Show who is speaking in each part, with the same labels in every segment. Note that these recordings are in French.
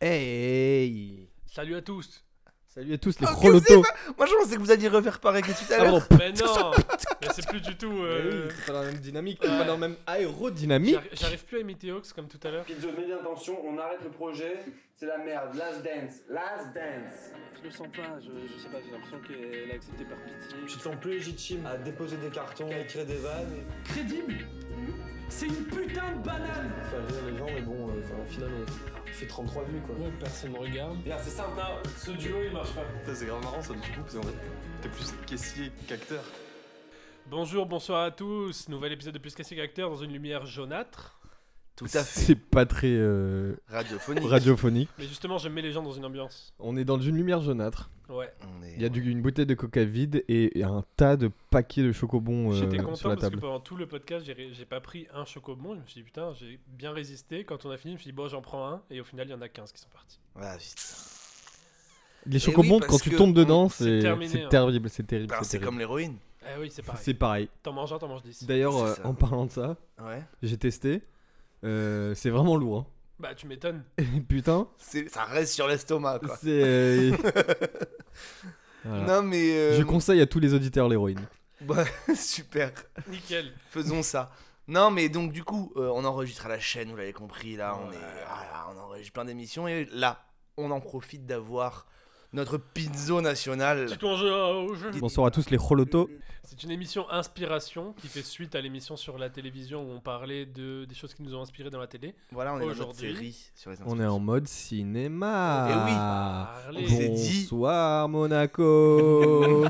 Speaker 1: Hey
Speaker 2: Salut à tous
Speaker 1: Salut à tous les
Speaker 3: Oh,
Speaker 1: gros
Speaker 3: qu'est-ce que
Speaker 1: lotos.
Speaker 3: c'est Moi je pensais que vous alliez refaire pareil que
Speaker 1: Ah,
Speaker 3: tout à l'heure.
Speaker 2: Mais non Mais c'est plus du tout... euh,
Speaker 1: Eh oui, c'est pas dans la même dynamique, c'est pas dans la même aérodynamique.
Speaker 2: j'arri- J'arrive plus à imiter Ox comme tout à l'heure.
Speaker 4: Pizzo, mets bien attention, on arrête le projet, c'est la merde, last dance, last dance.
Speaker 5: Je le sens pas, je, je sais pas, j'ai l'impression qu'elle a accepté par pitié.
Speaker 4: te sens plus légitime à déposer des cartons, à écrire des vannes.
Speaker 6: crédible. C'est une putain de banane.
Speaker 4: Faire rire les gens, mais bon, euh, enfin, au final, on fait 33 vues quoi.
Speaker 5: personne ne regarde.
Speaker 4: Là, c'est simple, hein.
Speaker 5: Ce duo il marche pas.
Speaker 7: Ça, C'est grave marrant ça du coup, parce qu'en fait, t'es plus caissier qu'acteur.
Speaker 2: Bonjour, bonsoir à tous Nouvel épisode de Plus Cassé Acteur dans une lumière jaunâtre.
Speaker 3: Tout à fait.
Speaker 1: C'est pas très euh,
Speaker 3: Radiophonique.
Speaker 1: radiophonique.
Speaker 2: Mais justement, j'aime mettre les gens dans une ambiance.
Speaker 1: On est dans une lumière jaunâtre.
Speaker 2: Ouais.
Speaker 3: On est-
Speaker 1: Il y a du- une bouteille de coca vide et, et un tas de paquets de chocobons euh,
Speaker 2: J'étais
Speaker 1: sur
Speaker 2: content
Speaker 1: la
Speaker 2: parce que
Speaker 1: table.
Speaker 2: pendant tout le podcast, j'ai ré- j'ai pas pris un chocobon. Je me suis dit, putain, j'ai bien résisté. Quand on a fini, je me suis dit, bon, j'en prends un. Et au final, il y en a 15 qui sont partis.
Speaker 3: Ah, putain.
Speaker 1: Les
Speaker 3: Eh oui,
Speaker 1: chocobons,
Speaker 3: parce
Speaker 1: quand tu
Speaker 3: que
Speaker 1: tombes
Speaker 3: on-
Speaker 1: dedans,
Speaker 2: c'est
Speaker 1: c'est
Speaker 2: terminé,
Speaker 1: c'est
Speaker 2: hein.
Speaker 1: terrible, c'est terrible.
Speaker 3: Putain,
Speaker 1: c'est
Speaker 3: Ben, C'est
Speaker 1: terrible.
Speaker 3: comme l'héroïne.
Speaker 2: Eh oui, c'est pareil.
Speaker 1: C'est pareil.
Speaker 2: T'en manges un, t'en manges 10.
Speaker 1: D'ailleurs,
Speaker 3: C'est
Speaker 1: euh,
Speaker 3: ça.
Speaker 1: en parlant de ça,
Speaker 3: Ouais.
Speaker 1: j'ai testé. Euh, c'est vraiment lourd. hein.
Speaker 2: Bah, tu m'étonnes.
Speaker 1: Et putain,
Speaker 3: C'est- Ça reste sur l'estomac quoi.
Speaker 1: c'est. euh, voilà.
Speaker 3: Non mais. euh,
Speaker 1: Je conseille à tous les auditeurs l'héroïne.
Speaker 3: bah, super.
Speaker 2: Nickel.
Speaker 3: Faisons ça. Non mais donc du coup, euh, on enregistre à la chaîne, vous l'avez compris, là on est. ah, là, on enregistre plein d'émissions et là, on en profite d'avoir notre pizzo national.
Speaker 2: Petit plongeon au jeu.
Speaker 1: Bonsoir à tous les
Speaker 3: Euh,
Speaker 1: rolotos.
Speaker 2: C'est une émission inspiration qui fait suite à l'émission sur la télévision où on parlait de, des choses qui nous ont inspirés dans la télé.
Speaker 3: Voilà, on est dans notre
Speaker 2: Aujourd'hui,
Speaker 3: série sur les
Speaker 1: On est en mode cinéma.
Speaker 3: Eh oui.
Speaker 2: Parler.
Speaker 3: on s'est dit-
Speaker 1: Bonsoir Monaco.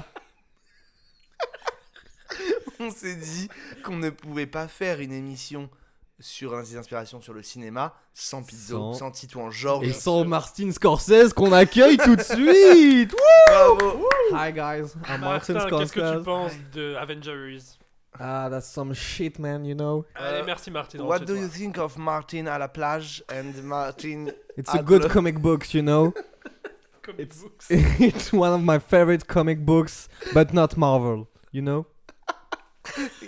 Speaker 3: On s'est dit qu'on ne pouvait pas faire une émission sur des inspirations sur le cinéma sans Pizzo,
Speaker 1: Sans-
Speaker 3: sans, Titouan Georges.
Speaker 1: Et sans Martin Scorsese qu'on accueille tout de suite. Wouh
Speaker 3: Bravo.
Speaker 1: Hi guys, I'm Martin
Speaker 2: Martin, qu'est-ce que tu
Speaker 1: Scorsese.
Speaker 2: penses de Avengers
Speaker 1: Ah, that's some shit man, you know.
Speaker 2: Allez, merci Martin.
Speaker 3: Euh, What
Speaker 2: rentre
Speaker 3: do
Speaker 2: chez
Speaker 3: you
Speaker 2: toi.
Speaker 3: think of Martin à la plage and Martin
Speaker 1: It's a
Speaker 3: Ah,
Speaker 1: good
Speaker 3: le-
Speaker 1: comic book, you know.
Speaker 2: Comic
Speaker 1: It's-
Speaker 2: books.
Speaker 1: It's one of my favorite comic books, but not Marvel, you know.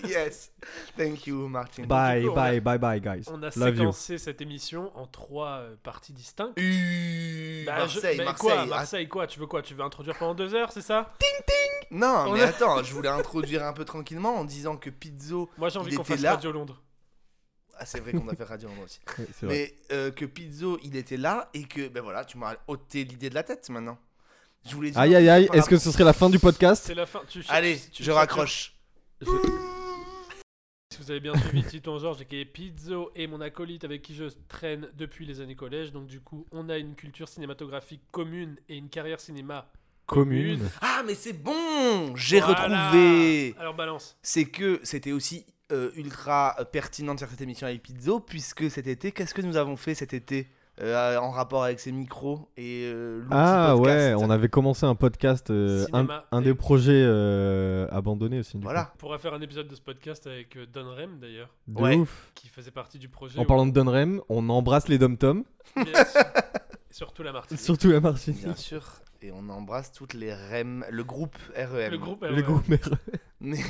Speaker 3: Yes. Thank you Martin.
Speaker 1: Bye,
Speaker 2: coup, on
Speaker 1: bye, bye, bye, guys.
Speaker 2: On a
Speaker 1: Love you.
Speaker 2: séquencé cette émission en trois euh, parties distinctes.
Speaker 3: Euh,
Speaker 2: Bah, je-
Speaker 3: Marseille,
Speaker 2: mais
Speaker 3: Marseille.
Speaker 2: Quoi, Marseille, quoi Tu veux quoi Tu veux introduire pendant deux heures, c'est ça
Speaker 3: Ah, non,
Speaker 2: On
Speaker 3: mais
Speaker 2: a-
Speaker 3: attends, je voulais introduire un peu tranquillement en disant que Pizzo.
Speaker 2: Moi, j'ai
Speaker 3: Il
Speaker 2: envie qu'on
Speaker 3: était
Speaker 2: fasse
Speaker 3: là.
Speaker 2: Radio Londres.
Speaker 3: Ah, c'est vrai qu'on a fait Radio Londres aussi.
Speaker 1: Ouais, c'est vrai.
Speaker 3: Mais euh, que Pizzo, il était là et que, ben voilà, tu m'as ôté l'idée de la tête maintenant. Je voulais dire.
Speaker 1: Aïe aïe aïe,
Speaker 3: par
Speaker 1: est-ce que ce serait la fin du podcast
Speaker 2: C'est la fin. Tu-
Speaker 3: Allez,
Speaker 2: tu-
Speaker 3: je
Speaker 2: tu-
Speaker 3: raccroche.
Speaker 2: Si vous avez bien suivi Titon Georges, qui est Pizzo et mon acolyte avec qui je traîne depuis les années collège. Donc, du coup, on a une culture cinématographique commune et une carrière cinéma
Speaker 1: Commune.
Speaker 3: Ah, mais c'est bon J'ai
Speaker 2: Voilà.
Speaker 3: retrouvé
Speaker 2: Alors, balance.
Speaker 3: C'est que c'était aussi euh, ultra euh, pertinent de faire cette émission avec Pizzo, puisque cet été, qu'est-ce que nous avons fait cet été euh, en rapport avec ces micros et euh, l'outil
Speaker 1: Ah ouais,
Speaker 3: podcast
Speaker 1: on avait commencé un podcast, euh, un,
Speaker 2: Cinéma.
Speaker 1: un des projets euh, abandonnés aussi. du
Speaker 3: Voilà.
Speaker 2: On pourrait faire un épisode de ce podcast avec euh, Don Rem, d'ailleurs,
Speaker 1: coup. De
Speaker 3: Ouais.
Speaker 1: ouf.
Speaker 2: qui faisait partie du projet.
Speaker 1: En
Speaker 2: où-
Speaker 1: parlant de Dunrem, on embrasse les dom-toms,
Speaker 2: Bien sûr. Surtout la Martinique.
Speaker 1: surtout la Martinique.
Speaker 3: Bien sûr. Et on embrasse toutes les REM, le groupe REM.
Speaker 2: Le groupe, euh,
Speaker 1: Les groupes
Speaker 2: groupe.
Speaker 1: mères.
Speaker 3: Mais-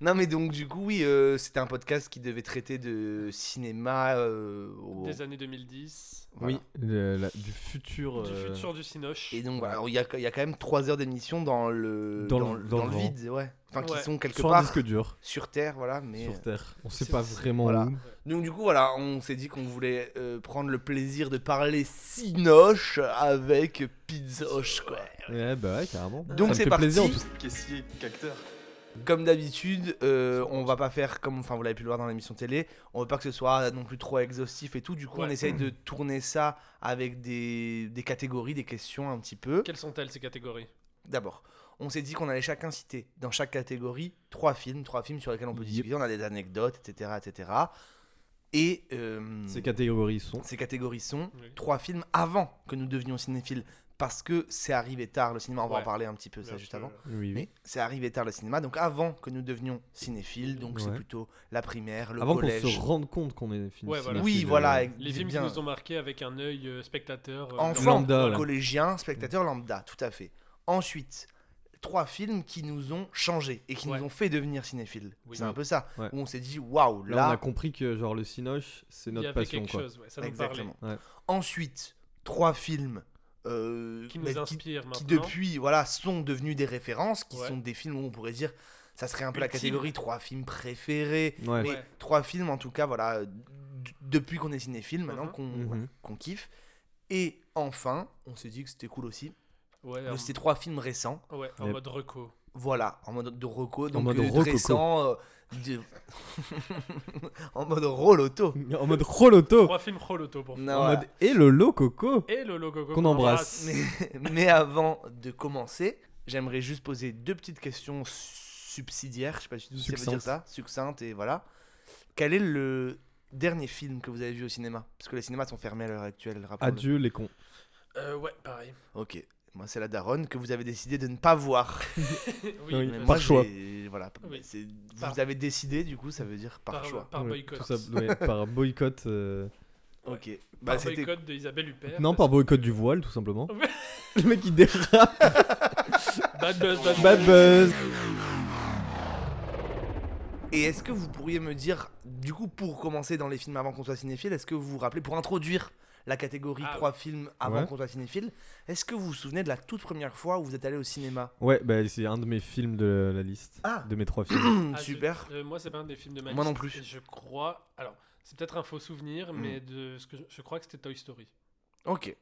Speaker 3: non, mais donc, du coup, oui, euh, c'était un podcast qui devait traiter de cinéma. euh, au-
Speaker 2: des années 2010.
Speaker 3: voilà.
Speaker 1: Oui, le- la- du futur.
Speaker 2: Du
Speaker 1: euh,
Speaker 2: futur du Cinoche.
Speaker 3: Et donc, voilà, alors, il y, a, il y a quand même 3 heures d'émission dans le,
Speaker 1: Dans le-
Speaker 3: le-
Speaker 1: dans le
Speaker 3: le
Speaker 1: vent.
Speaker 3: vide, ouais. Enfin, qui
Speaker 2: Ouais.
Speaker 3: sont quelque
Speaker 1: sur un
Speaker 3: part
Speaker 1: disque dur,
Speaker 3: sur Terre, voilà. Mais... euh,
Speaker 1: sur Terre. On sait
Speaker 2: c'est-
Speaker 1: pas vraiment
Speaker 3: voilà.
Speaker 1: où.
Speaker 3: Donc du coup voilà, on s'est dit qu'on voulait euh, prendre le plaisir de parler sinoche avec pizzoche quoi.
Speaker 1: Ouais, bah ouais, carrément.
Speaker 3: Donc
Speaker 1: Ça me
Speaker 3: c'est
Speaker 1: fait
Speaker 3: parti.
Speaker 1: plaisir, en tout-
Speaker 7: Plus caissier qu'acteur.
Speaker 3: Comme d'habitude, euh, on va pas faire comme enfin vous l'avez pu le voir dans l'émission télé, on veut pas que ce soit non plus trop exhaustif et tout. Du coup, on
Speaker 2: Ouais.
Speaker 3: essaye de tourner ça avec des, des catégories, des questions un petit peu.
Speaker 2: Quelles sont-elles ces catégories
Speaker 3: D'abord, on s'est dit qu'on allait chacun citer dans chaque catégorie trois films, trois films sur lesquels on peut
Speaker 1: Yep.
Speaker 3: discuter, on a des anecdotes, etc., etc. Et euh,
Speaker 1: Ces catégories sont.
Speaker 3: ces catégories sont
Speaker 2: Oui.
Speaker 3: trois films avant que nous devenions cinéphiles parce que c'est arrivé tard le cinéma on va
Speaker 2: Ouais.
Speaker 3: en parler un petit peu ça
Speaker 2: Bien
Speaker 3: juste
Speaker 2: sûr.
Speaker 3: avant
Speaker 1: Oui, oui.
Speaker 3: mais c'est arrivé tard le cinéma donc avant que nous devenions cinéphiles donc c'est
Speaker 1: Ouais.
Speaker 3: plutôt la primaire le
Speaker 1: Avant qu'on
Speaker 3: collège
Speaker 1: se rende compte qu'on est fini. euh,
Speaker 2: Ouais, voilà.
Speaker 3: oui voilà ex-
Speaker 2: Les films
Speaker 3: bien.
Speaker 2: qui nous ont marqués avec un œil euh, spectateur. euh,
Speaker 3: enfant
Speaker 2: lambda.
Speaker 1: lambda, là.
Speaker 2: Mm.
Speaker 3: collégien spectateur lambda tout à fait ensuite trois films qui nous ont changés et qui
Speaker 2: Ouais.
Speaker 3: nous ont fait devenir cinéphiles
Speaker 2: Oui.
Speaker 3: c'est un peu ça
Speaker 1: Ouais.
Speaker 3: où on s'est dit waouh
Speaker 1: Là,
Speaker 3: là
Speaker 1: on a compris que genre le cinoche, c'est
Speaker 2: Il y
Speaker 1: notre
Speaker 2: avait
Speaker 1: passion
Speaker 2: quelque
Speaker 1: quoi.
Speaker 2: chose, ouais, ça nous parlait.
Speaker 3: Exactement.
Speaker 1: Ouais.
Speaker 3: Ensuite, trois films euh,
Speaker 2: qui
Speaker 3: bah,
Speaker 2: nous inspire
Speaker 3: qui
Speaker 2: maintenant.
Speaker 3: depuis voilà sont devenus des références, qui
Speaker 2: Ouais.
Speaker 3: sont des films où on pourrait dire ça serait un peu la
Speaker 2: Ultime.
Speaker 3: catégorie trois films préférés,
Speaker 1: Ouais.
Speaker 3: mais
Speaker 2: Ouais.
Speaker 3: trois films en tout cas voilà d- depuis qu'on est cinéphile maintenant
Speaker 2: Mhm.
Speaker 3: qu'on
Speaker 1: Mhm.
Speaker 3: voilà, qu'on kiffe et enfin on s'est dit que c'était cool aussi
Speaker 2: Ouais,
Speaker 3: de
Speaker 2: en,
Speaker 3: ces trois films récents
Speaker 2: ouais, en
Speaker 1: Yep.
Speaker 2: mode
Speaker 3: Oh.
Speaker 2: reco.
Speaker 3: voilà en mode de roco donc
Speaker 1: mode
Speaker 3: euh, de
Speaker 1: rococo.
Speaker 3: récents, euh, de- en mode roloto
Speaker 1: En mode roloto.
Speaker 2: Trois films Roloto pour
Speaker 3: Non,
Speaker 1: En
Speaker 3: voilà.
Speaker 1: mode et le lo coco.
Speaker 2: Et le logo
Speaker 1: Qu'on embrasse.
Speaker 3: Mais avant de commencer, j'aimerais juste poser deux petites questions subsidiaires. Je sais pas si ça veut dire
Speaker 1: Succinctes.
Speaker 3: ça. Succinctes et voilà. Quel est le dernier film que vous avez vu au cinéma Parce que les cinémas sont fermés à l'heure actuelle. rappelons-le.
Speaker 1: Adieu les cons.
Speaker 2: Euh, ouais, pareil.
Speaker 3: Ok. Moi, c'est la daronne que vous avez décidé de ne pas voir.
Speaker 2: oui,
Speaker 1: Oui,
Speaker 3: Mais
Speaker 2: euh,
Speaker 1: Par
Speaker 3: moi,
Speaker 1: choix.
Speaker 3: j'ai- Voilà.
Speaker 2: Oui.
Speaker 3: c'est- Vous
Speaker 2: Par-
Speaker 3: avez décidé, du coup, ça veut dire par,
Speaker 2: par,
Speaker 3: choix.
Speaker 2: par
Speaker 1: Ouais,
Speaker 2: boycott.
Speaker 1: tout ça, ouais, par boycott. euh,
Speaker 2: ouais.
Speaker 3: Ok. Bah,
Speaker 2: par
Speaker 3: c'était.
Speaker 2: boycott de Isabelle Huppert.
Speaker 1: Non, par boycott du voile, tout simplement.
Speaker 2: Ouais.
Speaker 1: le mec il dérape.
Speaker 2: Bad buzz, bad,
Speaker 1: Bad
Speaker 2: buzz.
Speaker 1: buzz.
Speaker 3: Et est-ce que vous pourriez me dire, du coup, pour commencer dans les films avant qu'on soit cinéphile, est-ce que vous vous rappelez, pour introduire la catégorie
Speaker 2: Ah
Speaker 3: trois films avant
Speaker 1: Ouais.
Speaker 3: qu'on soit cinéphile, est-ce que vous vous souvenez de la toute première fois où vous êtes allé au cinéma
Speaker 1: Ouais, bah, c'est un de mes films de la liste.
Speaker 3: Ah.
Speaker 1: De mes trois films.
Speaker 3: Hum,
Speaker 2: Ah, je-
Speaker 3: Super.
Speaker 2: euh, moi, c'est pas un des films de ma
Speaker 3: Moi non
Speaker 2: liste,
Speaker 3: plus.
Speaker 2: et Je crois. Alors, c'est peut-être un faux souvenir,
Speaker 3: Mm.
Speaker 2: mais de ce que je, je crois que c'était Toy Story.
Speaker 1: Mm.
Speaker 3: Ok.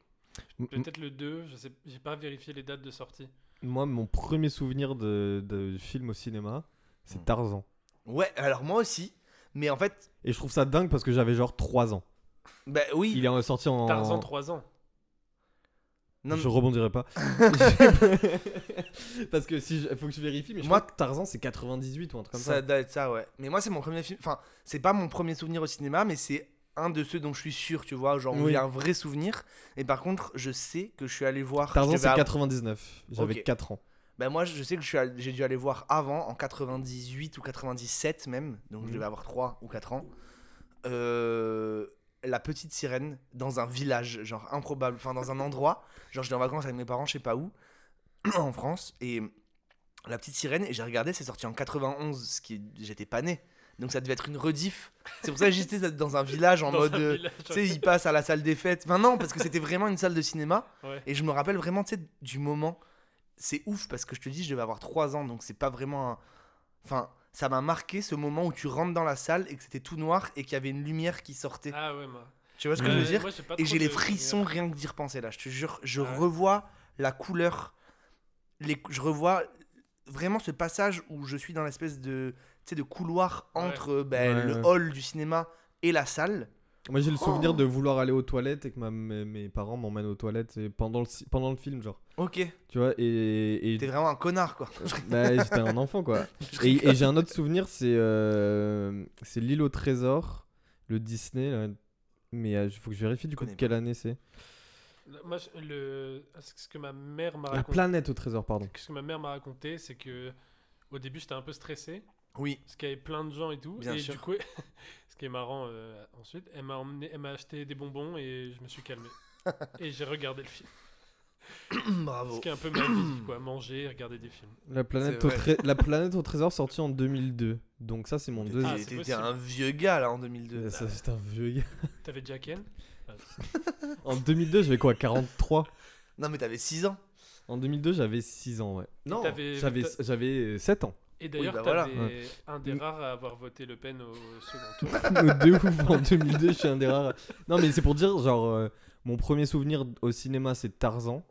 Speaker 2: Peut-être le 2, je sais, j'ai pas vérifié les dates de sortie.
Speaker 1: Moi, mon premier souvenir de, de film au cinéma,
Speaker 3: Hmm.
Speaker 1: c'est Tarzan.
Speaker 3: Ouais, alors moi aussi. Mais en fait,
Speaker 1: Et je trouve ça dingue parce que j'avais genre 3 ans.
Speaker 3: bah oui.
Speaker 1: Il est sorti en.
Speaker 2: Tarzan 3 ans.
Speaker 3: non,
Speaker 1: Je rebondirai pas. Parce que si je- faut que je vérifie, mais je
Speaker 3: Moi-
Speaker 1: crois que Tarzan c'est 98 ou un truc comme
Speaker 3: ça
Speaker 1: ça.
Speaker 3: doit être ça, ouais. Mais moi, c'est mon premier film. Enfin, c'est pas mon premier souvenir au cinéma, mais c'est un de ceux dont je suis sûr, tu vois. Genre, où
Speaker 1: Oui.
Speaker 3: j'ai un vrai souvenir. Et par contre, je sais que je suis allé voir. je
Speaker 1: Tarzan
Speaker 3: devais
Speaker 1: c'est
Speaker 3: avoir-
Speaker 1: 99. J'avais
Speaker 3: Ok.
Speaker 1: 4 ans.
Speaker 3: Bah moi je sais que je suis allé- j'ai dû aller voir avant en 98 ou 97 même, donc je
Speaker 1: Mhm.
Speaker 3: devais avoir 3 ou 4 ans. Euh, la petite sirène dans un village, genre improbable, enfin dans un endroit, genre j'étais en vacances avec mes parents, je sais pas où, en France, et la petite sirène, et j'ai regardé, c'est sorti en 91, ce qui est- j'étais pas né, donc ça devait être une rediff. C'est pour ça que j'étais dans un village en
Speaker 2: Dans
Speaker 3: mode...
Speaker 2: un
Speaker 3: euh,
Speaker 2: village.
Speaker 3: tu sais, il passe à la salle des fêtes. Enfin, non, parce que c'était vraiment une salle de cinéma.
Speaker 2: Ouais.
Speaker 3: Et je me rappelle vraiment, tu sais, du moment. C'est ouf, parce que je te dis, je devais avoir 3 ans, donc c'est pas vraiment un- Enfin, ça m'a marqué ce moment où tu rentres dans la salle et que c'était tout noir et qu'il y avait une lumière qui sortait.
Speaker 2: Ah ouais, moi.
Speaker 3: Tu vois ce que
Speaker 2: Ouais,
Speaker 3: je veux dire
Speaker 2: moi, j'ai pas
Speaker 3: Et
Speaker 2: trop
Speaker 3: j'ai les
Speaker 2: de
Speaker 3: frissons rien que d'y repenser, là, je te jure. Je
Speaker 2: Ah ouais.
Speaker 3: revois la couleur. Les... cou- Je revois vraiment ce passage où je suis dans l'espèce de, tu sais, de couloir
Speaker 2: Ouais.
Speaker 3: entre ben,
Speaker 1: Ouais,
Speaker 3: le
Speaker 1: ouais.
Speaker 3: hall du cinéma et la salle.
Speaker 1: Moi j'ai le souvenir de vouloir aller aux toilettes et que ma- mes, mes parents m'emmènent aux toilettes et pendant, le, ci- pendant le film, genre.
Speaker 3: Ok,
Speaker 1: Tu vois, et. et-
Speaker 3: t'es vraiment un connard, quoi.
Speaker 1: bah, j'étais un enfant quoi. Et, et j'ai un autre souvenir, c'est euh, c'est l'île au trésor, le Disney. là. Mais il faut que je vérifie du coup
Speaker 3: connais
Speaker 1: quelle année c'est.
Speaker 2: souvenirs. Moi, je- le... ce que ma mère
Speaker 3: Ah,
Speaker 2: m'a
Speaker 1: La
Speaker 2: raconté.
Speaker 1: planète au trésor, pardon.
Speaker 2: Ce que ma mère m'a raconté, c'est que au début, j'étais un peu stressé.
Speaker 3: Oui.
Speaker 2: parce qu'il y avait plein de gens et tout.
Speaker 3: Bien
Speaker 2: et
Speaker 3: sûr.
Speaker 2: du coup, ce qui est marrant euh, ensuite, elle m'a emmené, elle m'a acheté des bonbons et je me suis calmé. et j'ai regardé le film.
Speaker 3: Bravo.
Speaker 2: Ce qui est un peu ma vie, quoi, manger, regarder des films.
Speaker 1: La planète,
Speaker 3: C'est
Speaker 1: au
Speaker 3: vrai.
Speaker 1: tré- la planète au trésor sortie en 2002. Donc ça c'est mon
Speaker 3: T'étais
Speaker 1: deuxième.
Speaker 2: c'est
Speaker 3: t'étais
Speaker 2: possible.
Speaker 3: un vieux gars là en 2002.
Speaker 1: Ça, c'est un vieux gars.
Speaker 2: T'avais déjà Ken
Speaker 1: En 2002 j'avais quoi 43
Speaker 3: Non mais t'avais 6 ans.
Speaker 1: En 2002 j'avais 6 ans ouais. Non,
Speaker 2: t'avais-
Speaker 1: j'avais
Speaker 2: t'a-
Speaker 1: j'avais 7 ans.
Speaker 2: Et d'ailleurs,
Speaker 3: bah voilà. Mm.
Speaker 2: t'avais un des rares à avoir voté Le Pen au second tour.
Speaker 1: De ouf en 2002 je suis un des rares. Non mais c'est pour dire genre euh, mon premier souvenir au cinéma c'est Tarzan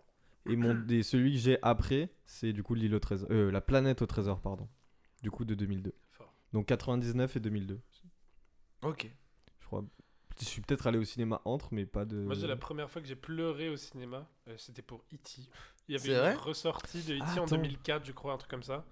Speaker 1: et mon et celui que j'ai après c'est du coup l'île au trésor euh, la planète au trésor pardon. Du coup de 2002.
Speaker 2: Fort.
Speaker 1: Donc 99 et 2002
Speaker 3: Ok.
Speaker 1: je crois. Je suis peut-être allé au cinéma entre mais pas de
Speaker 2: Moi, c'est la première fois que j'ai pleuré au cinéma. euh, C'était pour E.T. Il y
Speaker 3: C'est
Speaker 2: avait une
Speaker 3: vrai
Speaker 2: ressortie de E.T.
Speaker 1: Ah,
Speaker 2: en
Speaker 1: attends.
Speaker 2: 2004, je crois, un truc comme ça.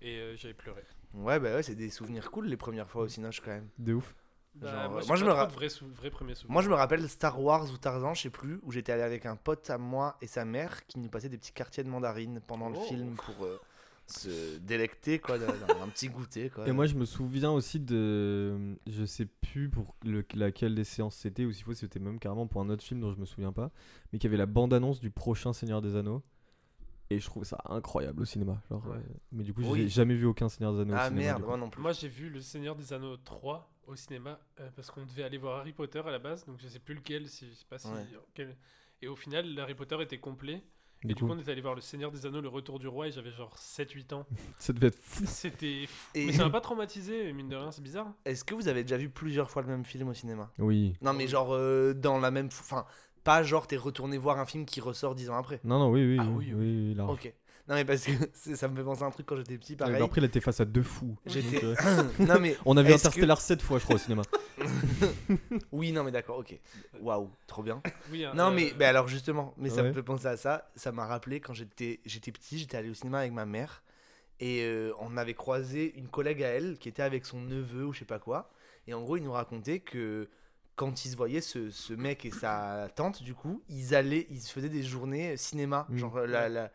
Speaker 2: Et euh, j'avais pleuré.
Speaker 3: Ouais bah ouais c'est des souvenirs cool les premières fois au cinoche quand même.
Speaker 1: de ouf.
Speaker 2: Bah,
Speaker 3: Genre,
Speaker 2: moi,
Speaker 3: euh,
Speaker 2: j'ai
Speaker 3: moi, je
Speaker 2: pas
Speaker 3: me
Speaker 2: trop
Speaker 3: ra-
Speaker 2: de vrais sou- vrais premiers souvenirs.
Speaker 3: Moi je me rappelle Star Wars ou Tarzan je sais plus où j'étais allé avec un pote à moi et sa mère qui nous passait des petits quartiers de mandarine pendant le
Speaker 2: Oh.
Speaker 3: film pour euh, se délecter quoi d'un d'un petit goûter quoi.
Speaker 1: Et moi, je me souviens aussi de. euh, Je sais plus pour le- laquelle des séances c'était, ou s'il faut, c'était même carrément pour un autre film dont je me souviens pas, mais qui avait la bande-annonce du prochain Seigneur des Anneaux. Et je trouvais ça incroyable au cinéma. Genre,
Speaker 2: Ouais.
Speaker 1: euh, mais du coup,
Speaker 3: Oui.
Speaker 1: j'ai jamais vu aucun Seigneur des Anneaux au
Speaker 3: ah
Speaker 1: cinéma. du
Speaker 3: merde
Speaker 1: coup.
Speaker 3: moi non plus.
Speaker 2: Moi, j'ai vu Le Seigneur des Anneaux 3 au cinéma euh, parce qu'on devait aller voir Harry Potter à la base, donc je sais plus lequel, si, je sais pas si.
Speaker 3: Ouais.
Speaker 2: quel- Et Et au final, Harry Potter était complet. Et
Speaker 1: Du coup,
Speaker 2: on est allé voir Le Seigneur des Anneaux, Le Retour du Roi, et j'avais genre 7-8 ans.
Speaker 1: ça devait être fou.
Speaker 2: C'était fou.
Speaker 3: Et-
Speaker 2: Mais ça m'a pas traumatisé, mine de rien, c'est bizarre.
Speaker 3: Est-ce que vous avez déjà vu plusieurs fois le même film au cinéma
Speaker 1: Oui.
Speaker 3: Non, mais genre euh, dans la même. Enfin, pas genre t'es retourné voir un film qui ressort dix ans après.
Speaker 1: Non, non, oui, oui.
Speaker 3: Ah
Speaker 1: oui,
Speaker 3: oui, oui.
Speaker 1: oui, large.
Speaker 3: Ok. Non, mais parce que c'est- ça me fait penser à un truc quand j'étais petit,
Speaker 1: Ouais, mais
Speaker 3: pareil.
Speaker 1: Après, il était face à deux fous.
Speaker 3: J'étais.
Speaker 1: Donc, euh,
Speaker 3: non, mais.
Speaker 1: On a vu
Speaker 3: Est-ce
Speaker 1: Interstellar 7 fois, je crois, au cinéma.
Speaker 3: Oui, non, mais d'accord, ok. Waouh, trop bien.
Speaker 2: Oui, hein,
Speaker 3: Non,
Speaker 2: euh,
Speaker 3: mais bah alors justement, mais ça me
Speaker 1: Ouais.
Speaker 3: fait penser à ça. Ça m'a rappelé quand j'étais j'étais petit, j'étais allé au cinéma avec ma mère et euh, on avait croisé une collègue à elle qui était avec son neveu ou je sais pas quoi. Et en gros, il nous racontait que quand ils se voyaient, ce, ce mec et sa tante, du coup, ils allaient, ils se faisaient des journées euh, cinéma.
Speaker 1: Mm.
Speaker 3: Genre la, la, la,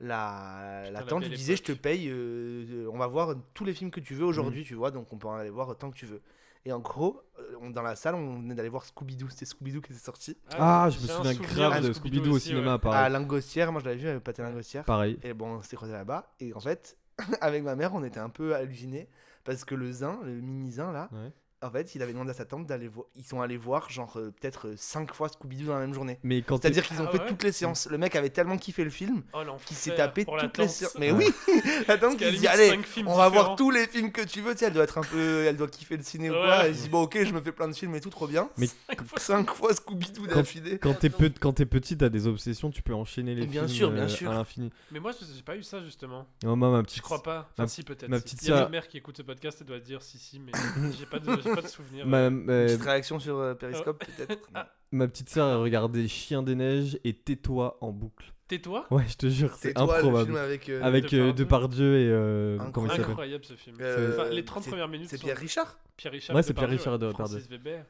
Speaker 3: la
Speaker 2: la
Speaker 3: tante
Speaker 2: belle
Speaker 3: lui disait, je te
Speaker 2: époque.
Speaker 3: paye, euh, euh, on va voir tous les films que tu veux
Speaker 1: Mm.
Speaker 3: aujourd'hui, tu vois, donc on peut en aller voir tant que tu veux. Et en gros, euh, on- dans la salle, on venait d'aller voir Scooby-Doo. C'était Scooby-Doo qui était sorti.
Speaker 1: Ah,
Speaker 2: j'ai
Speaker 1: je me
Speaker 2: un
Speaker 1: souviens
Speaker 2: souvenir
Speaker 1: grave de Scooby-Doo au
Speaker 2: aussi,
Speaker 1: cinéma,
Speaker 2: ouais.
Speaker 1: à
Speaker 3: à
Speaker 1: Paris.
Speaker 3: Lingossière. Moi, je l'avais vu avec Patin Lingossière.
Speaker 1: Pareil.
Speaker 3: Et bon, on s'était croisés là-bas. Et en fait, avec ma mère, on était un peu hallucinés parce que le zin, le mini zin là,
Speaker 1: Ouais.
Speaker 3: en fait, il avait demandé à sa tante d'aller voir. Ils sont allés voir genre euh, peut-être 5 fois Scooby-Doo dans la même journée.
Speaker 1: Mais quand
Speaker 3: C'est-à-dire qu'ils ont
Speaker 2: Ah
Speaker 3: fait
Speaker 2: ouais
Speaker 3: toutes les séances. Le mec avait tellement kiffé le film
Speaker 2: Oh, l'enfer
Speaker 3: qu'il s'est tapé
Speaker 2: pour la
Speaker 3: toutes les
Speaker 2: tante.
Speaker 3: séances. Mais oui, la tante
Speaker 2: Parce qu'à
Speaker 3: qui
Speaker 2: la
Speaker 3: dit
Speaker 2: limite,
Speaker 3: allez,
Speaker 2: cinq films
Speaker 3: on va voir
Speaker 2: différents.
Speaker 3: tous les films que tu veux. Tu sais, elle doit être un peu, elle doit kiffer le ciné ou
Speaker 2: Ouais.
Speaker 3: quoi. Elle se dit bon ok, je me fais plein de films et tout, trop bien.
Speaker 1: Mais-
Speaker 3: 5 fois Scooby-Doo d'affilée.
Speaker 1: Quand Euh, t'es, pe- quand t'es petit, t'as des obsessions, tu peux enchaîner les
Speaker 3: Bien
Speaker 1: films
Speaker 3: sûr, bien
Speaker 1: euh,
Speaker 3: sûr.
Speaker 1: à l'infini.
Speaker 2: Mais moi, je- j'ai pas eu ça justement.
Speaker 1: Oh, moi, ma
Speaker 2: Je
Speaker 1: petite,
Speaker 2: crois pas. Enfin,
Speaker 1: Ma-
Speaker 2: si, peut-être.
Speaker 1: ma
Speaker 2: si.
Speaker 1: petite
Speaker 2: Il y a
Speaker 1: sœur-
Speaker 2: ma mère qui écoute ce podcast, elle doit dire si, si, mais j'ai pas de, j'ai pas de souvenir.
Speaker 1: ma, euh,
Speaker 3: Petite réaction sur euh, Periscope peut-être.
Speaker 2: Ah.
Speaker 1: ma petite sœur, elle regardait Chien des Neiges et Tais-toi en boucle.
Speaker 2: Tais-toi
Speaker 1: Ouais, je te jure, c'est
Speaker 3: toi, Le
Speaker 1: improbable.
Speaker 3: film avec. euh,
Speaker 1: Avec euh,
Speaker 2: Depardieu.
Speaker 1: Depardieu et. euh, comment il s'appelle
Speaker 2: Incroyable ce film.
Speaker 3: Euh,
Speaker 2: Enfin, les 30
Speaker 3: c'est-
Speaker 2: premières minutes.
Speaker 3: C'est
Speaker 2: sont
Speaker 3: Pierre Richard
Speaker 2: Pierre Richard.
Speaker 1: Ouais, c'est
Speaker 2: Depardieu,
Speaker 1: Pierre Richard
Speaker 2: ouais.
Speaker 1: Depardieu.
Speaker 2: Francis Weber.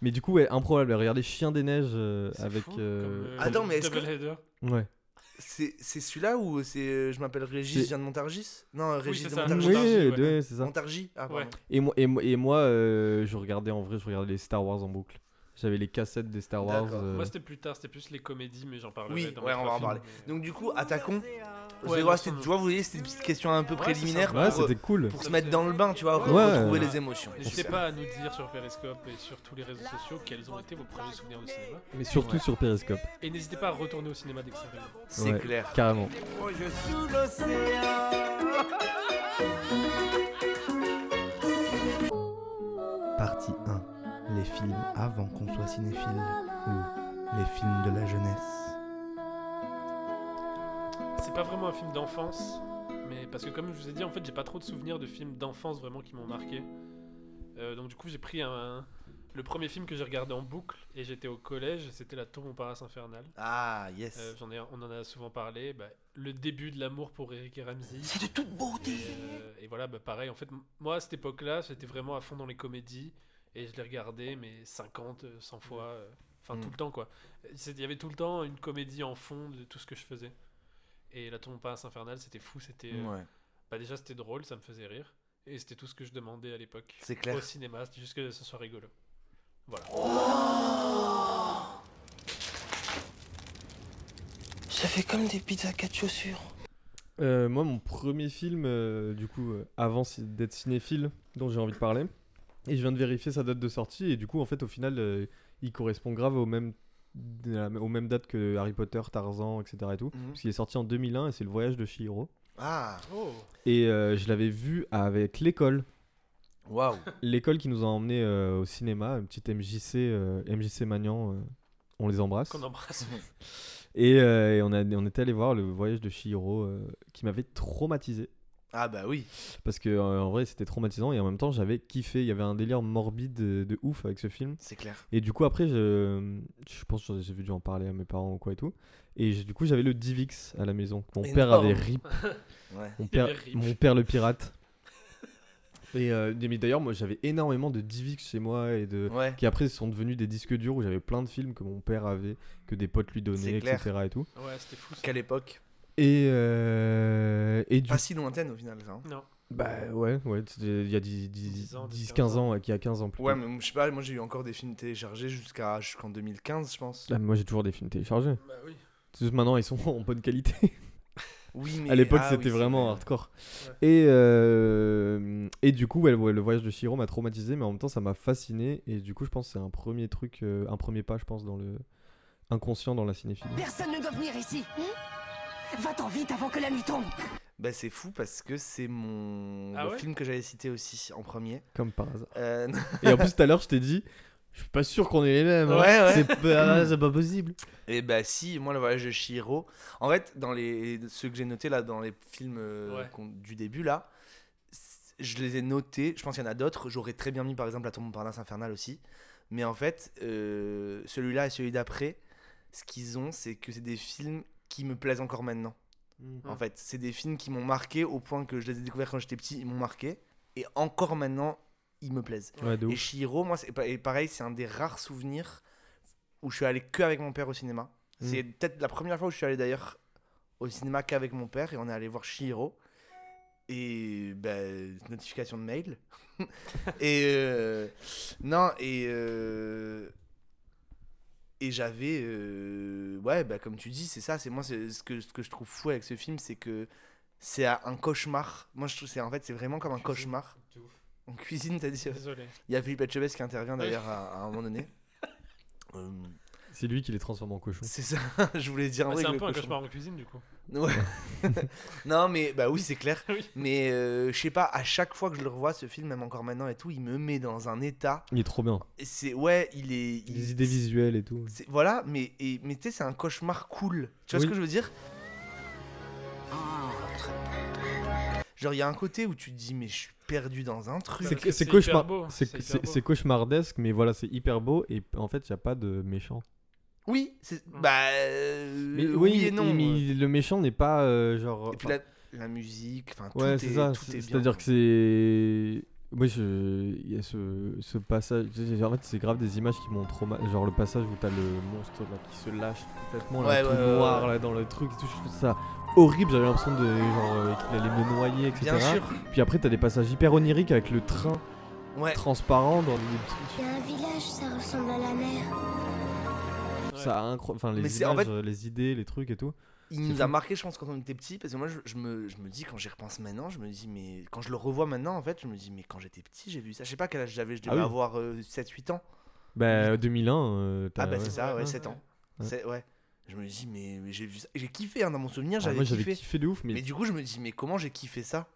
Speaker 1: Mais du coup, ouais, improbable. Elle regardait Chien des Neiges euh,
Speaker 2: C'est
Speaker 1: avec.
Speaker 2: fou,
Speaker 1: euh,
Speaker 2: comme, euh,
Speaker 3: Attends, Ah mais est-ce que-
Speaker 2: Double Header.
Speaker 1: Ouais.
Speaker 3: C'est c'est celui-là ou c'est euh, je m'appelle Régis,
Speaker 1: C'est-
Speaker 3: je viens de Montargis Non, euh, Régis
Speaker 2: c'est
Speaker 3: de
Speaker 2: ça.
Speaker 1: Oui,
Speaker 3: Montargis.
Speaker 2: Montargis, ouais.
Speaker 1: ouais, c'est ça.
Speaker 3: Montargis Ah,
Speaker 2: Ouais.
Speaker 3: pardon.
Speaker 1: Et moi, et, moi- et moi euh, je regardais en vrai, je regardais les Star Wars en boucle. J'avais les cassettes des Star Wars.
Speaker 3: D'accord.
Speaker 1: euh,
Speaker 2: Moi, c'était plus tard, c'était plus les comédies, mais j'en parlerai.
Speaker 3: Oui,
Speaker 2: dans
Speaker 3: ouais,
Speaker 2: mes
Speaker 3: on va
Speaker 2: trois
Speaker 3: en
Speaker 2: films,
Speaker 3: parler.
Speaker 2: mais-
Speaker 3: Donc, du coup, attaquons. Vous
Speaker 2: Ouais,
Speaker 3: allez voir,
Speaker 2: dans son
Speaker 3: c'est-
Speaker 2: nom.
Speaker 3: tu vois, vous voyez, c'était des petites questions un peu
Speaker 2: Ouais, c'est
Speaker 3: préliminaires
Speaker 2: sympa.
Speaker 1: Ouais,
Speaker 3: pour, euh,
Speaker 1: c'était cool.
Speaker 3: pour se mettre dans le bain, tu vois, pour
Speaker 1: Ouais.
Speaker 3: retrouver les émotions.
Speaker 2: N'hésitez pas à nous dire sur Periscope et sur tous les réseaux sociaux quels ont été vos premiers souvenirs de cinéma.
Speaker 1: Mais surtout sur Periscope.
Speaker 2: Et n'hésitez pas à retourner au cinéma dès que ça arrive.
Speaker 3: C'est
Speaker 1: Ouais.
Speaker 3: clair.
Speaker 1: Carrément.
Speaker 3: Partie 1. Les films avant qu'on soit cinéphile ou les films de la jeunesse.
Speaker 2: C'est pas vraiment un film d'enfance, mais parce que comme je vous ai dit, en fait, j'ai pas trop de souvenirs de films d'enfance vraiment qui m'ont marqué. Euh, donc du coup, j'ai pris un, le premier film que j'ai regardé en boucle et j'étais au collège, c'était La Tour Montparnasse infernale.
Speaker 3: Ah, yes.
Speaker 2: Euh, j'en ai, on en a souvent parlé. bah, le début de l'amour pour Eric et Ramsey. C'est de toute beauté. Et, euh, et voilà, bah, pareil. En fait, m- moi à cette époque-là, j'étais vraiment à fond dans les comédies et je les regardais mais 50, euh, 100 fois, euh, enfin
Speaker 3: Mm.
Speaker 2: tout le temps quoi. C'est- Il y avait tout le temps une comédie en fond de tout ce que je faisais. Et la tombe passe infernale, c'était fou. C'était, euh,
Speaker 3: Ouais.
Speaker 2: bah, déjà c'était drôle, ça me faisait rire et c'était tout ce que je demandais à l'époque.
Speaker 3: C'est clair.
Speaker 2: Au cinéma, c'était juste que ce soit rigolo. Voilà.
Speaker 8: Ça fait comme des pizzas quatre chaussures.
Speaker 1: Euh, moi, mon premier film, euh, du coup, euh, avant ci- d'être cinéphile, dont j'ai envie de parler, et je viens de vérifier sa date de sortie, et du coup, en fait, au final, euh, il correspond grave au même, de la- aux mêmes dates que Harry Potter, Tarzan, etc. et tout,
Speaker 3: Mhm.
Speaker 1: parce qu'il est sorti en 2001 et c'est le voyage de Chihiro.
Speaker 3: Ah,
Speaker 2: Oh.
Speaker 1: Et euh, je l'avais vu avec l'école,
Speaker 3: waouh.
Speaker 1: l'école qui nous a emmenés euh, au cinéma, une petite MJC, euh, MJC Magnan, euh, on les embrasse.
Speaker 2: Qu'on embrasse.
Speaker 1: Et, euh, et on, a, on était allé voir le voyage de Chihiro, euh, qui m'avait traumatisé.
Speaker 3: Ah, bah oui.
Speaker 1: Parce que euh, en vrai, c'était traumatisant et en même temps, j'avais kiffé. Il y avait un délire morbide de, de ouf avec ce film.
Speaker 3: C'est clair.
Speaker 1: Et du coup, après, je, je pense que j'ai dû en parler à mes parents ou quoi et tout. Et j'ai- du coup, j'avais le Divix à la maison. Mon père
Speaker 3: Énorme.
Speaker 1: avait rip.
Speaker 3: Ouais.
Speaker 1: Mon père,
Speaker 2: avait rip.
Speaker 1: mon père le pirate. Et euh, mais d'ailleurs, moi, j'avais énormément de Divix chez moi et de
Speaker 3: Ouais.
Speaker 1: qui après sont devenus des disques durs où j'avais plein de films que mon père avait, que des potes lui
Speaker 3: C'est
Speaker 1: donnaient,
Speaker 3: clair.
Speaker 1: etc. Et tout.
Speaker 2: Ouais, c'était fou. ça.
Speaker 3: Quelle époque
Speaker 1: Et euh, et du
Speaker 3: Pas si lointaine au final, ça. hein.
Speaker 2: Non.
Speaker 1: bah ouais, ouais, c'était il y a 10,
Speaker 2: 10 ans,
Speaker 1: 10
Speaker 2: 15
Speaker 1: 15
Speaker 2: ans.
Speaker 1: ans, ouais, qui a 15 ans plus.
Speaker 3: Ouais,
Speaker 1: tôt.
Speaker 3: mais je sais pas, moi j'ai eu encore des films téléchargés jusqu'à jusqu'en 2015, je pense.
Speaker 1: Ah, mais moi j'ai toujours des films téléchargés.
Speaker 2: Bah oui.
Speaker 1: C'est juste maintenant ils sont en bonne qualité.
Speaker 3: Oui, mais
Speaker 1: à l'époque
Speaker 3: ah
Speaker 1: c'était
Speaker 3: oui, c'est
Speaker 1: vraiment
Speaker 3: vrai.
Speaker 1: hardcore. Et, euh, et du coup ouais, ouais, le voyage de Shiro m'a traumatisé mais en même temps ça m'a fasciné et du coup je pense que c'est un premier truc, euh, un premier pas je pense dans le inconscient dans la cinéphilie.
Speaker 9: Personne ne doit venir ici. Va-t'en vite avant que la nuit tombe.
Speaker 3: Bah, c'est fou parce que c'est mon
Speaker 2: Ah
Speaker 3: le
Speaker 2: ouais
Speaker 3: film que j'avais cité aussi en premier.
Speaker 1: Comme par hasard.
Speaker 3: Euh,
Speaker 1: Et en plus, tout à l'heure, je t'ai dit, je suis pas sûr qu'on est les mêmes. hein.
Speaker 3: Ouais, ouais.
Speaker 1: C'est pas, c'est pas possible.
Speaker 3: Et bah si, moi le voyage de Shiro. En fait, dans les ceux que j'ai notés là dans les films euh,
Speaker 2: Ouais.
Speaker 3: qu'on- du début là, c- je les ai notés. Je pense qu'il y en a d'autres. J'aurais très bien mis par exemple la tombe Parnasse infernale aussi. Mais en fait, euh, celui-là et celui d'après, ce qu'ils ont, c'est que c'est des films qui me plaisent encore maintenant. En
Speaker 2: Hmm.
Speaker 3: fait, c'est des films qui m'ont marqué au point que je les ai découverts quand j'étais petit, ils m'ont marqué et encore maintenant, ils me plaisent.
Speaker 1: Ouais, de
Speaker 3: Et
Speaker 1: ouf.
Speaker 3: Shihiro, moi, c'est pa- et pareil, c'est un des rares souvenirs où je suis allé que avec mon père au cinéma.
Speaker 1: Mm.
Speaker 3: C'est peut-être la première fois où je suis allé d'ailleurs au cinéma qu'avec mon père et on est allé voir Shihiro. Et ben, notification de mail. et euh, non, et euh, et j'avais euh, ouais, bah comme tu dis, c'est ça, c'est moi c'est ce que ce que je trouve fou avec ce film, c'est que c'est un cauchemar. Moi je trouve c'est en fait c'est vraiment comme un cauchemar.
Speaker 2: De ouf.
Speaker 3: En cuisine, t'as dit. ouais.
Speaker 2: Désolé.
Speaker 3: Il y a Philippe Etchebest qui intervient d'ailleurs à, à un moment donné. Euh,
Speaker 1: C'est lui qui les transforme en cochons.
Speaker 3: c'est ça, je voulais dire.
Speaker 2: Ah,
Speaker 3: vrai
Speaker 2: c'est
Speaker 3: que
Speaker 2: un
Speaker 3: le
Speaker 2: peu un
Speaker 3: cochon-
Speaker 2: cauchemar en cuisine du coup.
Speaker 3: Ouais. non, mais bah oui, c'est clair.
Speaker 2: Oui.
Speaker 3: Mais euh, je sais pas, à chaque fois que je le revois, ce film, même encore maintenant et tout, il me met dans un état.
Speaker 1: Il est trop bien.
Speaker 3: Et C'est ouais, il est. il-
Speaker 1: Les idées visuelles et tout.
Speaker 3: c'est- Voilà, mais et- mais tu sais, c'est un cauchemar cool. Tu vois
Speaker 1: Oui.
Speaker 3: ce que je veux dire Genre, il y a un côté où tu te dis, mais je suis perdu dans un truc.
Speaker 1: C'est
Speaker 2: parce que
Speaker 1: c'est
Speaker 2: c'est
Speaker 1: cauchemar-
Speaker 2: hyper beau,
Speaker 1: c'est-
Speaker 2: c'est hyper
Speaker 1: c'est-
Speaker 2: beau.
Speaker 1: c'est cauchemardesque, mais voilà, c'est hyper beau. Et en fait, il a pas de méchant.
Speaker 3: Oui, c'est
Speaker 2: Mm.
Speaker 3: bah euh,
Speaker 1: Mais
Speaker 3: oui,
Speaker 1: oui,
Speaker 3: et non.
Speaker 1: mais le méchant n'est pas euh, genre.
Speaker 3: Et puis la, la musique, enfin tout
Speaker 1: ouais,
Speaker 3: est,
Speaker 1: c'est ça.
Speaker 3: tout est
Speaker 1: c'est-
Speaker 3: bien.
Speaker 1: C'est-à-dire que c'est. Moi, je... il y a ce, ce passage. En fait, c'est grave des images qui m'ont trop mal. Genre le passage où t'as le monstre là, qui se lâche complètement, là,
Speaker 3: Ouais,
Speaker 1: tout
Speaker 3: ouais, ouais,
Speaker 1: noir
Speaker 3: ouais.
Speaker 1: là, dans le truc et tout. Je trouve ça horrible. J'avais l'impression de genre euh, qu'il allait me noyer, etc.
Speaker 3: Bien sûr.
Speaker 1: Puis après, t'as des passages hyper oniriques avec le train
Speaker 3: Ouais.
Speaker 1: transparent dans des petits-
Speaker 9: Il y a un village, ça ressemble à la mer.
Speaker 2: Ouais.
Speaker 1: Ça a incro- Enfin, les
Speaker 3: Mais c'est-
Speaker 1: images,
Speaker 3: en fait-
Speaker 1: euh, les idées, les trucs et tout.
Speaker 3: Il
Speaker 1: C'est
Speaker 3: nous a
Speaker 1: fou.
Speaker 3: marqué, je pense, quand on était petit, parce que moi, je, je me, je me dis, quand j'y repense maintenant, je me dis, mais quand je le revois maintenant, en fait, je me dis, mais quand j'étais petit, j'ai vu ça. Je sais pas quel âge j'avais, je devais
Speaker 1: Ah oui.
Speaker 3: avoir 7-8 ans.
Speaker 1: Bah, 2001. euh, t'as-
Speaker 3: Ah, bah,
Speaker 1: ouais.
Speaker 3: c'est ça, ouais,
Speaker 1: Ouais.
Speaker 3: 7 ans.
Speaker 1: Ouais.
Speaker 3: C'est- Ouais. Je me dis, mais, mais j'ai vu ça. J'ai kiffé, hein, dans mon souvenir,
Speaker 1: Ah,
Speaker 3: j'avais
Speaker 1: moi, j'avais
Speaker 3: kiffé.
Speaker 1: kiffé de ouf, mais,
Speaker 3: Mais du coup, je me dis, mais comment j'ai kiffé ça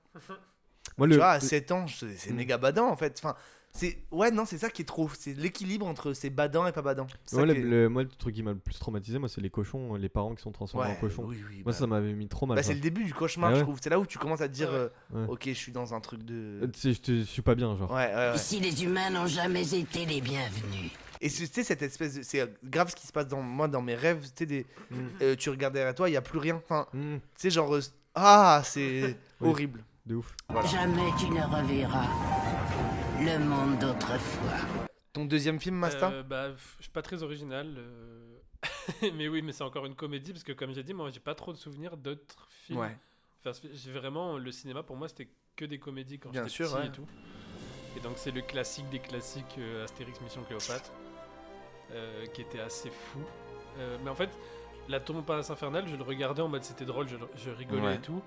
Speaker 1: moi,
Speaker 3: Tu
Speaker 1: le,
Speaker 3: vois, à 7 ans, je- c'est
Speaker 1: Mm.
Speaker 3: méga badant, en fait. Enfin, c'est... Ouais, non, c'est ça qui est trop. C'est l'équilibre entre c'est badant et pas badant. C'est ça
Speaker 1: Ouais, le,
Speaker 3: qui est-
Speaker 1: le- moi, le truc qui m'a le plus traumatisé, moi, c'est les cochons, les parents qui sont transformés
Speaker 3: Ouais,
Speaker 1: en cochons.
Speaker 3: oui, oui,
Speaker 1: Moi,
Speaker 3: bah,
Speaker 1: ça m'avait mis trop mal.
Speaker 3: bah,
Speaker 1: ça.
Speaker 3: c'est le début du cauchemar,
Speaker 1: Ah ouais.
Speaker 3: je trouve. C'est là où tu commences à te dire,
Speaker 2: Ouais.
Speaker 3: euh,
Speaker 1: Ouais.
Speaker 3: ok, je suis dans un truc
Speaker 1: Euh,
Speaker 3: de.
Speaker 1: tu sais, je, te- je suis pas bien, genre.
Speaker 3: Ouais, Euh, ouais, ouais.
Speaker 9: Ici, les humains n'ont jamais été les bienvenus.
Speaker 3: Et c'est- tu sais, cette espèce de. C'est euh, grave ce qui se passe dans moi, dans mes rêves. Tu sais, des...
Speaker 1: Mm.
Speaker 3: euh, tu regardes derrière toi, il n'y a plus rien. Enfin,
Speaker 1: Mmh,
Speaker 3: tu sais, genre. euh, Ah, c'est horrible.
Speaker 1: de ouf.
Speaker 3: Voilà.
Speaker 9: Jamais tu ne reverras le monde d'autrefois.
Speaker 3: Ton deuxième film, Masta
Speaker 2: Euh, bah, pff, je suis pas très original. euh, mais oui, mais c'est encore une comédie parce que comme j'ai dit, moi j'ai pas trop de souvenirs d'autres films.
Speaker 3: Ouais.
Speaker 2: Enfin, c'est- j'ai vraiment le cinéma pour moi c'était que des comédies quand
Speaker 3: Bien
Speaker 2: j'étais
Speaker 3: sûr,
Speaker 2: petit
Speaker 3: ouais.
Speaker 2: et tout. Et donc c'est le classique des classiques euh, Astérix Mission Cléopâtre euh, qui était assez fou. Euh, mais en fait, la tombe Palace Infernale, je le regardais en mode c'était drôle, je, je rigolais
Speaker 3: Ouais.
Speaker 2: et tout.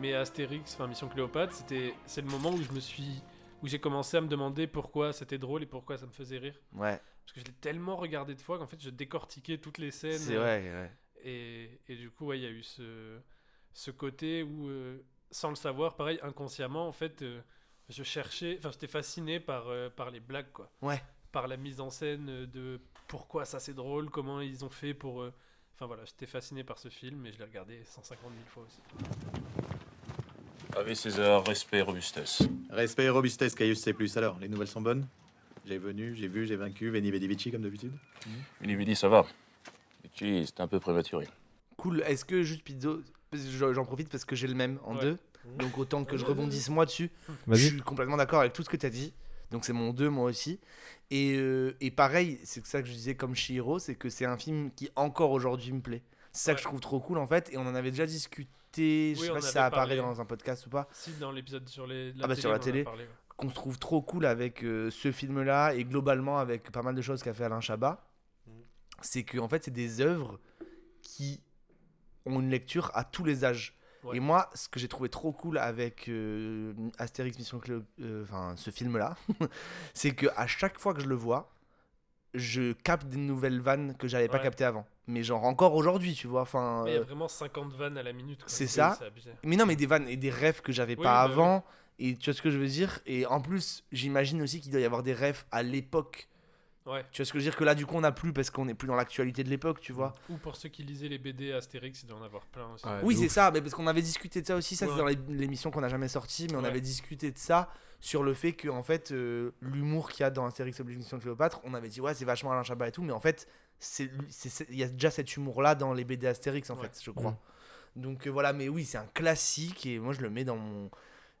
Speaker 2: Mais Astérix, enfin Mission Cléopâtre, c'était c'est le moment où je me suis où j'ai commencé à me demander pourquoi c'était drôle et pourquoi ça me faisait rire.
Speaker 3: Ouais,
Speaker 2: Parce que je l'ai tellement regardé de fois qu'en fait, je décortiquais toutes les scènes.
Speaker 3: c'est
Speaker 2: euh,
Speaker 3: vrai, ouais.
Speaker 2: Et, et du coup, ouais, il y a eu ce, ce côté où, euh, sans le savoir, pareil, inconsciemment, en fait, euh, je cherchais, enfin, j'étais fasciné par, euh, par les blagues, quoi.
Speaker 3: Ouais.
Speaker 2: Par la mise en scène euh, de pourquoi ça c'est drôle, comment ils ont fait pour. euh, Enfin voilà, j'étais fasciné par ce film et je l'ai regardé 150 000 fois aussi.
Speaker 10: Avec César, respect, robustesse.
Speaker 7: Respect et robustesse, Caius C. Alors, les nouvelles sont bonnes J'ai venu, j'ai vu, j'ai vaincu, Veni Vidi Vici comme d'habitude.
Speaker 10: Vini Vidi, ça va. Vici, c'est un peu prématuré.
Speaker 3: Cool. Est-ce que juste Pizzo. parce que J'en j'en profite parce que j'ai le même en
Speaker 2: Ouais.
Speaker 3: deux. Donc autant que je rebondisse moi dessus. Je
Speaker 1: Vas-y.
Speaker 3: suis complètement d'accord avec tout ce que tu as dit. Donc c'est mon 2 moi aussi. Et, euh, et pareil, c'est ça que je disais comme Shihiro, c'est que c'est un film qui encore aujourd'hui me plaît. C'est ça que
Speaker 2: Ouais.
Speaker 3: je trouve trop cool en fait. Et on en avait déjà discuté, je
Speaker 2: Oui,
Speaker 3: sais
Speaker 2: on
Speaker 3: pas
Speaker 2: en
Speaker 3: si ça
Speaker 2: avait
Speaker 3: apparaît
Speaker 2: parlé.
Speaker 3: dans un podcast ou pas,
Speaker 2: Si, dans l'épisode sur les.
Speaker 3: Ah bah, sur la
Speaker 2: on en a
Speaker 3: télé.
Speaker 2: parlé, ouais.
Speaker 3: qu'on se trouve trop cool avec euh, ce film-là et globalement avec pas mal de choses qu'a fait Alain Chabat.
Speaker 2: Mm.
Speaker 3: C'est que en fait c'est des œuvres qui ont une lecture à tous les âges.
Speaker 2: Ouais.
Speaker 3: Et moi, ce que j'ai trouvé trop cool avec euh, Astérix Mission Cléo- euh, enfin ce film-là, c'est que à chaque fois que je le vois, je capte des nouvelles vannes que j'avais pas
Speaker 2: Ouais.
Speaker 3: captées avant. mais genre encore aujourd'hui, tu vois. Enfin,
Speaker 2: Mais il y a
Speaker 3: euh,
Speaker 2: vraiment 50 vannes à la minute. quoi.
Speaker 3: c'est
Speaker 2: Oui,
Speaker 3: ça.
Speaker 2: abusé.
Speaker 3: mais non, mais des vannes et des rêves que j'avais
Speaker 2: Oui,
Speaker 3: pas
Speaker 2: bah oui.
Speaker 3: avant. Et tu vois ce que je veux dire Et en plus, j'imagine aussi qu'il doit y avoir des rêves à l'époque.
Speaker 2: Ouais.
Speaker 3: Tu vois ce que je veux dire Que là, du coup, on n'a plus parce qu'on n'est plus dans l'actualité de l'époque, tu vois.
Speaker 2: Ou pour ceux qui lisaient les BD Astérix, il doit en avoir plein aussi.
Speaker 1: Ouais,
Speaker 3: Oui,
Speaker 1: de
Speaker 3: c'est
Speaker 1: ouf.
Speaker 3: ça, mais parce qu'on avait discuté de ça aussi, ça
Speaker 2: Ouais.
Speaker 3: c'est dans l'é- l'émission qu'on n'a jamais sortie, mais on
Speaker 2: Ouais.
Speaker 3: avait discuté de ça sur le fait que en fait euh, l'humour qu'il y a dans Astérix Obligation de Cléopâtre, on avait dit ouais, c'est vachement Alain Chabat et tout, mais en fait, c'est c'est- c'est- il y a déjà cet humour là dans les BD Astérix en
Speaker 2: Ouais. Mm.
Speaker 3: fait, je crois. Donc euh, voilà, mais oui, c'est un classique et moi je le mets dans mon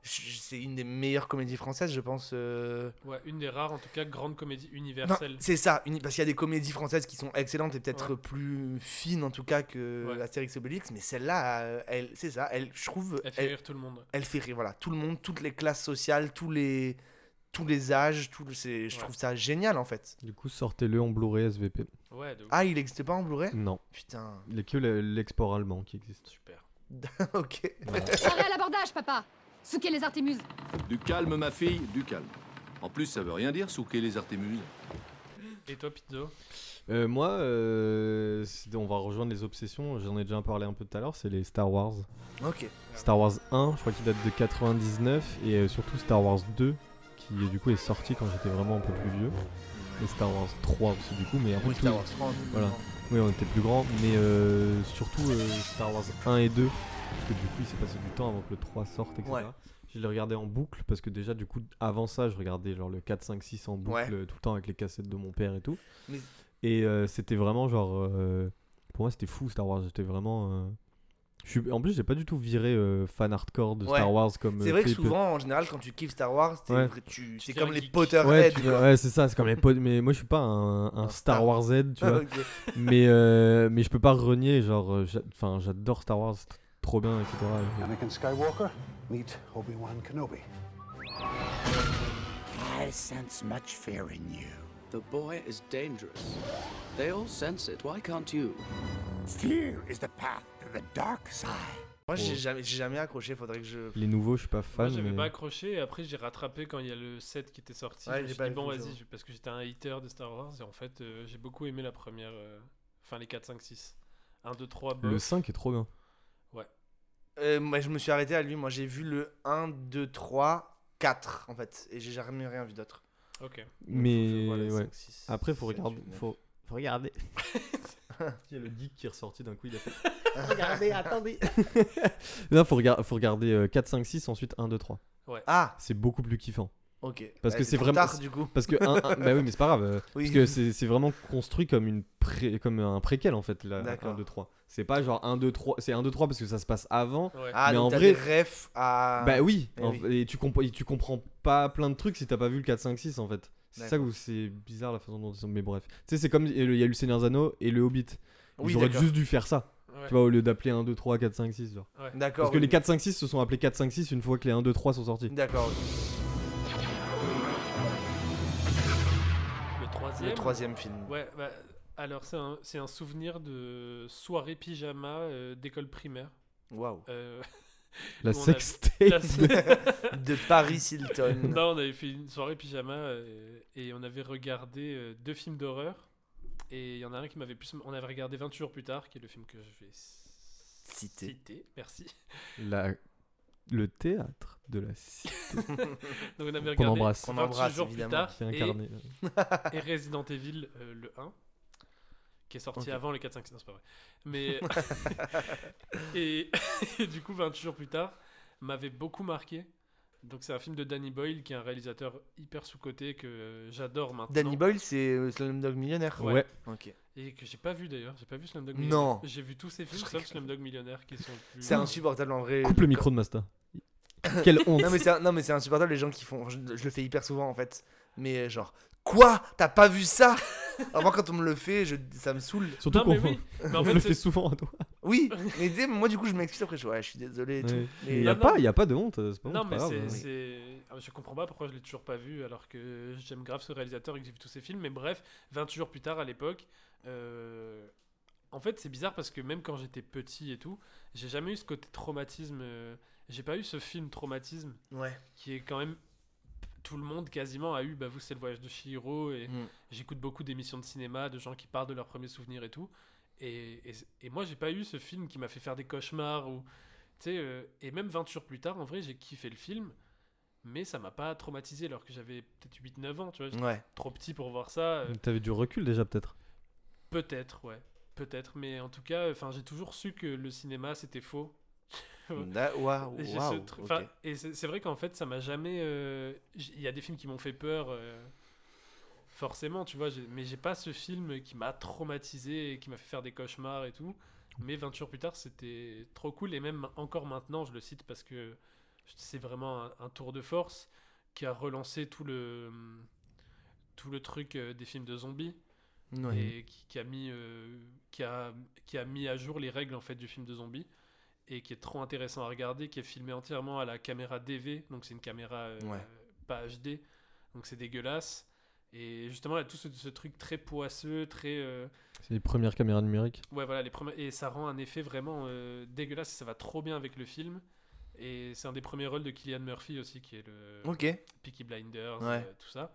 Speaker 3: je- je- c'est une des meilleures comédies françaises, je pense. euh,
Speaker 2: Ouais, une des rares, en tout cas, grande comédie
Speaker 3: non,
Speaker 2: universelle.
Speaker 3: c'est ça, une- parce qu'il y a des comédies françaises qui sont excellentes et peut-être
Speaker 2: Ouais.
Speaker 3: plus fines en tout cas que
Speaker 2: Ouais.
Speaker 3: Astérix Obélix, mais celle-là, euh, elle, c'est ça, elle, je trouve,
Speaker 2: Elle fait
Speaker 3: elle,
Speaker 2: rire tout le monde.
Speaker 3: elle fait rire, voilà, tout le monde, toutes les classes sociales, tous les, tous les âges, tout, le- c'est, je
Speaker 2: Ouais.
Speaker 3: trouve ça génial en fait.
Speaker 1: Du coup, sortez-le en Blu-ray SVP.
Speaker 2: Ouais, de ouf.
Speaker 3: Ah, il n'existe pas en Blu-ray
Speaker 1: Non,
Speaker 3: Putain,
Speaker 1: il n'y a que le- l'export allemand qui existe.
Speaker 2: Super.
Speaker 3: ok.
Speaker 11: Allez à l'abordage, papa Souquez les Artémuses
Speaker 12: Du calme, ma fille, du calme. En plus, ça veut rien dire, souquer les artémuses.
Speaker 2: Et toi, Pizzo
Speaker 1: Euh, moi, euh, c'est- on va rejoindre les obsessions. J'en ai déjà parlé un peu tout à l'heure. C'est les Star Wars.
Speaker 3: Ok.
Speaker 1: Star Wars 1, je crois qu'il date de 99, et euh, surtout Star Wars 2, qui euh, du coup est sorti quand j'étais vraiment un peu plus vieux. Et Star Wars 3 aussi du coup, mais après
Speaker 3: Oui,
Speaker 1: tout-
Speaker 3: Star Wars 30,
Speaker 1: Voilà. Oui, on était plus grand, mais euh, surtout euh, Star Wars 1 et 2, parce que du coup il s'est passé du temps avant que le 3 sorte, etc.
Speaker 3: Ouais.
Speaker 1: Je les regardais en boucle, parce que déjà du coup avant ça, je regardais genre le 4, 5, 6 en boucle
Speaker 3: Ouais.
Speaker 1: euh, tout le temps avec les cassettes de mon père et tout.
Speaker 3: Mais-
Speaker 1: Et euh, c'était vraiment genre... euh, pour moi c'était fou Star Wars, j'étais vraiment... euh, je suis- En plus, j'ai pas du tout viré euh, fan hardcore de
Speaker 3: Ouais.
Speaker 1: Star Wars comme.
Speaker 3: C'est
Speaker 1: euh,
Speaker 3: vrai que
Speaker 1: tu sais,
Speaker 3: souvent, en général, quand tu kiffes Star Wars, t'es
Speaker 1: Ouais.
Speaker 3: vrai- tu, c'est
Speaker 2: deviens
Speaker 3: comme les
Speaker 2: geek.
Speaker 1: Ouais,
Speaker 3: Potterhead.
Speaker 1: tu-
Speaker 3: quoi.
Speaker 1: ouais, c'est ça, c'est comme les potes. Mais moi, je suis pas un, un
Speaker 3: Un Star-
Speaker 1: Star
Speaker 3: Ah,
Speaker 1: Wars Z, tu vois.
Speaker 3: Ok.
Speaker 1: mais, euh, mais je peux pas renier, genre, euh, j'a- enfin, j'adore Star Wars, c'est trop bien, etc.
Speaker 13: Anakin Skywalker, meet Obi-Wan Kenobi.
Speaker 8: I sense much fear in you.
Speaker 5: The boy is dangerous. They all sense it. Why can't you?
Speaker 8: Fear is the path to the dark side.
Speaker 3: Moi, j'ai
Speaker 1: Oh.
Speaker 3: jamais, j'ai jamais accroché, faudrait que je.
Speaker 1: Les nouveaux, je suis pas
Speaker 2: Moi,
Speaker 1: fan.
Speaker 2: j'avais
Speaker 1: mais-
Speaker 2: pas accroché, et après, j'ai rattrapé quand il y a le 7 qui était sorti.
Speaker 3: Ouais,
Speaker 2: je me
Speaker 3: j'ai
Speaker 2: suis
Speaker 3: pas
Speaker 2: dit,
Speaker 3: vu
Speaker 2: bon,
Speaker 3: le
Speaker 2: vas-y,
Speaker 3: jeu.
Speaker 2: je- parce que j'étais un hater de Star Wars, et en fait, euh, j'ai beaucoup aimé la première. euh, Enfin, les 4, 5, 6. 1, 2, 3,
Speaker 1: Le
Speaker 2: bof.
Speaker 1: 5 est trop bien.
Speaker 3: Euh, moi, je me suis arrêté à lui, moi j'ai vu le 1, 2, 3, 4 en fait, et j'ai jamais rien vu d'autre.
Speaker 2: Ok.
Speaker 1: Mais ouais.
Speaker 3: Après,
Speaker 1: Après, faut regarder. Faut, faut regarder. Il y a le geek qui est ressorti d'un coup, il a fait. regardez, attendez. Là, faut, rega- faut regarder euh, 4, 5, 6, ensuite 1, 2, 3.
Speaker 3: Ah,
Speaker 1: C'est beaucoup plus kiffant.
Speaker 3: ok.
Speaker 1: Parce
Speaker 3: Ouais,
Speaker 1: que c'est
Speaker 3: trop
Speaker 1: vraiment-
Speaker 3: tard du coup.
Speaker 1: Parce que. un- un- bah oui, mais c'est pas grave. euh,
Speaker 3: Oui.
Speaker 1: Parce que c'est c'est vraiment construit comme, une pré- comme un préquel en fait, là,
Speaker 3: D'accord.
Speaker 1: 1, 2, 3. C'est pas genre 1, 2, 3, c'est 1, 2, 3 parce que ça se passe avant.
Speaker 2: Ouais.
Speaker 3: Ah,
Speaker 1: Mais
Speaker 3: donc
Speaker 1: en
Speaker 3: t'as
Speaker 1: vrai-
Speaker 3: des refs à.
Speaker 1: Bah oui,
Speaker 3: Eh
Speaker 1: en-
Speaker 3: oui.
Speaker 1: et tu, comp- et tu comprends pas plein de trucs si t'as pas vu le 4, 5, 6 en fait. C'est ça
Speaker 3: D'accord.
Speaker 1: où c'est bizarre la façon dont ils sont. Mais bref, tu sais, c'est comme il y a eu le Seigneur Zano et le Hobbit. Ils
Speaker 3: Oui,
Speaker 1: auraient
Speaker 3: d'accord.
Speaker 1: juste dû faire ça,
Speaker 2: Ouais.
Speaker 1: tu vois, au lieu d'appeler 1, 2, 3, 4, 5, 6. Genre.
Speaker 3: D'accord.
Speaker 1: Parce que
Speaker 3: oui.
Speaker 1: les 4, 5, 6 se sont appelés 4, 5, 6 une fois que les 1, 2, 3 sont sortis.
Speaker 3: D'accord.
Speaker 2: Le troisième.
Speaker 3: Le troisième film.
Speaker 2: Ouais, bah, alors, c'est un, c'est un souvenir de soirée pyjama euh, d'école primaire.
Speaker 3: Waouh.
Speaker 2: Euh,
Speaker 1: La
Speaker 2: Nous, on a- la-
Speaker 1: sextape.
Speaker 3: De Paris Hilton.
Speaker 2: Non, on avait fait une soirée pyjama euh, et on avait regardé euh, deux films d'horreur. Et il y en a un qui m'avait plus. On avait regardé 20 jours plus tard, qui est le film que je vais s-
Speaker 3: Citer.
Speaker 2: Merci.
Speaker 1: La- Le théâtre de la cité
Speaker 2: Donc on avait
Speaker 1: qu'on
Speaker 2: regardé
Speaker 1: embrasse.
Speaker 3: Qu'on
Speaker 2: 28
Speaker 3: embrasse,
Speaker 2: jours
Speaker 3: évidemment,
Speaker 1: Qui est
Speaker 2: plus tard
Speaker 1: incarné.
Speaker 2: et, et Resident Evil euh, le 1 qui est sorti
Speaker 3: Ok.
Speaker 2: avant les 4 5 6, non, c'est pas vrai. Mais et, et du coup 20 jours plus tard m'avait beaucoup marqué. Donc c'est un film de Danny Boyle qui est un réalisateur hyper sous-coté que euh, j'adore maintenant.
Speaker 3: Danny Boyle, c'est euh, Slumdog Millionnaire.
Speaker 2: Ouais.
Speaker 1: ouais.
Speaker 3: Ok.
Speaker 2: Et que j'ai pas vu d'ailleurs, j'ai pas vu Slumdog
Speaker 3: Non.
Speaker 2: Millionnaire. J'ai vu tous ces films sauf Slumdog Millionnaire qui sont plus.
Speaker 3: C'est insupportable en vrai.
Speaker 1: Coupe le micro de Masta. Quelle honte.
Speaker 3: Non mais c'est un- non mais c'est insupportable les gens qui font. Je, je le fais hyper souvent en fait. Mais euh, genre quoi T'as pas vu ça Avant quand on me le fait, je, ça me saoule.
Speaker 1: Surtout
Speaker 2: Non
Speaker 1: qu'on
Speaker 2: mais oui, mais en
Speaker 1: on
Speaker 2: fait,
Speaker 1: le
Speaker 2: c'est-
Speaker 1: fait souvent à toi.
Speaker 3: Oui. Mais tu sais, moi du coup je m'excuse après. Je, ouais, je suis désolé. Et tout.
Speaker 1: Il
Speaker 3: Mais-
Speaker 1: n'y a,
Speaker 2: Non,
Speaker 1: pas-
Speaker 2: non.
Speaker 1: y a pas de honte, c'est pas,
Speaker 2: Non,
Speaker 1: honte,
Speaker 2: mais
Speaker 1: pas grave. hein.
Speaker 2: c'est. c'est- Ah, Je comprends pas pourquoi je l'ai toujours pas vu alors que j'aime grave ce réalisateur et que j'ai vu tous ses films. Mais bref, 20 jours plus tard à l'époque. euh, En fait, c'est bizarre parce que même quand j'étais petit et tout, j'ai jamais eu ce côté traumatisme. euh, J'ai pas eu ce film traumatisme
Speaker 3: Ouais.
Speaker 2: qui est quand même. Tout le monde quasiment a eu, bah vous, c'est le voyage de Chihiro et
Speaker 3: Mm.
Speaker 2: j'écoute beaucoup d'émissions de cinéma, de gens qui parlent de leurs premiers souvenirs et tout. Et, et, et moi, j'ai pas eu ce film qui m'a fait faire des cauchemars. Ou, tu sais, euh, et même 20 jours plus tard, en vrai, j'ai kiffé le film, mais ça m'a pas traumatisé alors que j'avais peut-être 8-9 ans, tu vois. J'étais
Speaker 1: Ouais.
Speaker 2: trop petit pour voir ça. euh,
Speaker 1: T'avais du recul déjà peut-être.
Speaker 2: Peut-être, ouais. Peut-être, mais en tout cas, enfin, j'ai toujours su que le cinéma c'était faux.
Speaker 3: Da- waouh,
Speaker 2: Et j'ai ce
Speaker 3: waouh,
Speaker 2: truc- 'fin,
Speaker 3: ok.
Speaker 2: Et c'est c'est vrai qu'en fait, ça m'a jamais. euh, j- Il y a des films qui m'ont fait peur, euh, forcément, tu vois. j'ai- Mais j'ai pas ce film qui m'a traumatisé et qui m'a fait faire des cauchemars et tout. Mais 20 jours plus tard, c'était trop cool. Et même encore maintenant, je le cite parce que c'est vraiment un, un tour de force qui a relancé tout le tout le truc euh, des films de zombies
Speaker 3: Ouais.
Speaker 2: et qui, qui a mis euh, qui a qui a mis à jour les règles en fait du film de zombies et qui est trop intéressant à regarder qui est filmé entièrement à la caméra DV donc c'est une caméra euh,
Speaker 3: Ouais.
Speaker 2: pas HD donc c'est dégueulasse et justement là tout ce, ce truc très poisseux très euh,
Speaker 1: C'est les premières caméras numériques.
Speaker 2: Ouais, voilà, les premiers... et ça rend un effet vraiment euh, dégueulasse, et ça va trop bien avec le film. Et c'est un des premiers rôles de Killian Murphy aussi, qui est le
Speaker 3: Ok.
Speaker 2: Peaky Blinders,
Speaker 3: Ouais.
Speaker 2: euh, tout ça.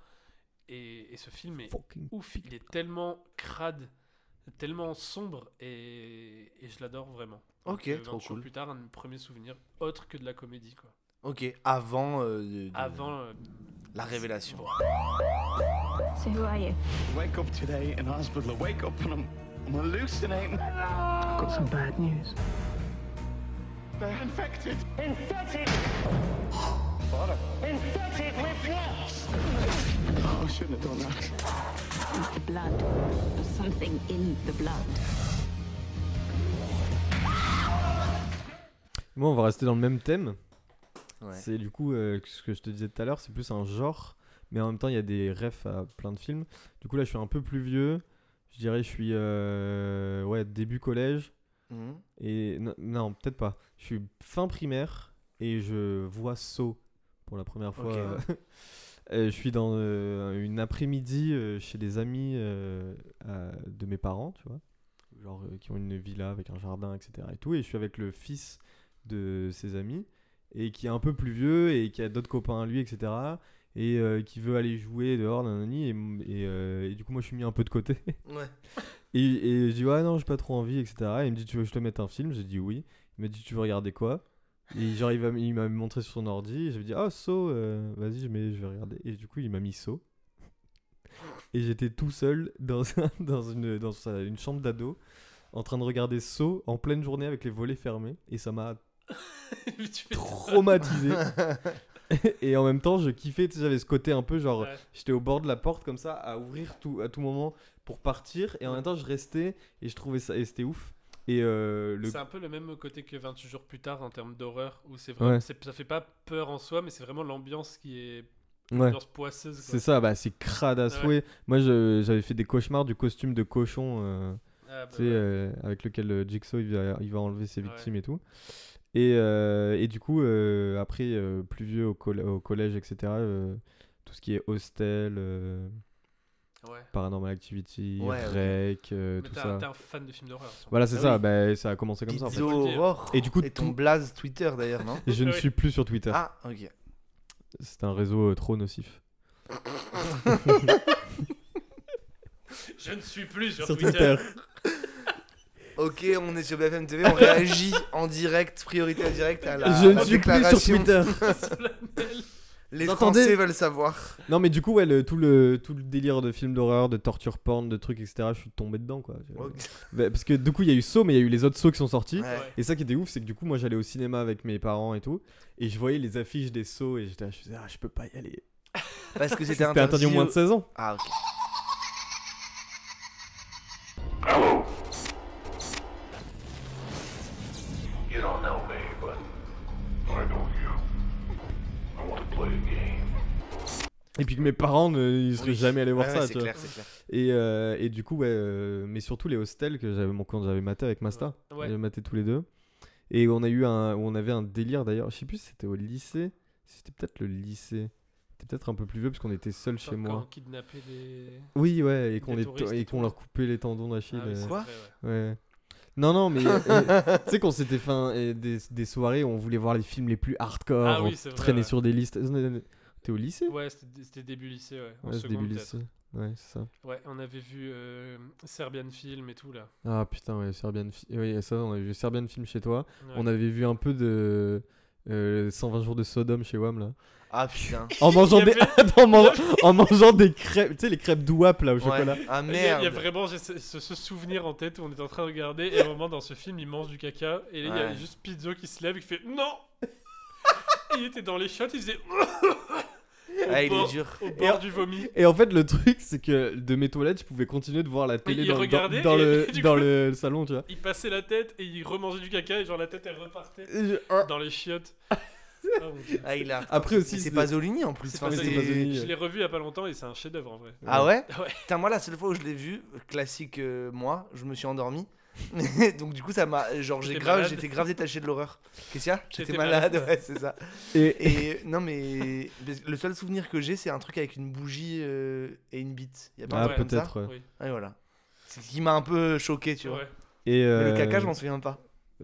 Speaker 2: Et, et ce film est
Speaker 1: Fucking
Speaker 2: ouf, il est tellement crade, tellement sombre, et, et je l'adore vraiment. Donc,
Speaker 3: Ok,
Speaker 2: euh, 20
Speaker 3: trop
Speaker 2: jours
Speaker 3: cool.
Speaker 2: plus tard, un premier souvenir autre que de la comédie, quoi.
Speaker 3: Ok, avant. euh, de- de-
Speaker 1: Mm.
Speaker 2: Avant, euh,
Speaker 3: La révélation.
Speaker 14: So who are you?
Speaker 15: Wake up today in hospital. I wake up and I'm, I'm hallucinating.
Speaker 14: I've got some bad news.
Speaker 15: They're infected.
Speaker 14: Infected
Speaker 15: Infected.
Speaker 14: with what?
Speaker 15: Oh, I shouldn't have done that.
Speaker 14: It's the blood. There's something in the blood.
Speaker 1: Moi, on va rester dans le même thème.
Speaker 3: Ouais.
Speaker 1: C'est du coup euh, ce que je te disais tout à l'heure, c'est plus un genre, mais en même temps, il y a des refs à plein de films. Du coup, là, je suis un peu plus vieux. Je dirais, je suis euh, ouais début collège.
Speaker 3: Mhm.
Speaker 1: Et non, non, peut-être pas. Je suis fin primaire et je vois Saw pour la première fois.
Speaker 3: Ok.
Speaker 1: euh, euh, je suis dans euh, une après-midi euh, chez des amis euh, à- de mes parents, tu vois, genre euh, qui ont une villa avec un jardin, etc. Et tout. Et je suis avec le fils de ses amis et qui est un peu plus vieux et qui a d'autres copains à lui, etc. Et euh, qui veut aller jouer dehors, nanani. Et, m- et, euh, et du coup, moi, je suis mis un peu de côté.
Speaker 3: Ouais.
Speaker 1: Et, et je dis, ouais, non, j'ai pas trop envie, etc. Et il me dit, tu veux que je te mette un film J'ai dit oui. Il m'a dit, tu veux regarder quoi Et genre, il va m- il m'a montré sur son ordi. Et je lui ai dit, ah, So, euh, vas-y, je, mets- je vais regarder. Et du coup, il m'a mis So. Et j'étais tout seul dans, un- dans, une, dans sa- une chambre d'ado, en train de regarder So en pleine journée avec les volets fermés. Et ça m'a traumatisé. et en même temps, je kiffais, tu sais, j'avais ce côté un peu genre,
Speaker 2: Ouais.
Speaker 1: j'étais au bord de la porte comme ça, à ouvrir tout, à tout moment pour partir, et en même temps, je restais, et je trouvais ça, et c'était ouf. Et euh, le...
Speaker 2: C'est un peu le même côté que 28 jours plus tard en termes d'horreur, où c'est vraiment,
Speaker 1: Ouais.
Speaker 2: c'est- ça fait pas peur en soi, mais c'est vraiment l'ambiance qui est
Speaker 1: Ouais.
Speaker 2: l'ambiance poisseuse. quoi. Ah
Speaker 1: C'est ça, bah c'est crade à
Speaker 2: Ouais.
Speaker 1: souhait. Moi je- j'avais fait des cauchemars du costume de cochon, euh,
Speaker 2: Ah, bah
Speaker 1: tu sais,
Speaker 2: ouais. Ah
Speaker 1: euh, avec lequel euh, Jigsaw il va, il va enlever ses victimes et tout. Et, euh, et du coup, euh, après, euh, plus vieux au, coll- au collège, etc., euh, tout ce qui est hostel, euh,
Speaker 2: Ouais.
Speaker 1: paranormal activity,
Speaker 2: Ouais, ok.
Speaker 1: rec, euh,
Speaker 2: Mais
Speaker 1: tout
Speaker 2: t'as-
Speaker 1: ça.
Speaker 2: t'es un fan de films d'horreur, sans
Speaker 1: Voilà,
Speaker 2: doute.
Speaker 1: c'est
Speaker 2: Ah
Speaker 1: ça,
Speaker 2: oui.
Speaker 1: bah, ça a commencé comme ça. en fait.
Speaker 3: Pizzo Aurore. Et du coup, et ton
Speaker 1: tout-
Speaker 3: blaze Twitter d'ailleurs, non
Speaker 1: Et je ne suis plus sur Twitter.
Speaker 3: Ah, ok.
Speaker 1: C'est un réseau euh, trop nocif.
Speaker 2: Je ne suis plus sur,
Speaker 1: Sur
Speaker 2: Twitter.
Speaker 3: ok, on est sur BFM TV, on réagit en direct, priorité en direct à la
Speaker 1: Je ne suis plus
Speaker 3: déclaration.
Speaker 1: sur Twitter.
Speaker 3: Les
Speaker 1: Vous
Speaker 3: Français
Speaker 1: entendez
Speaker 3: veulent savoir.
Speaker 1: Non, mais du coup, ouais, le- tout, le, tout le délire de films d'horreur, de torture porn, de trucs, etc., je suis tombé dedans, quoi. Je-
Speaker 3: Ok.
Speaker 1: Bah, parce que du coup, il y a eu Saw, mais il y a eu les autres Saw qui sont sortis.
Speaker 3: Ouais.
Speaker 1: Et ça qui était ouf, c'est que du coup, moi, j'allais au cinéma avec mes parents et tout, et je voyais les affiches des Saw, et j'étais là, je faisais, ah, je peux pas y aller.
Speaker 3: Parce que c'était
Speaker 1: C'était interdit
Speaker 3: interdit
Speaker 1: au moins
Speaker 3: au-
Speaker 1: de 16 ans.
Speaker 3: Ah, ok.
Speaker 16: You don't know me, but I know you. I want to play a game.
Speaker 1: Et puis que mes parents ne ils seraient
Speaker 3: Oui.
Speaker 1: jamais allés voir
Speaker 3: Ouais,
Speaker 1: ça.
Speaker 3: ouais,
Speaker 1: tu
Speaker 3: c'est
Speaker 1: vois.
Speaker 3: clair, c'est clair.
Speaker 1: Et, euh, et du coup, ouais, euh, mais surtout les hostels que j'avais mon quand j'avais maté avec Masta.
Speaker 2: Ouais.
Speaker 1: J'avais maté tous les deux. Et on a eu un, on avait un délire d'ailleurs. Je sais plus si c'était au lycée. C'était peut-être le lycée. C'était peut-être un peu plus vieux parce qu'on était seuls chez
Speaker 2: Quand on
Speaker 1: moi.
Speaker 2: kidnappait des-
Speaker 1: Oui, ouais,
Speaker 2: des
Speaker 1: et qu'on les-
Speaker 2: touristes
Speaker 1: et
Speaker 2: et
Speaker 1: qu'on leur coupait les tendons d'Achille.
Speaker 2: Ah oui, c'est
Speaker 1: euh,
Speaker 2: Quoi
Speaker 1: ouais. Non, non, mais euh, tu sais qu'on s'était fait un- euh, des, des soirées où on voulait voir les films les plus hardcore,
Speaker 2: Ah oui,
Speaker 1: on
Speaker 2: c'est vrai,
Speaker 1: traînait
Speaker 2: ouais.
Speaker 1: sur des listes. T'es au lycée
Speaker 2: Ouais, c'était c'était début lycée, ouais. En
Speaker 1: Ouais, c'est
Speaker 2: seconde,
Speaker 1: début
Speaker 2: peut-être.
Speaker 1: lycée. Ouais, c'est ça.
Speaker 2: Ouais, on avait vu euh, Serbian Film et tout là.
Speaker 1: Ah putain, ouais, Serbian Film. Ouais, ça, on avait vu Serbian Film chez toi.
Speaker 2: Ouais.
Speaker 1: On avait vu un peu de euh, 120 jours de Sodome chez Wam là.
Speaker 3: Ah putain.
Speaker 1: En mangeant,
Speaker 2: Il y
Speaker 1: des... en, man- en mangeant des crêpes, tu sais, les crêpes douap là au chocolat.
Speaker 3: Ah
Speaker 2: Il y a- Il y a vraiment j'ai ce, ce- ce souvenir en tête où on est en train de regarder et à un moment dans ce film il mange du caca et là, il y
Speaker 3: Ouais.
Speaker 2: avait juste Pizzo qui se lève et qui fait non Il était dans les shots, il faisait au
Speaker 3: Ah, il est
Speaker 2: bord-
Speaker 3: dur.
Speaker 2: Au
Speaker 3: Et
Speaker 2: bord
Speaker 3: en-
Speaker 2: du vomi.
Speaker 1: Et en fait, le truc, c'est que de mes toilettes, je pouvais continuer de voir
Speaker 3: Ah,
Speaker 1: la télé
Speaker 2: il
Speaker 1: dans, le- dans-
Speaker 2: regardait
Speaker 1: dans
Speaker 2: et-
Speaker 1: le,
Speaker 2: et du
Speaker 1: dans
Speaker 2: coup-
Speaker 1: le salon, tu vois.
Speaker 2: Il passait la tête et il remangeait du caca et genre la tête elle repartait dans les chiottes. Ah, mon Dieu.
Speaker 3: Ah, il a.
Speaker 1: Après aussi,
Speaker 3: Mais c'est
Speaker 1: c'est-
Speaker 3: pas Zolini en plus.
Speaker 2: C'est
Speaker 3: enfin,
Speaker 2: pas
Speaker 3: c'est-
Speaker 2: Pasolini. Je l'ai revu il y a pas longtemps et c'est un chef-d'œuvre en vrai.
Speaker 3: Ah ouais, Putain, moi la seule fois où je l'ai vu, classique euh, moi, je me suis endormi. Donc du coup ça m'a genre j'ai
Speaker 2: T'étais
Speaker 3: grave
Speaker 2: malade.
Speaker 3: j'étais grave détaché de l'horreur. Qu'est-ce qu'il y a
Speaker 2: T'étais
Speaker 3: J'étais malade,
Speaker 2: malade.
Speaker 3: ouais, c'est ça.
Speaker 1: Et-
Speaker 3: Et, non mais parce que le seul souvenir que j'ai c'est un truc avec une bougie euh, et une bite. Y a pas un
Speaker 1: Ah,
Speaker 3: truc comme ça
Speaker 1: peut-être, ouais. Oui.
Speaker 3: Ah, et voilà. C'est ce qui m'a un peu choqué, tu vois.
Speaker 1: Et
Speaker 3: Mais
Speaker 1: euh,
Speaker 3: le caca, je m'en souviens pas.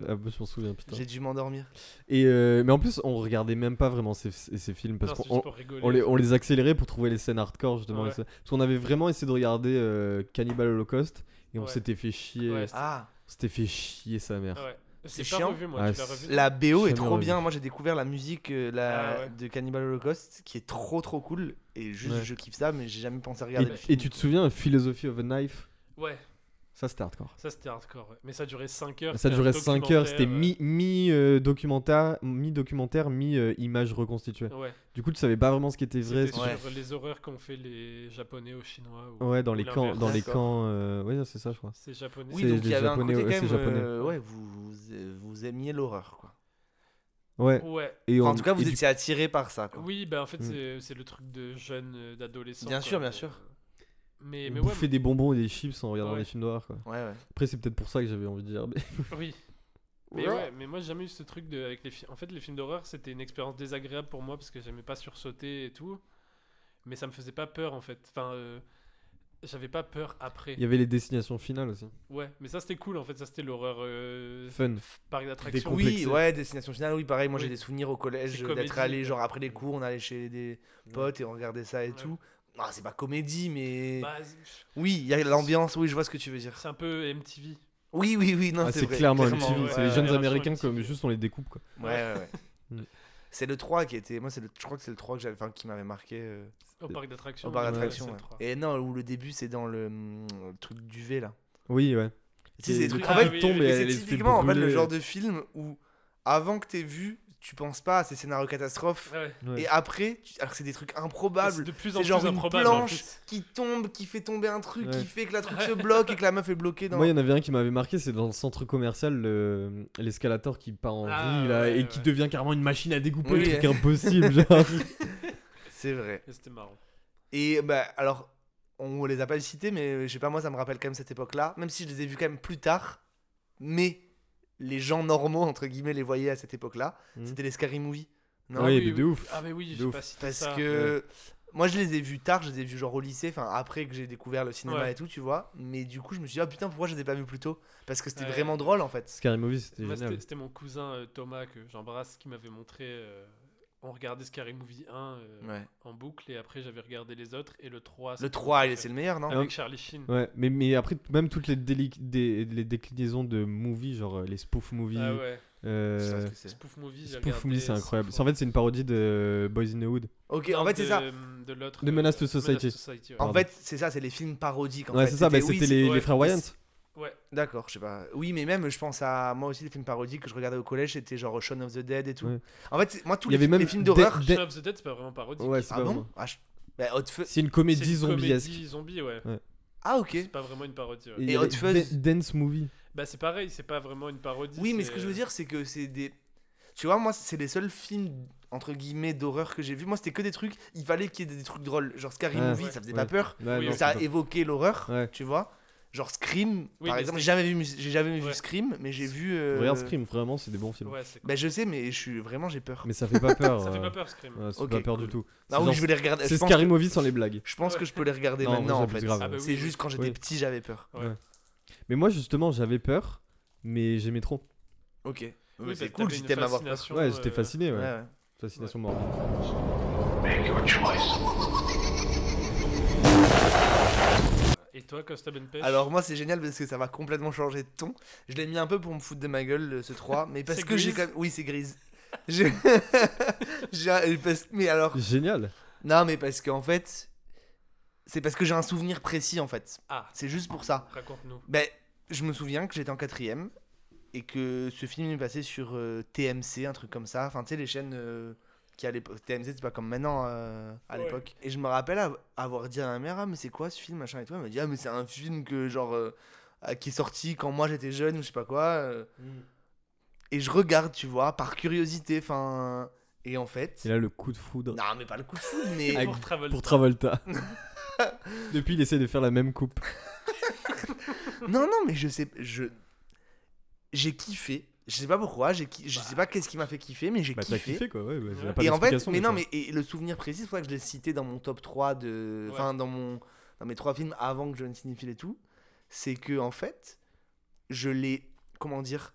Speaker 1: Ah, bah, je m'en souviens, putain.
Speaker 3: J'ai dû m'endormir.
Speaker 1: Et euh, mais en plus, on regardait même pas vraiment ces, ces films parce
Speaker 3: Non, c'est
Speaker 1: qu'on
Speaker 3: juste pour rigoler.
Speaker 1: on les, on les accélérait pour trouver les scènes hardcore justement.
Speaker 3: Ouais.
Speaker 1: et ça. Parce qu'on avait vraiment essayé de regarder euh, Cannibal Holocaust et on
Speaker 3: Ouais.
Speaker 1: s'était fait chier.
Speaker 3: Ouais, c'était- Ah.
Speaker 1: On s'était fait chier sa mère.
Speaker 2: Ouais.
Speaker 3: C'est
Speaker 2: Je l'ai pas
Speaker 3: chiant.
Speaker 2: revu, moi,
Speaker 1: Ah,
Speaker 2: tu l'as
Speaker 1: c'est-
Speaker 2: revu
Speaker 3: La BO est
Speaker 1: Jamais
Speaker 3: trop
Speaker 1: revu.
Speaker 3: bien. Moi, j'ai découvert la musique euh, la...
Speaker 2: Ah ouais.
Speaker 3: de Cannibal Holocaust qui est trop trop cool. Et juste,
Speaker 1: Ouais.
Speaker 3: je kiffe ça, mais j'ai jamais pensé
Speaker 1: Et,
Speaker 3: regarder. le
Speaker 1: et
Speaker 3: film.
Speaker 1: tu te souviens Philosophy of a Knife
Speaker 2: Ouais.
Speaker 1: Ça c'était hardcore.
Speaker 2: Ça c'était hardcore, ouais. mais ça durait 5 heures.
Speaker 1: Ça
Speaker 2: c'était un
Speaker 1: durait 5 heures, c'était
Speaker 2: documentaire,
Speaker 1: mi- mi, euh, documenta- mi-documentaire, mi-image reconstituée.
Speaker 2: euh, Ouais.
Speaker 1: Du coup, tu savais pas vraiment ce qui était vrai.
Speaker 2: C'était
Speaker 1: ce qui-
Speaker 2: sur les horreurs qu'ont fait les japonais aux chinois. Ou,
Speaker 1: Ouais, dans
Speaker 2: ou
Speaker 1: les camps,
Speaker 2: l'inverse.
Speaker 1: dans les camps. euh, Ouais, c'est ça, je crois.
Speaker 2: C'est japonais.
Speaker 3: Oui,
Speaker 1: C'est
Speaker 3: donc
Speaker 1: des
Speaker 3: il y avait un côté
Speaker 1: ouais,
Speaker 3: quand
Speaker 1: c'est
Speaker 3: même.
Speaker 1: japonais.
Speaker 3: euh, ouais, vous, euh, vous aimiez l'horreur, quoi.
Speaker 1: Ouais.
Speaker 2: Ouais.
Speaker 1: Et
Speaker 3: Enfin,
Speaker 1: on-
Speaker 3: en tout cas, vous
Speaker 1: et du-
Speaker 3: étiez attiré par ça, quoi.
Speaker 2: Oui, bah en fait,
Speaker 1: Mm.
Speaker 2: c'est- c'est le truc de jeune, euh, d'adolescent.
Speaker 3: Bien
Speaker 2: quoi. euh,
Speaker 3: sûr, bien sûr.
Speaker 2: Mais,
Speaker 1: on
Speaker 2: mais ouais,
Speaker 1: bouffait des bonbons et des chips en regardant
Speaker 2: Ouais.
Speaker 1: des films d'horreur, quoi.
Speaker 3: Ouais, ouais.
Speaker 1: Après, c'est peut-être pour ça que j'avais envie de dire. mais-
Speaker 2: Oui. Mais
Speaker 3: Ouais.
Speaker 2: ouais, mais moi j'ai jamais eu ce truc de avec les fi- en fait les films d'horreur, c'était une expérience désagréable pour moi parce que j'aimais pas sursauter et tout. Mais ça me faisait pas peur en fait. Enfin euh, j'avais pas peur après.
Speaker 1: Il y avait les destinations finales aussi.
Speaker 2: Ouais, mais ça c'était cool en fait, ça c'était l'horreur euh,
Speaker 1: Fun.
Speaker 3: Ah,
Speaker 2: f- parc d'attractions.
Speaker 3: Oui, ouais, destination finale, oui, pareil. Moi, j'ai
Speaker 2: Oui.
Speaker 3: des souvenirs au collège
Speaker 2: C'est
Speaker 3: euh, d'être
Speaker 2: comédie,
Speaker 3: allé,
Speaker 2: ouais.
Speaker 3: genre après les cours, on allait chez des potes et on regardait ça et tout. Ah, c'est pas comédie, mais.
Speaker 2: Bah, c'est-
Speaker 3: oui, il y a l'ambiance, oui, je vois ce que tu veux dire.
Speaker 2: C'est un peu MTV.
Speaker 3: Oui, oui, oui, non,
Speaker 1: Ah,
Speaker 3: c'est
Speaker 1: c'est
Speaker 3: vrai,
Speaker 1: clairement
Speaker 3: clairement,
Speaker 1: MTV,
Speaker 3: ouais,
Speaker 1: c'est les
Speaker 3: ouais,
Speaker 1: jeunes
Speaker 3: version
Speaker 1: américains comme juste on les découpe quoi.
Speaker 3: Ouais, ouais,
Speaker 1: Mm.
Speaker 3: ouais. c'est le 3 qui était. Moi, c'est le, je crois que c'est le 3 que j'avais, enfin, qui m'avait marqué. euh,
Speaker 2: Au parc d'attractions,
Speaker 3: Au parc
Speaker 2: ouais,
Speaker 3: d'attractions,
Speaker 2: c'est le
Speaker 3: ouais.
Speaker 2: 3.
Speaker 3: Et non, où le début, c'est dans le, hum, le truc du V, là.
Speaker 1: Oui, ouais.
Speaker 3: Tu sais,
Speaker 1: Et
Speaker 3: c'est des
Speaker 1: le
Speaker 3: trucs.
Speaker 1: truc
Speaker 3: en fait,
Speaker 1: qui tombe et
Speaker 3: mais
Speaker 1: elle
Speaker 3: c'est
Speaker 1: les fait
Speaker 3: typiquement en fait, le
Speaker 1: brûler.
Speaker 3: genre de film où, avant que t'aies vu, tu penses pas à ces scénarios catastrophes.
Speaker 1: Ouais. Ouais.
Speaker 3: Et après, tu- alors que c'est des trucs improbables.
Speaker 2: C'est de plus en
Speaker 3: C'est
Speaker 2: plus
Speaker 3: genre une
Speaker 2: improbable, en
Speaker 3: planche
Speaker 2: plus.
Speaker 3: qui tombe, qui fait tomber un truc,
Speaker 1: Ouais.
Speaker 3: qui fait que la truc se bloque et que la meuf est bloquée dans.
Speaker 1: Moi, il y en avait un qui m'avait marqué, c'est dans le centre commercial, le- l'escalator qui part en
Speaker 3: Ah,
Speaker 1: vrille là,
Speaker 3: ouais,
Speaker 1: et qui
Speaker 3: ouais.
Speaker 1: devient carrément une machine à découper,
Speaker 3: Oui.
Speaker 1: un truc impossible. genre.
Speaker 3: C'est vrai.
Speaker 2: C'était marrant.
Speaker 3: Et bah alors, on les a pas cités, mais euh, je sais pas, moi ça me rappelle quand même cette époque-là, même si je les ai vus quand même plus tard, mais les gens normaux, entre guillemets, les voyaient à cette époque-là,
Speaker 1: Mhm.
Speaker 3: c'était les Scary Movie.
Speaker 1: Ah oui, mais de ouf.
Speaker 2: Ah mais oui,
Speaker 1: De
Speaker 2: j'ai
Speaker 1: ouf.
Speaker 2: pas cité
Speaker 3: Parce
Speaker 2: ça.
Speaker 3: que moi je les ai vus tard, je les ai vus genre au lycée, enfin après que j'ai découvert le cinéma
Speaker 2: Ouais.
Speaker 3: et tout, tu vois, mais du coup je me suis dit, ah putain, pourquoi je les ai pas vus plus tôt Parce que c'était
Speaker 2: Ouais.
Speaker 3: vraiment drôle en fait.
Speaker 1: Scary Movie, c'était
Speaker 2: Moi,
Speaker 1: génial.
Speaker 2: C'était c'était mon cousin euh, Thomas que j'embrasse qui m'avait montré. euh, on regardait Scary Movie 1 euh,
Speaker 3: Ouais.
Speaker 2: en boucle et après j'avais regardé les autres et le 3.
Speaker 3: Le
Speaker 2: c'était
Speaker 3: 3, il-
Speaker 2: parfait.
Speaker 3: c'est le meilleur, non
Speaker 2: Avec Charlie Sheen.
Speaker 1: Ah, Ouais, mais, mais après, même toutes les, déli- des- les déclinaisons de movies, genre euh, les spoof movies.
Speaker 2: Ah ouais.
Speaker 1: euh,
Speaker 2: Je sais pas ce que c'est. Spoof movies, j'ai
Speaker 1: Spoof
Speaker 2: regardé euh,
Speaker 1: movies, c'est
Speaker 2: cent
Speaker 1: incroyable.
Speaker 2: fois.
Speaker 1: C'est- En fait, c'est une parodie de Boys in the Hood.
Speaker 3: Ok,
Speaker 2: Non,
Speaker 3: en fait c'est
Speaker 2: de-
Speaker 3: ça.
Speaker 2: de l'autre,
Speaker 1: De Menace
Speaker 2: euh,
Speaker 1: to Society.
Speaker 2: Menace to Society, ouais.
Speaker 3: En fait, c'est ça, c'est les films parodiques. En
Speaker 1: Ouais,
Speaker 3: fait.
Speaker 1: c'est ça, bah, c'était les-
Speaker 3: c'est-
Speaker 1: les frères Wayans.
Speaker 2: Ouais.
Speaker 3: D'accord, je sais pas. Oui, mais même, je pense à moi aussi, les films parodiques que je regardais au collège, c'était genre Shaun of the Dead et tout.
Speaker 1: Ouais.
Speaker 3: En fait, c'est- moi, tous
Speaker 1: Il
Speaker 3: les,
Speaker 1: y avait
Speaker 3: films-
Speaker 1: même
Speaker 3: les films
Speaker 1: Dead-
Speaker 3: d'horreur.
Speaker 1: Dead-
Speaker 2: Shaun of the Dead, c'est pas vraiment parodique.
Speaker 1: Ouais, c'est
Speaker 3: ah
Speaker 1: pas
Speaker 3: bon
Speaker 1: vraiment.
Speaker 3: Ah, je- bah, Hot Fuzz-
Speaker 1: C'est une comédie
Speaker 2: C'est une
Speaker 1: zombie
Speaker 2: comédie zombie, ouais.
Speaker 1: Ouais.
Speaker 3: Ah, ok.
Speaker 2: C'est pas vraiment une parodie. ouais.
Speaker 1: il y avait Da- Dance Movie.
Speaker 2: Bah, c'est pareil, c'est pas vraiment une parodie. euh,
Speaker 3: Oui, mais ce que je
Speaker 1: euh,
Speaker 3: veux dire, c'est que c'est des. Tu vois, moi, c'est les seuls films entre guillemets d'horreur que j'ai vu moi c'était que des trucs il fallait qu'il y ait des trucs drôles genre Scary
Speaker 1: Ouais.
Speaker 3: Movie ça faisait pas
Speaker 1: Ouais.
Speaker 3: peur
Speaker 1: Ouais,
Speaker 3: mais
Speaker 1: non,
Speaker 3: ça
Speaker 1: c'est-
Speaker 3: évoquait l'horreur
Speaker 1: Ouais.
Speaker 3: tu vois genre Scream
Speaker 2: Oui,
Speaker 3: par
Speaker 2: mais
Speaker 3: exemple j'ai
Speaker 2: c'est-
Speaker 3: jamais vu mus- j'ai jamais vu Scream mais j'ai vu euh,
Speaker 1: Regarde Scream, vraiment, c'est des bons films.
Speaker 2: Ouais, c'est
Speaker 3: Bah je sais, mais je suis vraiment j'ai peur.
Speaker 1: Mais ça fait pas peur.
Speaker 2: Ça fait
Speaker 1: euh,
Speaker 2: pas peur, Scream.
Speaker 1: ouais, ça
Speaker 3: Ok,
Speaker 1: fait pas peur du
Speaker 3: cool.
Speaker 1: tout.
Speaker 3: Ah
Speaker 1: C'est
Speaker 3: oui,
Speaker 1: genre-
Speaker 3: je vais les regarder,
Speaker 1: C'est
Speaker 3: je pense
Speaker 1: Scary
Speaker 3: que-
Speaker 1: Movie sans les blagues.
Speaker 3: Je pense que je peux les regarder
Speaker 1: Non,
Speaker 3: maintenant
Speaker 1: ça,
Speaker 3: en
Speaker 1: plus
Speaker 3: fait.
Speaker 1: grave.
Speaker 2: Ah bah oui,
Speaker 3: C'est
Speaker 2: oui.
Speaker 3: juste quand j'étais
Speaker 1: Oui.
Speaker 3: petit, j'avais peur.
Speaker 1: Ouais. Mais moi, justement, j'avais peur, mais j'aimais trop.
Speaker 3: Ok.
Speaker 2: Oui,
Speaker 3: Mais c'est
Speaker 2: bah,
Speaker 3: cool
Speaker 2: t'avais
Speaker 3: si
Speaker 2: une
Speaker 3: t'aimes avoir peur.
Speaker 2: fascination,
Speaker 1: Ouais, j'étais
Speaker 2: euh,
Speaker 1: fasciné, ouais.
Speaker 3: ouais, ouais.
Speaker 1: Fascination morbide.
Speaker 16: Make your choice.
Speaker 2: Et toi, Costa Benpech
Speaker 3: Alors moi c'est génial parce que ça va complètement changer de ton. Je l'ai mis un peu pour me foutre de ma gueule euh, ce 3, mais parce
Speaker 2: C'est
Speaker 3: que j'ai
Speaker 2: grise
Speaker 3: quand même... Oui c'est grise. J'ai- j'ai- euh, parce- Mais alors...
Speaker 1: Génial.
Speaker 3: Non mais parce qu'en fait... C'est parce que j'ai un souvenir précis en fait.
Speaker 2: Ah.
Speaker 3: C'est juste pour ça.
Speaker 2: Raconte-nous.
Speaker 3: Ben, je me souviens que j'étais en quatrième et que ce film est passé sur euh, TMC, un truc comme ça. Enfin, tu sais, les chaînes euh, qui à l'époque. TMC, c'est pas comme maintenant euh, à
Speaker 2: Ouais.
Speaker 3: l'époque. Et je me rappelle av- avoir dit à ma mère Ah, mais c'est quoi ce film machin et tout. Elle m'a dit Ah, mais c'est un film que genre. euh, ah, qui est sorti quand moi j'étais jeune ou je sais pas quoi. euh. Et je regarde, tu vois, par curiosité. Enfin. Et en fait.
Speaker 1: Et là, le coup de foudre.
Speaker 3: Non, mais pas le coup de foudre, mais.
Speaker 1: Avec- Pour Travolta. Depuis, il essaie de faire la même coupe.
Speaker 3: non, non, mais je sais, je, j'ai kiffé. Je sais pas pourquoi, j'ai ki- je sais pas qu'est-ce qui m'a fait kiffer, mais j'ai
Speaker 1: Bah, t'as
Speaker 3: kiffé.
Speaker 1: kiffé, quoi, ouais, bah, y a pas
Speaker 3: et en fait,
Speaker 1: d'explication,
Speaker 3: mais
Speaker 1: mais
Speaker 3: non, mais
Speaker 1: ça-
Speaker 3: et le souvenir précis, c'est pour ça que je l'ai cité dans mon top 3 de, enfin dans mon, dans mes trois films avant que je ne cinéphile et tout, c'est que en fait, je l'ai, comment dire,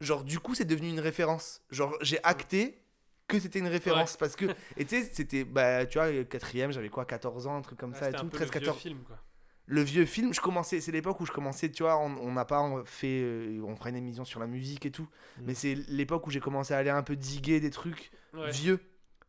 Speaker 3: genre du coup c'est devenu une référence. Genre j'ai acté que c'était une référence parce que et tu sais c'était bah tu vois quatrième j'avais quoi 14 ans un truc comme
Speaker 2: Ah,
Speaker 3: ça et
Speaker 2: c'était un
Speaker 3: tout
Speaker 2: peu le
Speaker 3: 13
Speaker 2: vieux
Speaker 3: 14
Speaker 2: film, quoi.
Speaker 3: le vieux film, je commençais, c'est l'époque où je commençais, tu vois, on on n'a pas en- fait, euh, on fera une émission sur la musique et tout, mais c'est l'époque où j'ai commencé à aller un peu diguer des trucs
Speaker 2: Ouais.
Speaker 3: vieux,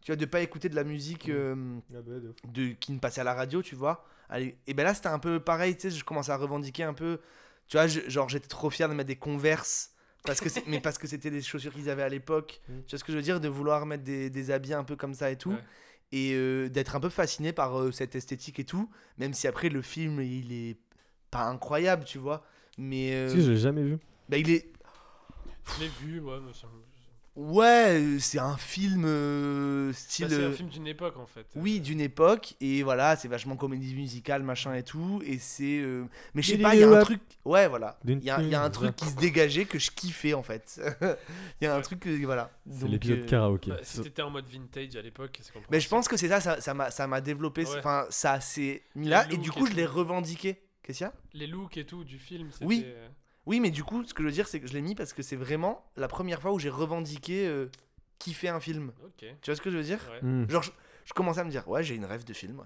Speaker 3: tu vois, de pas écouter de la musique euh,
Speaker 1: Ah bah, de ouf.
Speaker 3: de, qui ne passait à la radio, tu vois. Allez, Et ben là, c'était un peu pareil, tu sais, je commençais à revendiquer un peu, tu vois, je- genre j'étais trop fier de mettre des converses. Parce que c'est- mais parce que c'était des chaussures qu'ils avaient à l'époque,
Speaker 2: Mm.
Speaker 3: tu vois ce que je veux dire, de vouloir mettre des, des habits un peu comme ça et tout et euh, d'être un peu fasciné par euh, cette esthétique et tout, même si après le film il est pas incroyable, tu vois. Mais euh,
Speaker 1: Si, je l'ai jamais vu.
Speaker 3: bah, il est
Speaker 2: Je l'ai vu, ouais. mais ça me-
Speaker 3: ouais, euh, c'est un film euh, style.
Speaker 2: Bah, c'est un
Speaker 3: euh,
Speaker 2: film d'une époque, en fait.
Speaker 3: Oui, d'une époque et voilà, c'est vachement comédie musicale machin et tout et c'est euh, mais je sais
Speaker 2: Didi
Speaker 3: pas, il y a un
Speaker 2: Wap.
Speaker 3: truc, ouais voilà, il y, a- il y a un truc qui se dégageait que je kiffais en fait. Il y a un truc que- voilà. Donc,
Speaker 1: l'épisode
Speaker 3: euh,
Speaker 1: karaoké.
Speaker 2: Bah, si t'étais en mode vintage à l'époque, c'est compréhensible.
Speaker 3: Mais je pense que c'est ça, ça ça m'a ça m'a développé,
Speaker 2: Ouais.
Speaker 3: enfin ça s'est mis là
Speaker 2: Les
Speaker 3: et du
Speaker 2: looks
Speaker 3: coup
Speaker 2: et
Speaker 3: je l'ai revendiqué. Qu'est-ce qu'il y a
Speaker 2: Les looks et tout du film, c'était... euh,
Speaker 3: Oui. Oui, mais du coup, ce que je veux dire, c'est que je l'ai mis parce que c'est vraiment la première fois où j'ai revendiqué euh, kiffer un film.
Speaker 2: Ok.
Speaker 3: Tu vois ce que je veux dire
Speaker 2: Ouais.
Speaker 1: Hmm.
Speaker 2: Mm.
Speaker 3: Genre, je, je commençais à me dire, ouais, j'ai une rêve de film, ouais.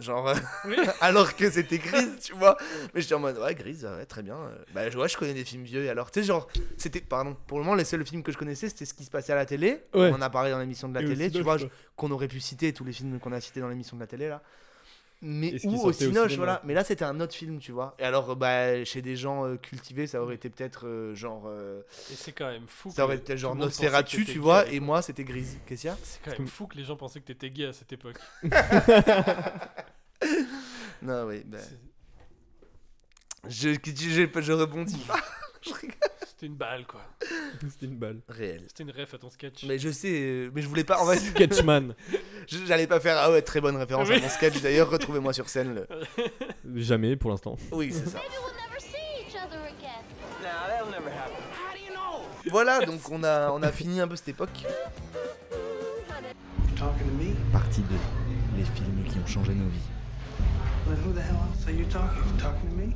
Speaker 3: Genre, euh,
Speaker 2: Oui.
Speaker 3: alors que c'était Grise, tu vois. Mais j'étais en mode, ouais, Grise, ouais, très bien. euh, Bah, ouais, je connais des films vieux. Et alors, tu sais, genre, c'était, pardon, pour le moment, les seuls films que je connaissais, c'était ce qui se passait à la télé.
Speaker 1: Ouais.
Speaker 3: On en a parlé dans l'émission de la
Speaker 1: Et
Speaker 3: télé,
Speaker 1: aussi
Speaker 3: tu
Speaker 1: d'autres,
Speaker 3: vois,
Speaker 1: quoi.
Speaker 3: je- qu'on aurait pu citer, tous les films qu'on a cités dans l'émission de la télé, là. Mais
Speaker 1: Et ce qui
Speaker 3: ou au
Speaker 1: sortait au
Speaker 3: Cinoche,
Speaker 1: cinéma.
Speaker 3: voilà. Mais là, c'était un autre film, tu vois. Et alors, euh, bah, chez des gens euh, cultivés, ça aurait été peut-être euh, genre. euh,
Speaker 2: Et c'est quand même fou
Speaker 3: Ça
Speaker 2: que
Speaker 3: aurait été
Speaker 2: tout
Speaker 3: genre
Speaker 2: le monde pensait que
Speaker 3: Nosferatu,
Speaker 2: t'étais
Speaker 3: tu
Speaker 2: gay à
Speaker 3: vois.
Speaker 2: l'époque.
Speaker 3: Et moi, c'était Grise. Qu'est-ce qu'il y a
Speaker 2: C'est quand même fou que les gens pensaient que t'étais gay à cette époque.
Speaker 3: Non, oui. bah. Je, je, je rebondis pas.
Speaker 2: C'était une balle, quoi.
Speaker 1: C'était une balle.
Speaker 3: Réel.
Speaker 2: C'était une ref à ton sketch.
Speaker 3: Mais je sais, euh, mais je voulais pas. En fait,
Speaker 1: Sketchman.
Speaker 3: Je- J'allais pas faire. Ah ouais, très bonne référence à
Speaker 2: Oui.
Speaker 3: mon sketch. D'ailleurs, retrouvez-moi sur scène. le-
Speaker 1: Jamais pour l'instant.
Speaker 3: Oui, c'est ça.
Speaker 17: Nah, that'll never happen.
Speaker 3: Voilà, donc on a, on a fini un peu cette époque.
Speaker 17: Talking to me?
Speaker 3: Partie 2. Les films qui ont changé nos vies.
Speaker 17: But who the hell else are you talking? Talking to me?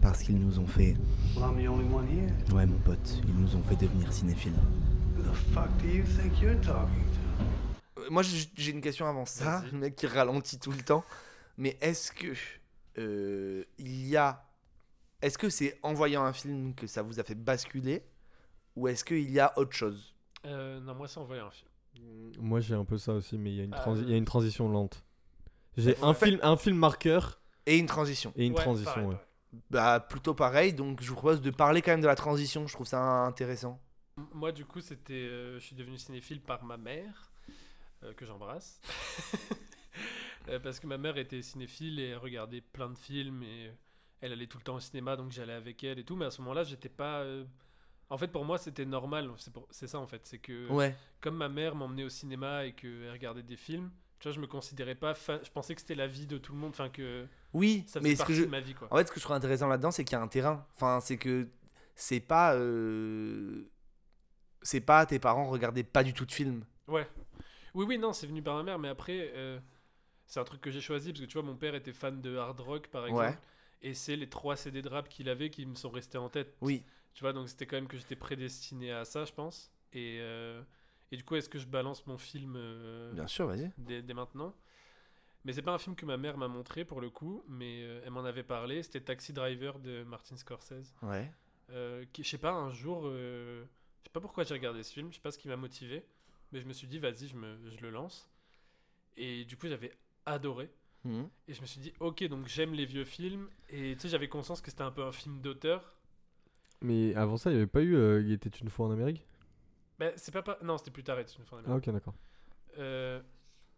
Speaker 3: Parce qu'ils nous ont fait.
Speaker 17: Well, I'm the only one here.
Speaker 3: Ouais, mon pote, ils nous ont fait devenir cinéphiles.
Speaker 17: Who the fuck do you think you're talking
Speaker 3: Moi, j'ai j'ai une question avant
Speaker 2: Ah.
Speaker 3: ça, le mec qui ralentit tout le temps. Mais est-ce que euh, il y a, est-ce que c'est en voyant un film que ça vous a fait basculer, ou est-ce qu'il y a autre chose
Speaker 2: Euh, non, moi, ça envoyait un film.
Speaker 1: Moi j'ai un peu ça aussi, mais il y, a une
Speaker 2: Ah,
Speaker 1: transi- il y a une transition lente.
Speaker 3: Ouais,
Speaker 1: J'ai
Speaker 3: faut
Speaker 1: un
Speaker 3: faire-
Speaker 1: film, un film marqueur.
Speaker 3: Et une transition.
Speaker 1: Et une transition, ouais.
Speaker 3: Bah plutôt pareil. Donc je vous propose de parler quand même de la transition. Je trouve ça intéressant.
Speaker 2: M- Moi, du coup, c'était, euh, je suis devenu cinéphile par ma mère, euh, que j'embrasse. Euh, Parce que ma mère était cinéphile et elle regardait plein de films et euh, elle allait tout le temps au cinéma, donc j'allais avec elle et tout. Mais à ce moment-là, j'étais pas. euh, En fait, pour moi, c'était normal. C'est pour- c'est ça, en fait. C'est que
Speaker 3: Ouais.
Speaker 2: comme ma mère m'emmenait au cinéma et qu'elle regardait des films, tu vois, je me considérais pas. fa- Je pensais que c'était la vie de tout le monde. Enfin, que.
Speaker 3: Oui,
Speaker 2: ça faisait
Speaker 3: mais ce que
Speaker 2: partie
Speaker 3: je...
Speaker 2: de ma vie, quoi.
Speaker 3: En fait, ce que je trouve intéressant là-dedans, c'est qu'il y a un terrain. Enfin, c'est que c'est pas, euh, c'est pas tes parents regardaient pas du tout de films.
Speaker 2: Ouais. Oui, oui, non, c'est venu par ma mère, mais après, euh, c'est un truc que j'ai choisi parce que tu vois, mon père était fan de hard rock, par exemple.
Speaker 3: Ouais.
Speaker 2: Et c'est les trois CD de rap qu'il avait qui me sont restés en tête.
Speaker 3: Oui.
Speaker 2: Tu vois, donc c'était quand même que j'étais prédestiné à ça, je pense. Et, euh, et du coup, est-ce que je balance mon film euh,
Speaker 3: Bien sûr, vas-y.
Speaker 2: Dès, dès maintenant Mais c'est pas un film que ma mère m'a montré pour le coup, mais euh, elle m'en avait parlé. C'était Taxi Driver de Martin Scorsese.
Speaker 3: Ouais.
Speaker 2: Euh, qui, je sais pas, un jour, euh, je sais pas pourquoi j'ai regardé ce film, je sais pas ce qui m'a motivé, mais je me suis dit, vas-y, je, me- je le lance. Et du coup, j'avais adoré.
Speaker 3: Mhm.
Speaker 2: Et je me suis dit, ok, donc j'aime les vieux films. Et tu sais, j'avais conscience que c'était un peu un film d'auteur.
Speaker 1: Mais avant ça, il n'y avait pas eu euh, Il était une fois en Amérique
Speaker 2: Ben, c'est pas, pas. Non, c'était plus tard, c'est une fin
Speaker 1: Ah, ok, d'accord.
Speaker 2: Euh,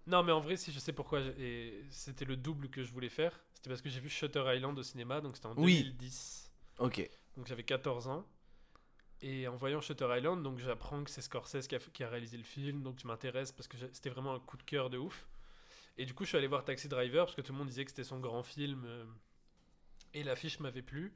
Speaker 2: non, mais en vrai, si je sais pourquoi, j'ai- et c'était le double que je voulais faire. C'était parce que j'ai vu Shutter Island au cinéma, donc c'était en
Speaker 3: Oui.
Speaker 2: 2010.
Speaker 3: Ok.
Speaker 2: Donc j'avais 14 ans. Et en voyant Shutter Island, donc j'apprends que c'est Scorsese qui a, qui a réalisé le film, donc je m'intéresse parce que j'ai- c'était vraiment un coup de cœur de ouf. Et du coup, je suis allé voir Taxi Driver parce que tout le monde disait que c'était son grand film euh, et l'affiche m'avait plu.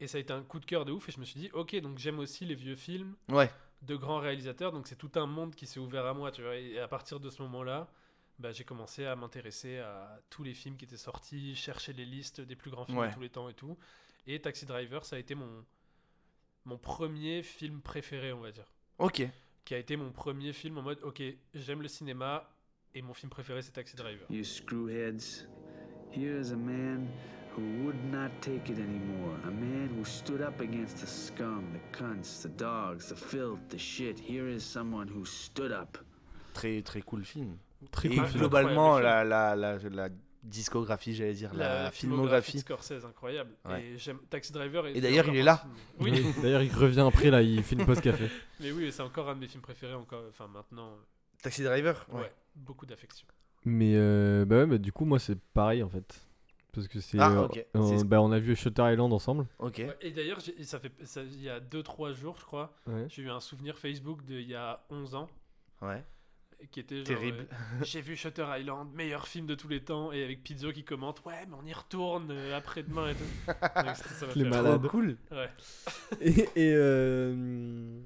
Speaker 2: Et ça a été un coup de cœur de ouf et je me suis dit, ok, donc j'aime aussi les vieux films
Speaker 3: Ouais.
Speaker 2: de grands réalisateurs, donc c'est tout un monde qui s'est ouvert à moi, tu vois. Et à partir de ce moment-là, bah, j'ai commencé à m'intéresser à tous les films qui étaient sortis, chercher les listes des plus grands films
Speaker 3: Ouais.
Speaker 2: de tous les temps et tout. Et Taxi Driver, ça a été mon, mon premier film préféré, on va dire.
Speaker 3: Ok.
Speaker 2: Qui a été mon premier film en mode, ok, j'aime le cinéma et mon film préféré c'est Taxi Driver.
Speaker 18: You screwheads. Here is a man who would not take it anymore. A man who stood up against the scum, the cunts, the dogs, the filth, the shit. Here is someone who stood up.
Speaker 3: Très, très cool film.
Speaker 18: Très
Speaker 3: Et
Speaker 18: cool
Speaker 1: hein.
Speaker 18: film.
Speaker 3: globalement, la,
Speaker 18: Incroyable
Speaker 3: la, la, la discographie, j'allais dire, la,
Speaker 2: de
Speaker 3: filmographie.
Speaker 2: Scorsese, incroyable.
Speaker 3: Ouais.
Speaker 2: Et j'aime Taxi Driver. est-
Speaker 3: Et d'ailleurs, il est là.
Speaker 2: Oui.
Speaker 1: Oui, d'ailleurs, il revient après, là, il fait une pause café.
Speaker 2: Mais oui, c'est encore un de mes films préférés, encore, enfin maintenant.
Speaker 3: Taxi Driver
Speaker 2: Ouais, beaucoup d'affection.
Speaker 1: Mais euh, bah ouais, bah du coup, moi, c'est pareil en fait. Parce que c'est.
Speaker 3: Ah,
Speaker 1: euh,
Speaker 3: ok.
Speaker 1: on-
Speaker 3: C'est-
Speaker 1: bah, on a vu Shutter Island ensemble.
Speaker 3: Ok.
Speaker 2: Ouais, et d'ailleurs, j'ai- ça fait ça- il y a 2-3 jours, je crois,
Speaker 1: Ouais.
Speaker 2: j'ai eu un souvenir Facebook d'il y a 11 ans.
Speaker 3: Ouais.
Speaker 2: Qui était genre,
Speaker 3: Terrible.
Speaker 2: euh, j'ai vu Shutter Island, meilleur film de tous les temps, et avec Pizzo qui commente Ouais, mais on y retourne euh, après-demain et tout. Donc, c'était- ça m'a
Speaker 1: Les
Speaker 2: fait rire.
Speaker 1: malades.
Speaker 2: Ouais.
Speaker 1: et, et, euh,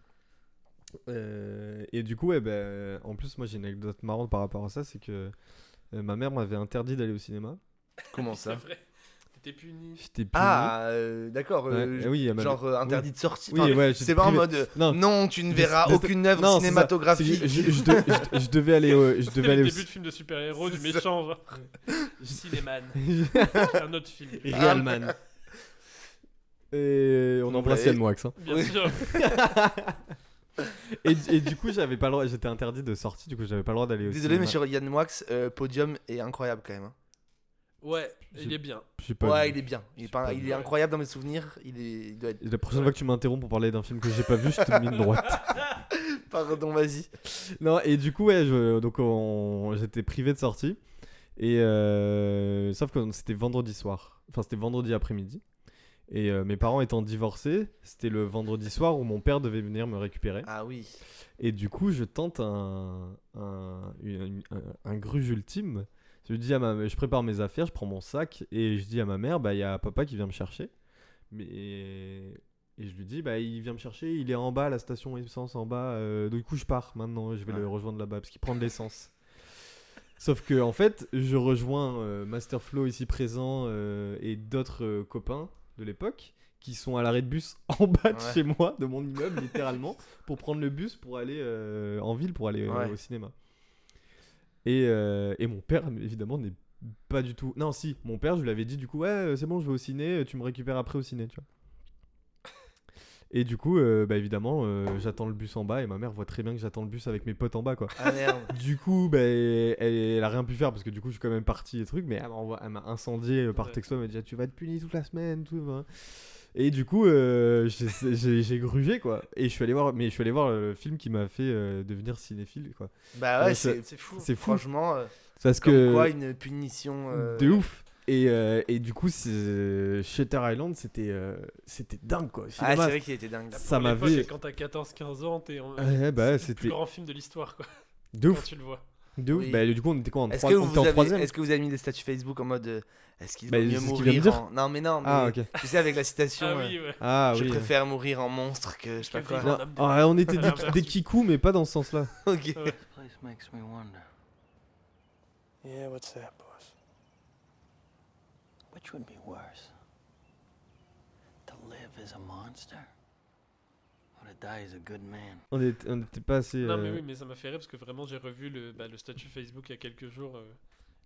Speaker 1: euh, et du coup, ouais, bah, en plus, moi j'ai une anecdote marrante par rapport à ça c'est que euh, ma mère m'avait interdit d'aller au cinéma.
Speaker 3: Comment ça
Speaker 2: vrai. T'étais puni.
Speaker 1: J'étais puni.
Speaker 3: Ah, euh, d'accord. euh,
Speaker 1: Ouais, eh oui, elle m'avait-
Speaker 3: genre euh, interdit
Speaker 1: oui.
Speaker 3: de sortir.
Speaker 1: Oui,
Speaker 3: Enfin,
Speaker 1: ouais,
Speaker 3: c'est
Speaker 1: j'étais
Speaker 3: pas en
Speaker 1: privé-
Speaker 3: mode euh, non. tu ne verras
Speaker 1: de- de-
Speaker 3: aucune œuvre
Speaker 1: non, c'est ça.
Speaker 3: cinématographique.
Speaker 1: C'est- Je, je de- je- je devais aller au, je
Speaker 2: C'était
Speaker 1: devais aller
Speaker 2: le
Speaker 1: au-
Speaker 2: début de film de super-héros, du méchant, genre. Cinéman. un autre film.
Speaker 1: Real Man. Et on
Speaker 3: Vous
Speaker 1: embrasse
Speaker 3: voyez
Speaker 1: Yann Moix. hein.
Speaker 2: Bien Oui. sûr.
Speaker 1: et, et du coup, j'avais pas le droit, j'étais interdit de sortie, du coup, j'avais pas le droit d'aller au
Speaker 3: Désolé, mais
Speaker 1: cinéma.
Speaker 3: sur Yann Moix, euh, Podium est incroyable quand même. hein.
Speaker 2: Ouais, il est bien.
Speaker 1: J'ai pas
Speaker 3: ouais,
Speaker 1: vu.
Speaker 3: il est bien. Il est,
Speaker 1: J'ai
Speaker 3: pas-
Speaker 1: pas
Speaker 3: il
Speaker 1: vu.
Speaker 3: est incroyable dans mes souvenirs. Il, est, il doit être.
Speaker 1: Et La prochaine fois que tu m'interromps pour parler d'un film que j'ai pas vu, je te mets une droite.
Speaker 3: Pardon, vas-y.
Speaker 1: Non, et du coup, ouais, je- donc on- j'étais privé de sortie. Et euh, sauf que c'était vendredi soir. Enfin, c'était vendredi après-midi. Et euh, mes parents étant divorcés, c'était le vendredi soir où mon père devait venir me récupérer.
Speaker 3: Ah oui.
Speaker 1: Et du coup, je tente un, un, une- un- un gruge ultime. Je dis à ma, je prépare mes affaires, je prends mon sac et je dis à ma mère, bah il y a papa qui vient me chercher. Mais et je lui dis, bah il vient me chercher, il est en bas, à la station essence en bas. euh, du coup, je pars maintenant, je vais le rejoindre là-bas parce qu'il prend de l'essence. Sauf que en fait, je rejoins euh, Master Flo ici présent euh, et d'autres euh, copains de l'époque qui sont à l'arrêt de bus en bas de
Speaker 3: Ouais.
Speaker 1: chez moi, de mon immeuble littéralement, pour prendre le bus pour aller euh, en ville pour aller euh,
Speaker 3: Ouais.
Speaker 1: au cinéma. Et, euh, et mon père évidemment n'est pas du tout. Non, si, mon père, je lui avais dit du coup, ouais, euh, c'est bon, je vais au ciné, tu me récupères après au ciné, tu vois. Et du coup, euh, bah évidemment, euh, j'attends le bus en bas et ma mère voit très bien que j'attends le bus avec mes potes en bas, quoi.
Speaker 3: Ah, merde.
Speaker 1: Du coup, bah, elle, elle a rien pu faire parce que du coup, je suis quand même parti et trucs, mais elle m'a envoie- elle m'a incendié par
Speaker 3: Ouais.
Speaker 1: texto, elle m'a dit Ah, Tu vas te punir toute la semaine, tout. voilà. Et du coup, euh, j'ai- j'ai j'ai grugé, quoi. Et je suis allé voir, mais je suis allé voir le film qui m'a fait euh, devenir cinéphile, quoi.
Speaker 3: Bah ouais,
Speaker 1: Donc, ça-
Speaker 3: c'est
Speaker 1: C'est fou.
Speaker 3: Franchement, euh,
Speaker 1: Parce
Speaker 3: comme
Speaker 1: que-
Speaker 3: quoi une punition. euh,
Speaker 1: De ouf. Et, euh, et du coup, c'est- Shutter Island, c'était euh, c'était dingue quoi. Au
Speaker 3: Ah,
Speaker 1: cinéma,
Speaker 3: c'est vrai qu'il était dingue.
Speaker 1: Ça
Speaker 2: Pour l'époque,
Speaker 1: m'avait.
Speaker 2: Quand t'as 14-15 ans, t'es en-
Speaker 1: Ouais, bah,
Speaker 2: c'est le
Speaker 1: c'était-
Speaker 2: plus grand film de l'histoire, quoi.
Speaker 1: De ouf.
Speaker 2: Quand tu le vois.
Speaker 1: De ouf.
Speaker 3: Oui.
Speaker 1: Bah, du coup, on était quoi en
Speaker 3: Est-ce
Speaker 1: trois-
Speaker 3: que,
Speaker 1: on était en
Speaker 3: vous avez-
Speaker 1: troisième
Speaker 3: est-ce que vous avez mis des statuts Facebook en mode euh, Est-ce qu'il
Speaker 1: Bah,
Speaker 3: vaut
Speaker 1: c'est
Speaker 3: mieux
Speaker 1: ce qu'il vient de
Speaker 3: mourir
Speaker 1: dire.
Speaker 3: en... Non, mais non. Mais,
Speaker 1: Ah, ok.
Speaker 3: Tu sais, avec la citation
Speaker 2: Ah oui,
Speaker 3: euh,
Speaker 2: ouais.
Speaker 1: Ah,
Speaker 3: Je
Speaker 1: oui,
Speaker 3: préfère mourir en monstre que je sais pas quoi.
Speaker 1: Non, ah, on était des, des kikous, mais pas dans ce sens-là.
Speaker 3: Ok.
Speaker 18: Place makes me wonder.
Speaker 6: Yeah, what's that, boss?
Speaker 18: Which would be worse? To live as a monster? Or to die as a good man?
Speaker 1: On est- on n'était pas assez.
Speaker 2: Non, mais
Speaker 1: euh,
Speaker 2: oui, mais ça m'a fait rire parce que vraiment, j'ai revu le, bah, le statut Facebook il y a quelques jours. euh,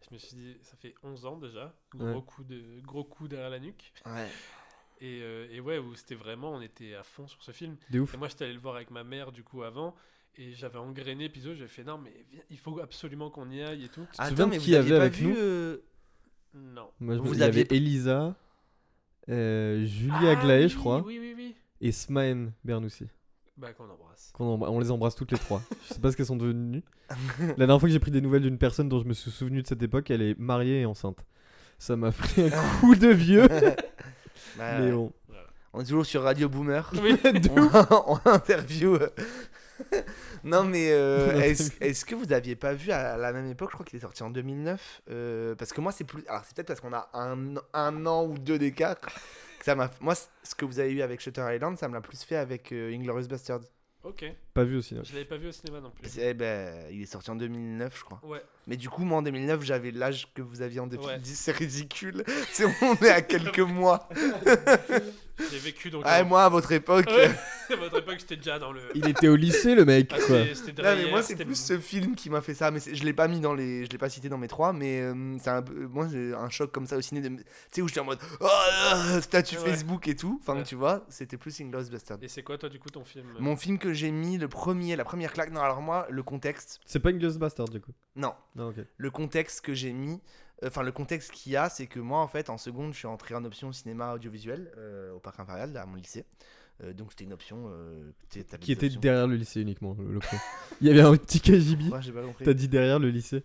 Speaker 2: Je me suis dit, ça fait 11 ans déjà.
Speaker 1: Ouais.
Speaker 2: Gros, coup, de, gros coup derrière la nuque.
Speaker 3: Ouais.
Speaker 2: Et, euh, et ouais, où c'était vraiment, on était à fond sur ce film.
Speaker 1: De ouf.
Speaker 2: Et moi, j'étais allé le voir avec ma mère du coup avant. Et j'avais engrainé l'épisode. J'avais fait, non, mais viens, il faut absolument qu'on y aille et tout.
Speaker 3: Ah.
Speaker 1: te souviens de qui y
Speaker 3: aviez
Speaker 1: avait
Speaker 3: pas
Speaker 1: avec
Speaker 3: vu,
Speaker 1: nous
Speaker 3: euh,
Speaker 2: Non.
Speaker 1: Moi, je me-
Speaker 3: Vous
Speaker 1: il y
Speaker 3: aviez-
Speaker 1: avait Elisa, euh, Julie
Speaker 2: Ah
Speaker 1: Aglaé, je
Speaker 2: oui,
Speaker 1: crois,
Speaker 2: oui, oui, oui.
Speaker 1: et Smaen Bernoussi.
Speaker 2: Bah, qu'on embrasse.
Speaker 1: Qu'on embr- on les embrasse toutes les trois. je sais pas ce qu'elles sont devenues. La dernière fois que j'ai pris des nouvelles d'une personne dont je me suis souvenu de cette époque, elle est mariée et enceinte. Ça m'a pris un coup de vieux.
Speaker 3: Bah,
Speaker 1: Mais
Speaker 3: ouais.
Speaker 1: bon.
Speaker 3: On est toujours sur Radio Boomer.
Speaker 2: Oui, de
Speaker 3: on, on interview. euh, non, mais euh,
Speaker 1: On
Speaker 3: est-ce
Speaker 1: interview.
Speaker 3: est-ce que vous aviez pas vu à la même époque Je crois qu'il est sorti en 2009. euh, parce que moi, c'est plus. Alors, c'est peut-être parce qu'on a un, un an ou deux d'écart. que Ça m'a. Moi, c- ce que vous avez eu avec Shutter Island, ça me l'a plus fait avec euh, Inglourious Basterds.
Speaker 2: Ok.
Speaker 1: Pas vu au cinéma.
Speaker 2: Je l'avais pas vu au cinéma non plus.
Speaker 3: Eh ben, il est sorti en 2009, je crois.
Speaker 2: Ouais.
Speaker 3: Mais du coup, moi, en 2009, j'avais l'âge que vous aviez en 2010.
Speaker 2: Ouais.
Speaker 3: C'est ridicule. C'est on est à quelques mois.
Speaker 2: J'ai vécu donc.
Speaker 3: Ah, et moi, à votre époque.
Speaker 2: Ouais, à votre époque, j'étais déjà dans le.
Speaker 1: Il était au lycée, le mec,
Speaker 2: Ah,
Speaker 1: quoi.
Speaker 2: c'était- C'était
Speaker 3: Non, mais
Speaker 2: derrière,
Speaker 3: moi, c'est
Speaker 2: c'était-
Speaker 3: plus ce film qui m'a fait ça. Mais c'est- je l'ai pas mis dans les. Je l'ai pas cité dans mes trois, mais euh, c'est un peu. Moi, j'ai un choc comme ça au ciné. de me- Tu sais, où j'étais en mode. Oh, euh, statut
Speaker 2: Ouais.
Speaker 3: Facebook et tout. Enfin, tu vois, c'était plus Inglourious Bastard.
Speaker 2: Et c'est quoi, toi, du coup, ton film euh,
Speaker 3: Mon film que j'ai mis, le premier, la première claque. Non, alors moi, le contexte.
Speaker 1: C'est pas Inglourious Bastard, du coup.
Speaker 3: Non.
Speaker 1: Non, ok.
Speaker 3: Le contexte que j'ai mis, euh, enfin le contexte qu'il y a, c'est que moi en fait en seconde, je suis entré en option cinéma audiovisuel euh, au Parc Impérial, là, à mon lycée. Euh, donc c'était une option euh, tu sais, t'avais
Speaker 1: Qui
Speaker 3: des
Speaker 1: était
Speaker 3: options.
Speaker 1: derrière le lycée uniquement, le, le point. Il y avait un petit KGB.
Speaker 3: Pourquoi j'ai pas compris
Speaker 1: T'as dit derrière le lycée.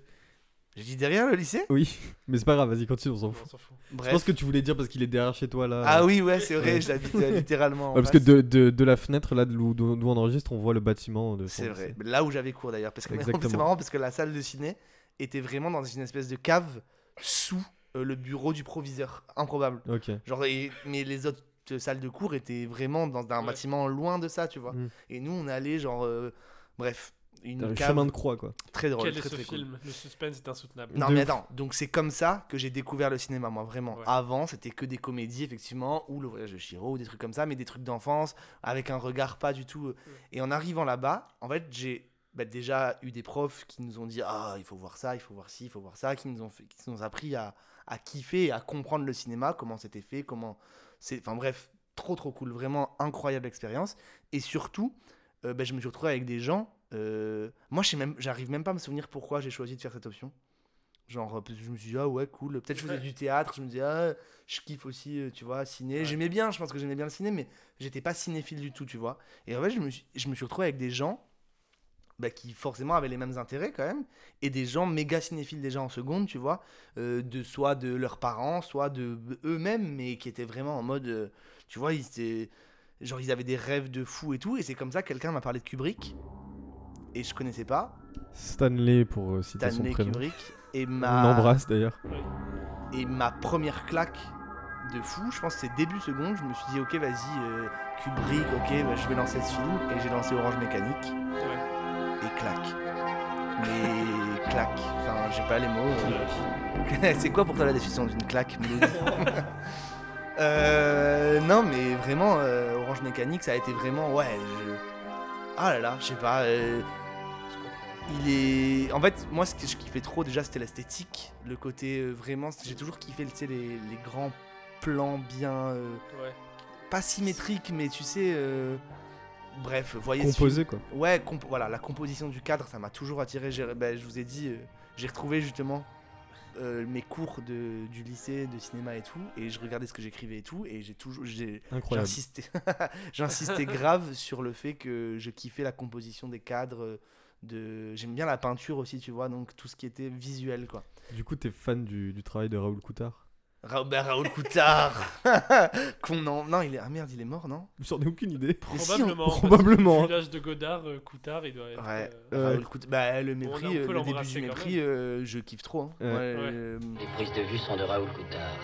Speaker 3: J'ai dit derrière le lycée
Speaker 1: Oui, mais c'est pas grave, vas-y, continue, on s'en fout.
Speaker 3: Bref.
Speaker 1: Je pense que tu voulais dire parce qu'il est derrière chez toi là.
Speaker 3: Ah oui, ouais, c'est vrai, j'habite, euh, littéralement en
Speaker 1: Ouais, parce que
Speaker 3: face.
Speaker 1: de, de, de la fenêtre là d'où d'où on enregistre, on voit le bâtiment de
Speaker 3: C'est
Speaker 1: son-
Speaker 3: vrai. Là où j'avais cours d'ailleurs, parce que mais en plus, c'est
Speaker 1: Exactement.
Speaker 3: marrant parce que la salle de ciné était vraiment dans une espèce de cave sous euh, le bureau du proviseur, improbable.
Speaker 1: Ok.
Speaker 3: Genre, et- mais les autres euh, salles de cours étaient vraiment dans un bâtiment loin de ça, tu vois.
Speaker 1: Mm.
Speaker 3: Et nous, on allait genre, euh, bref, une
Speaker 1: Dans le
Speaker 3: cave
Speaker 1: chemin de croix, quoi.
Speaker 3: Très drôle,
Speaker 2: Quel
Speaker 3: Oh, très
Speaker 2: est ce
Speaker 3: très cool.
Speaker 2: film Le suspense est insoutenable.
Speaker 3: Non mais attends, donc c'est comme ça que j'ai découvert le cinéma moi vraiment. Avant c'était que des comédies effectivement ou le voyage de Chiro ou des trucs comme ça mais des trucs d'enfance avec un regard pas du tout. euh. Et en arrivant là-bas, en fait j'ai bah, déjà eu des profs qui nous ont dit ah il faut voir ça, il faut voir ci, il faut voir ça, qui nous ont fait, qui nous ont appris à, à kiffer et à comprendre le cinéma, comment c'était fait, comment c'est, enfin bref trop trop cool, vraiment incroyable expérience. Et surtout euh, bah, je me suis retrouvé avec des gens. euh, moi, je sais même, j'arrive même pas à me souvenir pourquoi j'ai choisi de faire cette option. Genre, euh, parce que je me suis dit, ah ouais, cool. Peut-être que je faisais du théâtre, je me disais, ah, je kiffe aussi, euh, tu vois, ciné. J'aimais bien, je pense que j'aimais bien le ciné, mais j'étais pas cinéphile du tout, tu vois. Et en fait, je me suis, je me suis retrouvé avec des gens bah, qui forcément avaient les mêmes intérêts quand même, et des gens méga cinéphiles déjà en seconde, tu vois, euh, de soit de leurs parents, soit de eux-mêmes, mais qui étaient vraiment en mode, euh, tu vois, ils étaient, genre ils avaient des rêves de fou et tout, et c'est comme ça que quelqu'un m'a parlé de Kubrick, et je connaissais pas
Speaker 1: Stanley pour euh, citer
Speaker 3: Stanley
Speaker 1: son prénom.
Speaker 3: Kubrick, et
Speaker 1: On
Speaker 3: ma
Speaker 1: l'embrasse d'ailleurs.
Speaker 3: et ma première claque de fou, je pense que c'est début seconde, je me suis dit ok vas-y euh, Kubrick, ok bah, je vais lancer ce film et j'ai lancé Orange Mécanique et claque. Mais claque, enfin j'ai pas les mots. euh. c'est quoi pour toi la définition d'une claque Mélodie Euh, non mais vraiment euh, Orange Mécanique ça a été vraiment ouais je- ah là là je sais pas euh, il est en fait moi ce que je kiffais trop déjà c'était l'esthétique le côté euh, vraiment j'ai toujours kiffé tu sais, les, les grands plans bien euh,
Speaker 2: Ouais.
Speaker 3: pas symétriques mais tu sais euh, bref voyez ce
Speaker 1: Composé,
Speaker 3: film- ouais comp- voilà la composition du cadre ça m'a toujours attiré J'ai- ben, je vous ai dit euh, j'ai retrouvé justement euh, mes cours de, du lycée de cinéma et tout et je regardais ce que j'écrivais et tout et j'ai toujours j'ai
Speaker 1: Incroyable.
Speaker 3: j'insistais j'insistais grave sur le fait que je kiffais la composition des cadres euh, de j'aime bien la peinture aussi tu vois donc tout ce qui était visuel quoi
Speaker 1: Du coup, t'es fan du, du travail de Raoul Coutard
Speaker 3: Ra- ben, Raoul Coutard qu'on en non il est ah merde il est mort non
Speaker 1: J'en ai aucune idée.
Speaker 2: Probablement.
Speaker 1: parce que probablement.
Speaker 2: L'âge de Godard, euh, Coutard, il doit être.
Speaker 3: Ouais,
Speaker 2: euh,
Speaker 3: Raoul Coutard. Bah, le
Speaker 2: Bon, on a-
Speaker 3: mépris,
Speaker 2: on
Speaker 3: euh,
Speaker 2: peut
Speaker 3: le début
Speaker 2: l'embrasser
Speaker 3: du
Speaker 2: quand
Speaker 3: mépris,
Speaker 2: même.
Speaker 3: euh, je kiffe trop. hein.
Speaker 1: Ouais.
Speaker 3: Ouais,
Speaker 1: Ouais.
Speaker 3: euh,
Speaker 9: Les prises de vue sont de Raoul Coutard.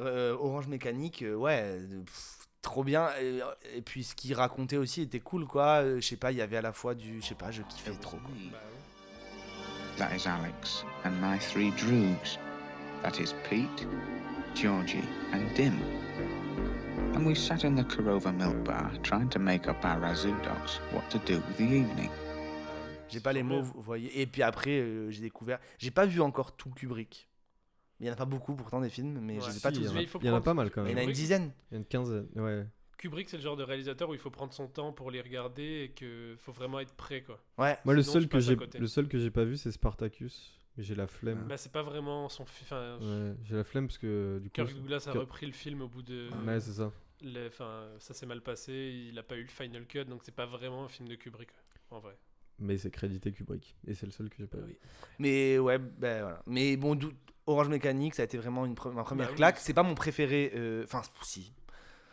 Speaker 3: euh, Orange Mécanique, euh, ouais, euh, pff, trop bien. Et, euh, et puis ce qu'il racontait aussi était cool, quoi. Euh, Je sais pas, il y avait à la fois du. Je sais pas, je kiffais
Speaker 2: Ah,
Speaker 3: trop. quoi.
Speaker 2: bah
Speaker 15: That is Alex and my three droogs. That is Pete, Georgie, and Dim. And we sat in the Corova milk bar trying to make up our razoo dogs what to do with the evening.
Speaker 3: J'ai pas les mots, vous voyez. Et puis après, euh, j'ai découvert. J'ai pas vu encore tout Kubrick. Il y en a pas beaucoup pourtant des films, mais
Speaker 2: Ouais.
Speaker 3: je les ai pas
Speaker 2: Si,
Speaker 3: tous.
Speaker 2: il y en a- Mais il faut
Speaker 1: Il y en a pas mal quand même.
Speaker 3: Il y en a une dizaine.
Speaker 1: Il y en a une quinzaine, ouais.
Speaker 2: Kubrick, c'est le genre de réalisateur où il faut prendre son temps pour les regarder et que faut vraiment être prêt quoi.
Speaker 1: Moi, le
Speaker 2: Sinon,
Speaker 1: seul,
Speaker 2: tu
Speaker 1: que
Speaker 2: passes à
Speaker 1: j'ai,
Speaker 2: côté.
Speaker 1: le seul que j'ai pas vu, c'est Spartacus. Mais j'ai la flemme.
Speaker 2: Bah, c'est pas vraiment son fi- enfin,
Speaker 1: Ouais, j'ai la flemme parce que du coup.
Speaker 2: Kirk
Speaker 1: c'est-
Speaker 2: Douglas a
Speaker 1: Kirk-
Speaker 2: repris le film au bout de.
Speaker 1: Ouais, c'est ça.
Speaker 2: Le- Enfin, ça s'est mal passé. Il a pas eu le final cut, donc c'est pas vraiment un film de Kubrick en vrai.
Speaker 1: Mais c'est crédité Kubrick. Et c'est le seul que j'ai pas vu.
Speaker 3: Mais ouais, ben voilà. Mais bon, d'où- Orange Mécanique, ça a été vraiment une pre- ma première
Speaker 2: Bah oui.
Speaker 3: claque. C'est pas mon préféré. euh, Enfin, si.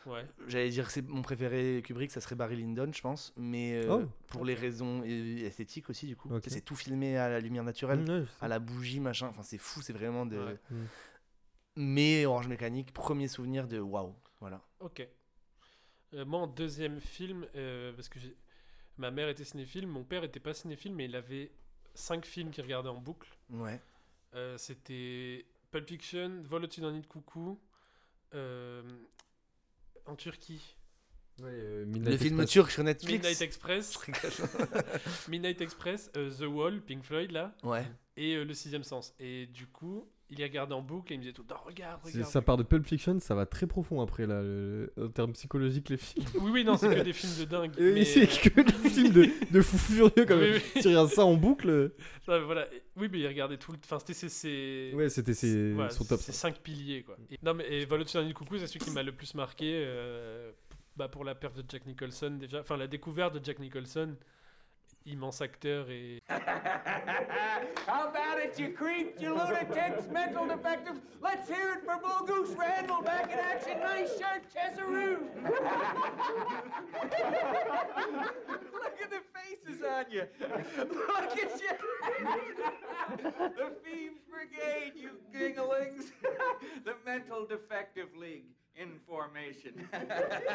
Speaker 2: Ouais.
Speaker 3: J'allais dire c'est mon préféré Kubrick, ça serait Barry Lyndon, je pense. Mais euh,
Speaker 1: Oh.
Speaker 3: pour les raisons euh, esthétiques aussi, du coup.
Speaker 1: Ok.
Speaker 3: C'est tout filmé à la lumière naturelle,
Speaker 1: Mm, ouais, je sais.
Speaker 3: à la bougie, machin. Enfin, c'est fou, c'est vraiment de.
Speaker 1: Ouais. Mm.
Speaker 3: Mais Orange Mécanique, premier souvenir de waouh. Voilà.
Speaker 2: Ok. Euh, moi, en deuxième film, euh, parce que j'ai- ma mère était cinéphile, mon père était pas cinéphile, mais il avait cinq films qu'il regardait en boucle.
Speaker 3: Ouais.
Speaker 2: Euh, C'était Pulp Fiction, Vol au-dessus d'un nid de coucou, euh, en Turquie.
Speaker 3: Le film turc sur Netflix.
Speaker 2: Midnight Express.
Speaker 3: Je rigole.
Speaker 2: Midnight Express, euh, The Wall, Pink Floyd là.
Speaker 3: Ouais.
Speaker 2: Et euh, Le Sixième Sens. Et du coup, il les regardait en boucle et il me disait tout le temps, regarde,
Speaker 1: C'est-
Speaker 2: regarde.
Speaker 1: Ça part de Pulp Fiction, ça va très profond après, là, le- en termes psychologiques, les films.
Speaker 2: Oui, oui, non, c'est que des films de dingue,
Speaker 1: Et oui,
Speaker 2: mais,
Speaker 1: c'est
Speaker 2: euh,
Speaker 1: que des films de, de fous furieux, quand
Speaker 2: Oui,
Speaker 1: même.
Speaker 2: oui.
Speaker 1: Tu regardes ça en boucle. euh.
Speaker 2: Non, mais voilà. Et- Oui, mais il regardait tout le. Enfin, c'était ses. ses-
Speaker 1: Ouais, c'était ses-
Speaker 2: c'est-
Speaker 1: son top. Mm.
Speaker 2: Ses cinq piliers, quoi. Et- non, mais et Vol au-dessus d'un nid de coucou, c'est celui qui m'a le plus marqué. euh, bah, pour la perf de Jack Nicholson, déjà. Enfin, la découverte de Jack Nicholson, immense acteur et.
Speaker 6: How about it, you creeps, you lunatics, mental defectives? Let's hear it for Bull Goose Randall back in action. Nice shirt, Chesaroo. Look at the faces on you. Look at you. the Thieves Brigade, you ginglings. the Mental Defective League in formation.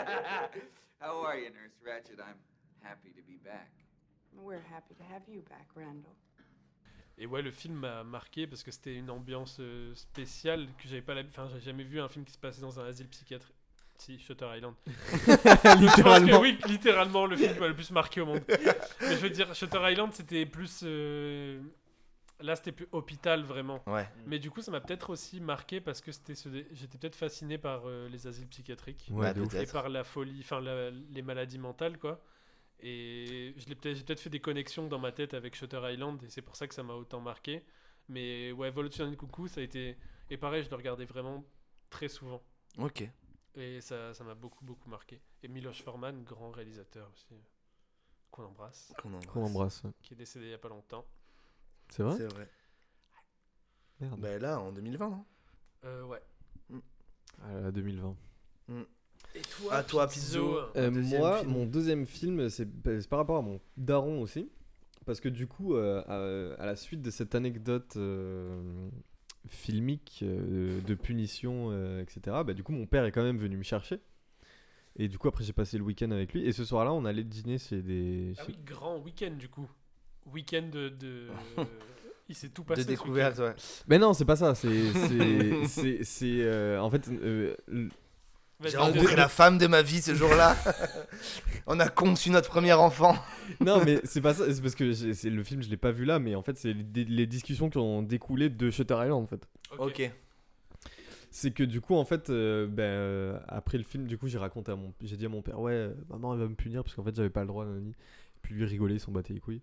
Speaker 19: How are you, Nurse Ratchet? I'm happy to be back.
Speaker 20: We're happy to have you back, Randall.
Speaker 2: Et ouais, le film m'a marqué parce que c'était une ambiance euh, spéciale que j'avais pas la... enfin, j'avais jamais vu un film qui se passait dans un asile psychiatrique. Si, Shutter Island. Je pense que
Speaker 1: Littéralement.
Speaker 2: oui, littéralement le film qui m'a le plus marqué au monde. Mais je veux dire, Shutter Island, c'était plus. euh, Là, c'était plus hôpital vraiment.
Speaker 3: Ouais.
Speaker 2: Mais du coup, ça m'a peut-être aussi marqué parce que c'était ce... dé- j'étais peut-être fasciné par euh, les asiles psychiatriques
Speaker 1: Ouais, Ouais, de ouf.
Speaker 2: et
Speaker 1: peut-être.
Speaker 2: par la folie, enfin la- les maladies mentales quoi. Et je l'ai peut-être- j'ai peut-être fait des connexions dans ma tête avec Shutter Island et c'est pour ça que ça m'a autant marqué. Mais ouais, Vol au-dessus d'un nid de coucou, ça a été et pareil, je le regardais vraiment très souvent.
Speaker 3: Ok.
Speaker 2: Et ça ça m'a beaucoup beaucoup marqué. Et Milos Forman, grand réalisateur aussi euh, qu'on embrasse.
Speaker 3: Qu'on embrasse.
Speaker 1: Qu'on embrasse, ouais.
Speaker 2: Qui est décédé il y a pas longtemps.
Speaker 1: C'est vrai
Speaker 3: C'est vrai. Bah là, en 2020, non
Speaker 2: Euh, ouais.
Speaker 1: Ah là, 2020.
Speaker 2: Et toi,
Speaker 3: À Ah, toi,
Speaker 2: Pizzo,
Speaker 3: Pizzo.
Speaker 1: Euh,
Speaker 3: un deuxième
Speaker 1: moi,
Speaker 3: film.
Speaker 1: mon deuxième film, c'est c'est par rapport à mon daron aussi. Parce que du coup, euh, à, à la suite de cette anecdote euh, filmique euh, de punition, euh, etc., bah, du coup, mon père est quand même venu me chercher. Et du coup, après, j'ai passé le week-end avec lui. Et ce soir-là, on allait dîner chez des.
Speaker 2: Ah
Speaker 1: chez-
Speaker 2: oui, grand week-end du coup. Week-end de. de- Il s'est tout passé. ce
Speaker 3: découverte,
Speaker 2: week-end.
Speaker 1: Mais non, c'est pas ça. C'est. c'est- c'est- c'est, euh, en fait. euh, l-
Speaker 3: J'ai rencontré la femme de ma vie ce jour-là. On a conçu notre premier enfant.
Speaker 1: non, mais c'est pas ça. C'est parce que j'ai- c'est le film, je l'ai pas vu là, mais en fait, c'est les, les discussions qui ont découlé de Shutter Island, en fait.
Speaker 3: Ok.
Speaker 1: C'est que du coup, en fait, euh, ben, euh, après le film, du coup, j'ai raconté à mon, j'ai dit à mon père, ouais, euh, maman, elle va me punir parce qu'en fait, j'avais pas le droit, nanani. Et puis lui rigolait, ils s'en battait les couilles.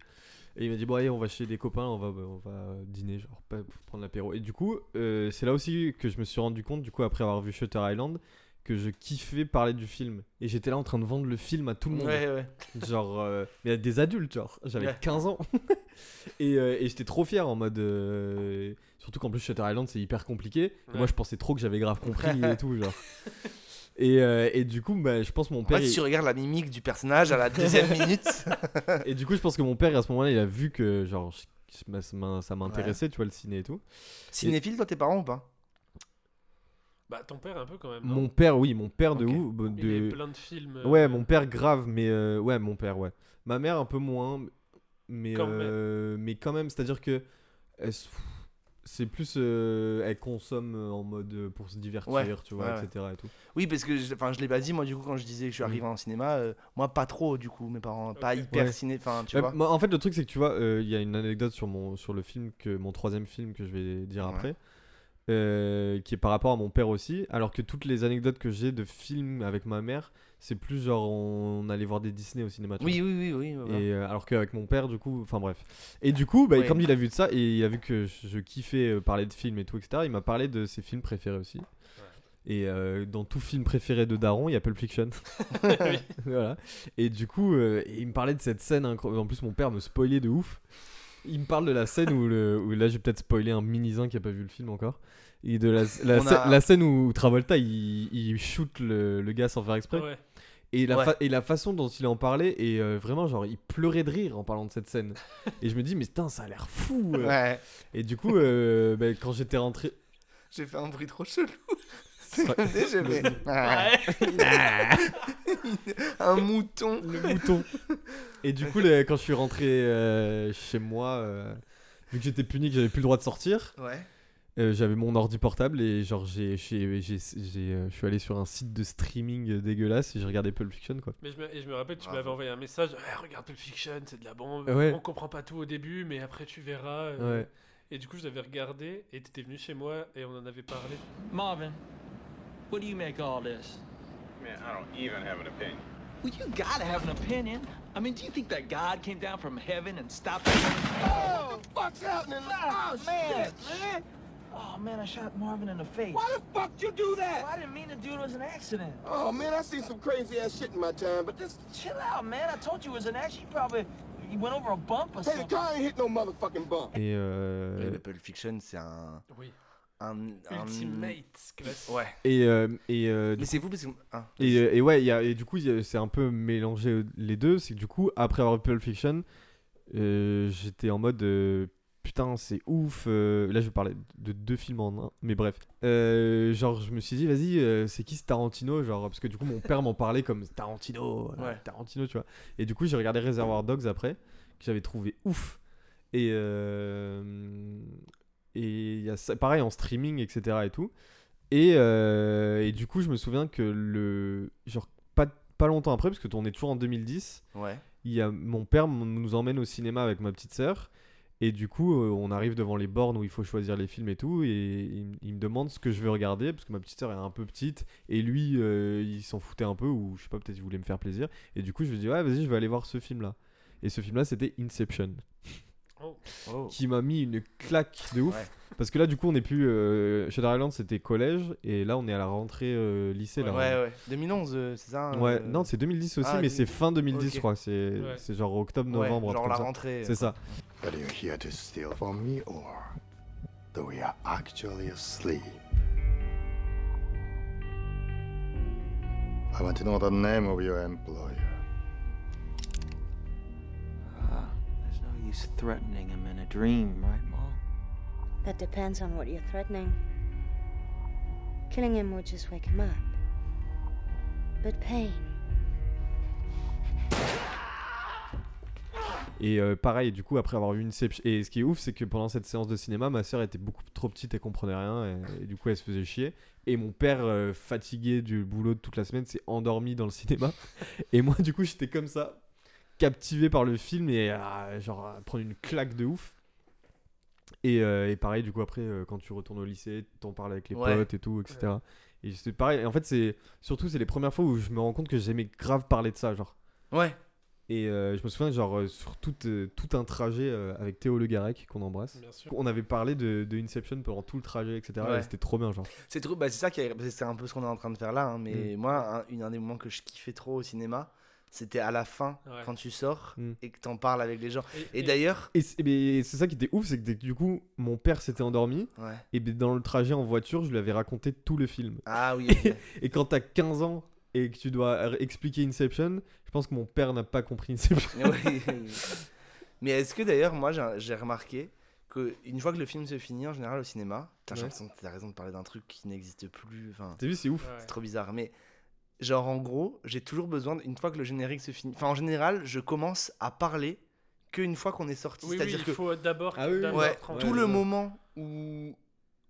Speaker 1: Et il m'a dit, bon, allez, on va chez des copains, on va, on va dîner, genre, pas- pour prendre l'apéro. Et du coup, euh, c'est là aussi que je me suis rendu compte, du coup, après avoir vu Shutter Island, que je kiffais parler du film. Et j'étais là en train de vendre le film à tout le monde.
Speaker 3: Ouais, ouais.
Speaker 1: Genre, euh, mais à des adultes, genre. J'avais
Speaker 3: Ouais.
Speaker 1: 15 ans. et euh, et j'étais trop fier en mode. euh, surtout qu'en plus, Shutter Island, c'est hyper compliqué. Et
Speaker 3: Ouais.
Speaker 1: moi, je pensais trop que j'avais grave compris et tout, genre. Et, euh, et du coup, bah, je pense que mon
Speaker 3: En
Speaker 1: père.
Speaker 3: fait, si
Speaker 1: il-
Speaker 3: tu regardes la mimique du personnage à la deuxième minute.
Speaker 1: et du coup, je pense que mon père, à ce moment-là, il a vu que, genre, je- je- ça m'in- ça m'intéressait, tu vois, le ciné et tout. Et-
Speaker 3: Cinéphile, toi, tes parents ou pas
Speaker 2: Bah, ton père un peu quand même. non
Speaker 1: Mon père, oui, mon père de où bah,
Speaker 2: Il
Speaker 1: de...
Speaker 2: est plein de films, euh,
Speaker 1: Ouais, mon père grave, mais euh, ouais, mon père, ouais. Ma mère un peu moins, mais
Speaker 2: Quand
Speaker 1: euh, mais quand même, c'est-à-dire que elle s- c'est plus euh, elle consomme euh, en mode euh, pour se divertir,
Speaker 3: Ouais,
Speaker 1: tu vois,
Speaker 3: ouais, ouais.
Speaker 1: etc. Et tout.
Speaker 3: Oui, parce que je, enfin, je l'ai pas dit, moi, du coup, quand je disais que je suis arrivé en cinéma, euh, moi, pas trop, du coup, mes parents, pas hyper
Speaker 1: Ouais.
Speaker 3: ciné. Enfin, tu
Speaker 1: Ouais,
Speaker 3: vois.
Speaker 1: Euh, moi, en fait, le truc, c'est que tu vois, euh, il y a une anecdote sur mon sur le film que mon troisième film que je vais dire
Speaker 3: Ouais.
Speaker 1: après, euh, qui est par rapport à mon père aussi. Alors que toutes les anecdotes que j'ai de films avec ma mère, c'est plus genre on, allait voir des Disney au cinéma. tu
Speaker 3: Oui,
Speaker 1: vois.
Speaker 3: oui, oui, oui, voilà.
Speaker 1: Et euh, alors qu'avec mon père, du coup, enfin bref. Et du coup, bah,
Speaker 3: Ouais.
Speaker 1: comme il a vu de ça et il a vu que je, je kiffais euh, parler de films et tout, etc. Il m'a parlé de ses films préférés aussi. Et euh, dans tout film préféré de Daron, il y a Pulp Fiction. voilà. Et du coup, euh, et il me parlait de cette scène. incro- En plus, mon père me spoilait de ouf. Il me parle de la scène où, le, où là, j'ai peut-être spoilé un minisin qui a pas vu le film encore. Et de la, la,
Speaker 3: On
Speaker 1: scè-
Speaker 3: a-
Speaker 1: la scène où Travolta il, il shoot le, le gars sans faire exprès.
Speaker 2: Ouais.
Speaker 1: Et la,
Speaker 3: Ouais.
Speaker 1: fa- et la façon dont il en parlait, et euh, vraiment, genre, il pleurait de rire en parlant de cette scène. et je me dis, mais putain, ça a l'air fou! euh.
Speaker 3: Ouais.
Speaker 1: Et du coup, euh, bah, quand j'étais rentré,
Speaker 3: J'ai fait un bruit trop chelou. C'est
Speaker 1: Ouais.
Speaker 3: comme des- j'ai fait-
Speaker 1: Ouais.
Speaker 3: un mouton.
Speaker 1: Le mouton. Et du coup, le- quand je suis rentré euh, chez moi, euh, vu que j'étais puni, que j'avais plus le droit de sortir,
Speaker 3: Ouais.
Speaker 1: euh, j'avais mon ordi portable et genre j'ai, j'ai- j'ai- j'ai- euh, je suis allé sur un site de streaming euh, dégueulasse et j'ai regardé Pulp Fiction quoi.
Speaker 2: Mais je me, et je me rappelle, tu
Speaker 3: Bravo.
Speaker 2: m'avais envoyé un message. Eh, regarde Pulp Fiction, c'est de la bombe.
Speaker 1: Ouais.
Speaker 2: On comprend pas tout au début, mais après tu verras. euh.
Speaker 1: Ouais.
Speaker 2: Et du coup, je l'avais regardé et t'étais venu chez moi et on en avait parlé.
Speaker 21: Marvin, what do you make of all this?
Speaker 16: Man, I don't even have an opinion.
Speaker 21: Well, you gotta have an opinion. I mean, do you think that God came down from heaven and stopped? Oh, what the fuck's happening? Oh, man, man. Oh man, I shot Marvin in the face. Why the fuck you do that? I didn't mean to do it. It was an accident.
Speaker 8: Oh man, I seen some crazy ass shit in my time, but this.
Speaker 21: Chill out, man. I told you it was an accident. You probably you went over a bump or
Speaker 8: Hey, the
Speaker 21: something.
Speaker 8: car ain't hit no motherfucking bump.
Speaker 1: Et euh,
Speaker 3: Ouais, mais Pulp Fiction, c'est un.
Speaker 2: Oui.
Speaker 3: Un, un-
Speaker 2: Ultimate classique.
Speaker 3: Ouais.
Speaker 1: Et, euh, et, euh,
Speaker 3: Mais c'est vous parce que. ah.
Speaker 1: Et, euh, et ouais, il y a- et du coup, il y a- c'est un peu mélangé euh, les deux. C'est que du coup, après avoir vu Pulp Fiction, euh, j'étais en mode euh, putain, c'est ouf. euh, là, je parlais de deux films en un, mais bref. Euh, genre, je me suis dit, vas-y, euh, c'est qui ce Tarantino Genre, parce que du coup, mon père m'en parlait comme Tarantino, voilà,
Speaker 3: Ouais.
Speaker 1: Tarantino, tu vois. Et du coup, j'ai regardé Reservoir Dogs après, que j'avais trouvé ouf. Et euh, et il y a ça, pareil en streaming, etc. et tout. Et, euh, et du coup, je me souviens que le. Genre, pas, pas longtemps après, parce que on est toujours en 2010.
Speaker 3: Ouais.
Speaker 1: Il y a, mon père m- nous emmène au cinéma avec ma petite sœur. Et du coup, euh, on arrive devant les bornes où il faut choisir les films et tout. Et il, m- il me demande ce que je veux regarder, parce que ma petite sœur est un peu petite. Et lui, euh, il s'en foutait un peu, ou je sais pas, peut-être il voulait me faire plaisir. Et du coup, je lui dis, ouais, vas-y, je vais aller voir ce film-là. Et ce film-là, c'était Inception
Speaker 2: Oh.
Speaker 1: qui m'a mis une claque de ouf. Parce que là, du coup, on n'est plus. Euh, Shutter Island, c'était collège, et là, on est à la rentrée euh, lycée.
Speaker 3: Ouais,
Speaker 1: là.
Speaker 3: ouais. 2011, euh, c'est ça hein,
Speaker 1: Ouais,
Speaker 3: euh,
Speaker 1: non, c'est 2010 aussi,
Speaker 3: ah,
Speaker 1: mais c'est fin 2010, je
Speaker 3: ok.
Speaker 1: crois. C'est
Speaker 3: Ouais.
Speaker 1: c'est genre
Speaker 3: Ouais,
Speaker 1: octobre-novembre.
Speaker 3: genre la rentrée, euh.
Speaker 1: C'est ça.
Speaker 13: But are you here to steal from me, or though we are actually asleep? I want to know the name of your employer.
Speaker 21: Ah, there's no use threatening him in a dream, right, Mom?
Speaker 22: That depends on what you're threatening. Killing him would just wake him up. But pain.
Speaker 1: Et euh, pareil, du coup, après avoir vu Inception. Et ce qui est ouf, c'est que pendant cette séance de cinéma, ma sœur était beaucoup trop petite et comprenait rien. Et, et du coup, elle se faisait chier. Et mon père, euh, fatigué du boulot de toute la semaine, s'est endormi dans le cinéma. et moi, du coup, j'étais comme ça, captivé par le film et à, genre à prendre une claque de ouf. Et, euh, et pareil, du coup, après, euh, quand tu retournes au lycée, t'en parles avec les
Speaker 3: Ouais.
Speaker 1: potes et tout, etc. Et c'est pareil. En fait, c'est surtout, c'est les premières fois où je me rends compte que j'aimais grave parler de ça, genre.
Speaker 3: Ouais.
Speaker 1: Et euh, je me souviens, genre, euh, sur tout, euh, tout un trajet euh, avec Théo Le Garec, qu'on embrasse,
Speaker 2: Bien sûr.
Speaker 1: on avait parlé de, de Inception pendant tout le trajet, etc.
Speaker 3: Ouais.
Speaker 1: Et c'était trop bien, genre.
Speaker 3: C'est trop- bah, c'est ça qui est- c'est un peu ce qu'on est en train de faire là. hein, mais
Speaker 1: Mm.
Speaker 3: moi, un, une- un des moments que je kiffais trop au cinéma, c'était à la fin,
Speaker 1: Ouais.
Speaker 3: quand tu sors
Speaker 1: Mm.
Speaker 3: et que t'en parles avec les gens. Et,
Speaker 1: et-
Speaker 3: d'ailleurs,
Speaker 1: Et c'est mais c'est ça qui était ouf, c'est que dès que, du coup, mon père s'était endormi.
Speaker 3: Ouais.
Speaker 1: Et ben, dans le trajet en voiture, je lui avais raconté tout le film.
Speaker 3: Ah oui.
Speaker 1: et quand t'as 15 ans et que tu dois r- expliquer Inception, je pense que mon père n'a pas compris Inception.
Speaker 3: Oui. Mais est-ce que d'ailleurs, moi j'ai- j'ai remarqué que une fois que le film se finit en général au cinéma, putain, j'ai
Speaker 1: Ouais.
Speaker 3: l'impression que t'as raison de parler d'un truc qui n'existe plus. enfin,
Speaker 1: T'as vu, c'est ouf.
Speaker 3: C'est trop bizarre. Mais genre en gros, j'ai toujours besoin, d- une fois que le générique se finit, enfin en général, je commence à parler qu'une fois qu'on est sorti.
Speaker 2: Oui, oui,
Speaker 3: C'est-à-dire
Speaker 2: il
Speaker 3: que
Speaker 2: faut d'abord
Speaker 1: Ah oui, oui.
Speaker 2: d'abord
Speaker 3: Ouais,
Speaker 2: prendre-
Speaker 3: tout le moment où.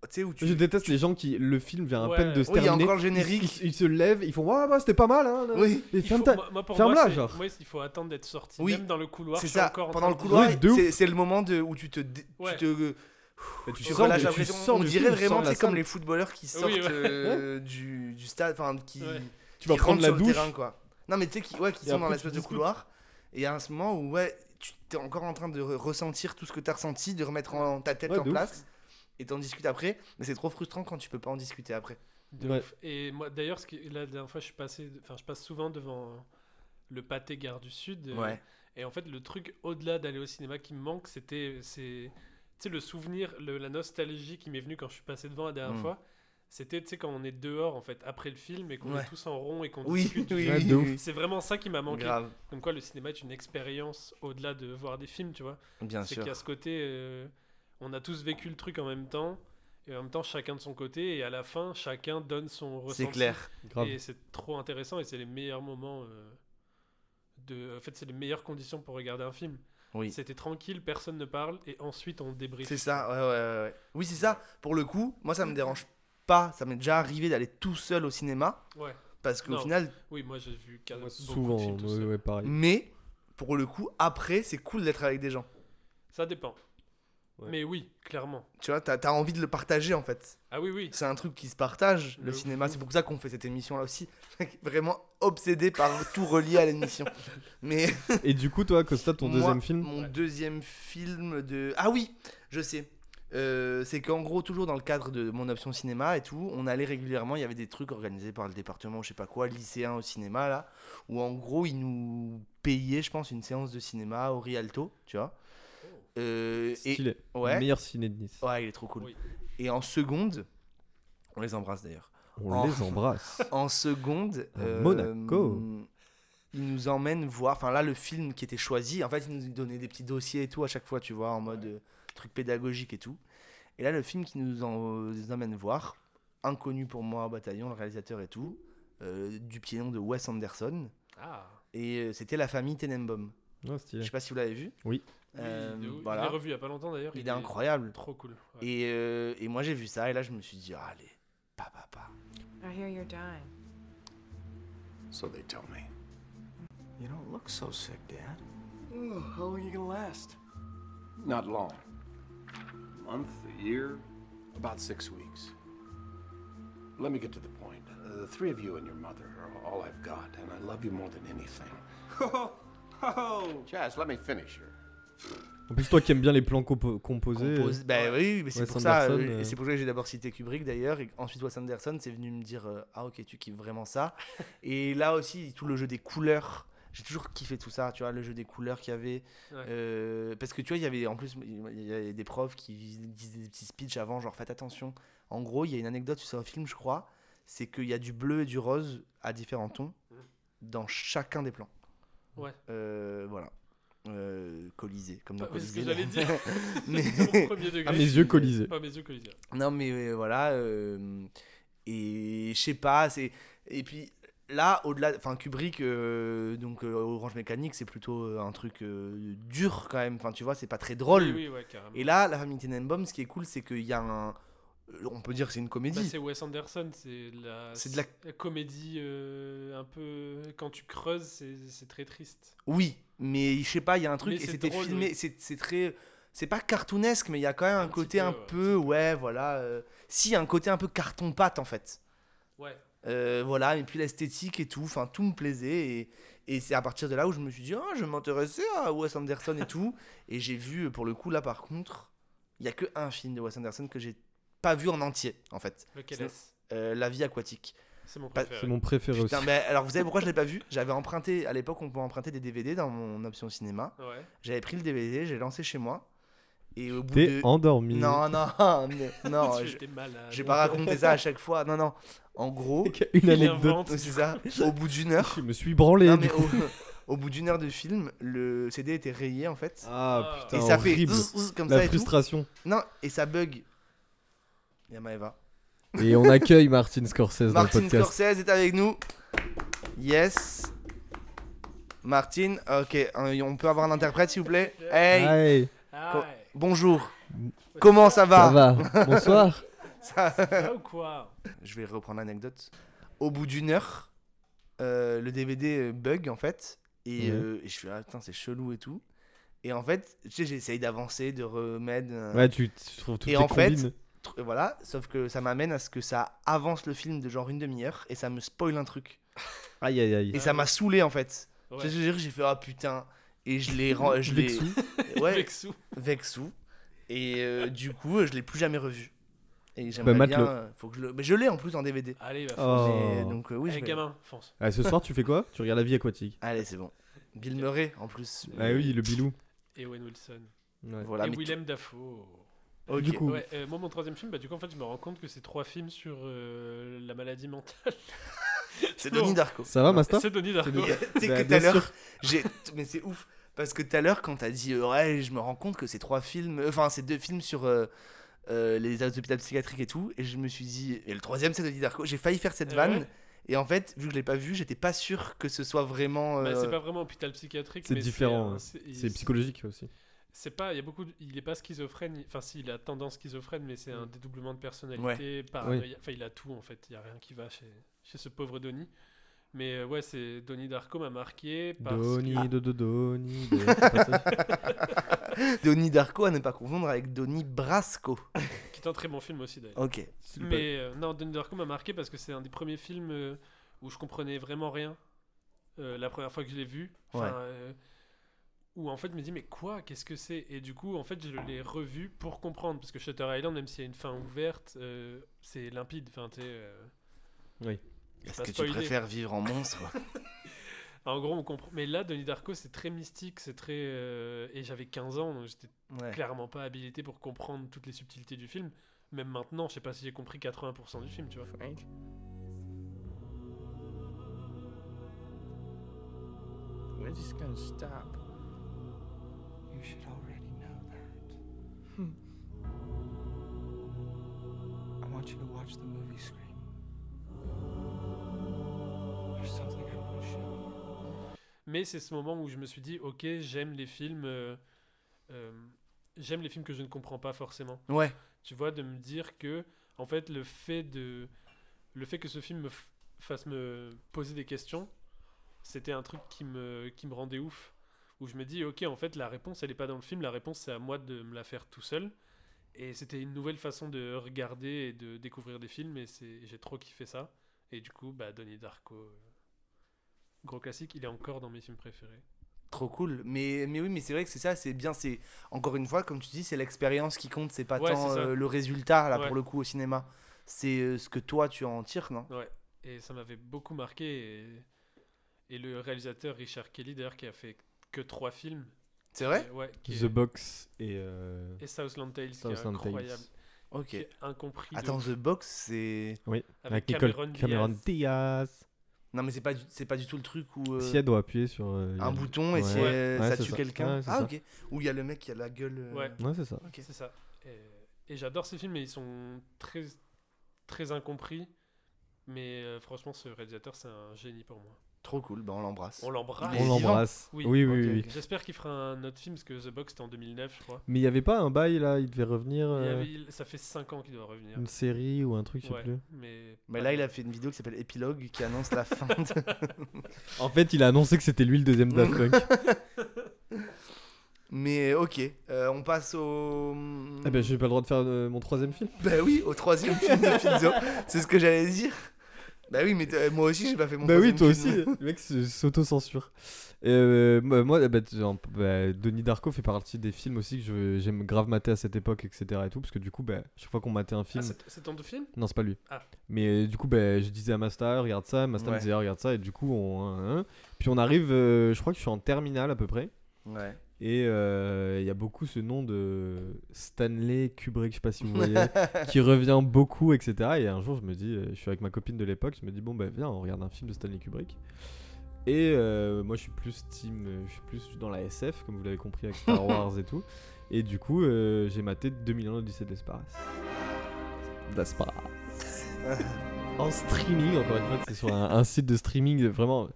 Speaker 3: Tu sais, où tu.
Speaker 1: Je déteste les gens qui. Le film vient à
Speaker 2: Ouais.
Speaker 1: peine de se
Speaker 3: Oui, il y a
Speaker 1: terminer.
Speaker 3: encore le générique.
Speaker 1: Ils, ils- ils se lèvent, ils font Ouais, bah c'était pas mal, hein.
Speaker 3: Oui.
Speaker 1: Et
Speaker 2: Il faut-
Speaker 1: ferme ta-
Speaker 2: moi- moi, pour moi,
Speaker 1: Ferme-la,
Speaker 2: c'est-
Speaker 1: genre.
Speaker 2: moi, il faut attendre d'être sorti.
Speaker 3: Oui,
Speaker 2: Même dans le couloir,
Speaker 3: C'est
Speaker 2: je suis
Speaker 3: ça,
Speaker 2: encore en
Speaker 3: pendant
Speaker 2: train
Speaker 3: le
Speaker 2: de-
Speaker 3: couloir,
Speaker 1: Oui, de ouf.
Speaker 3: c'est- c'est le moment de, où tu te. dé-
Speaker 2: Ouais.
Speaker 3: Tu te.
Speaker 1: Bah, tu
Speaker 3: tu
Speaker 1: sors,
Speaker 3: relâches
Speaker 1: mais
Speaker 3: la
Speaker 1: tu
Speaker 3: pression.
Speaker 1: sors
Speaker 3: On
Speaker 1: du
Speaker 3: dirait
Speaker 1: film, tu sors
Speaker 3: vraiment,
Speaker 1: de la
Speaker 3: c'est comme
Speaker 1: salle.
Speaker 3: les footballeurs qui
Speaker 2: Oui,
Speaker 3: sortent
Speaker 2: ouais.
Speaker 3: euh, du, du stade, enfin, qui.
Speaker 2: Ouais.
Speaker 1: Tu vas
Speaker 3: qui
Speaker 1: prendre
Speaker 3: rentrent
Speaker 1: la
Speaker 3: sur le
Speaker 1: douche.
Speaker 3: terrain, quoi. Non, mais tu sais, qui, ouais, qui
Speaker 1: Et
Speaker 3: sont
Speaker 1: après,
Speaker 3: dans
Speaker 1: tu
Speaker 3: l'espèce de
Speaker 1: discutes.
Speaker 3: couloir. Et à ce moment où, ouais, tu t'es encore en train de re- ressentir tout ce que t'as ressenti, de remettre en, ta tête
Speaker 1: Ouais,
Speaker 3: en
Speaker 1: de ouf.
Speaker 3: place. Et t'en discutes après. Mais c'est trop frustrant quand tu peux pas en discuter après.
Speaker 2: De
Speaker 1: Ouais.
Speaker 2: ouf. Et moi, d'ailleurs, ce qui- la dernière fois, je suis passé, enfin, je passe souvent devant euh, le pâté Gare du Sud. euh,
Speaker 3: Ouais.
Speaker 2: Et en fait, le truc au-delà d'aller au cinéma qui me manque, c'était, c'est, tu sais, le souvenir, le- la nostalgie qui m'est venue quand je suis passé devant la dernière
Speaker 3: Mm.
Speaker 2: fois. C'était, tu sais, quand on est dehors, en fait, après le film et qu'on
Speaker 3: Ouais.
Speaker 2: est tous en rond et qu'on
Speaker 3: Oui,
Speaker 2: discute. du
Speaker 3: oui,
Speaker 2: film.
Speaker 1: Ouais, de ouf.
Speaker 2: C'est vraiment ça qui m'a manqué.
Speaker 3: Grave.
Speaker 2: Comme quoi, le cinéma est une expérience au-delà de voir des films, tu vois.
Speaker 3: Bien
Speaker 2: C'est
Speaker 3: sûr.
Speaker 2: qu'à ce côté, euh, on a tous vécu le truc en même temps, et en même temps chacun de son côté, et à la fin, chacun donne son ressenti.
Speaker 3: C'est clair.
Speaker 1: Grave.
Speaker 2: Et c'est trop intéressant, et c'est les meilleurs moments euh, de... En fait, c'est les meilleures conditions pour regarder un film.
Speaker 3: Oui.
Speaker 2: C'était tranquille, personne ne parle, et ensuite on débriefe.
Speaker 3: C'est ça, ouais, ouais, ouais, ouais. Oui, c'est ça. Pour le coup, moi, ça me dérange pas. Ça m'est déjà arrivé d'aller tout seul au cinéma.
Speaker 2: Ouais.
Speaker 3: Parce qu'au
Speaker 2: Non.
Speaker 3: final.
Speaker 2: Oui, moi j'ai vu car- beaucoup
Speaker 1: Souvent,
Speaker 2: de films tout
Speaker 1: ouais,
Speaker 2: seul.
Speaker 1: ouais, pareil.
Speaker 3: Mais, pour le coup, après, c'est cool d'être avec des gens.
Speaker 2: Ça dépend.
Speaker 1: Ouais.
Speaker 2: Mais oui, clairement.
Speaker 3: Tu vois, t'as as envie de le partager, en fait.
Speaker 2: Ah oui, oui.
Speaker 3: C'est un truc qui se partage, le,
Speaker 2: De
Speaker 3: cinéma. C'est pour ça qu'on fait cette émission-là aussi. Vraiment obsédé par tout relié à l'émission. Mais.
Speaker 1: Et du coup, toi, Costa, ton
Speaker 3: Moi,
Speaker 1: deuxième film
Speaker 3: Mon deuxième film de. Ah oui, je sais. Euh, c'est qu'en gros, toujours dans le cadre de mon option cinéma et tout, on allait régulièrement. Il y avait des trucs organisés par le département, je sais pas quoi, lycéen au cinéma là, où en gros, ils nous payaient, je pense, une séance de cinéma au Rialto, tu vois. Euh, et-
Speaker 1: Stylé.
Speaker 3: Ouais. Oh.
Speaker 1: Meilleur ciné de Nice.
Speaker 3: Ouais, il est trop cool.
Speaker 2: Oui.
Speaker 3: Et en seconde, on les embrasse d'ailleurs.
Speaker 1: On
Speaker 3: En-
Speaker 1: les embrasse.
Speaker 3: En seconde,
Speaker 1: À Monaco.
Speaker 3: Ils nous emmènent voir. Enfin là, le film qui était choisi, en fait, ils nous donnaient des petits dossiers et tout à chaque fois, tu vois, en mode euh, truc pédagogique et tout. Et là, le film qui nous en, nous emmène voir, inconnu pour moi au bataillon, le réalisateur et tout, euh, du pied nom de Wes Anderson.
Speaker 2: Ah.
Speaker 3: Et euh, c'était la famille Tenenbaum.
Speaker 1: Ouais,
Speaker 3: Je
Speaker 1: stylé.
Speaker 3: sais pas si vous l'avez vu.
Speaker 1: Oui.
Speaker 3: Euh,
Speaker 2: Oui, de ouf.
Speaker 3: voilà.
Speaker 2: Je l'ai revu il y a pas longtemps d'ailleurs.
Speaker 3: Il est incroyable.
Speaker 2: Trop cool. ouais.
Speaker 3: Et, euh, et moi j'ai vu ça et là je me suis dit Ah, allez, pas papa.
Speaker 20: I hear you're dying.
Speaker 13: So they tell me.
Speaker 8: You don't look so sick, Dad.
Speaker 4: How long are you gonna last?
Speaker 8: Not long. A month, a year, about six weeks. Let me get to the point. Uh, the three of you and your mother are all I've got, and I love you more than anything. Oh, oh. Chaz, let me finish here.
Speaker 1: En plus, toi qui aimes bien les plans compo- composés. euh,
Speaker 3: Compose- Bah
Speaker 2: euh,
Speaker 3: oui, mais c'est
Speaker 1: Wes
Speaker 3: pour ça.
Speaker 1: Anderson,
Speaker 3: euh,
Speaker 1: euh,
Speaker 3: et c'est pour ça que j'ai d'abord cité Kubrick d'ailleurs, et ensuite Wes Anderson, c'est venu me dire euh, ah ok tu kiffes vraiment ça. et là aussi tout le jeu des couleurs. J'ai toujours kiffé tout ça, tu vois, le jeu des couleurs qu'il y avait.
Speaker 2: Ouais.
Speaker 3: Euh, parce que tu vois, il y avait en plus il y avait des profs qui disaient des petits speeches avant, genre faites attention. En gros, il y a une anecdote sur un film, je crois, c'est qu'il y a du bleu et du rose à différents tons dans chacun des plans.
Speaker 2: Mm. Ouais.
Speaker 3: Euh, voilà. Euh, colisée, comme dans
Speaker 2: Pas- c'est ce que
Speaker 3: Colisée.
Speaker 2: j'allais dire.
Speaker 3: Mais-
Speaker 2: Au premier degré.
Speaker 1: Ah, mes yeux colisés.
Speaker 2: Pas mes yeux colisés.
Speaker 3: Non, mais euh, voilà. euh, et je sais pas. c'est Et puis là, au-delà. Enfin, Kubrick, euh, donc euh, Orange Mécanique, c'est plutôt euh, un truc euh, dur quand même. Enfin, tu vois, c'est pas très drôle.
Speaker 2: Oui, oui, ouais, carrément.
Speaker 3: Et là, La famille Tenenbaum, ce qui est cool, c'est qu'il y a un. euh, On peut dire que c'est une
Speaker 2: Bah,
Speaker 3: comédie.
Speaker 2: c'est Wes Anderson, c'est de la,
Speaker 3: C'est de la-
Speaker 2: c'est comédie euh, un peu. Quand tu creuses, c'est c'est très triste.
Speaker 3: oui, mais je sais pas, il y a un truc.
Speaker 2: Mais
Speaker 3: et
Speaker 2: c'est
Speaker 3: c'était
Speaker 2: drôle,
Speaker 3: filmé.
Speaker 2: oui.
Speaker 3: C'est c'est très. C'est pas cartoonesque, mais il y a quand même un,
Speaker 2: petit
Speaker 3: côté
Speaker 2: peu,
Speaker 3: un
Speaker 2: ouais, un
Speaker 3: peu. Ouais, voilà. euh, Si, un côté un peu carton-pâte en fait.
Speaker 2: Ouais.
Speaker 3: Euh, voilà, et puis l'esthétique et tout, enfin tout me plaisait. Et, et c'est à partir de là où je me suis dit, ah, je m'intéressais à Wes Anderson et tout. Et j'ai vu, pour le coup, là par contre, il y a que un film de Wes Anderson que j'ai pas vu en entier, en fait.
Speaker 2: Lequel
Speaker 3: C'est- Bah,
Speaker 2: est-ce
Speaker 3: euh, La vie aquatique.
Speaker 2: C'est mon
Speaker 3: Pas-
Speaker 2: préféré.
Speaker 1: C'est mon préféré
Speaker 3: Putain,
Speaker 1: aussi.
Speaker 3: mais alors vous savez pourquoi je l'ai pas vu J'avais emprunté, à l'époque, on pouvait emprunter des DVD dans mon option cinéma.
Speaker 2: Ouais.
Speaker 3: J'avais pris le DVD, j'ai lancé chez moi. Et au bout de.
Speaker 1: T'es endormi.
Speaker 3: Non, non, mais- non, je-
Speaker 2: J'étais malade.
Speaker 3: j'ai pas raconté ça à chaque fois. Non, non. En gros.
Speaker 1: Une
Speaker 2: Il
Speaker 1: anecdote.
Speaker 2: invente.
Speaker 3: C'est ça. Au bout d'une heure,
Speaker 1: Je me suis branlé.
Speaker 3: Non,
Speaker 1: du
Speaker 3: mais
Speaker 1: coup.
Speaker 3: au, au bout d'une heure de film, le CD était rayé en fait.
Speaker 1: Ah putain,
Speaker 3: et ça
Speaker 1: horrible.
Speaker 3: fait zzz, zzz comme
Speaker 1: La
Speaker 3: ça et tout.
Speaker 1: frustration.
Speaker 3: Non, et ça bug. Il y a Maeva.
Speaker 1: Et on accueille Martin Scorsese dans le
Speaker 3: Martin
Speaker 1: podcast.
Speaker 3: Scorsese est avec nous. Yes. Martin, ok, euh, on peut avoir un interprète s'il vous plaît. Hey.
Speaker 1: Hey.
Speaker 2: Ah
Speaker 3: Co-
Speaker 2: ouais.
Speaker 3: Bonjour. Comment ça va
Speaker 1: Ça va. Bonsoir.
Speaker 3: Ça-
Speaker 2: ah, Ça ou quoi
Speaker 3: Je vais reprendre l'anecdote. Au bout d'une heure, euh, le DVD euh, bug en fait. Et,
Speaker 1: Ouais.
Speaker 3: euh, et je suis là, putain, c'est chelou et tout. Et en fait, tu sais, j'essaye d'avancer, de remettre. euh,
Speaker 1: Ouais, tu- tu trouves toutes
Speaker 3: Et
Speaker 1: tes
Speaker 3: en fait,
Speaker 1: combines.
Speaker 3: tr- euh, voilà, sauf que ça m'amène à ce que ça avance le film de genre une demi-heure et ça me spoil un truc.
Speaker 1: Aïe aïe aïe.
Speaker 3: Et ça m'a saoulé en fait.
Speaker 2: Ouais.
Speaker 3: Tu sais ce que je veux dire J'ai fait ah putain. Et je l'ai. ren- euh, je l'ai-
Speaker 1: Vexou.
Speaker 3: Ouais.
Speaker 2: Vexou.
Speaker 3: Vexou. Et euh, du coup, euh, je l'ai plus jamais revu. Et j'aimerais
Speaker 1: Bah,
Speaker 3: bien.
Speaker 1: mate-le.
Speaker 3: euh, Faut que je le... Mais je l'ai en plus en DVD.
Speaker 2: Allez, va
Speaker 1: Oh.
Speaker 3: Mais, donc, euh, Ah, oui,
Speaker 2: Eh,
Speaker 3: je vais-
Speaker 2: gamin, fonce.
Speaker 1: Ah, ce soir, tu fais quoi Tu regardes la vie aquatique.
Speaker 3: Allez, c'est bon. Bill Murray en plus.
Speaker 1: Ah oui, le bilou.
Speaker 2: Et Owen Wilson.
Speaker 3: Voilà,
Speaker 2: et
Speaker 3: mais
Speaker 2: Willem Dafoe.
Speaker 1: Ok. Du coup.
Speaker 2: Ouais, euh, moi, mon troisième film, bah, du coup, en fait, je me rends compte que c'est trois films sur euh, la maladie mentale.
Speaker 3: Ah, C'est
Speaker 2: Bon.
Speaker 3: Denis Darko.
Speaker 1: Ça va, Masta
Speaker 2: C'est Denis Darko.
Speaker 3: Tu sais
Speaker 1: Bah,
Speaker 3: que tout
Speaker 1: bien
Speaker 3: à l'heure,
Speaker 1: sûr.
Speaker 3: j'ai. Mais c'est ouf. Parce que tout à l'heure, quand t'as dit euh, ouais, je me rends compte que c'est trois films. euh, Enfin, c'est deux films sur euh, euh, les hôpitaux psychiatriques et tout. Et je me suis dit. Et le troisième, c'est Denis Darko. J'ai failli faire cette
Speaker 2: Eh
Speaker 3: vanne.
Speaker 2: ouais.
Speaker 3: Et en fait, vu que je l'ai pas vu, j'étais pas sûr que ce soit vraiment.
Speaker 2: Bah,
Speaker 3: euh,
Speaker 2: c'est pas vraiment hôpital psychiatrique.
Speaker 1: C'est
Speaker 2: mais
Speaker 1: différent.
Speaker 2: un-
Speaker 1: hein.
Speaker 2: c'est-
Speaker 1: C'est psychologique aussi.
Speaker 2: C'est pas, il y a beaucoup, de- il est pas schizophrène, il- enfin si, il a tendance schizophrène, mais c'est un dédoublement de personnalité, paranoïa,
Speaker 1: Oui.
Speaker 2: enfin il a tout en fait, il y a rien qui va chez, chez ce pauvre Donnie. Mais euh, ouais, c'est Donnie Darko m'a marqué parce
Speaker 1: Donnie,
Speaker 2: que... Ah.
Speaker 1: dodo, Donnie.
Speaker 3: Donnie Darko à ne pas confondre avec Donnie Brasco.
Speaker 2: qui est un très bon film aussi d'ailleurs.
Speaker 3: Ok.
Speaker 2: Mais euh, non, Donnie Darko m'a marqué parce que c'est un des premiers films euh, où je comprenais vraiment rien. euh, la première fois que je l'ai vu, Enfin,
Speaker 3: Ouais.
Speaker 2: euh, où en fait je me dis mais quoi, qu'est-ce que c'est Et du coup en fait je l'ai revu pour comprendre parce que Shutter Island même s'il y a une fin ouverte, euh, c'est limpide. Enfin tu sais, euh,
Speaker 1: Oui.
Speaker 2: je vais
Speaker 3: Est-ce
Speaker 2: pas
Speaker 3: que tu
Speaker 2: spoiler.
Speaker 3: préfères vivre en monstre
Speaker 2: En gros on comprend. Mais là Denis Darko c'est très mystique, c'est très euh, et j'avais 15 ans donc j'étais
Speaker 3: Ouais.
Speaker 2: clairement pas habilité pour comprendre toutes les subtilités du film. Même maintenant, je sais pas si j'ai compris 80% du film, tu vois.
Speaker 5: We're just gonna stop. You should already know Hmm.
Speaker 4: I want you to watch the movie Scream. There's something I want to show you.
Speaker 2: Mais c'est ce moment où je me suis dit, ok, j'aime les films, euh, euh, j'aime les films que je ne comprends pas forcément.
Speaker 3: Ouais.
Speaker 2: Tu vois, de me dire que, en fait, le fait de, le fait que ce film me f- fasse me poser des questions, c'était un truc qui me, qui me rendait ouf. Où je me dis, ok, en fait, la réponse, elle n'est pas dans le film. La réponse, c'est à moi de me la faire tout seul. Et c'était une nouvelle façon de regarder et de découvrir des films. Et c'est, j'ai trop kiffé ça. Et du coup, bah, Donnie Darko. euh, Gros classique, il est encore dans mes films préférés.
Speaker 3: Trop cool. Mais, mais oui, mais c'est vrai que c'est ça, c'est bien. C'est Encore une fois, comme tu dis, c'est l'expérience qui compte, c'est pas
Speaker 2: Ouais,
Speaker 3: tant
Speaker 2: c'est ça.
Speaker 3: euh, le résultat, là,
Speaker 2: Ouais.
Speaker 3: pour le coup, au cinéma. C'est euh, ce que toi, tu en tires, non
Speaker 2: Ouais, et ça m'avait beaucoup marqué. Et, et le réalisateur Richard Kelly, d'ailleurs, qui a fait que trois films.
Speaker 3: C'est vrai
Speaker 2: Qui est- Ouais. qui
Speaker 1: The
Speaker 2: est-
Speaker 1: Box et. euh,
Speaker 2: Et Southland Tales, qui est
Speaker 1: Southland Tales.
Speaker 2: incroyable.
Speaker 3: Ok.
Speaker 2: Qui est incompris. de
Speaker 3: Attends,
Speaker 2: ouf.
Speaker 3: The Box, c'est.
Speaker 1: Oui,
Speaker 2: Avec
Speaker 1: avec Nicole
Speaker 2: Cameron Diaz.
Speaker 1: Cameron Diaz.
Speaker 3: Non, mais c'est pas, du... c'est pas du tout le truc où. euh,
Speaker 1: Si elle doit appuyer sur. euh, il y a
Speaker 3: Un
Speaker 1: le-
Speaker 3: bouton et
Speaker 1: Ouais.
Speaker 3: si euh,
Speaker 1: Ouais,
Speaker 3: ça
Speaker 1: c'est
Speaker 3: tue quelqu'un.
Speaker 1: Ouais, c'est
Speaker 3: ah,
Speaker 1: ça.
Speaker 3: ok. Où il y a le mec qui a la gueule. euh,
Speaker 2: Ouais,
Speaker 1: Ouais, c'est ça.
Speaker 3: Ok.
Speaker 2: c'est ça. Et, et j'adore ces films, et ils sont très, très incompris. Mais euh, franchement, ce réalisateur, c'est un génie pour moi.
Speaker 3: Trop cool, bah, on l'embrasse.
Speaker 2: On l'embrasse.
Speaker 3: Il est
Speaker 1: On
Speaker 3: vivant
Speaker 1: l'embrasse. Oui, oui, oui.
Speaker 3: Ok,
Speaker 1: oui.
Speaker 3: ok.
Speaker 2: J'espère qu'il fera un autre film, parce que The Box, c'était en 2009, je crois.
Speaker 1: Mais il y avait pas un bail là, il devait revenir.
Speaker 2: Il y
Speaker 1: euh,
Speaker 2: avait- il- ça fait 5 ans qu'il doit revenir.
Speaker 1: Une série ou un truc, je sais
Speaker 2: Ouais,
Speaker 1: plus.
Speaker 2: mais
Speaker 3: Mais
Speaker 2: pas
Speaker 3: là, il a fait une vidéo qui s'appelle Épilogue qui annonce la fin de.
Speaker 1: En fait, il a annoncé que c'était lui le deuxième Daft Punk.
Speaker 3: Mais ok, euh, on passe au.
Speaker 1: Eh ben, j'ai pas le droit de faire euh, mon troisième film.
Speaker 3: Bah oui, au troisième film de Pizzo. C'est ce que j'allais dire. Bah oui, mais t- moi aussi j'ai pas fait mon
Speaker 1: Bah oui, toi
Speaker 3: troisième
Speaker 1: aussi,
Speaker 3: film.
Speaker 1: le mec se- s'auto-censure. Euh, bah, moi, bah, tu- en- bah, Donnie Darko fait partie des films aussi que je- j'aime grave mater à cette époque, etc. Et tout, parce que du coup, bah, chaque fois qu'on matait un
Speaker 2: Ah,
Speaker 1: film.
Speaker 2: c'est c'est ton deux films
Speaker 1: Non, c'est pas lui.
Speaker 2: Ah.
Speaker 1: Mais euh, du coup, bah, je disais à Master, regarde ça, Master
Speaker 3: Ouais.
Speaker 1: me disait, ah, regarde ça, et du coup, on. hein, hein. Puis on arrive, euh, je crois que je suis en terminale à peu près.
Speaker 3: Ouais.
Speaker 1: Et euh, il y a beaucoup ce nom de Stanley Kubrick, je sais pas si vous voyez, qui revient beaucoup, etc. Et un jour, je me dis, euh, je suis avec ma copine de l'époque, je me dis, bon, bah viens, on regarde un film de Stanley Kubrick. Et euh, moi, je suis plus team, euh, je suis plus dans la SF, comme vous l'avez compris, avec Star Wars et tout. Et du coup, euh, j'ai maté 2001 l'Odyssée de l'espace. D'Asparas. en streaming, encore une fois, c'est sur un, un site de streaming, vraiment.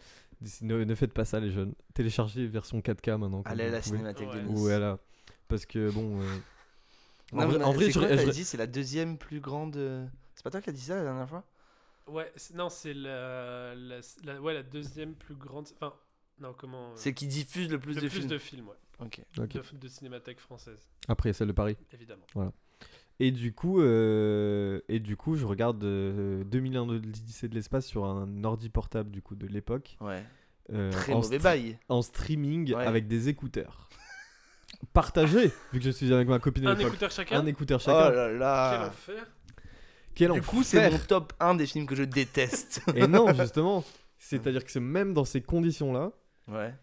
Speaker 1: Ne, ne faites pas ça, les jeunes. Téléchargez version 4K maintenant. comme
Speaker 3: Allez à
Speaker 1: vous
Speaker 3: la
Speaker 1: pouvez.
Speaker 3: Cinémathèque de
Speaker 2: Ouais.
Speaker 3: Nice.
Speaker 1: Ouais, là. Parce que bon. euh, En vrai- en vrai,
Speaker 3: c'est
Speaker 1: je-
Speaker 3: quoi que
Speaker 1: je-
Speaker 3: t'as dit C'est la deuxième plus grande. euh, C'est pas toi qui as dit ça la dernière fois
Speaker 2: Ouais, c'est- non, c'est la, la, la- ouais, la deuxième plus grande. Enfin, non, comment. euh,
Speaker 3: C'est qui diffuse le plus de films.
Speaker 2: de films, ouais.
Speaker 3: Ok.
Speaker 1: Ok.
Speaker 2: De, de cinémathèque française.
Speaker 1: Après celle de Paris.
Speaker 2: Évidemment.
Speaker 1: Voilà. Et du coup, euh, et du coup, je regarde euh, 2001 de l'Odyssée de l'espace sur un ordi portable du coup de l'époque.
Speaker 3: Ouais.
Speaker 1: Euh,
Speaker 3: Très
Speaker 1: en
Speaker 3: mauvais
Speaker 1: stre-
Speaker 3: bail.
Speaker 1: En streaming avec des écouteurs. Partagé, vu que je suis avec ma copine à
Speaker 2: Un
Speaker 1: l'époque.
Speaker 2: écouteur chacun
Speaker 1: Un écouteur chacun.
Speaker 3: Oh là là.
Speaker 2: Quel enfer.
Speaker 1: Quel
Speaker 3: du coup, c'est
Speaker 1: enfer.
Speaker 3: mon top 1 des films que je déteste.
Speaker 1: Et non, justement, c'est-à-dire que c'est même dans ces conditions-là,
Speaker 3: Ouais.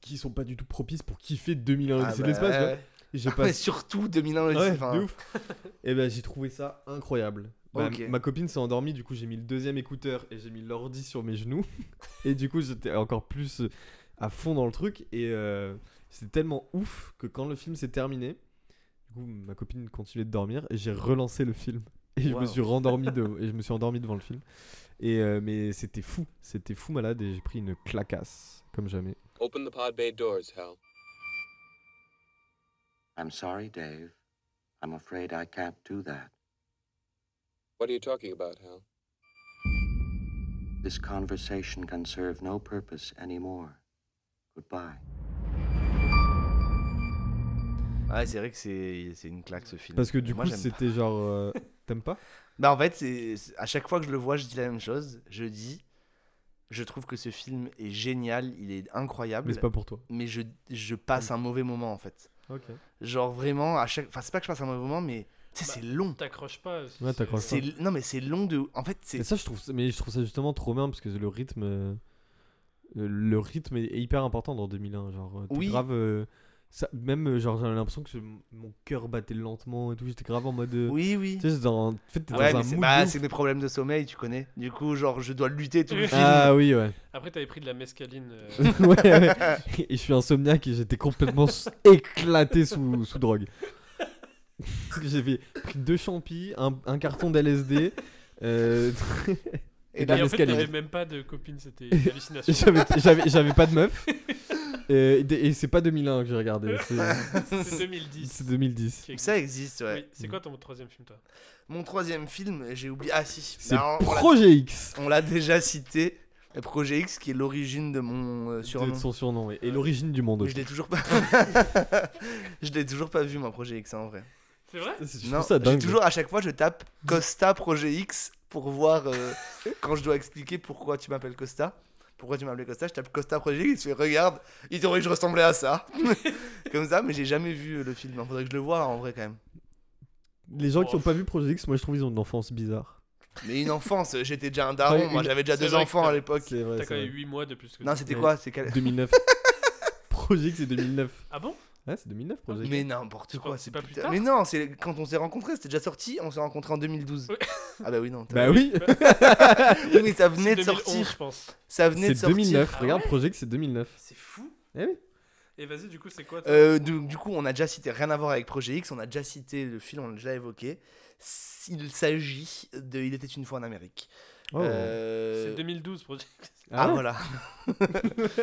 Speaker 1: qui sont pas du tout propices pour kiffer 2001
Speaker 3: Ah bah,
Speaker 1: l'Odyssée Euh, de l'espace. tu vois.
Speaker 3: ouais.
Speaker 1: J'ai
Speaker 3: Ah, mais surtout 2001 l'Odyssée,
Speaker 1: Ouais,
Speaker 3: enfin.
Speaker 1: de ouf. Et ben j'ai trouvé ça incroyable. Bah,
Speaker 3: Ok.
Speaker 1: Ma copine s'est endormie, du coup j'ai mis le deuxième écouteur et j'ai mis l'ordi sur mes genoux. et du coup j'étais encore plus euh, à fond dans le truc. Et euh, c'était tellement ouf que quand le film s'est terminé, du coup ma copine continuait de dormir et j'ai relancé le film. Et je
Speaker 3: Wow.
Speaker 1: me suis rendormi de- et je me suis endormi devant le film. Et euh, mais c'était fou, c'était fou malade et j'ai pris une clacasse comme jamais.
Speaker 7: Open the pod bay doors, Hal.
Speaker 15: I'm sorry, Dave. I'm afraid I can't do that.
Speaker 7: What are you talking about, Hal?
Speaker 15: This conversation can serve no purpose anymore. Goodbye.
Speaker 3: Ouais, c'est vrai que c'est c'est une claque ce film.
Speaker 1: Parce que du
Speaker 3: Moi,
Speaker 1: coup
Speaker 3: j'aime pas.
Speaker 1: c'était genre euh, t'aimes pas
Speaker 3: Bah en fait, c'est c'est- à chaque fois que je le vois, je dis la même chose. Je dis, je trouve que ce film est génial, il est incroyable.
Speaker 1: Mais c'est pas Mm. pour toi.
Speaker 3: Mais je, je passe un mauvais moment en fait.
Speaker 1: Ok.
Speaker 3: Genre vraiment, à chaque... Enfin, c'est pas que je passe un mauvais moment, mais tu sais, c'est long.
Speaker 2: T'accroches pas. euh, c'est-
Speaker 1: Bah, Ouais, t'accroches
Speaker 3: C'est-
Speaker 1: pas.
Speaker 3: Non mais c'est long de... En fait, c'est...
Speaker 1: Mais ça, je trouve, ça- mais je trouve ça justement trop bien parce que le rythme, euh, euh, le rythme est est hyper important dans 2001. Genre, euh, t'es
Speaker 3: Oui.
Speaker 1: grave. euh, ça, même euh, genre j'avais l'impression que je- mon cœur battait lentement et tout j'étais grave en mode euh,
Speaker 3: Oui, oui.
Speaker 1: tu sais c'est dans en fait t'es
Speaker 3: Ouais, mais
Speaker 1: dans un
Speaker 3: c'est
Speaker 1: mood
Speaker 3: bah,
Speaker 1: de ouf.
Speaker 3: c'est mes problèmes de sommeil, tu connais. Du coup, genre, je dois lutter tout le film.
Speaker 1: ah oui ouais
Speaker 2: Après, t'avais pris de la mescaline. euh,
Speaker 1: ouais, ouais. et je suis insomniaque et j'étais complètement s- éclaté sous, sous drogue j'avais pris deux champis un, un carton d'LSD euh,
Speaker 2: Et,
Speaker 1: de la
Speaker 2: en fait,
Speaker 1: mescaline.
Speaker 2: t'avais même pas de copine, c'était une hallucination.
Speaker 1: j'avais, j'avais, j'avais pas de meuf. Euh, et, et c'est pas 2001 que j'ai regardé. C'est,
Speaker 2: C'est 2010.
Speaker 1: C'est 2010.
Speaker 2: Qui
Speaker 3: Ça existe, ouais.
Speaker 2: Oui, C'est quoi ton troisième film, toi
Speaker 3: Mon troisième film, j'ai oublié. Ah si,
Speaker 1: C'est
Speaker 3: bah, on- on l'a-
Speaker 1: Projet X.
Speaker 3: On l'a déjà cité. Le Projet X qui est l'origine de mon euh, surnom.
Speaker 1: De son surnom et, et l'origine du monde.
Speaker 3: Mais je l'ai toujours pas. je l'ai toujours pas vu, moi, Projet X, hein, en vrai.
Speaker 2: C'est vrai
Speaker 1: Je
Speaker 3: Non,
Speaker 1: trouve ça
Speaker 3: j'ai
Speaker 1: dingue.
Speaker 3: toujours à chaque fois, je tape Costa Projet X pour voir euh, quand je dois expliquer pourquoi tu m'appelles Costa. Pourquoi tu m'appelles Costa Je tape Costa Projet X, je fais regarde, ils t'auraient que je ressemblais à ça. Comme ça, mais j'ai jamais vu euh, le film. Il faudrait que je le voie en vrai quand même.
Speaker 1: Les gens qui
Speaker 3: Oh.
Speaker 1: ont pas vu Projet X, moi je trouve ils ont une enfance bizarre.
Speaker 3: Mais une enfance, euh, j'étais déjà un daron,
Speaker 1: Ouais,
Speaker 3: moi
Speaker 1: une-
Speaker 3: j'avais déjà
Speaker 1: c'est
Speaker 3: deux
Speaker 1: vrai que
Speaker 3: enfants à
Speaker 1: t'as-
Speaker 3: l'époque.
Speaker 1: c'est vrai,
Speaker 2: T'as quand même 8 mois de plus que
Speaker 3: Non,
Speaker 2: ça.
Speaker 3: c'était quoi C'est quel-
Speaker 1: 2009. Projet X c'est 2009.
Speaker 2: Ah bon
Speaker 1: Ouais, c'est 2009 Projet X.
Speaker 3: Mais n'importe quoi, c'est
Speaker 2: pas
Speaker 3: plus
Speaker 2: plus
Speaker 3: tard.
Speaker 2: tard
Speaker 3: Mais non, c'est quand on s'est rencontrés, c'était déjà sorti, on s'est rencontrés en 2012. Ah bah oui, non. t'as-
Speaker 1: Bah oui.
Speaker 3: Oui, mais ça venait
Speaker 2: C'est
Speaker 3: de
Speaker 2: 2011,
Speaker 3: sortir.
Speaker 2: je pense.
Speaker 3: Ça venait de
Speaker 1: C'est
Speaker 3: sortir.
Speaker 1: 2009.
Speaker 2: Ah
Speaker 1: Regarde
Speaker 2: ouais
Speaker 1: Projet X c'est 2009.
Speaker 2: C'est fou.
Speaker 1: Eh oui.
Speaker 2: Et vas-y, du coup, c'est quoi toi
Speaker 3: Euh, du, du coup, on a déjà cité, rien à voir avec Projet X, on a déjà cité le film, on l'a déjà évoqué. Il s'agit de Il était une fois en Amérique.
Speaker 1: Oh.
Speaker 3: Euh,
Speaker 2: C'est 2012, projet.
Speaker 3: Ah,
Speaker 1: ouais
Speaker 3: voilà. Mais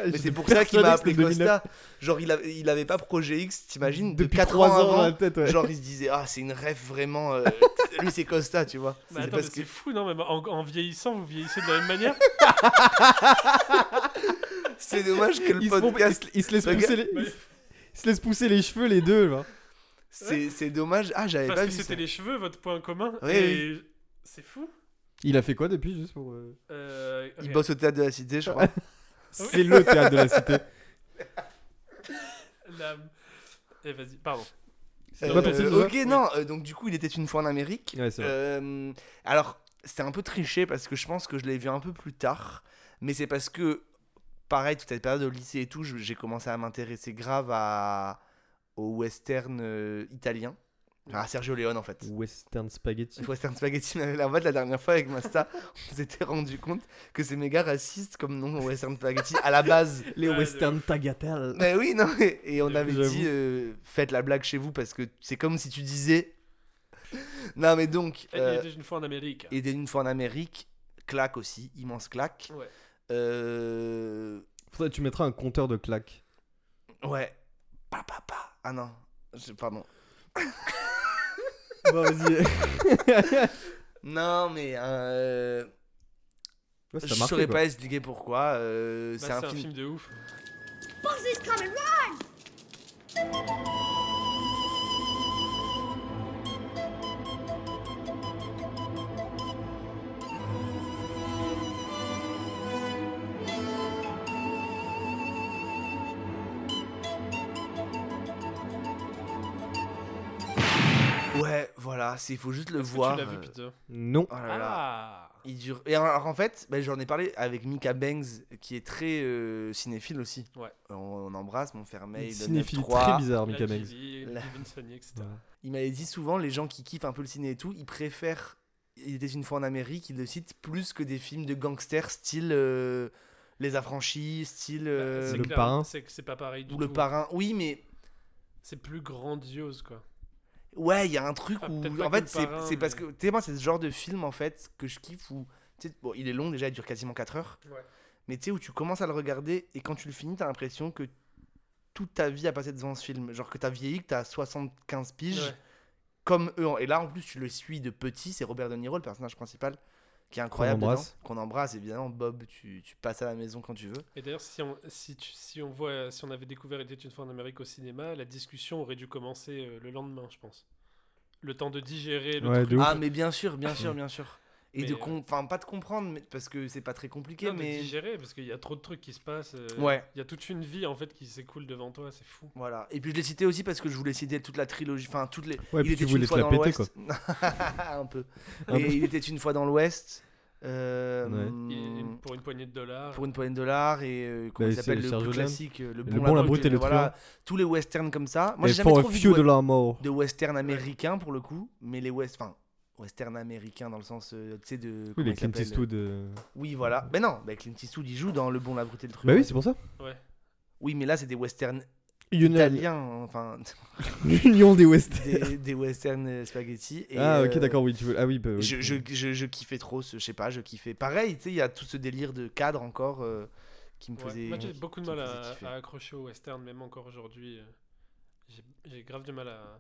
Speaker 3: c'est
Speaker 1: J'étais
Speaker 3: pour ça qu'il m'a appelé
Speaker 1: persuadé que c'était
Speaker 3: Costa. Genre, il, avait- il avait pas Projet X, t'imagines De
Speaker 1: Depuis
Speaker 3: 4
Speaker 1: trois ans
Speaker 3: ans
Speaker 1: dans
Speaker 3: avant,
Speaker 1: la tête, ouais.
Speaker 3: genre, il se disait Ah, c'est une rêve vraiment. euh, lui, c'est Costa, tu vois.
Speaker 2: Bah
Speaker 3: C'est
Speaker 2: attends, mais
Speaker 3: parce
Speaker 2: c'est fou, non mais en, en vieillissant, vous vieillissez de la même manière
Speaker 3: que- C'est dommage que le
Speaker 1: Ils se font-
Speaker 3: podcast.
Speaker 1: ils se- ils se
Speaker 3: le
Speaker 1: laissent
Speaker 3: gars-
Speaker 1: pousser les- Ils se laissent pousser les cheveux les deux là.
Speaker 3: C'est c'est dommage. Ah, j'avais
Speaker 2: Parce
Speaker 3: pas
Speaker 2: que
Speaker 3: vu ça.
Speaker 2: c'était les cheveux, votre point commun.
Speaker 3: Oui,
Speaker 2: et c'est fou.
Speaker 1: Il a fait quoi depuis juste pour euh,
Speaker 2: Euh,
Speaker 3: Il
Speaker 2: rien.
Speaker 3: bosse au théâtre de la cité, je crois.
Speaker 1: C'est le théâtre de la cité.
Speaker 2: La- Eh vas-y, pardon.
Speaker 1: C'est
Speaker 3: Euh,
Speaker 1: pas ton film,
Speaker 3: ok,
Speaker 1: ça
Speaker 3: non, euh, donc du coup, il était une fois en Amérique.
Speaker 1: Ouais, c'est vrai.
Speaker 3: Euh, alors, c'était un peu triché parce que je pense que je l'ai vu un peu plus tard, mais c'est parce que, pareil, toute cette période au lycée et tout, je- j'ai commencé à m'intéresser grave à, au western euh, italien, Enfin, à Sergio Leone en fait.
Speaker 1: Western Spaghetti.
Speaker 3: Western Spaghetti, en fait, la dernière fois avec Masta, on s'était rendu compte que c'est méga raciste comme nom Western Spaghetti à la base.
Speaker 1: Les Western Tagatelles.
Speaker 3: Mais Bah oui, non, mais- et on
Speaker 1: J'avoue,
Speaker 3: avait
Speaker 1: j'avoue.
Speaker 3: dit euh, faites la blague chez vous parce que c'est comme si tu disais. Non, mais donc.
Speaker 2: Il
Speaker 3: euh,
Speaker 2: était une fois en Amérique.
Speaker 3: Et dès une fois en Amérique, claque aussi, immense claque.
Speaker 2: Ouais.
Speaker 3: Euh,
Speaker 1: Faudrait que tu mettras un compteur de claques.
Speaker 3: ouais. Pa, pa, pa. Ah non, Je- pardon.
Speaker 1: Bon,
Speaker 3: Bah,
Speaker 1: vas-y.
Speaker 3: non, mais. Euh...
Speaker 1: Ouais, ça
Speaker 3: je
Speaker 1: a marqué,
Speaker 3: saurais
Speaker 1: quoi.
Speaker 3: pas expliquer pourquoi. euh,
Speaker 2: Bah,
Speaker 3: c'est un, film.
Speaker 2: de ouf.
Speaker 10: Buzzy's coming, run!
Speaker 3: Ouais, voilà, c'est- il faut juste le
Speaker 2: Est-ce que tu
Speaker 3: voir.
Speaker 2: l'as vu, Ah,
Speaker 3: euh,
Speaker 2: Peter
Speaker 1: Non.
Speaker 3: Oh là là. Il dure. Et alors, en fait, bah, j'en ai parlé avec Mika Banks, qui est très euh, cinéphile aussi.
Speaker 2: Ouais.
Speaker 3: On, on embrasse mon fermeil.
Speaker 1: Une
Speaker 3: le
Speaker 1: cinéphilie
Speaker 3: 9-3.
Speaker 1: très bizarre, Mika
Speaker 2: Michael
Speaker 1: Banks.
Speaker 3: La-
Speaker 2: etc.
Speaker 3: Il m'avait dit souvent, les gens qui kiffent un peu le ciné et tout, ils préfèrent Il était une fois en Amérique, ils le citent plus que des films de gangsters style euh, Les Affranchis, style. euh,
Speaker 2: Bah, C'est
Speaker 1: Le
Speaker 2: clair,
Speaker 1: parrain.
Speaker 2: C'est que c'est pas pareil du
Speaker 3: ou
Speaker 2: tout.
Speaker 3: Le Parrain. Oui, mais
Speaker 2: C'est plus grandiose, quoi.
Speaker 3: Ouais, il y a un truc
Speaker 2: Ah,
Speaker 3: où.
Speaker 2: peut-être pas
Speaker 3: En
Speaker 2: que
Speaker 3: fait,
Speaker 2: le
Speaker 3: c'est
Speaker 2: parrain,
Speaker 3: c'est parce
Speaker 2: mais-
Speaker 3: que. Tu sais, moi, c'est ce genre de film, en fait, que je kiffe où. tu sais, Bon, il est long déjà, il dure quasiment 4 heures.
Speaker 2: Ouais.
Speaker 3: Mais tu sais, où tu commences à le regarder et quand tu le finis, t'as l'impression que toute ta vie a passé devant ce film. Genre que t'as vieilli, que t'as 75 piges,
Speaker 2: Ouais.
Speaker 3: comme eux. Et là, en plus, tu le suis de petit. C'est Robert De Niro, le personnage principal, qui est incroyable. dedans,
Speaker 1: embrasse.
Speaker 3: Qu'on embrasse, évidemment. Bob, tu, tu passes à la maison quand tu veux.
Speaker 2: Et d'ailleurs, si on, si, tu- si on voit, si on avait découvert était une fois en Amérique au cinéma, la discussion aurait dû commencer euh, le lendemain, je pense. Le temps de digérer le
Speaker 1: Ouais,
Speaker 2: truc.
Speaker 1: de ouf.
Speaker 3: Ah, mais bien sûr, bien sûr,
Speaker 1: Ouais.
Speaker 3: bien sûr. Et
Speaker 2: Mais,
Speaker 3: de.
Speaker 2: euh,
Speaker 3: com- Enfin, pas de comprendre, mais- parce que c'est pas très compliqué,
Speaker 2: Non, de
Speaker 3: mais.
Speaker 2: digérer parce qu'il y a trop de trucs qui se passent. euh,
Speaker 3: Ouais.
Speaker 2: Il y a toute une vie en fait qui s'écoule devant toi, c'est fou.
Speaker 3: Voilà. Et puis je l'ai cité aussi parce que je voulais citer toute la trilogie, enfin toutes les.
Speaker 1: Ouais, puis tu
Speaker 3: une
Speaker 1: voulais
Speaker 3: fois
Speaker 1: te la
Speaker 3: dans
Speaker 1: péter,
Speaker 3: l'Ouest. un peu.
Speaker 1: Un
Speaker 3: Et
Speaker 1: peu.
Speaker 3: il était une fois dans l'Ouest. euh,
Speaker 1: Ouais.
Speaker 2: Il- il- pour une poignée de dollars.
Speaker 3: Pour une poignée de dollars et euh, comment
Speaker 1: Bah,
Speaker 3: il
Speaker 1: c'est
Speaker 3: s'appelle le
Speaker 1: Sergio
Speaker 3: plus
Speaker 1: Leone.
Speaker 3: classique, euh, le
Speaker 1: Le
Speaker 3: bon,
Speaker 1: Bon,
Speaker 3: la
Speaker 1: la
Speaker 3: brute
Speaker 1: Brute et le
Speaker 3: voilà,
Speaker 1: Truand.
Speaker 3: tous les westerns comme ça. Moi
Speaker 1: Et
Speaker 3: j'ai jamais
Speaker 1: for a
Speaker 3: trop vu
Speaker 1: few
Speaker 3: de,
Speaker 1: dollars more.
Speaker 3: de western américain pour le coup, mais les west, enfin western américain dans le sens euh, tu sais de.
Speaker 1: Oui,
Speaker 3: comment
Speaker 1: les
Speaker 3: il
Speaker 1: Clint
Speaker 3: s'appelle
Speaker 1: Eastwood. euh.
Speaker 3: Oui voilà. Mais non, bah, Clint Eastwood il joue dans le bon, la brute et le truand.
Speaker 1: Bah oui, c'est Bah pour ça.
Speaker 2: Ouais.
Speaker 3: Oui mais là c'est des westerns
Speaker 1: Union-
Speaker 3: italiens enfin.
Speaker 1: L'union des westerns.
Speaker 3: des, des western euh, spaghetti. Et,
Speaker 1: Ah, ok,
Speaker 3: euh,
Speaker 1: d'accord, oui. Tu veux... Ah, oui, bah, oui.
Speaker 3: Je, je, je, je kiffais trop ce, je sais pas, je kiffais. Pareil, tu sais, il y a tout ce délire de cadre encore euh, qui me
Speaker 2: Ouais.
Speaker 3: faisait.
Speaker 2: Moi j'ai beaucoup de
Speaker 3: qui me
Speaker 2: mal
Speaker 3: faisait
Speaker 2: à,
Speaker 3: kiffer.
Speaker 2: à accrocher au western, même encore aujourd'hui. euh, j'ai- J'ai grave du mal à.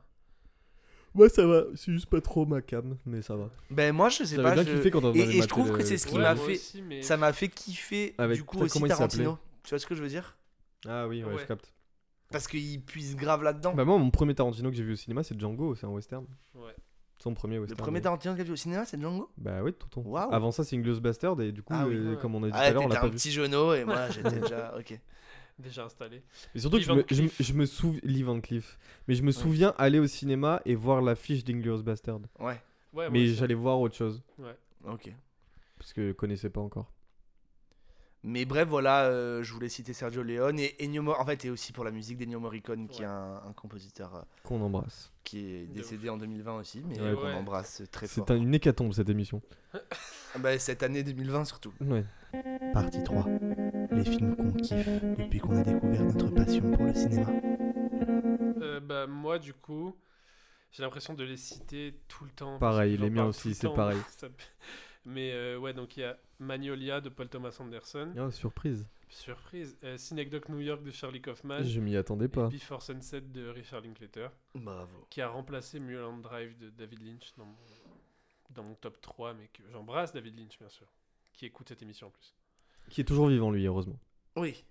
Speaker 1: Moi, ça va. C'est juste pas trop ma cam, mais ça va.
Speaker 3: Ben moi je sais
Speaker 1: J'avais
Speaker 3: pas.
Speaker 1: bien
Speaker 3: je-
Speaker 1: kiffé quand on
Speaker 3: et,
Speaker 1: avait
Speaker 3: et je
Speaker 1: maté
Speaker 3: trouve
Speaker 1: le-
Speaker 3: que c'est ce qui
Speaker 2: Ouais,
Speaker 3: m'a
Speaker 2: moi
Speaker 3: fait.
Speaker 2: aussi, mais-
Speaker 3: Ça m'a fait kiffer
Speaker 1: Avec-
Speaker 3: du coup
Speaker 1: putain,
Speaker 3: aussi
Speaker 1: comment il s'appelait
Speaker 3: Tarantino. Tu vois ce que je veux dire
Speaker 1: Ah, oui, ouais,
Speaker 2: Ouais.
Speaker 1: je capte.
Speaker 3: Parce qu'il puise grave là-dedans.
Speaker 1: Bah, moi, mon premier Tarantino que j'ai vu au cinéma, c'est Django. C'est un western.
Speaker 2: Ouais.
Speaker 1: Son premier
Speaker 3: le
Speaker 1: western.
Speaker 3: premier
Speaker 1: d'ailleurs.
Speaker 3: Tarantino que j'ai vu au cinéma, c'est Django.
Speaker 1: Bah oui, tonton.
Speaker 3: Waouh.
Speaker 1: Avant ça, c'est Inglourious Bastard et du coup,
Speaker 3: Ah oui.
Speaker 1: euh,
Speaker 2: Ouais.
Speaker 1: comme on a dit tout
Speaker 3: Ah,
Speaker 1: à l'heure, on
Speaker 3: t'étais
Speaker 1: l'a
Speaker 3: un
Speaker 1: pas vu.
Speaker 3: petit genou et moi j'étais déjà. Ok.
Speaker 2: Déjà installé.
Speaker 1: Et surtout, que je
Speaker 2: Lee
Speaker 1: me,
Speaker 2: Van
Speaker 1: je, me-
Speaker 2: Cleef.
Speaker 1: je me souviens Lee Van Cleef. mais je me souviens aller au cinéma et voir l'affiche d'Inglourious Bastard.
Speaker 3: Ouais.
Speaker 2: Ouais, moi
Speaker 1: mais
Speaker 2: aussi.
Speaker 1: j'allais voir autre chose
Speaker 2: Ouais.
Speaker 3: Ok.
Speaker 1: parce que je connaissais pas encore.
Speaker 3: Mais bref, voilà, euh, je voulais citer Sergio Leone et Ennio Mor- En fait, et aussi pour la musique d'Ennio Morricone, qui est un, un compositeur euh,
Speaker 1: Qu'on embrasse.
Speaker 3: qui est
Speaker 2: De
Speaker 3: décédé en 2020 aussi, mais
Speaker 1: Ouais.
Speaker 3: qu'on
Speaker 2: Ouais.
Speaker 3: embrasse très fort.
Speaker 1: C'est un- une hécatombe cette émission.
Speaker 3: Ah bah, cette année 2020 surtout.
Speaker 1: Ouais.
Speaker 3: Partie 3. Les films qu'on kiffe depuis qu'on a découvert notre passion pour le cinéma.
Speaker 2: Euh, bah, moi, du coup, j'ai l'impression de les citer tout le temps. parce
Speaker 1: Pareil,
Speaker 2: que j'en
Speaker 1: les miens
Speaker 2: parle
Speaker 1: aussi,
Speaker 2: tout le
Speaker 1: c'est
Speaker 2: temps,
Speaker 1: pareil.
Speaker 2: ça- Mais euh, ouais, donc il y a Magnolia de Paul Thomas Anderson.
Speaker 1: Oh, surprise.
Speaker 2: Surprise. Euh, Synecdoche New York de Charlie Kaufman.
Speaker 1: Je m'y attendais
Speaker 2: et
Speaker 1: pas.
Speaker 2: Before Sunset de Richard Linklater.
Speaker 3: Bravo.
Speaker 2: Qui a remplacé Mulholland Drive de David Lynch dans mon, dans mon top 3. Mais que j'embrasse David Lynch, bien sûr. Qui écoute cette émission en plus.
Speaker 1: Qui est toujours vivant lui, heureusement.
Speaker 3: Oui.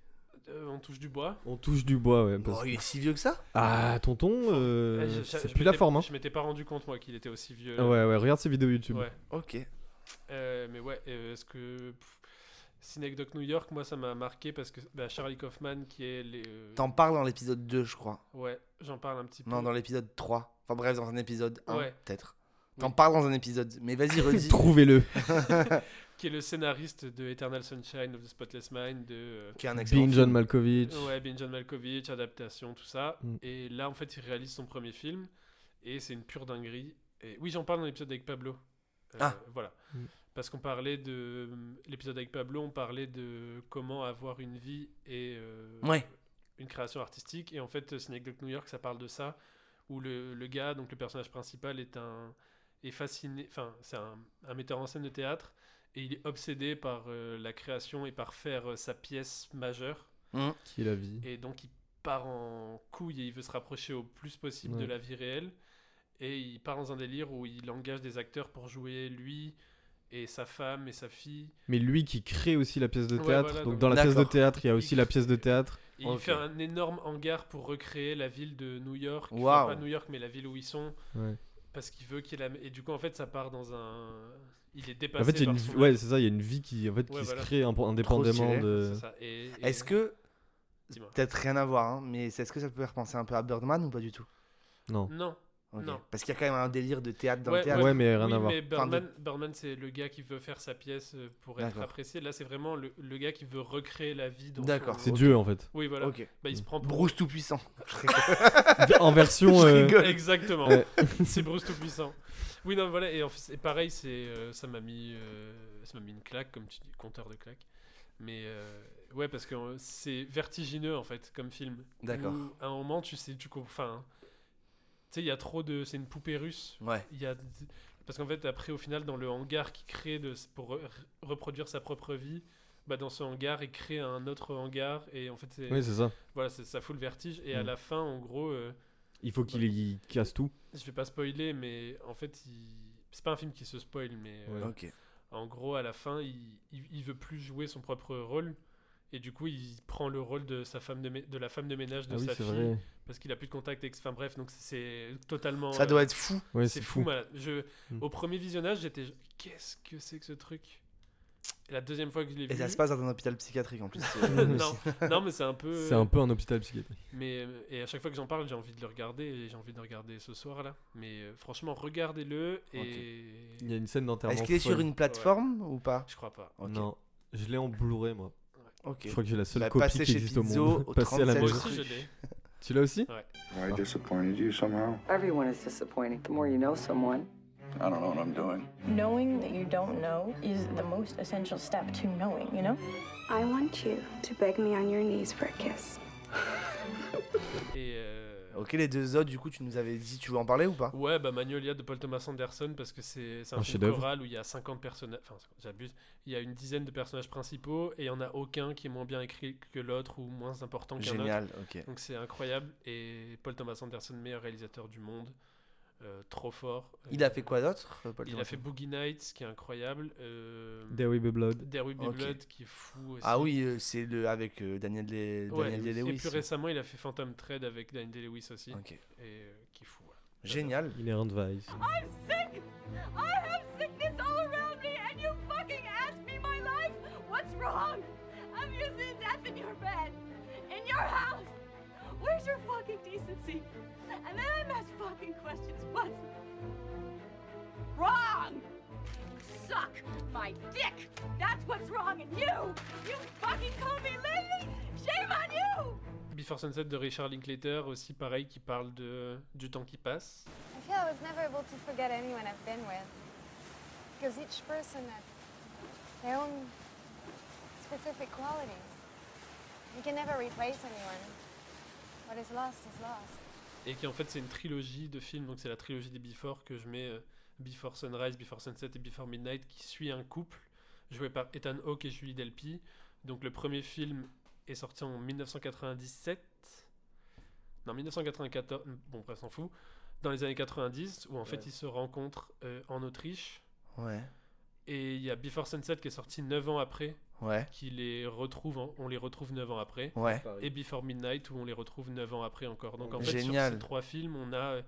Speaker 2: Euh, on touche du bois.
Speaker 1: On touche du bois, ouais. parce
Speaker 3: Oh,
Speaker 1: que-
Speaker 3: il est si vieux que ça
Speaker 1: Ah, tonton, euh,
Speaker 2: Eh, je- je-
Speaker 1: c'est
Speaker 2: je
Speaker 1: plus la
Speaker 2: m'étais-
Speaker 1: forme. Hein.
Speaker 2: Je m'étais pas rendu compte, moi, qu'il était aussi vieux.
Speaker 1: Ah Ouais, ouais, regarde ses vidéos YouTube.
Speaker 2: Ouais.
Speaker 3: Ok.
Speaker 2: Euh, mais ouais, euh, est-ce que. pff, Synecdoche New York, moi ça m'a marqué parce que bah, Charlie Kaufman qui est. Les, euh,
Speaker 3: T'en parles dans l'épisode 2, je crois.
Speaker 2: Ouais, j'en parle un petit peu.
Speaker 3: Non, dans l'épisode 3. Enfin bref, dans un épisode 1,
Speaker 2: Ouais.
Speaker 3: peut-être. T'en
Speaker 2: Oui.
Speaker 3: parles dans un épisode, mais vas-y, redis.
Speaker 1: Trouvez-le.
Speaker 2: Qui est le scénariste de Eternal Sunshine of the Spotless Mind, de. euh,
Speaker 3: Qui est un excellent
Speaker 1: Bing
Speaker 3: film.
Speaker 1: John Malkovich.
Speaker 2: Ouais, Ben John Malkovich, adaptation, tout ça.
Speaker 1: Mm.
Speaker 2: Et là, en fait, il réalise son premier film. Et c'est une pure dinguerie. Et oui, j'en parle dans l'épisode avec Pablo. Euh,
Speaker 3: Ah.
Speaker 2: Voilà.
Speaker 1: Mm.
Speaker 2: Parce qu'on parlait de. L'épisode avec Pablo, on parlait de comment avoir une vie et. euh,
Speaker 3: Ouais.
Speaker 2: Une création artistique. Et en fait, Synecdoche New York, ça parle de ça. Où le, le gars, donc le personnage principal, est un. est fasciné. Enfin, c'est un, un metteur en scène de théâtre. Et il est obsédé par euh, la création et par faire euh, sa pièce majeure.
Speaker 1: Qui est la vie.
Speaker 2: Et donc il part en couille et il veut se rapprocher au plus possible
Speaker 1: Ouais.
Speaker 2: de la vie réelle. Et il part dans un délire où il engage des acteurs pour jouer lui et sa femme et sa fille.
Speaker 1: Mais lui qui crée aussi la pièce de
Speaker 2: Ouais,
Speaker 1: théâtre.
Speaker 2: voilà,
Speaker 1: donc
Speaker 2: donc-
Speaker 1: dans la pièce de
Speaker 3: D'accord.
Speaker 1: théâtre, il y a aussi
Speaker 2: Il-
Speaker 1: la pièce de théâtre.
Speaker 2: Et Il fait un énorme hangar pour recréer la ville de New York. Enfin,
Speaker 3: Waouh.
Speaker 2: pas New York, mais la ville où ils sont.
Speaker 1: Ouais.
Speaker 2: Parce qu'il veut qu'il ait la... Et du coup, en fait, ça part dans un... Il est
Speaker 1: En
Speaker 2: dépassé
Speaker 1: fait, il y a
Speaker 2: par
Speaker 1: une
Speaker 2: son-
Speaker 1: vie- ouais, c'est ça, il y a une vie qui, en fait,
Speaker 2: Ouais,
Speaker 1: qui
Speaker 2: voilà.
Speaker 1: se crée impo-
Speaker 3: Trop
Speaker 1: indépendamment
Speaker 3: stylé.
Speaker 1: de.
Speaker 2: C'est ça. Et- et-
Speaker 3: Est-ce que.
Speaker 2: Dis-moi.
Speaker 3: Peut-être rien à voir, hein, mais c'est- est-ce que ça peut faire penser un peu à Birdman ou pas du tout
Speaker 1: Non.
Speaker 2: Non.
Speaker 3: Ok.
Speaker 2: Non.
Speaker 3: Parce qu'il y a quand même un délire de théâtre dans le théâtre.
Speaker 1: Ouais, mais rien
Speaker 2: oui,
Speaker 1: à voir.
Speaker 2: Mais
Speaker 3: Enfin, de-
Speaker 2: Birdman, Birdman, c'est le gars qui veut faire sa pièce euh, pour être
Speaker 3: D'accord.
Speaker 2: apprécié. Là, c'est vraiment le, le gars qui veut recréer la vie. dans
Speaker 3: D'accord.
Speaker 2: son-
Speaker 1: C'est Dieu, en fait.
Speaker 2: Oui, voilà.
Speaker 3: Ok.
Speaker 2: Bah, il se prend pour...
Speaker 3: Bruce Tout-Puissant.
Speaker 1: En version,
Speaker 3: Je
Speaker 1: euh,
Speaker 3: rigole.
Speaker 2: Exactement.
Speaker 1: Ouais.
Speaker 2: c'est Bruce tout puissant. Oui non voilà et en fait, c'est pareil c'est euh, ça m'a mis euh, ça m'a mis une claque comme tu dis compteur de claques. Mais euh, ouais parce que euh, c'est vertigineux en fait comme film.
Speaker 3: D'accord.
Speaker 2: Où, À un moment tu sais tu comprends enfin tu sais il y a trop de c'est une poupée russe.
Speaker 3: Ouais.
Speaker 2: Il y a parce qu'en fait après au final dans le hangar qu'il crée de pour re- reproduire sa propre vie bah dans ce hangar il crée un autre hangar et en fait c'est
Speaker 1: Oui, c'est ça.
Speaker 2: voilà c'est- ça fout le vertige et à
Speaker 1: Mm.
Speaker 2: la fin en gros euh,
Speaker 1: Il faut qu'il il casse tout.
Speaker 2: je vais pas spoiler, mais en fait, il... c'est pas un film qui se spoil, mais euh,
Speaker 3: Ouais. Ok.
Speaker 2: en gros, à la fin, il, il, il veut plus jouer son propre rôle. Et du coup, il prend le rôle de, sa femme de, mé- de la femme de ménage de
Speaker 1: Ah oui,
Speaker 2: sa
Speaker 1: c'est
Speaker 2: fille.
Speaker 1: vrai.
Speaker 2: Parce qu'il a plus de contact avec. Enfin bref, donc c'est totalement.
Speaker 3: Ça doit être fou.
Speaker 1: Ouais,
Speaker 2: c'est
Speaker 1: c'est
Speaker 2: fou,
Speaker 1: fou.
Speaker 2: malade. Je,
Speaker 1: Mm.
Speaker 2: Au premier visionnage, j'étais. genre, Qu'est-ce que c'est que ce truc Et la deuxième fois que je l'ai vu.
Speaker 3: Et ça se passe euh, dans un hôpital psychiatrique en plus. c'est-
Speaker 2: non, non, mais c'est un peu.
Speaker 1: C'est un peu un hôpital psychiatrique.
Speaker 2: Mais euh, et à chaque fois que j'en parle, j'ai envie de le regarder et j'ai envie de le regarder ce soir là. Mais euh, franchement, regardez-le et
Speaker 1: Il y a une scène d'enterrement.
Speaker 3: Est-ce qu'il est sur
Speaker 1: folle.
Speaker 3: une plateforme ou pas
Speaker 2: je crois pas.
Speaker 3: Ok.
Speaker 1: Non, je l'ai en Blu-ray, moi.
Speaker 3: Ok.
Speaker 1: Je crois que j'ai la seule
Speaker 3: Bah,
Speaker 1: copie
Speaker 3: passez
Speaker 1: qui
Speaker 3: chez
Speaker 1: existe au
Speaker 3: Pizzo
Speaker 1: monde.
Speaker 3: au
Speaker 1: Passez à la
Speaker 3: 37
Speaker 1: maison.
Speaker 2: Moi aussi, je l'ai.
Speaker 1: Tu l'as aussi
Speaker 2: Ouais.
Speaker 15: I disappointed you somehow.
Speaker 11: Everyone is disappointing. The more you know someone.
Speaker 15: I don't know what I'm doing.
Speaker 12: Knowing that you don't know is the most essential step to knowing, you know?
Speaker 10: I want you to beg me on your knees for a kiss.
Speaker 2: Et euh,
Speaker 3: Ok, les deux autres, du coup, tu nous avais dit, tu veux en parler ou pas
Speaker 2: ouais, bah Magnolia de Paul Thomas Anderson parce que c'est c'est un,
Speaker 1: Un
Speaker 2: film
Speaker 1: chef-d'œuvre.
Speaker 2: choral où il y a 50 personnages, enfin j'abuse, il y a une dizaine de personnages principaux et il y en a aucun qui est moins bien écrit que l'autre ou moins important qu'un autre.
Speaker 3: Génial, ok.
Speaker 2: Donc c'est incroyable et Paul Thomas Anderson meilleur réalisateur du monde, euh, trop fort.
Speaker 3: Il a
Speaker 2: Euh,
Speaker 3: fait quoi d'autre, euh, Paul
Speaker 2: Il a
Speaker 3: Thomas
Speaker 2: fait Boogie Nights qui est incroyable. euh,
Speaker 1: There Will Be Blood.
Speaker 2: There Will Be
Speaker 3: Ok.
Speaker 2: Blood qui est fou aussi.
Speaker 3: Ah oui, euh, c'est le avec euh, Daniel, Day-
Speaker 2: Ouais,
Speaker 3: Daniel
Speaker 2: Et
Speaker 3: Day-Lewis.
Speaker 2: plus récemment, il a fait Phantom Thread avec Daniel Day-Lewis aussi.
Speaker 3: Ok.
Speaker 2: Et euh, qui est fou. voilà.
Speaker 3: Génial.
Speaker 1: Il est Rand Weiss.
Speaker 10: I'm sick! I have sickness all around me, and you fucking ask me my life? What's wrong? I'm using death in your bed, in your house. Where's your fucking decency? And then I'm asked fucking questions. What's wrong? Suck my dick! That's what's wrong, and you! You fucking call me Lily! Shame on you!
Speaker 2: Before Sunset de Richard Linklater aussi, pareil, qui parle de, du temps qui passe.
Speaker 23: I feel I was never able to forget anyone I've been with. Because each person had their own specific qualities. You can never replace anyone. What is lost is lost.
Speaker 2: Et qui en fait, c'est une trilogie de films. Donc c'est la trilogie des Before que je mets euh, Before Sunrise, Before Sunset et Before Midnight qui suit un couple joué par Ethan Hawke et Julie Delpy. Donc le premier film est sorti en 1997. Non, 1994. Bon, bref, s'en fout. Dans les années 90, où en fait ils se rencontrent euh, en Autriche.
Speaker 3: Ouais.
Speaker 2: Et il y a Before Sunset qui est sorti 9 ans après.
Speaker 3: Ouais.
Speaker 2: Qui les retrouve, en- on les retrouve 9 ans après.
Speaker 3: Ouais.
Speaker 2: Et Before Midnight où on les retrouve 9 ans après encore. Donc en fait,
Speaker 3: Génial.
Speaker 2: sur ces trois films, on a. euh,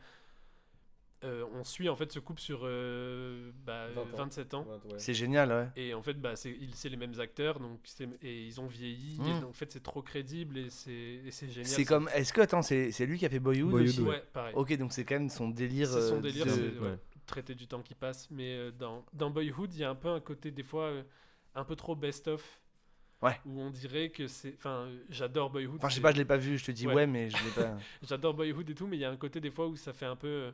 Speaker 2: euh, on suit en fait ce couple sur euh, bah, euh,
Speaker 3: 20 ans.
Speaker 2: 27 ans.
Speaker 3: C'est génial, ouais.
Speaker 2: Et en fait, bah, c'est ils- c'est les mêmes acteurs, donc c'est- et ils ont vieilli.
Speaker 3: Mm.
Speaker 2: et donc, en fait, c'est trop crédible et c'est et c'est génial.
Speaker 3: C'est comme. Est-ce que, attends, c'est c'est lui qui a fait Boyhood,
Speaker 1: Boyhood,
Speaker 3: aussi
Speaker 1: ouais.
Speaker 2: Ouais, pareil.
Speaker 3: Ok, donc c'est quand même son délire.
Speaker 2: C'est son
Speaker 3: euh,
Speaker 2: délire,
Speaker 3: de-
Speaker 2: c'est ouais,
Speaker 1: Ouais.
Speaker 2: traiter du temps qui passe. Mais euh, dans, dans Boyhood, il y a un peu un côté, des fois, euh, un peu trop best-of.
Speaker 3: Ouais.
Speaker 2: Où on dirait que c'est. Enfin, euh, j'adore Boyhood.
Speaker 3: Enfin, je sais
Speaker 2: c'est-
Speaker 3: pas, je l'ai pas vu, je te dis ouais, mais je l'ai pas.
Speaker 2: J'adore Boyhood et tout, mais il y a un côté, des fois, où ça fait un peu. euh,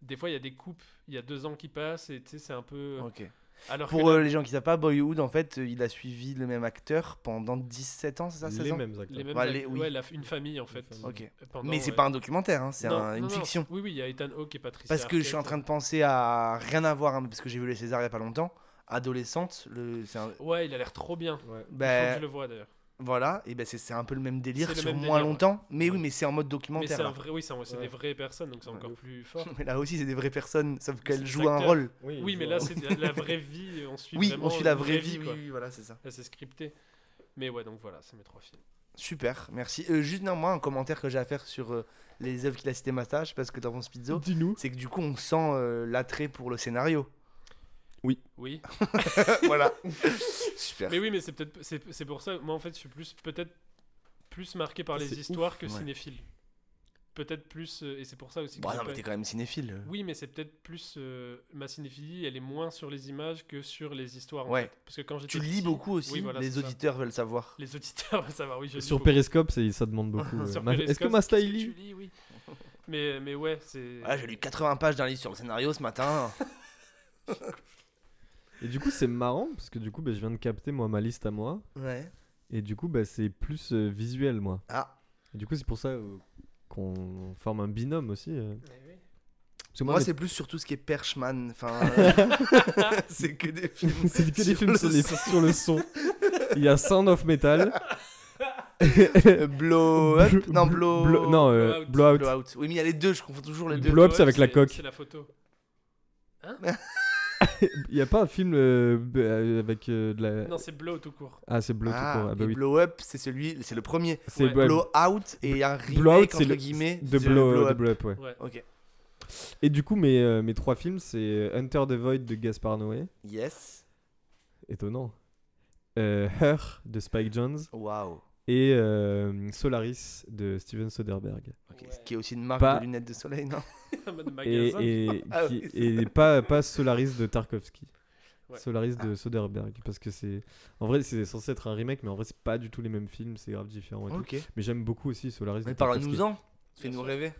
Speaker 2: Des fois, il y a des coupes, il y a deux ans qui passent, et tu sais, c'est un peu. euh,
Speaker 3: Ok.
Speaker 2: Alors
Speaker 3: Pour
Speaker 2: que là-
Speaker 3: euh, les gens qui savent pas, Boyhood, en fait, euh, il a suivi le même acteur pendant 17 ans, c'est ça 16
Speaker 1: Les
Speaker 3: ans
Speaker 1: mêmes acteurs.
Speaker 2: les mêmes
Speaker 3: Ouais,
Speaker 2: ac-
Speaker 3: bah, les- oui.
Speaker 2: ouais, la f- une famille en fait.
Speaker 3: Ok.
Speaker 2: Pendant,
Speaker 3: Mais c'est
Speaker 2: ouais.
Speaker 3: pas un documentaire, hein, c'est
Speaker 2: Non,
Speaker 3: un-
Speaker 2: non,
Speaker 3: une
Speaker 2: non.
Speaker 3: fiction.
Speaker 2: Oui, oui, il y a Ethan Hawke et Patricia.
Speaker 3: Parce que je suis en
Speaker 2: Arquette.
Speaker 3: train de penser à rien à voir, hein, parce que j'ai vu les Césars il y a pas longtemps. Adolescente, le. c'est un-
Speaker 2: Ouais, il a l'air trop bien. Il faut
Speaker 3: Ben,
Speaker 2: que je le vois d'ailleurs.
Speaker 3: Voilà, et ben c'est c'est un peu le même délire
Speaker 2: C'est le
Speaker 3: sur
Speaker 2: même
Speaker 3: moins
Speaker 2: délire, ouais.
Speaker 3: longtemps. Mais oui, mais c'est en mode
Speaker 2: Mais
Speaker 3: documentaire.
Speaker 2: c'est un
Speaker 3: là.
Speaker 2: vrai, oui, c'est un- c'est des vraies personnes, donc c'est encore plus fort.
Speaker 3: Mais là aussi, c'est des vraies personnes, sauf
Speaker 2: C'est
Speaker 3: qu'elles
Speaker 2: des
Speaker 3: jouent un
Speaker 2: acteurs.
Speaker 3: rôle.
Speaker 2: Oui, mais là, c'est de la vraie vie. On suit
Speaker 3: Oui,
Speaker 2: vraiment
Speaker 3: on suit la
Speaker 2: une
Speaker 3: vraie vie,
Speaker 2: quoi.
Speaker 3: oui, oui, voilà, c'est ça.
Speaker 2: Là, c'est scripté. Mais ouais, donc voilà, c'est mes trois films.
Speaker 3: Super, merci. Euh, juste néanmoins, un commentaire que j'ai à faire sur euh, les œuvres qu'il a citées Masta, je sais pas ce que t'en penses, Pizzo.
Speaker 1: Dis-nous.
Speaker 3: C'est que du coup, on sent euh, l'attrait pour le scénario.
Speaker 1: Oui.
Speaker 2: Oui.
Speaker 3: voilà. Super.
Speaker 2: Mais oui, mais c'est peut-être c'est c'est pour ça. Moi, en fait, je suis plus peut-être plus marqué par
Speaker 3: C'est
Speaker 2: les
Speaker 3: ouf,
Speaker 2: histoires que
Speaker 3: ouais.
Speaker 2: cinéphile. Peut-être plus euh, et c'est pour ça aussi. que
Speaker 3: Bah
Speaker 2: j'ai
Speaker 3: non,
Speaker 2: pas-
Speaker 3: mais t'es quand même cinéphile. euh.
Speaker 2: Oui, mais c'est peut-être plus euh, ma cinéphilie. Elle est moins sur les images que sur les histoires. en
Speaker 3: Ouais.
Speaker 2: fait. Parce que quand j'étais
Speaker 3: Tu lis
Speaker 2: petit-
Speaker 3: beaucoup aussi,
Speaker 2: Oui, voilà,
Speaker 3: les
Speaker 2: c'est ça.
Speaker 3: auditeurs veulent savoir.
Speaker 2: Les auditeurs veulent savoir. Oui, je lis
Speaker 1: Sur
Speaker 2: beaucoup.
Speaker 1: Periscope, c'est- ça demande beaucoup. euh,
Speaker 2: Sur
Speaker 1: Ma- Est-ce
Speaker 2: Periscope,
Speaker 1: que Masta
Speaker 2: qu'est-ce
Speaker 1: il lit
Speaker 2: tu lis, oui. Mais mais ouais, c'est.
Speaker 3: Ah, j'ai lu 80 pages d'un livre sur le scénario ce matin.
Speaker 1: Et du coup, c'est marrant parce que du coup, bah, je viens de capter moi ma liste à moi.
Speaker 3: Ouais.
Speaker 1: Et du coup, bah, c'est plus euh, visuel moi.
Speaker 3: Ah.
Speaker 1: Et du coup, c'est pour ça euh, qu'on forme un binôme aussi. euh. Parce que
Speaker 3: Eh Moi,
Speaker 1: mes-
Speaker 3: c'est plus sur tout ce qui est Perchman. Enfin, euh, c'est que des films.
Speaker 1: C'est que des films sur, les-
Speaker 3: son.
Speaker 1: sur le son. Il y a Sound of Metal.
Speaker 3: blow up Non, blow.
Speaker 1: Blow- non, euh, Blowout.
Speaker 3: Oui, mais il y a les deux, je confonds toujours les deux.
Speaker 1: Blow up, c'est avec la coque.
Speaker 2: C'est la photo.
Speaker 1: Il y a pas un film euh, b- euh, avec euh, de la.
Speaker 2: Non, c'est Blow tout court.
Speaker 1: Ah, c'est Blow
Speaker 3: Ah,
Speaker 1: tout court. Ah, bah
Speaker 3: et
Speaker 1: oui.
Speaker 3: Blow up, c'est celui, c'est le premier.
Speaker 1: C'est ouais.
Speaker 3: Blow out et il y a un remake
Speaker 1: Blowout, c'est
Speaker 3: entre
Speaker 1: le-
Speaker 3: guillemets
Speaker 1: de
Speaker 3: c'est
Speaker 1: blow,
Speaker 3: Blow
Speaker 1: de
Speaker 3: Up.
Speaker 1: blow up, ouais.
Speaker 2: Ouais.
Speaker 3: Ok.
Speaker 1: Et du coup, mes, euh, mes trois films, c'est euh, Hunter the Void de Gaspar Noé.
Speaker 3: Yes.
Speaker 1: Étonnant. Euh, Her de Spike Jones.
Speaker 3: Waouh.
Speaker 1: Et euh, Solaris de Steven Soderbergh.
Speaker 3: Ok, Ce qui est aussi une marque
Speaker 1: Pas-
Speaker 3: de lunettes de soleil, non
Speaker 2: En mode
Speaker 1: Et,
Speaker 2: magasin.
Speaker 1: et,
Speaker 3: Ah
Speaker 1: qui-
Speaker 3: oui,
Speaker 1: et pas, pas Solaris de Tarkovsky.
Speaker 2: Ouais.
Speaker 1: Solaris de Soderbergh. Parce que c'est. En vrai, c'est censé être un remake, mais en vrai, c'est pas du tout les mêmes films, c'est grave différent. et tout.
Speaker 3: Ok.
Speaker 1: Mais j'aime beaucoup aussi Solaris
Speaker 3: Mais
Speaker 1: de Tarkovsky.
Speaker 3: parle-nous-en. Fais-nous rêver.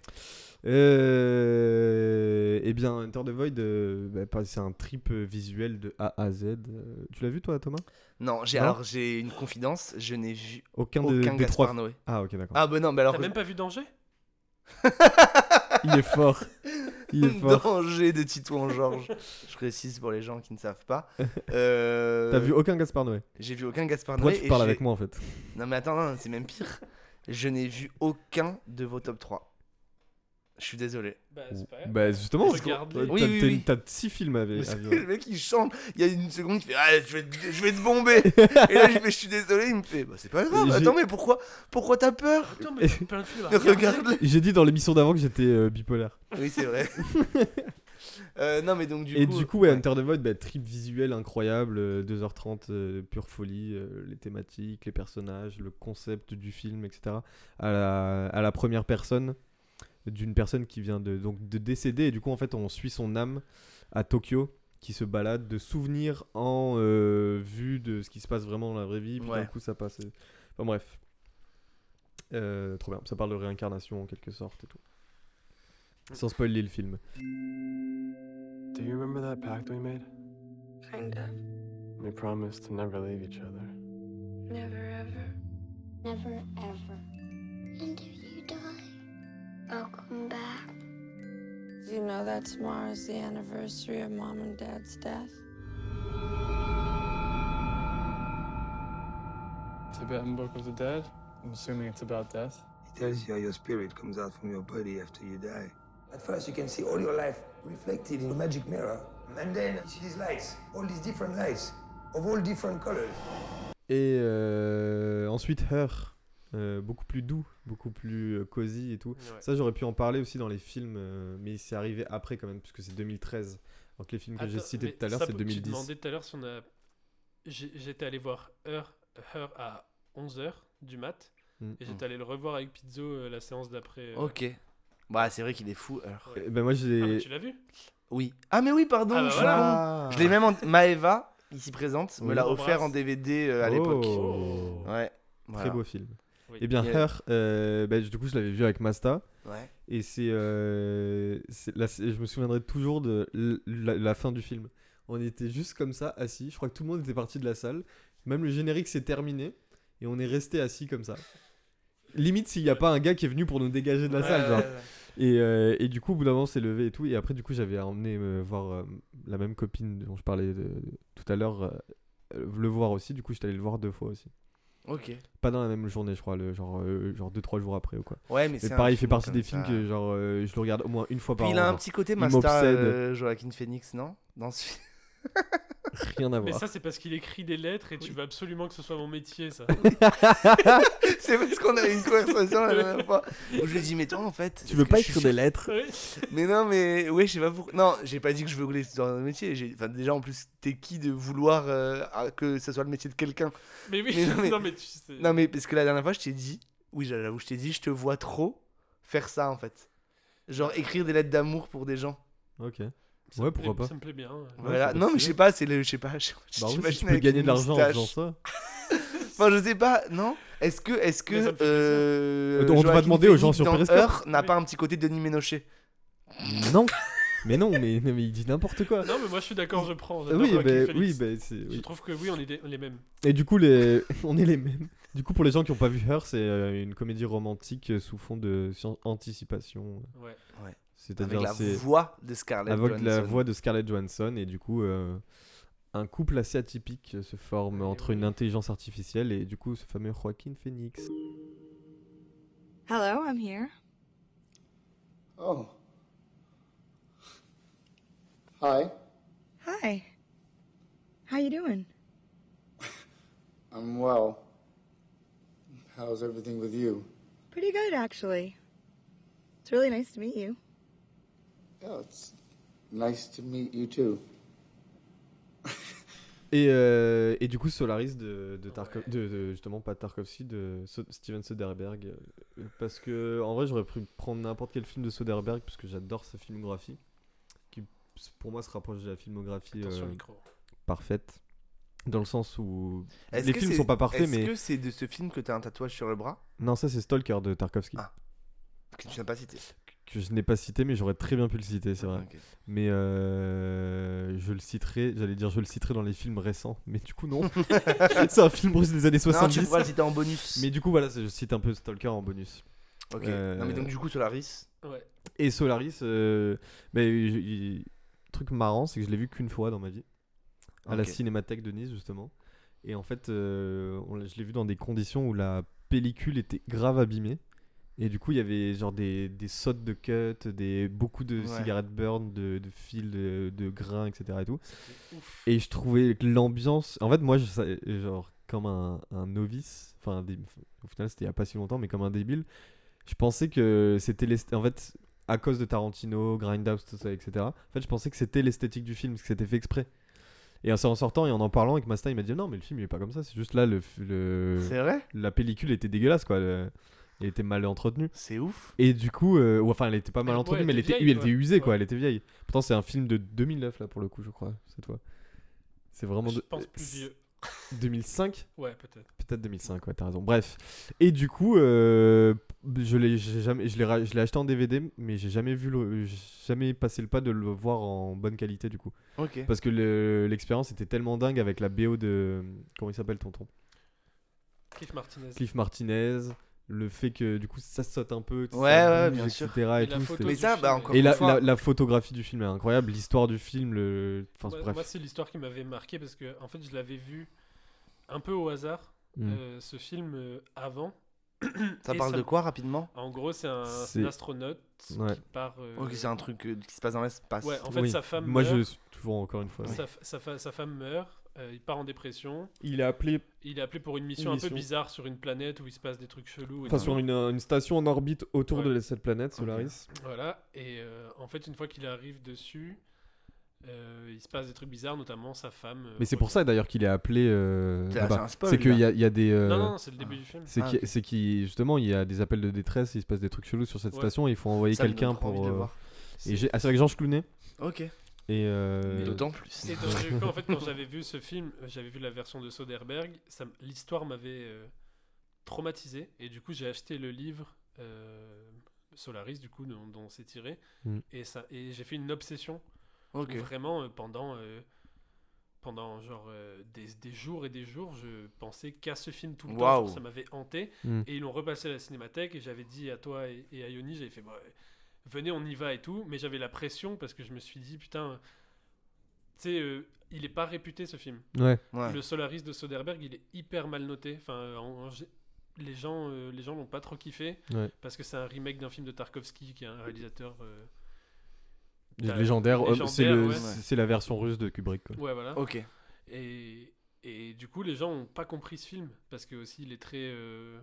Speaker 1: Euh, eh bien, Enter the Void, euh, bah, pas- c'est un trip euh, visuel de A à Z. Euh, Tu l'as vu toi, Thomas
Speaker 3: Non, j'ai alors j'ai une confidence, je n'ai vu
Speaker 1: Aucun, de-
Speaker 3: aucun
Speaker 1: des
Speaker 3: Gaspard
Speaker 1: trois.
Speaker 3: Noé.
Speaker 1: Ah, ok, d'accord.
Speaker 3: Ah bah non, bah alors
Speaker 2: T'as même pas vu Danger
Speaker 3: Ah.
Speaker 1: Il est fort. Il est fort.
Speaker 3: Danger de Titouan Georges. Je précise pour les gens qui ne savent pas. Euh,
Speaker 1: T'as vu aucun Gaspard Noé
Speaker 3: J'ai vu aucun Gaspard
Speaker 1: Pourquoi
Speaker 3: Noé
Speaker 1: tu
Speaker 3: et
Speaker 1: parles
Speaker 3: j'ai-
Speaker 1: avec moi en fait
Speaker 3: Non mais attends, non, c'est même pire. Je n'ai vu aucun de vos top 3. Je suis désolé.
Speaker 2: Bah, c'est pas grave.
Speaker 1: Bah, justement, parce que t'as
Speaker 2: Regarde-les.
Speaker 3: Oui, oui,
Speaker 1: t'as-
Speaker 3: oui.
Speaker 1: t'as six films à, à
Speaker 3: Parce que
Speaker 1: virer.
Speaker 3: le mec il chante, il y a une seconde il fait ah, je, vais te, je vais te bomber Et là je fais je suis désolé, il me fait bah c'est pas grave,
Speaker 1: Et j'ai-
Speaker 3: attends mais pourquoi pourquoi t'as peur
Speaker 2: Attends, mais t'as plein de films à regarder.
Speaker 3: Regarde-le
Speaker 1: J'ai dit dans l'émission d'avant que j'étais euh, bipolaire.
Speaker 3: Oui c'est vrai. Euh, non mais donc du
Speaker 1: et
Speaker 3: coup.
Speaker 1: du coup, ouais, Enter the Void, bah, trip visuel incroyable, euh, 2h30, euh, pure folie, euh, les thématiques, les personnages, le concept du film, etc. À la, à la première personne, d'une personne qui vient de, donc, de décéder, et du coup, en fait, on suit son âme à Tokyo, qui se balade de souvenirs en euh, vue de ce qui se passe vraiment dans la vraie vie, puis
Speaker 3: Ouais.
Speaker 1: d'un coup, ça passe. euh, Enfin bref. Euh, trop bien, ça parle de réincarnation en quelque sorte et tout.
Speaker 3: Mm.
Speaker 1: Sans spoiler le film.
Speaker 14: Do you remember that pact we made?
Speaker 17: Kinda.
Speaker 14: We promised to never leave each other.
Speaker 17: Never ever.
Speaker 18: Never ever. And if you die, I'll come back.
Speaker 17: Do you know that tomorrow's the anniversary of mom and dad's death?
Speaker 14: Tibetan Book of the Dead? I'm assuming it's about death.
Speaker 24: It tells you how your spirit comes out from your body after you die. At first, you can see all your life reflected in a magic mirror, and then you see these lights, all these different lights, of all different colors.
Speaker 1: Et euh, ensuite, Her, euh, beaucoup plus doux, beaucoup plus euh, cosy et tout.
Speaker 2: Ouais.
Speaker 1: Ça, j'aurais pu en parler aussi dans les films, euh, mais c'est arrivé après quand même, puisque c'est 2013. Alors que les films que j'ai
Speaker 2: Attends, mais
Speaker 1: cités tout à l'heure,
Speaker 2: ça,
Speaker 1: c'est
Speaker 2: Tu
Speaker 1: 2010.
Speaker 2: demandais tout à l'heure si on a. J'ai- J'étais allé voir Heure, Heure à 11h du mat.
Speaker 1: Mm.
Speaker 2: Et j'étais allé le revoir avec Pizzo euh, la séance d'après. euh,
Speaker 3: Ok. Bah c'est vrai qu'il est fou. alors.
Speaker 1: Eh Ben moi,
Speaker 2: Ah, mais
Speaker 1: j'ai.
Speaker 2: tu l'as vu
Speaker 3: Oui. Ah mais oui, pardon,
Speaker 2: Ah bah
Speaker 3: je suis
Speaker 1: voilà.
Speaker 3: con. Je l'ai même en... Maeva, ici présente, me
Speaker 1: Oui.
Speaker 3: l'a
Speaker 2: On
Speaker 3: offert en
Speaker 2: l'embrasse.
Speaker 3: DVD euh, à
Speaker 1: Oh.
Speaker 3: l'époque.
Speaker 1: Oh.
Speaker 3: Ouais.
Speaker 1: Très
Speaker 3: voilà.
Speaker 1: beau film.
Speaker 2: Oui.
Speaker 1: Et bien,
Speaker 3: Il y a-
Speaker 1: Her, euh, ben, du coup, je l'avais vu avec Masta.
Speaker 3: Ouais.
Speaker 1: Et c'est. euh, c'est- là, c'est- je me souviendrai toujours de l- la, la fin du film. On était juste comme ça, assis. Je crois que tout le monde était parti de la salle. Même le générique s'est terminé. Et on est resté assis comme ça. Limite, s'il n'y a pas un gars qui est venu pour nous dégager de la
Speaker 3: Ouais,
Speaker 1: salle.
Speaker 3: ouais,
Speaker 1: genre.
Speaker 3: ouais, ouais.
Speaker 1: Et, euh, et du coup, au bout d'un moment, on s'est levé et tout. Et après, du coup, j'avais emmené euh, voir euh, la même copine dont je parlais euh, tout à l'heure, euh, euh, le voir aussi. Du coup, j'étais allé le voir deux fois aussi.
Speaker 3: Ok.
Speaker 1: Pas dans la même journée, je crois, le, genre 2-3 genre deux, trois jours après ou quoi.
Speaker 3: Ouais, mais
Speaker 1: Et
Speaker 3: c'est un
Speaker 1: pareil, il fait
Speaker 3: film
Speaker 1: partie
Speaker 3: comme
Speaker 1: des films
Speaker 3: ça.
Speaker 1: que genre euh, je le regarde au moins une fois
Speaker 3: Puis
Speaker 1: par an.
Speaker 3: il a un
Speaker 1: genre.
Speaker 3: petit côté
Speaker 1: Il
Speaker 3: Masta
Speaker 1: m'obsède,
Speaker 3: euh, Joaquin Phoenix, non Dans ce film.
Speaker 1: rien à
Speaker 2: Mais
Speaker 1: voir.
Speaker 2: ça, c'est parce qu'il écrit des lettres et tu veux absolument que ce soit mon métier, ça.
Speaker 3: c'est parce qu'on a eu une conversation la dernière fois où je lui ai dit mais toi en fait
Speaker 1: Tu veux pas
Speaker 3: écrire
Speaker 1: écrire des lettres
Speaker 3: mais non mais ouais je sais pas pourquoi non j'ai pas dit que je voulais que ce soit un métier J'ai- enfin déjà en plus t'es qui de vouloir euh, à- que ça soit le métier de quelqu'un
Speaker 2: Mais oui, non, mais tu sais-
Speaker 1: Euh,
Speaker 3: non mais parce que la dernière fois je t'ai dit oui j'avoue je t'ai dit je te vois trop faire ça en fait genre écrire des lettres d'amour pour des gens
Speaker 1: Ok. Bah Ouais, pourquoi pas.
Speaker 2: Ça me plaît bien. ouais.
Speaker 3: voilà
Speaker 1: c'est pas
Speaker 3: non mais
Speaker 1: stylé.
Speaker 3: je sais pas c'est le je sais pas je-
Speaker 1: Bah oui,
Speaker 3: j'imagine
Speaker 1: si tu peux
Speaker 3: avec
Speaker 1: gagner
Speaker 3: une
Speaker 1: de l'argent en faisant
Speaker 3: moustache.
Speaker 1: ça.
Speaker 3: Enfin, je sais pas, non Est-ce que. Est-ce que.
Speaker 2: Mais ça me fait
Speaker 3: euh,
Speaker 1: plaisir. On va
Speaker 3: Joaquin
Speaker 1: demander aux gens
Speaker 3: Phoenix
Speaker 1: sur
Speaker 3: dans
Speaker 1: Periscope.
Speaker 3: Heure n'a pas un petit côté Denis Ménochet
Speaker 1: Non. Mais non, mais, mais il dit n'importe quoi.
Speaker 2: Non, mais moi, je suis d'accord, je prends.
Speaker 1: Ah
Speaker 2: j'adore
Speaker 1: oui,
Speaker 2: Joaquin
Speaker 1: bah,
Speaker 2: Phoenix.
Speaker 1: oui, bah, c'est-
Speaker 2: Je
Speaker 1: oui.
Speaker 2: trouve que oui, on est des- les mêmes.
Speaker 1: Et du coup, les... on est les mêmes. Du coup, pour les gens qui n'ont pas vu Her, c'est euh, une comédie romantique euh, sous fond de science- anticipation.
Speaker 2: Ouais.
Speaker 3: Ouais.
Speaker 1: C'est-à-dire
Speaker 3: Avec la
Speaker 1: c'est-
Speaker 3: voix de Scarlett
Speaker 1: Avec la
Speaker 3: Johansson.
Speaker 1: voix de Scarlett Johansson. Et du coup, euh, un couple assez atypique euh, se forme entre une intelligence artificielle et du coup, ce fameux Joaquin Phoenix.
Speaker 6: Hello, I'm here.
Speaker 9: Oh. Hi,
Speaker 6: Hi. How you doing?
Speaker 9: I'm well. How's everything with you?
Speaker 6: Pretty good, actually. It's really nice to meet you.
Speaker 9: Yeah, it's nice to meet you too.
Speaker 1: Et, euh, et du coup, Solaris de, de, Tarko- de- de- justement pas Tarkovsky, de So- Steven Soderbergh. euh, Parce que en vrai, j'aurais pu prendre n'importe quel film de Soderbergh parce que j'adore sa filmographie, qui s- pour moi se rapproche de la filmographie
Speaker 2: Attention,
Speaker 1: euh,
Speaker 2: micro.
Speaker 1: parfaite, dans le sens où
Speaker 3: Est-ce
Speaker 1: les
Speaker 3: que
Speaker 1: films
Speaker 3: c'est-
Speaker 1: sont pas parfaits, mais
Speaker 3: Est-ce que c'est de ce film que t'as un tatouage sur le bras
Speaker 1: non, ça c'est Stalker de Tarkovsky.
Speaker 3: Ah. Que tu n'as pas cité
Speaker 1: que je n'ai pas cité, mais j'aurais très bien pu le citer, c'est vrai.
Speaker 3: Ah, Ok.
Speaker 1: Mais euh, je le citerai, j'allais dire je le citerai dans les films récents, mais du coup non. c'est un film russe des années
Speaker 3: Non, tu
Speaker 1: 70.
Speaker 3: pourras le citer en bonus.
Speaker 1: Mais du coup voilà, c'est- je cite un peu Stalker en bonus.
Speaker 3: Ok.
Speaker 1: Euh,
Speaker 3: Non, mais donc, du coup, Solaris.
Speaker 2: Ouais.
Speaker 1: Et Solaris, euh, bah, il- il- truc marrant, c'est que je l'ai vu qu'une fois dans ma vie, à la
Speaker 3: Ok.
Speaker 1: Cinémathèque de Nice justement. Et en fait, euh, on l'a- je l'ai vu dans des conditions où la pellicule était grave abîmée. Et du coup, il y avait genre des, des sautes de cut, des, beaucoup de
Speaker 3: Ouais.
Speaker 1: cigarettes burn, de, de fils, de, de grains, etc. Et, tout. et je trouvais que l'ambiance. En fait, moi, je, savais- genre, comme un, un novice, enfin, un dé- au final, c'était il y a pas si longtemps, mais comme un débile, je pensais que c'était. l'esth- En fait, à cause de Tarantino, Grindhouse, tout ça, etc. En fait, je pensais que c'était l'esthétique du film, parce que c'était fait exprès. Et c'est en sortant et en en parlant avec Masta, il m'a dit non, mais le film il est pas comme ça, c'est juste là le. f- le...
Speaker 3: C'est vrai
Speaker 1: La pellicule était dégueulasse quoi, le- elle était mal entretenue.
Speaker 3: C'est ouf.
Speaker 1: Et du coup, euh, ou enfin elle était pas
Speaker 2: Elle-
Speaker 1: mal
Speaker 2: ouais,
Speaker 1: entretenue,
Speaker 2: elle
Speaker 1: mais elle
Speaker 2: était
Speaker 1: était,
Speaker 2: vieille,
Speaker 1: elle était
Speaker 2: ouais.
Speaker 1: usée quoi, elle était vieille. Pourtant, c'est un film de 2009 là pour le coup, je crois, cette fois. C'est vraiment.
Speaker 2: Je
Speaker 1: de- euh,
Speaker 2: pense plus vieux.
Speaker 1: 2005
Speaker 2: Ouais, peut-être.
Speaker 1: Peut-être 2005, ouais, t'as raison. Bref. Et du coup, euh, je l'ai j'ai jamais, je l'ai ra- je l'ai acheté en DVD, mais j'ai jamais vu, le, j'ai jamais passé le pas de le voir en bonne qualité du coup.
Speaker 3: Ok.
Speaker 1: Parce que le- l'expérience était tellement dingue avec la BO de comment il s'appelle tonton
Speaker 2: Cliff Martinez.
Speaker 1: Cliff Martinez. Le fait que du coup ça saute un peu, que
Speaker 3: Ouais,
Speaker 1: ça
Speaker 3: ouais,
Speaker 1: bouge,
Speaker 3: bien
Speaker 1: etc.
Speaker 3: sûr.
Speaker 1: et
Speaker 3: Mais
Speaker 1: tout,
Speaker 3: la photo
Speaker 1: c'était-
Speaker 3: du Mais ça, film bah, est- encore
Speaker 1: et
Speaker 3: une
Speaker 1: la,
Speaker 3: fois-
Speaker 1: la- la photographie du film est incroyable, l'histoire du film, le, enfin
Speaker 2: moi,
Speaker 1: bref.
Speaker 2: moi, c'est l'histoire qui m'avait marqué parce que en fait, je l'avais vu un peu au hasard,
Speaker 1: Mm.
Speaker 2: euh, ce film euh, avant.
Speaker 3: Ça
Speaker 2: Et
Speaker 3: parle de
Speaker 2: me-
Speaker 3: quoi, rapidement
Speaker 2: En gros, c'est un,
Speaker 1: C'est-
Speaker 2: un astronaute
Speaker 1: Ouais.
Speaker 2: qui part. euh,
Speaker 3: Ok, c'est un truc euh, qui se passe dans l'espace.
Speaker 2: Ouais, en fait,
Speaker 1: Oui.
Speaker 2: sa femme.
Speaker 1: Moi je
Speaker 2: meurt.
Speaker 1: suis toujours encore une fois.
Speaker 2: Sa, fa- sa fa- sa femme meurt, euh, il part en dépression.
Speaker 1: Il est appelé-
Speaker 2: Il est appelé pour une mission,
Speaker 1: Une
Speaker 2: un peu
Speaker 1: mission.
Speaker 2: bizarre sur une planète où il se passe des trucs chelous. et
Speaker 1: Enfin
Speaker 2: tout.
Speaker 1: sur une, une station en orbite autour
Speaker 2: Ouais.
Speaker 1: de cette planète Solaris.
Speaker 2: Voilà, et euh, en fait, une fois qu'il arrive dessus, euh, il se passe des trucs bizarres, notamment sa femme. euh,
Speaker 1: Mais c'est pour ça d'ailleurs qu'il est appelé. euh,
Speaker 3: C'est-
Speaker 1: là-bas.
Speaker 3: c'est un spoil,
Speaker 1: C'est qu'il y,
Speaker 3: là.
Speaker 1: a- il y a des. euh,
Speaker 2: Non, non, non, c'est le début du film.
Speaker 1: C'est
Speaker 3: Ah,
Speaker 1: qu'il-
Speaker 3: ok.
Speaker 1: c'est qu'il- justement, il y a des appels de détresse, il se passe des trucs chelous sur cette
Speaker 2: Ouais.
Speaker 1: station et il faut envoyer
Speaker 3: Ça me donne
Speaker 1: quelqu'un
Speaker 3: trop envie
Speaker 1: pour.
Speaker 3: de le
Speaker 1: euh,
Speaker 3: voir.
Speaker 1: Et j'ai- ah, c'est avec Georges Clooney.
Speaker 3: Ok.
Speaker 1: Et. euh,
Speaker 3: Mais d'autant plus.
Speaker 2: Et donc, du coup, en fait, quand j'avais vu ce film, euh, j'avais vu la version de Soderbergh, ça m- l'histoire m'avait euh, traumatisé. Et du coup, j'ai acheté le livre euh, Solaris, du coup, dont, dont c'est tiré.
Speaker 1: Mm.
Speaker 2: Et, ça, et j'ai fait une obsession.
Speaker 3: Ok.
Speaker 2: Où Vraiment, euh, pendant, euh, pendant genre euh, des, des jours et des jours, je pensais qu'à ce film tout le temps.
Speaker 3: Waouh. Hmm.
Speaker 2: Genre, Ça m'avait hanté.
Speaker 1: Mm.
Speaker 2: Et ils l'ont repassé à la cinémathèque. Et j'avais dit à toi et, et à Yoni, j'avais euh, fait. Bah, venez on y va et tout mais j'avais la pression parce que je me suis dit putain sais, euh, il est pas réputé ce film.
Speaker 1: Ouais.
Speaker 3: Ouais.
Speaker 2: Le Solaris de Soderbergh, il est hyper mal noté. Enfin, euh, en- en gé- les gens, euh, les gens l'ont pas trop kiffé
Speaker 1: Ouais.
Speaker 2: parce que c'est un remake d'un film de Tarkovsky, qui est un réalisateur. euh,
Speaker 1: Il est
Speaker 3: Bah,
Speaker 2: t'as-
Speaker 1: Légendaire, euh, c'est
Speaker 2: légendaire,
Speaker 1: le-
Speaker 2: ouais.
Speaker 1: c'est c'est la version russe de Kubrick. quoi.
Speaker 2: Ouais, voilà.
Speaker 3: Ok.
Speaker 2: Et, et du coup, les gens ont pas compris ce film parce que aussi il est très, euh,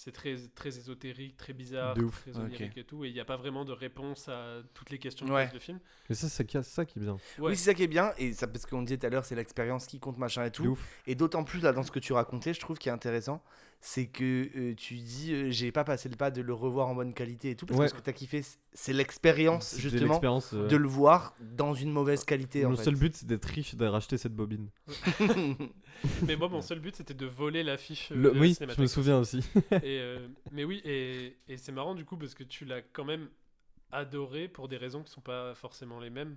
Speaker 2: c'est très très ésotérique, très bizarre,
Speaker 1: De ouf. Ah,
Speaker 2: très onirique et tout, et il n'y a pas vraiment de réponse à toutes les questions que
Speaker 3: Ouais.
Speaker 2: pose le film.
Speaker 1: Mais ça, c'est qui- ça qui est bien.
Speaker 2: Ouais.
Speaker 3: Oui, c'est ça qui est bien, et ça, parce qu'on disait tout à l'heure, c'est l'expérience qui compte, machin et
Speaker 1: De
Speaker 3: tout.
Speaker 1: ouf.
Speaker 3: Et d'autant plus, là, dans ce que tu racontais, je trouve qui est intéressant, c'est que euh, tu dis, euh, j'ai pas passé le pas de le revoir en bonne qualité et tout, parce
Speaker 1: Ouais.
Speaker 3: que ce que t'as kiffé, c'est- c'est l'expérience,
Speaker 1: C'était
Speaker 3: justement,
Speaker 1: l'expérience, euh,
Speaker 3: de le voir dans une mauvaise qualité.
Speaker 1: Mon
Speaker 3: en
Speaker 1: seul
Speaker 3: fait.
Speaker 1: but, c'est d'être riche, de racheter cette bobine.
Speaker 2: Mais moi, mon seul but, c'était de voler l'affiche. euh,
Speaker 1: Le-
Speaker 2: de la
Speaker 1: oui, je me
Speaker 2: Cinémathèque.
Speaker 1: souviens aussi.
Speaker 2: et, euh, mais oui, et, et c'est marrant du coup parce que tu l'as quand même adoré pour des raisons qui sont pas forcément les mêmes.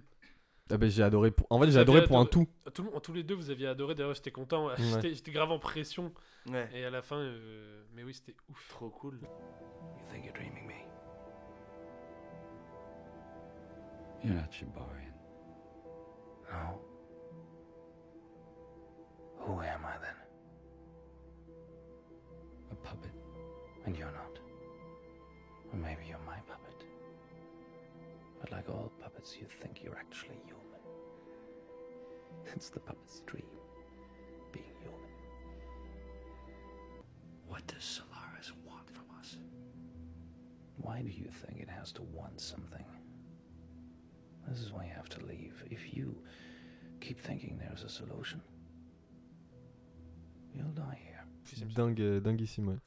Speaker 1: Ah ben j'ai adoré. Pour... En fait,
Speaker 2: Vous
Speaker 1: j'ai adoré
Speaker 2: avez
Speaker 1: pour un
Speaker 2: adoré-
Speaker 1: tout.
Speaker 2: tout le- tous les deux, vous aviez adoré. D'ailleurs, j'étais content.
Speaker 1: Ouais.
Speaker 2: J'étais- J'étais grave en pression.
Speaker 3: Ouais.
Speaker 2: Et à la fin, euh, mais oui, c'était ouf.
Speaker 3: Trop cool.
Speaker 4: You think you're dreaming me?
Speaker 16: You're not Shibarian.
Speaker 4: No. Who am I then?
Speaker 16: A puppet. And you're not. Or maybe you're my puppet. But like all puppets, you think you're actually human. It's the puppet's dream. Being human. What does Solaris want from us? Why do you think it has to want something? This is why you have to leave. If you keep thinking there's a solution, you'll die here.
Speaker 1: Dingue, euh, dinguissime, ouais.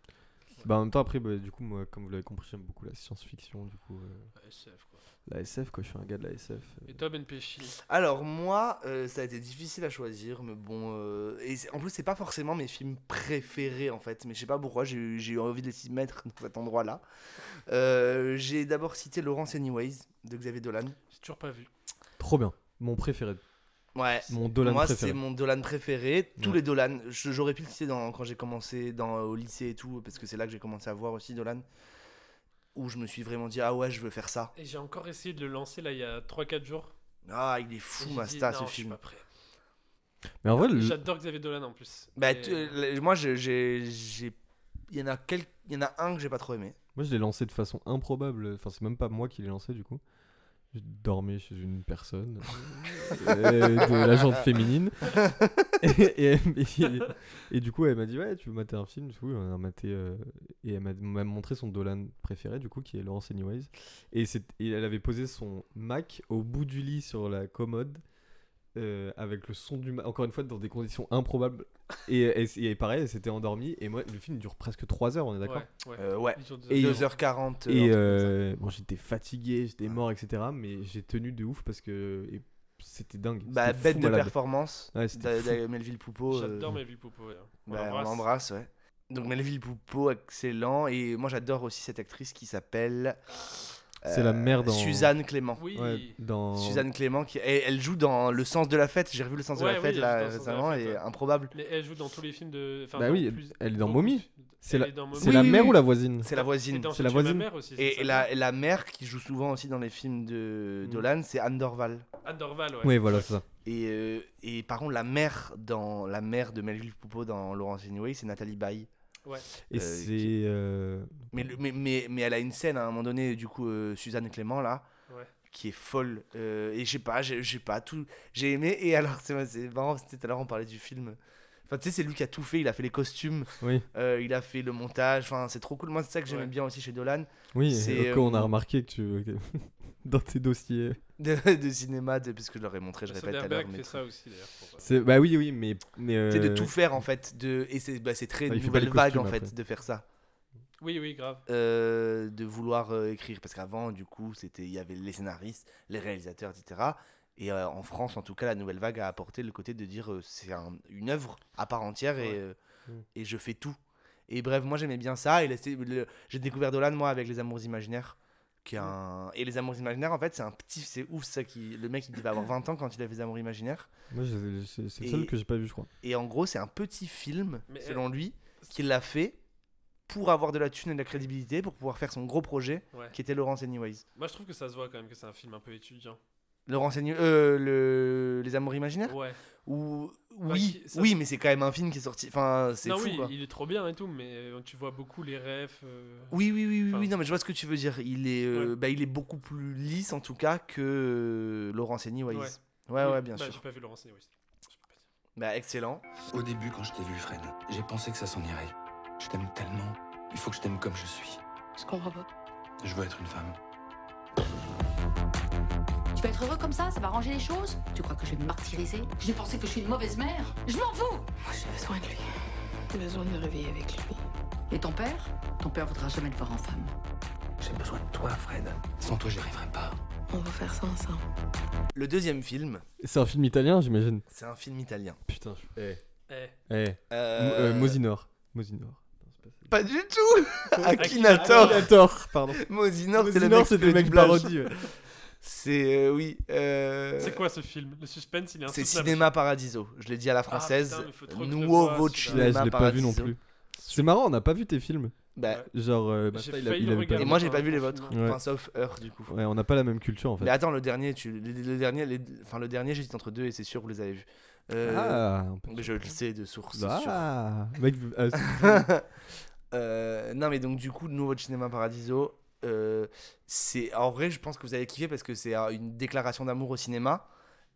Speaker 1: Bah, en même temps, après, bah, du coup, moi, comme vous l'avez compris, j'aime beaucoup la science-fiction, du coup. euh,
Speaker 2: Ouais, SF, quoi.
Speaker 1: La SF, quoi, je suis un gars de la SF. euh.
Speaker 2: Et toi, Ben Pesci
Speaker 3: Alors moi, euh, ça a été difficile à choisir, mais bon, euh, et c'est- en plus c'est pas forcément mes films préférés en fait, mais je sais pas pourquoi j'ai eu- j'ai eu envie de les mettre dans cet endroit-là. Euh, j'ai d'abord cité Laurence Anyways de Xavier Dolan.
Speaker 2: J'ai toujours pas vu.
Speaker 1: Trop bien. Mon préféré.
Speaker 3: Ouais.
Speaker 1: Mon Dolan
Speaker 3: Moi,
Speaker 1: préféré.
Speaker 3: c'est mon Dolan préféré. Tous
Speaker 1: Ouais.
Speaker 3: les Dolan. Je- J'aurais pu le citer dans, quand j'ai commencé dans, au lycée et tout, parce que c'est là que j'ai commencé à voir aussi Dolan, où je me suis vraiment dit ah ouais, je veux faire ça.
Speaker 2: Et j'ai encore essayé de le lancer là il y a 3-4 jours.
Speaker 3: Ah, il est fou,
Speaker 2: J'ai dit,
Speaker 3: Masta,
Speaker 2: non,
Speaker 3: ce
Speaker 2: je suis
Speaker 3: film.
Speaker 2: pas prêt.
Speaker 1: Mais en vrai, le-
Speaker 2: J'adore Xavier Dolan en plus.
Speaker 3: Bah,
Speaker 2: Et-
Speaker 3: tu- euh, moi, je- j'ai. j'ai- Il y, en a quel- il y en a un que j'ai pas trop aimé.
Speaker 1: Moi, je l'ai lancé de façon improbable. Enfin, c'est même pas moi qui l'ai lancé, du coup. Je dormais chez une personne euh, de la gente féminine. et, et- et- et du coup, elle m'a dit Ouais, tu veux mater un film Du coup, on a maté. euh, et elle m'a m'a montré son Dolan préféré, du coup, qui est Laurence Anyways. Et, c'est- et elle avait posé son Mac au bout du lit sur la commode. euh, avec le son du Mac, encore une fois dans des conditions improbables. Et, et- et pareil, elle s'était endormie. Et moi, le film dure presque 3 heures, on est d'accord
Speaker 2: Ouais.
Speaker 3: Euh, ouais.
Speaker 2: Ils ont
Speaker 3: Et
Speaker 2: deux
Speaker 3: 2h40.
Speaker 1: et euh, bon, j'étais fatigué, j'étais mort, etc. Mais j'ai tenu de ouf parce que et c'était dingue.
Speaker 3: bah,
Speaker 1: c'était fou
Speaker 3: bête de
Speaker 1: malade.
Speaker 3: performance.
Speaker 1: Ouais, c'était
Speaker 3: d'a-
Speaker 1: fou.
Speaker 3: d'a- Melville Poupeau. euh,
Speaker 2: J'adore Melville Poupeau. ouais. On
Speaker 3: bah, on
Speaker 2: l'embrasse.
Speaker 3: l'embrasse, ouais. Donc Melville Poupeau, excellent. Et moi, j'adore aussi cette actrice qui s'appelle. euh,
Speaker 1: C'est la mère dans-
Speaker 3: Suzanne Clément.
Speaker 2: Oui.
Speaker 1: Ouais, dans...
Speaker 3: Suzanne Clément, qui, elle, elle joue dans Le sens de la fête. J'ai revu Le sens
Speaker 2: Ouais,
Speaker 3: de la
Speaker 2: oui,
Speaker 3: fête
Speaker 2: elle
Speaker 3: là
Speaker 2: joue dans Le Sens de la
Speaker 3: récemment
Speaker 2: Fête,
Speaker 3: et
Speaker 2: ouais.
Speaker 3: improbable.
Speaker 2: Mais elle joue dans tous les films de. enfin,
Speaker 1: Bah
Speaker 2: dans
Speaker 1: oui,
Speaker 2: plus-
Speaker 1: elle est dans
Speaker 2: beaucoup de
Speaker 1: Mommy.
Speaker 2: films.
Speaker 1: C'est la,
Speaker 2: Elle est dans
Speaker 1: c'est
Speaker 2: Mommy.
Speaker 1: la
Speaker 2: Oui,
Speaker 1: mère
Speaker 2: oui.
Speaker 1: ou la voisine
Speaker 3: C'est la
Speaker 2: Et
Speaker 3: voisine.
Speaker 2: dans
Speaker 1: C'est la
Speaker 2: Je tue ma
Speaker 1: voisine.
Speaker 2: mère aussi, c'est
Speaker 3: Et,
Speaker 2: ça, Mm.
Speaker 3: et la, et la mère qui joue souvent aussi dans les films de Dolan, c'est Anne Dorval.
Speaker 2: Anne Dorval, ouais.
Speaker 1: Oui, voilà, c'est ça.
Speaker 3: Et, euh, et par contre, la mère, dans, la mère de Melville Poupeau dans Laurence Anyway, c'est Nathalie Baye.
Speaker 2: Ouais.
Speaker 1: Et
Speaker 3: Euh,
Speaker 1: c'est.
Speaker 3: qui-
Speaker 1: euh,
Speaker 3: Mais, le- mais, mais, mais elle a une scène à un moment donné, du coup, euh, Suzanne Clément, là,
Speaker 2: Ouais.
Speaker 3: qui est folle. Euh, et je sais pas, j'ai j'ai pas tout. J'ai aimé. Et alors, c'est c'est marrant, c'était tout à l'heure, on parlait du film. Enfin, tu sais, c'est lui qui a tout fait. Il a fait les costumes,
Speaker 1: Oui,
Speaker 3: euh, il a fait le montage. Enfin, c'est trop cool. Moi, c'est ça que j'aimais
Speaker 2: Ouais.
Speaker 3: bien aussi chez Dolan.
Speaker 1: oui
Speaker 3: C'est,
Speaker 1: ok, on a
Speaker 3: euh,
Speaker 1: remarqué que tu. dans tes dossiers.
Speaker 3: de, de cinéma, de, parce que je leur ai montré, je répète tout à l'heure.
Speaker 2: Bah, Soderbergh
Speaker 3: mais
Speaker 2: fait
Speaker 3: tout.
Speaker 2: ça aussi d'ailleurs. pour- euh,
Speaker 1: C'est- Bah oui, oui, mais. mais
Speaker 3: Tu sais, de
Speaker 1: euh,
Speaker 3: tout faire en fait. De... Et c'est bah, c'est très
Speaker 1: Ah, il fait pas les
Speaker 3: nouvelle vague en
Speaker 1: costumes,
Speaker 3: fait
Speaker 1: après.
Speaker 3: de faire ça.
Speaker 2: Oui, oui, grave.
Speaker 3: Euh, de vouloir euh, écrire. Parce qu'avant, du coup, c'était il y avait les scénaristes, les réalisateurs, etc. Et euh, en France, en tout cas, la nouvelle vague a apporté le côté de dire euh, c'est un- une œuvre à part entière et,
Speaker 2: Ouais.
Speaker 3: euh,
Speaker 1: Mm.
Speaker 3: et je fais tout. Et bref, moi j'aimais bien ça. Et la- c'est le- j'ai découvert Dolan, moi, avec Les Amours Imaginaires. Qui est un... Et Les Amours Imaginaires, en fait, c'est un petit. C'est ouf ça. Qui... Le mec, il devait avoir 20 ans quand il a fait Les Amours Imaginaires.
Speaker 1: Moi, je- c'est c'est le
Speaker 3: Et-
Speaker 1: seul que j'ai pas vu, je crois.
Speaker 3: Et en gros, c'est un petit film,
Speaker 2: Mais, euh,
Speaker 3: selon lui, qu'il a fait pour avoir de la thune et de la crédibilité, pour pouvoir faire son gros projet,
Speaker 2: Ouais.
Speaker 3: qui était Laurence Anyways.
Speaker 2: Moi, je trouve que ça se voit quand même que c'est un film un peu étudiant.
Speaker 3: Le renseignement. Euh, le... Les Amours imaginaires
Speaker 2: Ouais.
Speaker 3: Ou...
Speaker 2: Bah,
Speaker 3: Oui,
Speaker 2: qui- ça-
Speaker 3: oui, mais c'est quand même un film qui est sorti. Enfin, c'est
Speaker 2: Non,
Speaker 3: fou
Speaker 2: oui,
Speaker 3: quoi.
Speaker 2: il est trop bien et tout, mais euh, tu vois beaucoup les refs. euh,
Speaker 3: Oui, oui, oui, oui, oui, non, mais je vois ce que tu veux dire. Il est, euh, bah, il est beaucoup plus lisse en tout cas que euh, Laurence Annie Wise. Ouais, ouais,
Speaker 2: Oui,
Speaker 3: bien
Speaker 2: bah,
Speaker 3: sûr.
Speaker 2: J'ai pas vu Laurence Annie, oui.
Speaker 3: Bah, excellent.
Speaker 4: Au début, quand je t'ai vu, Fred, j'ai pensé que ça s'en irait. Je t'aime tellement. Il faut que je t'aime comme je suis.
Speaker 19: Je comprends pas.
Speaker 4: Je veux être une femme.
Speaker 19: Je vais être heureux comme ça, ça va ranger les choses Tu crois que je vais me martyriser Je vais penser que je suis une mauvaise mère Je m'en fous Moi j'ai besoin de lui. J'ai besoin de me réveiller avec lui. Et ton père Ton père voudra jamais te voir en femme.
Speaker 4: J'ai besoin de toi, Fred. Sans toi, j'y arriverai pas.
Speaker 19: On va faire ça ensemble.
Speaker 3: Le deuxième film,
Speaker 1: C'est un film italien, j'imagine.
Speaker 3: c'est un film italien.
Speaker 1: Putain, je... eh.
Speaker 2: Eh.
Speaker 1: Eh. M-
Speaker 3: Euh,
Speaker 1: euh, Mosinor. Mosinor.
Speaker 3: Pas du tout Akinator
Speaker 1: Akinator. Akinator, pardon.
Speaker 3: Mosinor, c'est le
Speaker 1: Mosinor,
Speaker 3: mec
Speaker 1: c'est
Speaker 3: qui
Speaker 1: le
Speaker 3: fait
Speaker 1: mec
Speaker 3: du blage.
Speaker 1: parodie, ouais.
Speaker 3: C'est, euh, oui. euh,
Speaker 2: C'est quoi ce film Le suspense, il est
Speaker 3: C'est
Speaker 2: insoutenable.
Speaker 3: Cinéma Paradiso. Je l'ai dit à la française.
Speaker 2: Ah, putain, mais faut trop que je le
Speaker 3: Nuovo
Speaker 2: voie, celui-là.
Speaker 1: Ouais, je
Speaker 3: Cinema
Speaker 1: l'ai pas vu
Speaker 3: Paradiso.
Speaker 1: non plus. C'est marrant, on n'a pas vu tes films.
Speaker 3: Bah,
Speaker 1: Genre, euh,
Speaker 3: J'ai
Speaker 1: Basta, il a-
Speaker 3: failli
Speaker 1: il
Speaker 3: le
Speaker 1: avait pas
Speaker 3: regarder
Speaker 1: vu.
Speaker 3: moi, j'ai pas vu les vôtres.
Speaker 1: Ouais.
Speaker 3: Enfin, sauf Heure, du coup.
Speaker 1: Ouais, on n'a pas la même culture en fait.
Speaker 3: Mais attends, le dernier, tu, le, le dernier, les- enfin le dernier, j'hésite entre deux et c'est sûr vous les avez vus. Euh,
Speaker 1: Ah, on peut
Speaker 3: mais je le sais de source. c'est
Speaker 1: Ah,
Speaker 3: sûr.
Speaker 1: mec, euh, c'est-
Speaker 3: Euh, non mais donc du coup, nouveau de Cinéma Paradiso, euh, c'est en vrai, je pense que vous avez kiffé parce que c'est euh, une déclaration d'amour au cinéma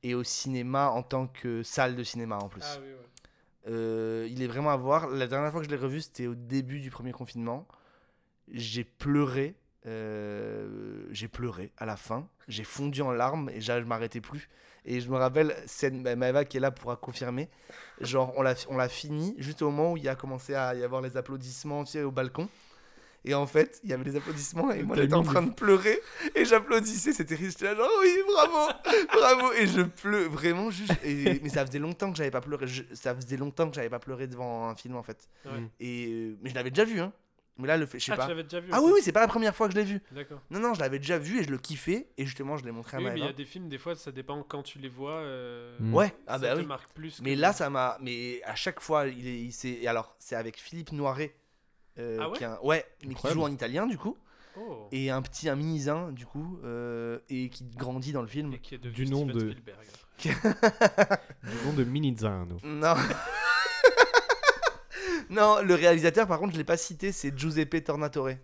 Speaker 3: et au cinéma en tant que salle de cinéma en plus.
Speaker 2: Ah oui, ouais.
Speaker 3: Euh, il est vraiment à voir. La dernière fois que je l'ai revu, c'était au début du premier confinement. J'ai pleuré. euh, j'ai pleuré à la fin. J'ai fondu en larmes et j'a- je m'arrêtais plus. Et je me rappelle, scène bah, Maeva qui est là pourra confirmer. Genre, on l'a, on l'a fini juste au moment où il y a commencé à y avoir les applaudissements tu sais, au balcon. Et en fait, il y avait les applaudissements et moi
Speaker 1: T'as
Speaker 3: j'étais en
Speaker 1: mis
Speaker 3: train
Speaker 1: des-
Speaker 3: de pleurer et j'applaudissais, c'était triste. J'étais là, genre oui, bravo, bravo. Et je pleure vraiment juste. et- mais ça faisait longtemps que j'avais pas pleuré. Je- ça faisait longtemps que j'avais pas pleuré devant un film en fait.
Speaker 2: Ouais.
Speaker 3: Et euh, mais je l'avais déjà vu, hein. Mais là, le fait, je sais
Speaker 2: Ah, tu
Speaker 3: pas.
Speaker 2: l'avais déjà vu,
Speaker 3: ah
Speaker 2: ok.
Speaker 3: oui, oui, c'est pas la première fois que je l'ai vu.
Speaker 2: D'accord.
Speaker 3: Non, non, je l'avais déjà vu et je le kiffais. Et justement, je l'ai montré à
Speaker 2: Oui,
Speaker 3: ma
Speaker 2: mais il y a des films, des fois, ça dépend quand tu les vois. euh,
Speaker 3: Ouais, ah
Speaker 2: ça
Speaker 3: bah
Speaker 2: te
Speaker 3: oui.
Speaker 2: marque plus. que-
Speaker 3: mais là, ça m'a. Mais à chaque fois, il est. il s'est- et alors, c'est avec Philippe Noiret. euh,
Speaker 2: Ah ouais
Speaker 3: qui est un- Ouais, mais qui
Speaker 2: Incroyable.
Speaker 3: joue en italien du coup.
Speaker 2: Oh.
Speaker 3: Et un petit, un minisin du coup. euh, et qui grandit dans le film.
Speaker 2: qui est devenu
Speaker 1: Du nom
Speaker 2: Steven
Speaker 1: de.
Speaker 2: Spielberg.
Speaker 1: Du nom de Minizano.
Speaker 3: Non. non, le réalisateur, par contre, je l'ai pas cité, c'est Giuseppe Tornatore.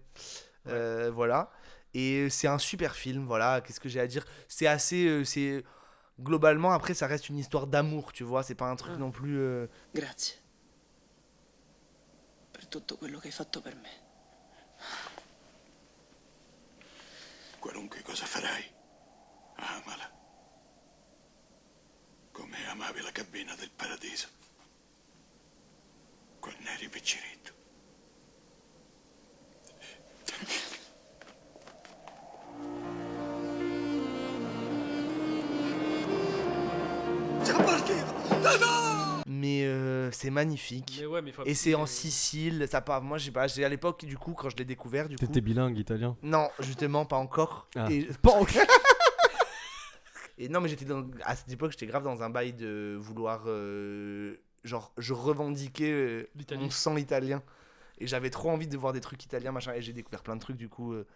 Speaker 3: Euh, voilà. Et c'est un super film, voilà. Qu'est-ce que j'ai à dire C'est assez. euh, c'est Globalement, après, ça reste une histoire d'amour, tu vois. C'est pas un truc non plus. euh,
Speaker 5: Grazie. Per tutto quello che hai fatto per me.
Speaker 4: Qualunque cosa farai, amala. Come amavi la cabina del paradiso. Quando eri picciritto.
Speaker 3: Mais euh, c'est magnifique.
Speaker 2: Mais ouais, mais faut
Speaker 3: Et c'est
Speaker 2: appliquer,
Speaker 3: en
Speaker 2: euh,
Speaker 3: Sicile, ça part. Moi, j'ai pas. j'ai- À l'époque, du coup, quand je l'ai découvert, du coup.
Speaker 1: T'étais bilingue italien.
Speaker 3: Non, justement, pas encore.
Speaker 1: Ah.
Speaker 3: Et...
Speaker 1: Pas encore.
Speaker 3: Et non, mais j'étais dans... à cette époque, j'étais grave dans un bail de vouloir. euh, Genre, je revendiquais euh,
Speaker 2: L'Italie.
Speaker 3: mon sang italien. Et j'avais trop envie de voir des trucs italiens, machin. Et j'ai découvert plein de trucs, du coup. euh,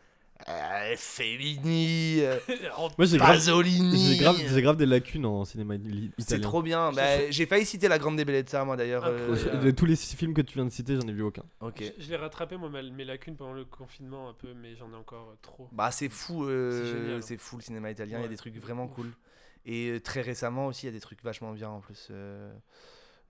Speaker 3: euh, Fellini, euh,
Speaker 1: Moi j'ai grave,
Speaker 3: Pasolini. euh.
Speaker 1: j'ai grave, j'ai grave des lacunes en cinéma li- italien.
Speaker 3: C'est trop bien. Bah, j'ai failli citer la Grande Bellezza, moi d'ailleurs. euh,
Speaker 1: De tous les six films que tu viens de citer, j'en ai vu aucun.
Speaker 3: Ok.
Speaker 2: Je, je l'ai rattrapé, moi, ma- mes lacunes pendant le confinement, un peu, mais j'en ai encore euh, trop.
Speaker 3: Bah c'est fou, euh,
Speaker 2: C'est génial.
Speaker 3: c'est fou le cinéma italien, il y a
Speaker 2: Ouais.
Speaker 3: des trucs vraiment cool. Et euh, très récemment aussi, il y a des trucs vachement bien en plus. euh,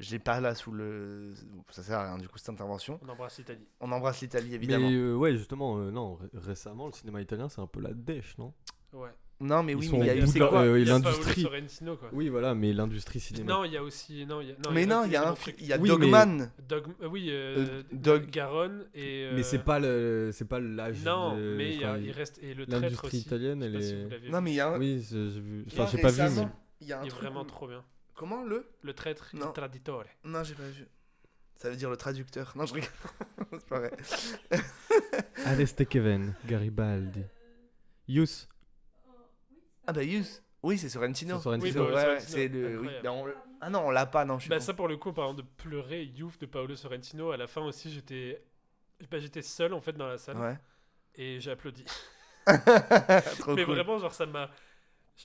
Speaker 3: je l'ai pas là sous le... Ça sert à rien du coup cette intervention.
Speaker 2: On embrasse l'Italie.
Speaker 3: On embrasse l'Italie évidemment.
Speaker 1: Mais euh, ouais, justement, euh, non, ré- récemment, le cinéma italien, c'est un peu la dèche, non
Speaker 2: Ouais.
Speaker 3: Non mais
Speaker 1: Ils
Speaker 3: oui,
Speaker 1: sont
Speaker 3: mais il y
Speaker 1: au
Speaker 3: a eu-
Speaker 1: bout de
Speaker 3: c'est
Speaker 1: leur-
Speaker 3: quoi
Speaker 1: euh,
Speaker 2: Il y a
Speaker 1: l'industrie.
Speaker 2: Paolo Sorrentino, quoi.
Speaker 1: Oui, voilà, mais l'industrie cinéma.
Speaker 2: Non, il y a aussi. Non, il y a,
Speaker 3: Mais non, il y a
Speaker 2: des
Speaker 3: un
Speaker 2: bons
Speaker 3: fi-
Speaker 2: trucs.
Speaker 3: il y a
Speaker 1: Oui, mais-
Speaker 3: Dogman.
Speaker 2: Dog- euh, oui,
Speaker 3: Euh,
Speaker 2: euh,
Speaker 3: Dog-
Speaker 2: Garonne et. euh,
Speaker 1: Mais c'est pas le, c'est pas l'âge.
Speaker 2: Non,
Speaker 1: de-
Speaker 2: mais il y a-
Speaker 1: Ah, enfin,
Speaker 2: il reste- et le traître
Speaker 1: L'industrie
Speaker 2: aussi.
Speaker 1: italienne, elle
Speaker 2: Je sais pas si
Speaker 1: est.
Speaker 2: vous l'avez
Speaker 3: Non, vu. mais il y a un-
Speaker 1: Oui, c'est- j'ai vu.
Speaker 3: il y a
Speaker 1: Enfin, j'ai pas vu, mais.
Speaker 3: récemment, Il y a un
Speaker 2: Il est
Speaker 3: truc
Speaker 2: vraiment
Speaker 3: où-
Speaker 2: trop bien.
Speaker 3: Comment le
Speaker 2: Le traître, il
Speaker 3: Non.
Speaker 2: traditore.
Speaker 3: Non, j'ai pas vu. Ça veut dire le traducteur. Non, je rigole. c'est pas vrai.
Speaker 1: Aleste Kevin, Garibaldi. Yus.
Speaker 3: ah bah Yus. Oui, c'est Sorrentino.
Speaker 1: C'est Sorrentino.
Speaker 2: Oui, bah,
Speaker 3: ouais, ouais,
Speaker 2: Sorrentino.
Speaker 3: c'est le... oui.
Speaker 2: Incroyable.
Speaker 3: Non, on l'a- Ah non, on l'a pas, non, je suis
Speaker 2: Bah
Speaker 3: con.
Speaker 2: ça pour le coup, en parlant de pleurer, Youf de Paolo Sorrentino, à la fin aussi j'étais bah, j'étais seul en fait dans la salle
Speaker 3: Ouais.
Speaker 2: et j'ai applaudi.
Speaker 3: Trop
Speaker 2: Mais
Speaker 3: cool.
Speaker 2: vraiment genre ça m'a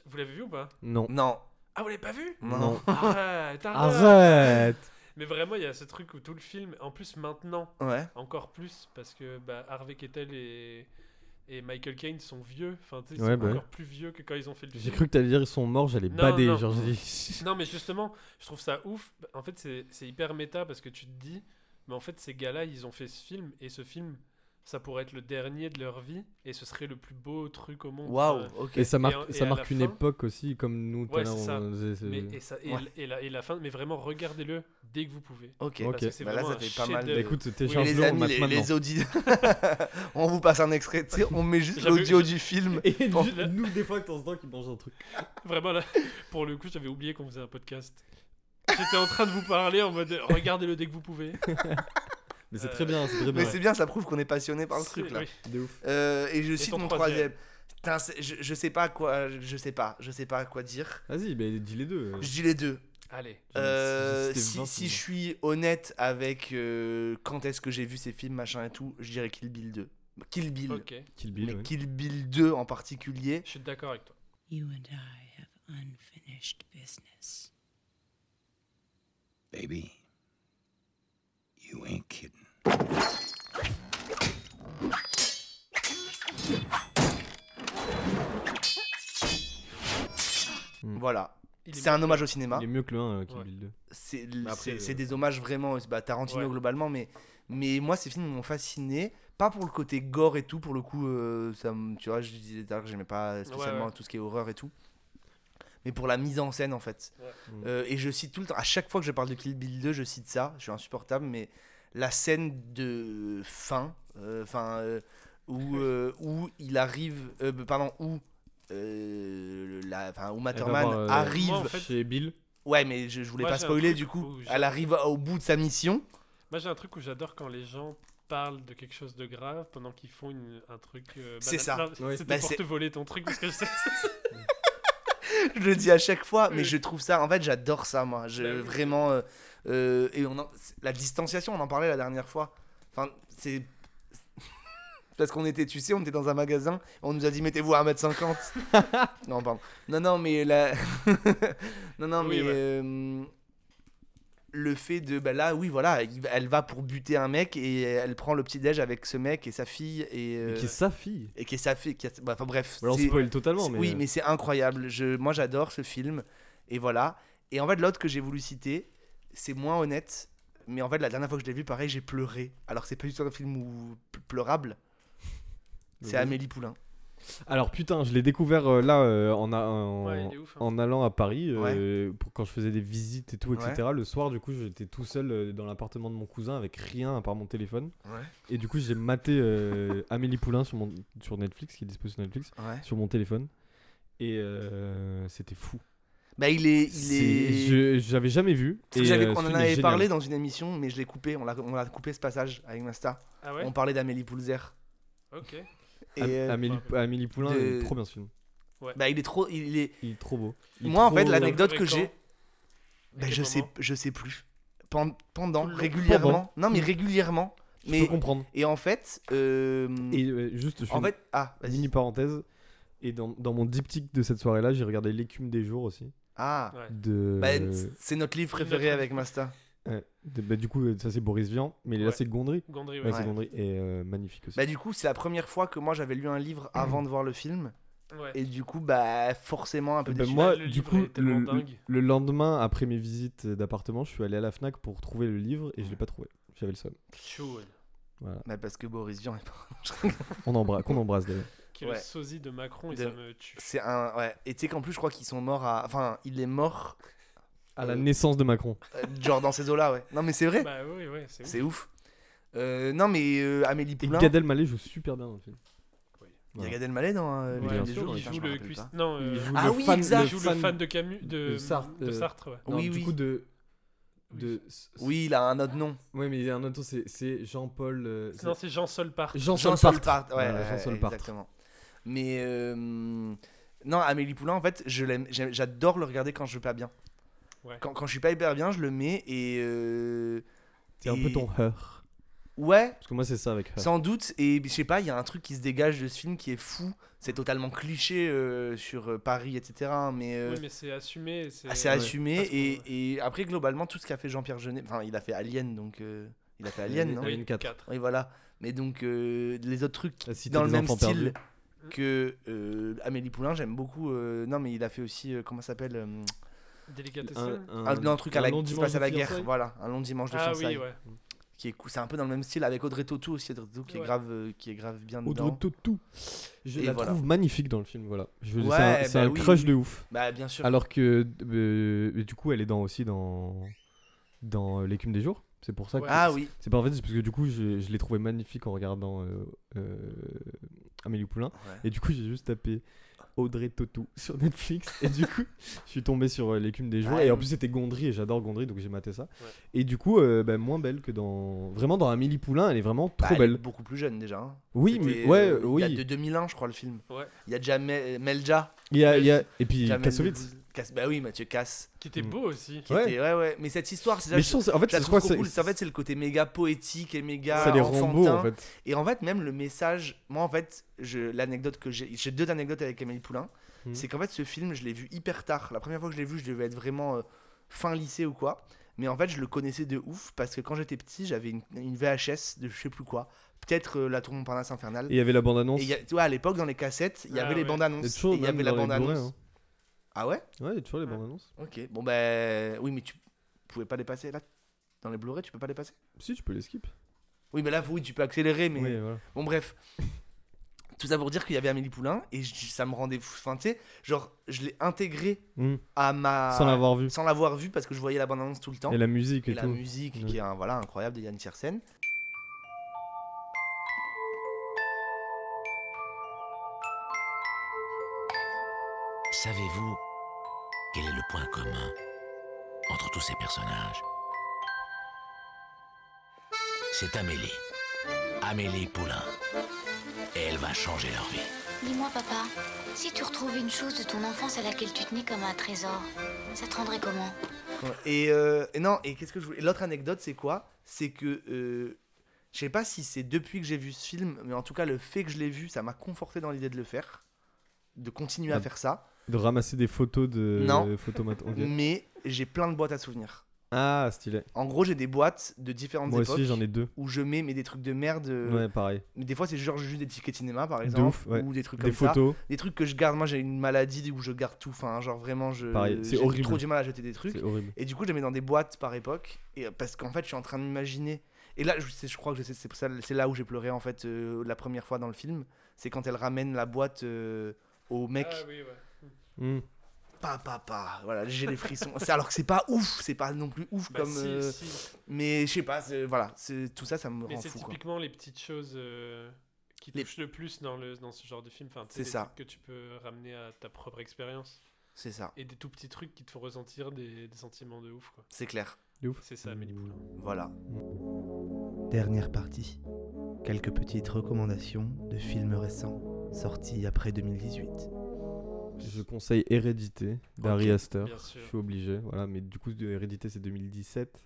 Speaker 2: Vous l'avez vu ou pas
Speaker 1: Non.
Speaker 3: Non.
Speaker 2: Ah, vous l'avez pas vu
Speaker 1: Non. Non.
Speaker 2: Arrête, arrête.
Speaker 1: Arrête.
Speaker 2: Mais vraiment, il y a ce truc où tout le film, en plus maintenant,
Speaker 3: Ouais.
Speaker 2: encore plus, parce que bah, Harvey Keitel et, et Michael Caine sont vieux, enfin, tu sais, ils
Speaker 1: Ouais,
Speaker 2: sont
Speaker 1: bah
Speaker 2: encore
Speaker 1: ouais.
Speaker 2: plus vieux que quand ils ont fait le film.
Speaker 1: J'ai cru que t'allais dire ils sont morts, j'allais
Speaker 2: Non,
Speaker 1: bader.
Speaker 2: non.
Speaker 1: Genre, j'ai dit.
Speaker 2: Non, mais justement, je trouve ça ouf. En fait, c'est c'est hyper méta parce que tu te dis, mais en fait, ces gars-là, ils ont fait ce film et ce film, ça pourrait être le dernier de leur vie et ce serait le plus beau truc au monde.
Speaker 3: Waouh,
Speaker 2: Euh,
Speaker 3: ok.
Speaker 1: Et ça
Speaker 2: et en-
Speaker 1: marque,
Speaker 2: et
Speaker 1: ça
Speaker 2: à la
Speaker 1: marque une
Speaker 2: fin-
Speaker 1: époque aussi, comme nous tout à
Speaker 2: Ouais,
Speaker 1: l'heure,
Speaker 2: c'est ça.
Speaker 1: on faisait ce- Bah,
Speaker 2: Mais, et, ça- et
Speaker 3: Ouais.
Speaker 2: l- et la, et la fin, mais vraiment, regardez-le dès que vous pouvez.
Speaker 3: Ok.
Speaker 2: Parce que
Speaker 1: Ok.
Speaker 2: c'est
Speaker 3: Bah là,
Speaker 2: vraiment
Speaker 3: ça
Speaker 2: un
Speaker 3: fait pas mal de-
Speaker 2: chef-d'œuvre.
Speaker 1: Écoute,
Speaker 2: Oui,
Speaker 1: télécharge-
Speaker 3: les
Speaker 1: Charles Blond,
Speaker 3: amis,
Speaker 1: on
Speaker 3: les,
Speaker 1: mate
Speaker 3: les
Speaker 1: maintenant.
Speaker 3: auditeurs, on vous passe un extrait, tu sais, on met juste
Speaker 2: J'avais-
Speaker 3: l'audio
Speaker 2: je-
Speaker 3: du film.
Speaker 1: Et
Speaker 3: Bon.
Speaker 1: du- nous, des fois, de temps en temps, qui mangent un truc.
Speaker 2: Vraiment, là, pour le coup, j'avais oublié qu'on faisait un podcast. J'étais en train de vous parler en mode regardez-le dès que vous pouvez.
Speaker 1: Mais c'est
Speaker 2: Euh,
Speaker 1: très bien, c'est très
Speaker 3: Mais
Speaker 1: bien.
Speaker 3: c'est bien, ça prouve qu'on est passionné par le
Speaker 2: C'est-
Speaker 3: truc là.
Speaker 2: oui.
Speaker 1: De ouf.
Speaker 3: Euh, et je cite
Speaker 2: ton
Speaker 3: mon
Speaker 2: troisième.
Speaker 3: troisième. Putain, c'est- je, je sais pas quoi, je sais pas, je sais pas quoi dire.
Speaker 1: Vas-y, bah, dis les deux.
Speaker 3: Je dis les deux.
Speaker 2: Allez.
Speaker 3: Euh,
Speaker 1: C'était hein.
Speaker 3: si,
Speaker 1: 20,
Speaker 3: si je
Speaker 1: c'est
Speaker 3: suis honnête avec euh, quand est-ce que j'ai vu ces films, machin et tout, je dirais Kill Bill 2. Kill Bill.
Speaker 2: Ok,
Speaker 3: Mais
Speaker 1: Kill Bill, ouais.
Speaker 3: Kill Bill 2 en particulier.
Speaker 2: je suis d'accord avec toi.
Speaker 13: You and I have unfinished business.
Speaker 16: Baby, you ain't kidding.
Speaker 3: Voilà.
Speaker 2: Il est
Speaker 3: C'est un hommage au cinéma.
Speaker 1: Il est mieux que le 1, Kill
Speaker 2: Ouais.
Speaker 1: Bill 2.
Speaker 3: c'est
Speaker 1: après,
Speaker 3: c'est-
Speaker 1: euh,
Speaker 3: c'est des hommages vraiment bah, Tarantino
Speaker 2: Ouais.
Speaker 3: globalement mais mais moi ces films m'ont fasciné pas pour le côté gore et tout pour le coup euh, ça me- tu vois je disais tout à l'heure que j'aimais pas spécialement
Speaker 2: ouais.
Speaker 3: tout ce qui est horreur et tout mais pour la mise en scène en fait
Speaker 2: Ouais.
Speaker 1: Mm.
Speaker 3: Euh, et je cite tout le temps à chaque fois que je parle de Kill Bill 2 je cite ça je suis insupportable mais la scène de fin euh, enfin euh, où euh, où il arrive euh, pardon où euh, la enfin où Matterman
Speaker 1: voir, euh,
Speaker 3: arrive
Speaker 2: Moi, en fait,
Speaker 1: Chez Bill.
Speaker 3: Ouais, mais je, je voulais
Speaker 2: Moi,
Speaker 3: pas
Speaker 2: j'ai un
Speaker 3: spoiler
Speaker 2: truc
Speaker 3: du coup.
Speaker 2: où j'ai-
Speaker 3: Elle arrive au bout de sa mission.
Speaker 2: Moi, j'ai un truc où j'adore quand les gens parlent de quelque chose de grave pendant qu'ils font une- un truc. euh,
Speaker 3: C'est
Speaker 2: banal.
Speaker 1: ça. Ouais.
Speaker 2: C'était
Speaker 3: Bah,
Speaker 2: pour
Speaker 3: c'est-
Speaker 2: te voler ton truc parce que je sais.
Speaker 3: Je le dis à chaque fois, mais
Speaker 2: Oui.
Speaker 3: je trouve ça. En fait, j'adore ça, moi. Je,
Speaker 2: Bah oui.
Speaker 3: Vraiment. euh, euh, et on en- la distanciation, on en parlait la dernière fois. Enfin, c'est. Parce qu'on était, tu sais, on était dans un magasin, on nous a dit mettez-vous à 1m50. non, pardon. Non, non, mais la. non, non,
Speaker 2: Oui,
Speaker 3: mais.
Speaker 2: ouais.
Speaker 3: euh, le fait de. Bah là, oui, voilà, il- elle va pour buter un mec et elle prend le petit-déj avec ce mec et sa fille. Et,
Speaker 1: Mais qui
Speaker 3: euh,
Speaker 1: est sa fille.
Speaker 3: et qui est sa fille. qui a- bah, Enfin, bref.
Speaker 1: Ou Alors, on
Speaker 3: c'est-
Speaker 1: spoil totalement, mais. euh.
Speaker 3: Oui, mais c'est incroyable. Je, moi, j'adore ce film. Et voilà. Et en fait, l'autre que j'ai voulu citer, c'est moins honnête. Mais en fait, la dernière fois que je l'ai vu, pareil, j'ai pleuré. Alors, que c'est pas du tout un film où- p- pleurable.
Speaker 1: Mais
Speaker 3: C'est
Speaker 1: oui.
Speaker 3: Amélie Poulain.
Speaker 1: Alors, putain, je l'ai découvert euh, là euh, en, a- en-
Speaker 2: Ouais, il est ouf, hein.
Speaker 1: en allant à Paris. euh, pour- quand je faisais des visites et tout, etc. Le soir, du coup, j'étais tout seul euh, dans l'appartement de mon cousin avec rien à part mon téléphone.
Speaker 3: Ouais.
Speaker 1: Et du coup, j'ai maté euh, Amélie Poulain sur, mon, sur Netflix, qui est disponible sur Netflix,
Speaker 3: Ouais.
Speaker 1: sur mon téléphone. Et euh, c'était fou.
Speaker 3: Bah, il est. Il
Speaker 1: C'est-
Speaker 3: est...
Speaker 1: je- J'avais jamais vu.
Speaker 3: Parce que
Speaker 1: et,
Speaker 3: j'avais-
Speaker 1: euh,
Speaker 3: on
Speaker 1: ce
Speaker 3: en
Speaker 1: film est
Speaker 3: avait
Speaker 1: génial.
Speaker 3: parlé dans une émission, mais je l'ai coupé. On l'a on l'a coupé ce passage avec Masta.
Speaker 2: Ah ouais
Speaker 3: On parlait d'Amélie Poulzer.
Speaker 2: Ok.
Speaker 3: Et
Speaker 1: Am-
Speaker 3: euh,
Speaker 1: Amélie, Amélie Poulain,
Speaker 3: de-
Speaker 1: il est trop bien ce film.
Speaker 3: bah, il est trop. Il est...
Speaker 1: Il est trop beau. Il est
Speaker 3: Moi, en
Speaker 1: trop-
Speaker 3: fait, l'anecdote que
Speaker 2: Quand
Speaker 3: j'ai.
Speaker 2: À
Speaker 3: Bah,
Speaker 2: quel
Speaker 3: je sais,
Speaker 2: moment
Speaker 3: je sais plus. Pen- Pendant,
Speaker 2: Tout le long.
Speaker 3: régulièrement.
Speaker 1: Pendant.
Speaker 3: Non, mais
Speaker 1: Mm.
Speaker 3: régulièrement.
Speaker 1: Je
Speaker 3: Mais
Speaker 1: peux comprendre.
Speaker 3: Et en fait, euh,
Speaker 1: Et euh, juste, je fais
Speaker 3: en
Speaker 1: une
Speaker 3: fait, ah, vas-y.
Speaker 1: mini parenthèse. Et dans, dans mon diptyque de cette soirée-là, j'ai regardé L'écume des jours aussi.
Speaker 3: Ah,
Speaker 2: Ouais.
Speaker 1: De,
Speaker 3: bah, c'est notre livre préféré
Speaker 2: Notre-
Speaker 3: avec Masta.
Speaker 1: ouais, de- bah, du coup, ça c'est Boris Vian, mais là
Speaker 2: Ouais.
Speaker 1: c'est Gondry.
Speaker 2: Gondry,
Speaker 1: Ouais,
Speaker 2: ouais.
Speaker 1: c'est Gondry et euh, magnifique aussi.
Speaker 3: Bah du coup, c'est la première fois que moi j'avais lu un livre avant de voir le film,
Speaker 2: Ouais.
Speaker 3: et du coup, bah forcément un peu
Speaker 1: Bah,
Speaker 3: déçu.
Speaker 1: moi,
Speaker 2: Le
Speaker 1: du
Speaker 2: livre
Speaker 1: coup,
Speaker 2: est tellement
Speaker 1: le,
Speaker 2: dingue.
Speaker 1: le lendemain après mes visites d'appartement, je suis allé à la Fnac pour trouver le livre et je l'ai pas trouvé. J'avais le seum.
Speaker 2: Chouan,
Speaker 1: Voilà.
Speaker 3: Bah, parce que Boris Vian est pas.
Speaker 1: On embrasse, qu'on embrasse d'ailleurs.
Speaker 2: qui est le
Speaker 3: Ouais.
Speaker 2: sosie de Macron et
Speaker 3: De-
Speaker 2: ça me tue.
Speaker 3: C'est un ouais. Et tu sais qu'en plus, je crois qu'ils sont morts à. Enfin, il est mort
Speaker 1: À la
Speaker 3: Euh,
Speaker 1: naissance de Macron.
Speaker 3: euh, genre dans ces eaux-là, ouais. Non mais c'est vrai,
Speaker 2: Bah oui, ouais, c'est ouf.
Speaker 3: c'est ouf. Euh, non mais euh, Amélie
Speaker 1: Et
Speaker 3: Poulain.
Speaker 1: Gad Elmaleh joue super bien dans le film.
Speaker 3: Il y a Gad Elmaleh dans euh,
Speaker 1: Ouais,
Speaker 3: Les
Speaker 1: bien
Speaker 3: Films des
Speaker 1: sûr,
Speaker 3: Jours,
Speaker 2: il
Speaker 3: putain, je
Speaker 2: joue
Speaker 3: me
Speaker 2: le
Speaker 3: rappelle
Speaker 2: cuistot.
Speaker 3: pas.
Speaker 2: Non,
Speaker 1: Il
Speaker 2: euh,
Speaker 1: joue
Speaker 3: Ah
Speaker 1: le
Speaker 3: oui,
Speaker 1: fan,
Speaker 3: exact.
Speaker 1: le
Speaker 2: il joue le
Speaker 1: fan-
Speaker 2: fan de Camus, de,
Speaker 1: de Sartre,
Speaker 2: de
Speaker 1: euh,
Speaker 2: Sartre, ouais.
Speaker 1: non,
Speaker 3: Oui,
Speaker 1: du
Speaker 3: oui.
Speaker 1: coup de
Speaker 2: Oui.
Speaker 1: de
Speaker 3: Oui, il a un autre nom.
Speaker 1: Ouais, mais il y a un autre c'est c'est Jean-Paul euh, c'est-
Speaker 2: Non, c'est Jean Solpart.
Speaker 1: Jean-Paul
Speaker 3: Jean-Paul
Speaker 1: Sartre.
Speaker 3: Sartre, ouais,
Speaker 1: Voilà,
Speaker 3: ouais,
Speaker 1: Jean-Paul Sartre.
Speaker 3: exactement. Mais euh, non, Amélie Poulain, en fait, je l'aime, j'aime- j'adore le regarder quand je vais pas bien.
Speaker 2: Ouais.
Speaker 3: Quand, quand je suis pas hyper bien, je le mets et. euh,
Speaker 1: C'est un peu
Speaker 3: et-
Speaker 1: ton heur.
Speaker 3: Ouais.
Speaker 1: Parce que moi, c'est ça avec euh, Her.
Speaker 3: Sans doute, et je sais pas, il y a un truc qui se dégage de ce film qui est fou. C'est totalement cliché euh, sur euh, Paris, etc. hein, Mais, euh,
Speaker 2: Oui, mais c'est assumé. C'est
Speaker 3: ah, c'est
Speaker 2: Ouais.
Speaker 3: assumé.
Speaker 2: Parce que-
Speaker 3: Et, et après, globalement, tout ce qu'a fait Jean-Pierre Jeunet, enfin, il a fait Alien, donc euh, il a fait Alien,
Speaker 1: Alien-
Speaker 3: non
Speaker 1: Alien 4.
Speaker 3: Oui, voilà. Mais donc, euh, les autres trucs
Speaker 1: La Cité
Speaker 3: dans le
Speaker 1: des
Speaker 3: même
Speaker 1: Enfants
Speaker 3: style
Speaker 1: Perdus.
Speaker 3: que euh, Amélie Poulain, j'aime beaucoup. euh, non, mais il a fait aussi, euh, comment ça s'appelle euh,
Speaker 2: Délicatessen
Speaker 3: un, un- non, un Ah, truc à
Speaker 1: Un
Speaker 3: la,
Speaker 1: long
Speaker 3: qui se
Speaker 1: dimanche
Speaker 3: passe à
Speaker 1: de
Speaker 3: la guerre,
Speaker 1: fiançailles
Speaker 3: voilà, un long dimanche de
Speaker 2: Ah oui,
Speaker 3: fiançailles.
Speaker 2: ouais.
Speaker 3: Qui est cou- c'est un peu dans le même style avec Audrey Tautou aussi, Audrey Tautou qui est
Speaker 2: Ouais.
Speaker 3: grave, euh, qui est grave bien
Speaker 1: Audrey
Speaker 3: dedans.
Speaker 1: Tautou. Je
Speaker 3: Et
Speaker 1: la
Speaker 3: voilà.
Speaker 1: trouve magnifique dans le film, voilà. Je veux dire,
Speaker 3: Ouais,
Speaker 1: c'est un, c'est
Speaker 3: bah
Speaker 1: un
Speaker 3: oui,
Speaker 1: crush
Speaker 3: oui,
Speaker 1: de
Speaker 3: oui.
Speaker 1: ouf.
Speaker 3: Bah, bien sûr.
Speaker 1: Alors que euh, du coup, elle est dans aussi dans dans euh, l'écume des jours. C'est pour ça que
Speaker 3: Ouais. Ah oui.
Speaker 1: C'est pas en fait, c'est parce que du coup, je, je l'ai trouvé magnifique en regardant euh, euh, Amélie Poulain.
Speaker 3: Ouais.
Speaker 1: Et du coup, j'ai juste tapé Audrey Tautou sur Netflix. et du coup, je suis tombé sur euh, l'écume des jours.
Speaker 3: Ouais.
Speaker 1: et en plus, c'était Gondry et j'adore Gondry, donc j'ai maté ça. Et du coup, euh, bah, moins belle que dans vraiment dans Amélie Poulain, elle est vraiment
Speaker 3: Bah, elle
Speaker 1: trop
Speaker 3: est
Speaker 1: belle.
Speaker 3: beaucoup plus jeune déjà. hein.
Speaker 1: Oui,
Speaker 3: C'était,
Speaker 1: mais- ouais,
Speaker 3: euh, Il
Speaker 1: oui.
Speaker 3: date de 2001, je crois, le film.
Speaker 2: Ouais.
Speaker 3: Il y a déjà Me- Melja.
Speaker 1: Il y a- il y a- et puis
Speaker 3: Jamel
Speaker 1: Kassovitz.
Speaker 3: Kass- bah oui, Mathieu Cass.
Speaker 2: Qui était beau aussi.
Speaker 3: Qui
Speaker 1: Ouais.
Speaker 3: était- ouais, ouais. Mais cette histoire, c'est ça.
Speaker 1: Mais je trouve- en fait,
Speaker 3: la
Speaker 1: je
Speaker 3: trouve
Speaker 1: crois
Speaker 3: trop
Speaker 1: que c'est-
Speaker 3: cool. C'est- En fait, c'est le côté méga poétique et méga
Speaker 1: C'est les
Speaker 3: enfantin.
Speaker 1: Rambo, en fait.
Speaker 3: Et en fait, même le message. Moi, en fait, je... l'anecdote que j'ai. J'ai deux anecdotes avec Amélie Poulain.
Speaker 1: Mhm.
Speaker 3: C'est qu'en fait, ce film, je l'ai vu hyper tard. La première fois que je l'ai vu, je devais être vraiment euh, fin lycée ou quoi. Mais en fait, je le connaissais de ouf parce que quand j'étais petit, j'avais une, une VHS de je sais plus quoi. Peut-être euh, La Tour Montparnasse Infernale.
Speaker 1: Et il y avait la bande-annonce.
Speaker 3: Et il y a- Tu vois, à l'époque, dans les cassettes, il y
Speaker 1: Ah
Speaker 3: avait les
Speaker 1: ouais.
Speaker 3: bandes
Speaker 1: Et
Speaker 3: annonces.
Speaker 1: toujours
Speaker 3: Et il y
Speaker 1: même
Speaker 3: avait la
Speaker 1: dans les
Speaker 3: bande annonce.
Speaker 1: Blu-ray, hein.
Speaker 3: Ah ouais
Speaker 1: Ouais, il y a toujours les bandes annonces.
Speaker 3: Ok, bon ben oui, mais tu pouvais pas les passer là dans les Blu-ray, tu peux pas les passer
Speaker 1: Si, tu peux les skip.
Speaker 3: Oui, mais là, oui, tu peux accélérer, mais
Speaker 1: Oui, voilà.
Speaker 3: bon, bref. Tout ça pour dire qu'il y avait Amélie Poulain et je- ça me rendait fou. Enfin, tu sais, genre, je l'ai intégré
Speaker 1: Mm.
Speaker 3: à ma.
Speaker 1: Sans l'avoir vu.
Speaker 3: Ah, Sans l'avoir vu parce que je voyais la bande-annonce tout le temps.
Speaker 1: Et la musique et
Speaker 3: la
Speaker 1: tout.
Speaker 3: musique qui est un, voilà, incroyable de Yann Tiersen.
Speaker 8: Savez-vous quel est le point commun entre tous ces personnages C'est Amélie. Amélie Poulain. Et elle va changer leur vie.
Speaker 18: Dis-moi, papa, si tu retrouvais une chose de ton enfance à laquelle tu tenais comme un trésor, ça te rendrait comment
Speaker 3: Ouais. Et, euh, et non, et qu'est-ce que je voulais. L'autre anecdote, c'est quoi C'est que. euh, je sais pas si c'est depuis que j'ai vu ce film, mais en tout cas, le fait que je l'ai vu, ça m'a conforté dans l'idée de le faire. De continuer à
Speaker 1: Ah,
Speaker 3: faire ça.
Speaker 1: De ramasser des photos de
Speaker 3: non.
Speaker 1: photomat- ok.
Speaker 3: Mais j'ai plein de boîtes à souvenirs.
Speaker 1: Ah, stylé.
Speaker 3: En gros, j'ai des boîtes de différentes
Speaker 1: Moi aussi,
Speaker 3: époques.
Speaker 1: j'en ai deux.
Speaker 3: Où je mets mais des trucs de merde. euh,
Speaker 1: Ouais, pareil.
Speaker 3: Mais des fois, c'est genre juste des tickets cinéma, par
Speaker 1: De
Speaker 3: exemple.
Speaker 1: ouf, ouais.
Speaker 3: Ou des trucs
Speaker 1: Des
Speaker 3: comme ça.
Speaker 1: photos.
Speaker 3: Des trucs que je garde. Moi, j'ai une maladie où je garde tout. Enfin, genre vraiment, je.
Speaker 1: Pareil, c'est
Speaker 3: j'ai
Speaker 1: horrible.
Speaker 3: trop du mal à jeter des trucs.
Speaker 1: C'est horrible.
Speaker 3: Et du coup, je les mets dans des boîtes par époque. Et, euh, parce qu'en fait, je suis en train d'imaginer. Et là, je, sais- je crois que je sais- c'est pour ça- c'est là où j'ai pleuré en fait euh, la première fois dans le film. C'est quand elle ramène la boîte euh, au mec.
Speaker 2: Ah oui, ouais.
Speaker 1: Hmm.
Speaker 3: Pa, pa, pa. Voilà, j'ai les frissons. C'est- alors que c'est pas ouf, c'est pas non plus ouf
Speaker 2: Bah
Speaker 3: comme.
Speaker 2: si,
Speaker 3: euh,
Speaker 2: si.
Speaker 3: Mais je sais pas, c'est- voilà, c'est- tout ça, ça me
Speaker 2: Mais
Speaker 3: rend
Speaker 2: c'est
Speaker 3: fou. quoi.
Speaker 2: typiquement les petites choses euh, qui touchent le plus dans, le, dans ce genre de film. Enfin, tu sais,
Speaker 3: C'est
Speaker 2: des
Speaker 3: ça.
Speaker 2: trucs que tu peux ramener à ta propre expérience.
Speaker 3: C'est ça.
Speaker 2: Et des tout petits trucs qui te font ressentir des, des sentiments de ouf. quoi.
Speaker 3: C'est clair.
Speaker 1: De ouf.
Speaker 2: C'est ça, Amélie Poulain.
Speaker 3: Voilà.
Speaker 20: Dernière partie. Quelques petites recommandations de films récents sortis après 2018.
Speaker 1: Je conseille Hérédité d'Harry
Speaker 20: Ok,
Speaker 1: Astor.
Speaker 2: bien sûr.
Speaker 1: Je suis obligé. Voilà, mais du coup, de Hérédité, c'est 2017.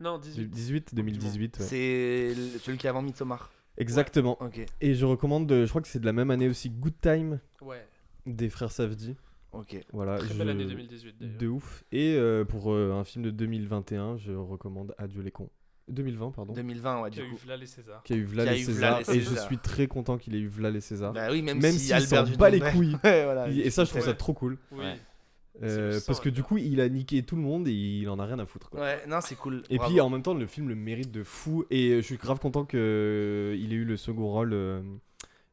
Speaker 2: Non, 18.
Speaker 1: 18, 2018. ouais.
Speaker 3: C'est le- celui qui est avant Midsommar.
Speaker 1: Exactement.
Speaker 3: Ouais, ok.
Speaker 1: Et je recommande, euh, je crois que c'est de la même année aussi, Good Time
Speaker 2: Ouais.
Speaker 1: des frères Safdie.
Speaker 3: Ok.
Speaker 1: Voilà,
Speaker 2: Très
Speaker 1: je-
Speaker 2: belle année 2018, d'ailleurs.
Speaker 1: De ouf. Et euh, pour euh, un film de 2021, je recommande Adieu les cons. 2020, pardon.
Speaker 3: 2020, ouais,
Speaker 2: Qui
Speaker 3: du
Speaker 2: a eu
Speaker 3: coup.
Speaker 2: V'là les Césars.
Speaker 1: Qui a eu V'là
Speaker 3: Qui a
Speaker 1: les
Speaker 3: eu
Speaker 1: Césars.
Speaker 3: V'là les
Speaker 1: Et je
Speaker 3: Césars.
Speaker 1: suis très content qu'il ait eu V'là les Césars.
Speaker 3: Bah oui, même si
Speaker 1: s'il
Speaker 3: Albert
Speaker 1: s'en
Speaker 3: Dudamel-
Speaker 1: bat les couilles.
Speaker 3: Ouais, voilà,
Speaker 1: Il- et ça, je trouve
Speaker 3: ouais.
Speaker 1: ça trop cool.
Speaker 3: Oui. Ouais.
Speaker 1: Euh,
Speaker 3: C'est le sang,
Speaker 1: parce que du coup, il a niqué tout le monde et il en a rien à foutre. Quoi.
Speaker 3: Ouais, non, c'est cool.
Speaker 1: Et
Speaker 3: bravo.
Speaker 1: puis en même temps, le film le mérite de fou. Et euh, je suis grave content qu'il ait eu le second rôle. euh,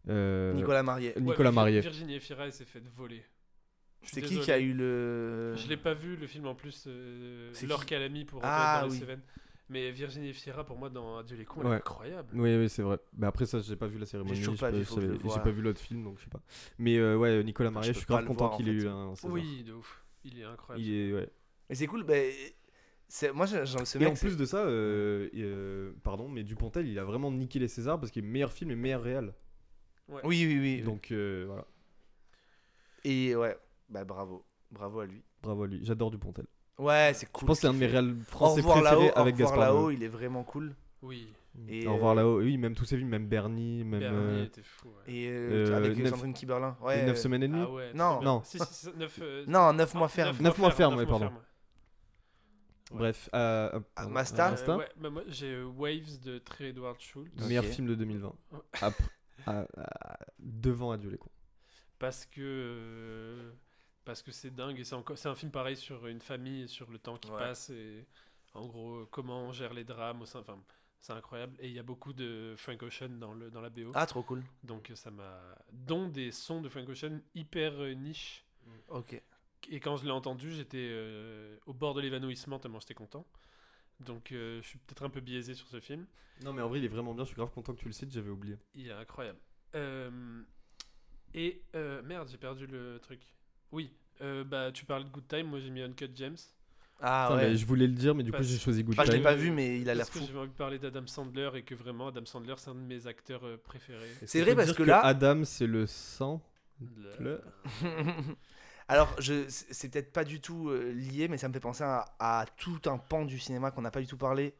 Speaker 1: euh,
Speaker 3: Nicolas Marié.
Speaker 1: Nicolas
Speaker 2: Ouais,
Speaker 1: Marié.
Speaker 2: Virginie Efira, elle s'est faite voler. Je suis
Speaker 3: C'est qui
Speaker 2: désolé.
Speaker 3: qui a eu le-
Speaker 2: Je l'ai pas vu, le film en plus. Euh,
Speaker 3: C'est
Speaker 2: Laure
Speaker 3: qui
Speaker 2: Calamy pour
Speaker 3: Ah,
Speaker 2: Retour dans les
Speaker 3: oui.
Speaker 2: Cévennes. Mais Virginie Efira, pour moi, dans Adieu les cons, elle est
Speaker 1: Ouais.
Speaker 2: incroyable.
Speaker 1: Oui, oui, c'est vrai. Mais après ça, j'ai pas vu la cérémonie.
Speaker 3: toujours
Speaker 1: je
Speaker 3: pas
Speaker 1: peux-
Speaker 3: vu, faut que je le
Speaker 1: je- J'ai
Speaker 3: voie.
Speaker 1: pas vu l'autre film, donc je sais pas. Mais euh, ouais, Nicolas
Speaker 3: Putain, je
Speaker 1: Maria, je
Speaker 3: peux
Speaker 1: suis
Speaker 3: pas
Speaker 1: grave
Speaker 3: le
Speaker 1: content
Speaker 3: voir, en
Speaker 1: qu'il ait
Speaker 3: fait.
Speaker 1: eu un. César.
Speaker 2: Oui, de ouf. Il est incroyable.
Speaker 1: Il est ouais.
Speaker 3: Mais c'est cool, bah, c'est- moi, je- je- ce
Speaker 1: et
Speaker 3: mec,
Speaker 1: en
Speaker 3: c'est-
Speaker 1: plus de ça, euh, et, euh, pardon, mais Dupontel, il a vraiment niqué les Césars parce qu'il est meilleur film et meilleur réal.
Speaker 2: Ouais.
Speaker 3: Oui, oui, oui.
Speaker 1: Donc euh, voilà,
Speaker 3: Et ouais, bah bravo. Bravo à lui.
Speaker 1: bravo à lui. J'adore Dupontel.
Speaker 3: Ouais, c'est cool.
Speaker 1: Je pense que
Speaker 3: ce
Speaker 1: c'est un de
Speaker 3: qu'il
Speaker 1: mes
Speaker 3: fait.
Speaker 1: réals
Speaker 3: Au
Speaker 1: français
Speaker 3: revoir
Speaker 1: préférés
Speaker 3: là-haut,
Speaker 1: avec
Speaker 3: Au revoir
Speaker 1: Gaspard
Speaker 3: là-haut,
Speaker 1: Noé.
Speaker 3: il est vraiment cool.
Speaker 2: Oui.
Speaker 3: Et,
Speaker 1: Au revoir là-haut. Oui, même tous ces films, même Bernie, même.
Speaker 2: Bernie
Speaker 1: euh,
Speaker 2: était fou, ouais.
Speaker 3: Et, euh, avec
Speaker 1: Neuf-
Speaker 3: Sandrine Kiberlin. Ouais,
Speaker 1: Les
Speaker 3: euh,
Speaker 1: 9 semaines et demie
Speaker 2: Ah ouais, très
Speaker 3: Non.
Speaker 2: bien.
Speaker 1: Non.
Speaker 2: Si, si, si, neuf, euh,
Speaker 3: Non, 9
Speaker 2: ah,
Speaker 3: mois ferme.
Speaker 2: neuf
Speaker 1: 9 mois ferme,
Speaker 2: neuf
Speaker 1: oui,
Speaker 2: mois
Speaker 1: pardon. Bref, euh, hop,
Speaker 3: Ah,
Speaker 1: pardon,
Speaker 3: Masta.
Speaker 1: euh, Masta,
Speaker 2: Euh, ouais, bah, moi, j'ai euh, Waves de Trey Edward Schultz.
Speaker 1: meilleur film de 2020.
Speaker 2: Ouais.
Speaker 1: Après- à- à- devant Adieu les cons.
Speaker 2: Parce que. euh, parce que c'est dingue. Et c'est encore- c'est un film pareil sur une famille et sur le temps qui
Speaker 3: Ouais.
Speaker 2: passe. Et en gros, euh, comment on gère les drames au sein. Enfin, c'est incroyable. Et il y a beaucoup de Frank Ocean dans, le, dans la BO.
Speaker 3: Ah, trop cool.
Speaker 2: Donc euh, ça m'a. Dont des sons de Frank Ocean hyper euh, niche.
Speaker 3: Ok.
Speaker 2: Et quand je l'ai entendu, j'étais euh, au bord de l'évanouissement tellement j'étais content. Donc euh, je suis peut-être un peu biaisé sur ce film.
Speaker 1: Non, mais en vrai, il est vraiment bien. Je suis grave content que tu le cites, j'avais oublié.
Speaker 2: Il est incroyable. Euh, et euh, merde, j'ai perdu le truc. Oui, euh, bah tu parlais de Good Time, moi j'ai mis Uncut James.
Speaker 3: Ah
Speaker 1: Putain,
Speaker 3: ouais.
Speaker 1: mais je voulais le dire, mais du coup,
Speaker 2: Parce-
Speaker 1: j'ai choisi Good
Speaker 3: Ah, je l'ai
Speaker 1: Time.
Speaker 3: pas vu, mais il a l'air
Speaker 2: Parce
Speaker 3: fou.
Speaker 2: que j'ai envie de parler d'Adam Sandler et que vraiment Adam Sandler c'est un de mes acteurs euh, préférés.
Speaker 3: C'est vrai
Speaker 1: Faut
Speaker 3: parce
Speaker 1: dire
Speaker 3: que là-
Speaker 1: Adam, c'est le sang.
Speaker 2: Le-
Speaker 1: Le-
Speaker 3: Alors, je, c'est c'est peut-être pas du tout euh, lié, mais ça me fait penser à, à tout un pan du cinéma qu'on n'a pas du tout parlé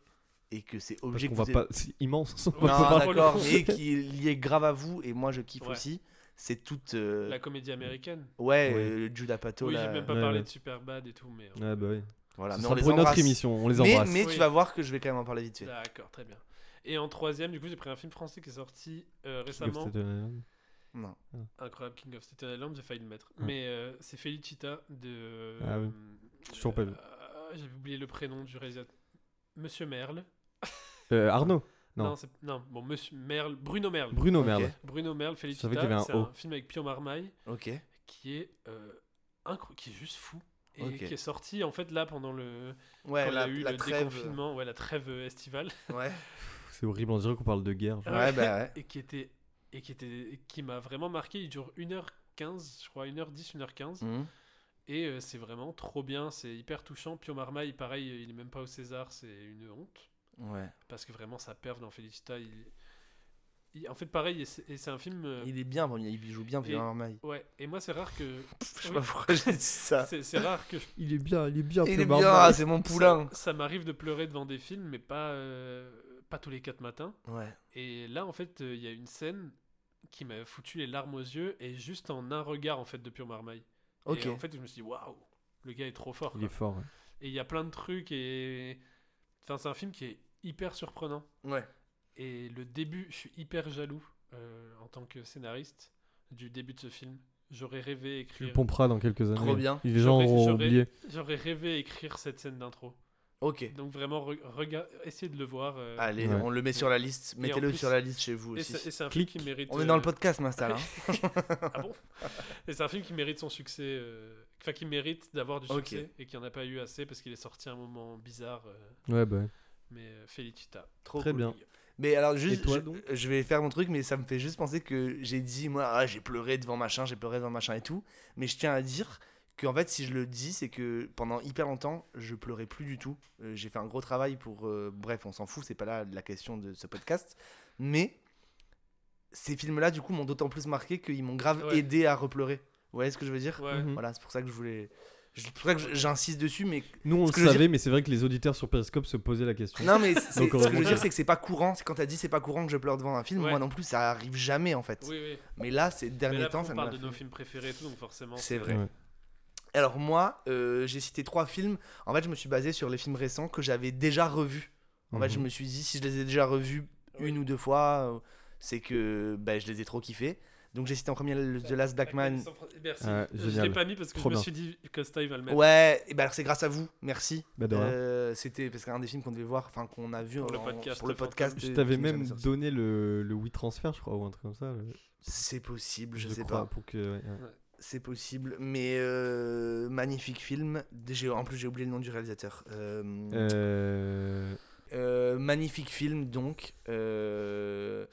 Speaker 3: et que c'est
Speaker 1: Parce
Speaker 3: obligé
Speaker 1: qu'on
Speaker 3: que
Speaker 1: va
Speaker 3: vous
Speaker 1: pas.
Speaker 3: ayez-
Speaker 1: C'est immense. on
Speaker 3: Non,
Speaker 1: va pas parler.
Speaker 3: d'accord, mais qui est lié grave à vous et moi je kiffe
Speaker 2: Ouais.
Speaker 3: aussi. C'est toute. euh,
Speaker 2: La comédie américaine.
Speaker 3: Ouais,
Speaker 1: Oui.
Speaker 3: euh, Judah Pato.
Speaker 2: oui,
Speaker 3: là.
Speaker 2: j'ai même pas
Speaker 1: Ouais,
Speaker 2: parlé
Speaker 1: ouais.
Speaker 2: de Superbad et tout, mais. euh,
Speaker 1: Ah, bah oui.
Speaker 3: Voilà,
Speaker 1: Ce
Speaker 3: mais on
Speaker 1: sera
Speaker 3: les
Speaker 1: pour une autre
Speaker 3: embrasse.
Speaker 1: émission, on les
Speaker 3: Mais-
Speaker 1: embrasse.
Speaker 3: Mais,
Speaker 2: Oui.
Speaker 3: tu vas voir que je vais quand même en parler vite fait.
Speaker 2: D'accord, très bien. Et en troisième, du coup, j'ai pris un film français qui est sorti euh, récemment.
Speaker 3: Non.
Speaker 2: Incroyable King of Staten Island, j'ai failli le mettre.
Speaker 1: Ouais.
Speaker 2: Mais euh, c'est Felicita de.
Speaker 1: Hmm. Ah oui. J'ai toujours pas vu.
Speaker 2: Euh, J'ai oublié le prénom du réalisateur. Monsieur Merle.
Speaker 1: Euh, Arnaud Non.
Speaker 2: c'est- non, bon, Monsieur Merle, Bruno Merle.
Speaker 1: Bruno
Speaker 3: Ok.
Speaker 1: Merle.
Speaker 2: Bruno Merle,
Speaker 1: savais
Speaker 2: Felicita,
Speaker 1: qu'il y avait un
Speaker 2: c'est
Speaker 1: O.
Speaker 2: un film avec Pio Marmaille
Speaker 3: Ok.
Speaker 2: qui est euh, incro- qui est juste fou et
Speaker 3: Ok.
Speaker 2: qui est sorti en fait là pendant le
Speaker 3: Ouais,
Speaker 2: quand il y
Speaker 3: la-
Speaker 2: a eu
Speaker 3: la
Speaker 2: le
Speaker 3: trêve.
Speaker 2: déconfinement, ouais, la trêve euh, estivale.
Speaker 3: Ouais.
Speaker 1: C'est horrible, on dirait qu'on parle de guerre.
Speaker 3: Ouais, bah ouais.
Speaker 2: Et qui était et qui était qui m'a vraiment marqué, il dure 1h15, je crois 1h10, 1h15.
Speaker 3: Mhm.
Speaker 2: Et euh, c'est vraiment trop bien, c'est hyper touchant. Pio Marmaille, pareil, il est même pas au César, c'est une honte.
Speaker 3: Ouais.
Speaker 2: Parce que vraiment, ça perve dans Felicita. Il... il- En fait, pareil, et c'est et c'est un film. euh,
Speaker 3: Il est bien, bon, il joue bien,
Speaker 2: et-
Speaker 3: Pierre Marmaille.
Speaker 2: Ouais, et moi, c'est rare que.
Speaker 3: Je sais
Speaker 2: Oui.
Speaker 3: pas pourquoi j'ai dit ça.
Speaker 2: C'est c'est rare que je
Speaker 1: Il est bien, il est bien.
Speaker 3: Il
Speaker 1: Pio
Speaker 3: est bien,
Speaker 1: Marmaille.
Speaker 3: ah, c'est mon poulain.
Speaker 2: Ça, ça m'arrive de pleurer devant des films, mais pas, euh, pas tous les quatre matins.
Speaker 3: Ouais.
Speaker 2: Et là, en fait, euh, il y a une scène qui m'a foutu les larmes aux yeux, et juste en un regard, en fait, de Pure Marmaille.
Speaker 3: Ok.
Speaker 2: Et en fait, je me suis dit, waouh, le gars est trop fort.
Speaker 1: Il est
Speaker 2: quoi.
Speaker 1: fort. ouais.
Speaker 2: Et il y a plein de trucs, et. Enfin, c'est un film qui est hyper surprenant.
Speaker 3: Ouais.
Speaker 2: Et le début, je suis hyper jaloux euh, en tant que scénariste du début de ce film. J'aurais rêvé
Speaker 1: Tu
Speaker 2: écrire.
Speaker 1: le pomperas dans quelques années.
Speaker 3: Trop bien.
Speaker 1: Les gens
Speaker 2: J'aurais-
Speaker 1: auront
Speaker 2: j'aurais-
Speaker 1: oublié.
Speaker 2: J'aurais rêvé écrire cette scène d'intro.
Speaker 3: Ok.
Speaker 2: Donc vraiment, re- rega- essayez de le voir. euh,
Speaker 3: Allez,
Speaker 1: Ouais.
Speaker 3: on le met sur la liste.
Speaker 2: Et en
Speaker 3: Mettez-le
Speaker 2: plus-
Speaker 3: sur la liste chez vous
Speaker 2: et
Speaker 3: aussi.
Speaker 2: c'est- et c'est un
Speaker 1: Clic.
Speaker 2: film qui mérite.
Speaker 3: On est dans le
Speaker 2: euh,
Speaker 3: podcast, Mastal. hein.
Speaker 2: ah bon Et c'est un film qui mérite son succès. euh, Enfin, qui mérite d'avoir du
Speaker 3: Ok.
Speaker 2: succès et qui en a pas eu assez parce qu'il est sorti à un moment bizarre. euh,
Speaker 1: Ouais, bah. ouais.
Speaker 2: mais euh, Felicita.
Speaker 3: Trop
Speaker 1: Très
Speaker 3: cool.
Speaker 1: bien.
Speaker 3: Mais alors, juste,
Speaker 1: Et toi,
Speaker 3: je-
Speaker 1: donc
Speaker 3: je, vais faire mon truc, mais ça me fait juste penser que j'ai dit, moi, ah, j'ai pleuré devant machin, j'ai pleuré devant machin et tout. Mais je tiens à dire qu'en fait, si je le dis, c'est que pendant hyper longtemps, je pleurais plus du tout. Euh, j'ai fait un gros travail pour. euh, bref, on s'en fout, c'est pas là la question de ce podcast. Mais ces films-là, du coup, m'ont d'autant plus marqué qu'ils m'ont grave
Speaker 2: Ouais.
Speaker 3: aidé à repleurer. Vous voyez ce que je veux dire
Speaker 2: Ouais.
Speaker 1: Mhm.
Speaker 3: Voilà, c'est pour ça que je voulais. je- C'est pour ça que je- j'insiste dessus, mais
Speaker 1: Nous, on
Speaker 3: Ce
Speaker 1: le
Speaker 3: que je veux
Speaker 1: savait, mais c'est vrai que les auditeurs sur Periscope se posaient la question.
Speaker 3: Non, mais c'est-
Speaker 1: Donc,
Speaker 3: ce que je veux
Speaker 1: heureusement.
Speaker 3: dire, c'est que c'est pas courant. C'est quand t'as dit c'est pas courant que je pleure devant un film.
Speaker 2: Ouais.
Speaker 3: Moi non plus, ça arrive jamais en fait.
Speaker 2: Oui, oui.
Speaker 3: Mais là, ces
Speaker 2: mais
Speaker 3: derniers
Speaker 2: là,
Speaker 3: temps,
Speaker 2: on
Speaker 3: ça me
Speaker 2: parle
Speaker 3: l'a
Speaker 2: de
Speaker 3: fait.
Speaker 2: nos films préférés et tout, donc forcément.
Speaker 3: C'est vrai.
Speaker 1: Ouais.
Speaker 3: Alors moi, euh, j'ai cité trois films. En fait, je me suis basé sur les films récents que j'avais déjà revus. En fait, je
Speaker 2: Mm-hmm.
Speaker 1: Mhm.
Speaker 3: me suis dit si je les ai déjà revus une ou deux fois, euh, c'est que ben, je les ai trop kiffés. Donc j'ai cité en premier le- The Last Black Man.
Speaker 2: Merci.
Speaker 1: Ah,
Speaker 2: je
Speaker 1: génial.
Speaker 2: l'ai pas mis parce que
Speaker 1: Trop
Speaker 2: je me
Speaker 1: bien.
Speaker 2: suis dit Costa il va le mettre.
Speaker 3: Ouais, et ben alors c'est grâce à vous, merci.
Speaker 1: Bah, de rien.
Speaker 3: Euh, C'était parce qu'un des films qu'on devait voir, enfin qu'on a vu
Speaker 2: Pour le
Speaker 3: en-
Speaker 2: podcast,
Speaker 3: pour le
Speaker 2: le fantôme.
Speaker 3: podcast.
Speaker 1: Je
Speaker 3: euh,
Speaker 1: t'avais
Speaker 3: qui n'est
Speaker 1: même
Speaker 3: jamais sorti.
Speaker 1: donné le, le oui transfert, je crois, ou un truc comme ça. le-
Speaker 3: C'est possible, je, sais
Speaker 1: crois,
Speaker 3: pas.
Speaker 1: Pour que, ouais, ouais.
Speaker 3: C'est possible, mais euh, magnifique film. J'ai- En plus, j'ai oublié le nom du réalisateur. Euh,
Speaker 1: Euh,
Speaker 3: euh, magnifique film, donc. euh,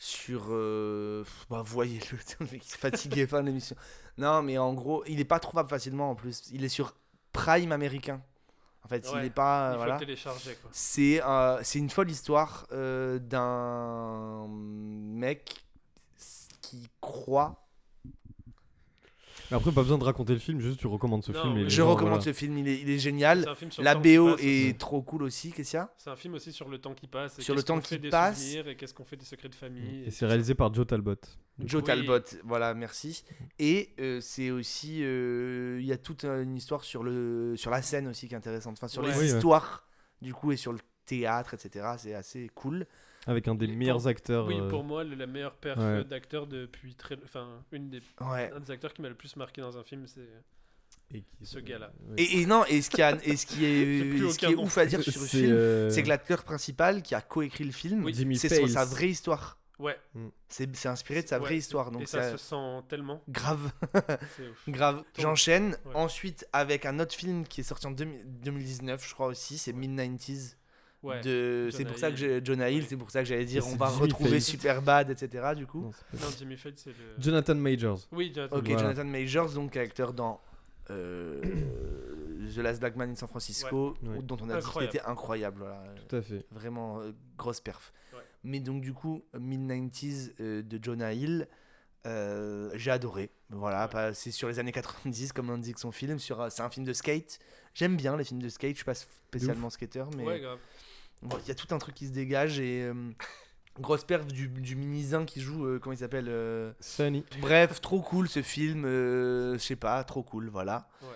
Speaker 3: sur. euh, bah, voyez-le, le mec il se fatiguait fin de l'émission. Non, mais en gros, il est pas trouvable facilement en plus. Il est sur Prime américain. En fait, il
Speaker 2: Ouais,
Speaker 3: est pas.
Speaker 2: Il
Speaker 3: euh,
Speaker 2: faut
Speaker 3: voilà.
Speaker 2: le télécharger quoi.
Speaker 3: C'est euh, c'est une folle histoire euh, d'un mec qui croit
Speaker 1: Mais après, pas besoin de raconter le film, juste tu recommandes ce
Speaker 2: Non,
Speaker 1: film. et
Speaker 2: oui.
Speaker 1: les
Speaker 3: Je
Speaker 1: gens,
Speaker 3: recommande
Speaker 1: voilà.
Speaker 3: ce film, il est, il est génial.
Speaker 2: C'est un film sur
Speaker 3: La
Speaker 2: le temps qui
Speaker 3: BO
Speaker 2: passe aussi.
Speaker 3: est trop cool aussi, qu'est-ce qu'il y a
Speaker 2: C'est un film aussi sur le temps qui passe. Et
Speaker 3: Sur le
Speaker 2: qu'est-ce qu'on
Speaker 3: temps
Speaker 2: fait
Speaker 3: qui
Speaker 2: des
Speaker 3: passe.
Speaker 2: souvenirs Et qu'est-ce qu'on fait des secrets de famille.
Speaker 1: Et c'est réalisé par Joe Talbot.
Speaker 3: Joe
Speaker 2: Oui.
Speaker 3: Talbot, voilà, merci. Et euh, c'est aussi, euh, il y a toute euh, une histoire sur le sur la scène aussi qui est intéressante, enfin sur
Speaker 1: Ouais.
Speaker 3: les
Speaker 1: Oui, ouais.
Speaker 3: histoires du coup et sur le théâtre, etc. C'est assez cool.
Speaker 1: Avec un des meilleurs acteurs.
Speaker 2: Oui,
Speaker 1: euh,
Speaker 2: pour moi, le- la meilleure perf
Speaker 1: ouais.
Speaker 2: d'acteur depuis très. Enfin, une des...
Speaker 3: Ouais.
Speaker 2: un des acteurs qui m'a le plus marqué dans un film, c'est ce gars-là.
Speaker 3: Et, et non, et ce qui, a- et ce qui est,
Speaker 2: J'ai plus
Speaker 3: et ce qui
Speaker 2: aucun
Speaker 3: est
Speaker 2: nom.
Speaker 3: ouf à dire sur ce
Speaker 1: C'est,
Speaker 3: film,
Speaker 1: euh,
Speaker 3: c'est que l'acteur principal qui a coécrit le film,
Speaker 1: Oui. Jimmy
Speaker 3: c'est sur sa
Speaker 1: Fails.
Speaker 3: vraie histoire.
Speaker 2: Ouais.
Speaker 1: Mm.
Speaker 3: C'est c'est inspiré de sa
Speaker 2: Ouais,
Speaker 3: vraie
Speaker 2: et-
Speaker 3: histoire. Donc
Speaker 2: et ça
Speaker 3: c'est-
Speaker 2: se sent tellement.
Speaker 3: Grave.
Speaker 2: C'est ouf.
Speaker 3: Grave.
Speaker 2: Ton-
Speaker 3: J'enchaîne.
Speaker 2: Ouais.
Speaker 3: Ensuite, avec un autre film qui est sorti en 2000 2019, je crois aussi, c'est Mid-90s.
Speaker 2: Ouais,
Speaker 3: De...
Speaker 2: Jonah
Speaker 3: C'est pour ça que
Speaker 2: Hill.
Speaker 3: j'ai- Jonah Hill, c'est pour ça que j'allais dire
Speaker 1: Et
Speaker 3: on
Speaker 1: c'est
Speaker 3: va
Speaker 1: Jimmy
Speaker 3: retrouver
Speaker 1: Page.
Speaker 3: Superbad, etc. Du coup.
Speaker 2: Non, Jimmy Fate, c'est le.
Speaker 1: Jonathan Majors.
Speaker 2: Oui, Jonathan
Speaker 3: Ok,
Speaker 1: Voilà.
Speaker 3: Jonathan Majors, donc acteur dans euh, The Last Black Man in San Francisco,
Speaker 1: Ouais. Ouais.
Speaker 3: dont on a
Speaker 1: Incroyable.
Speaker 3: dit qu'il était incroyable. voilà.
Speaker 1: Tout à fait.
Speaker 3: Vraiment euh, grosse perf.
Speaker 2: Ouais.
Speaker 3: Mais donc, du coup, Mid-90s euh, de Jonah Hill, euh, j'ai adoré. Voilà, pas- c'est sur les années 90, comme l'indique son film. Sur, euh, c'est un film de skate. J'aime bien les films de skate, je suis pas spécialement skater, mais
Speaker 2: Ouais, grave.
Speaker 3: Bon, il y a tout un truc qui se dégage et euh, grosse perf du, du minisin qui joue, euh, comment il s'appelle euh,
Speaker 1: Sunny.
Speaker 3: Bref, trop cool ce film, euh, je sais pas, trop cool, voilà.
Speaker 2: Ouais.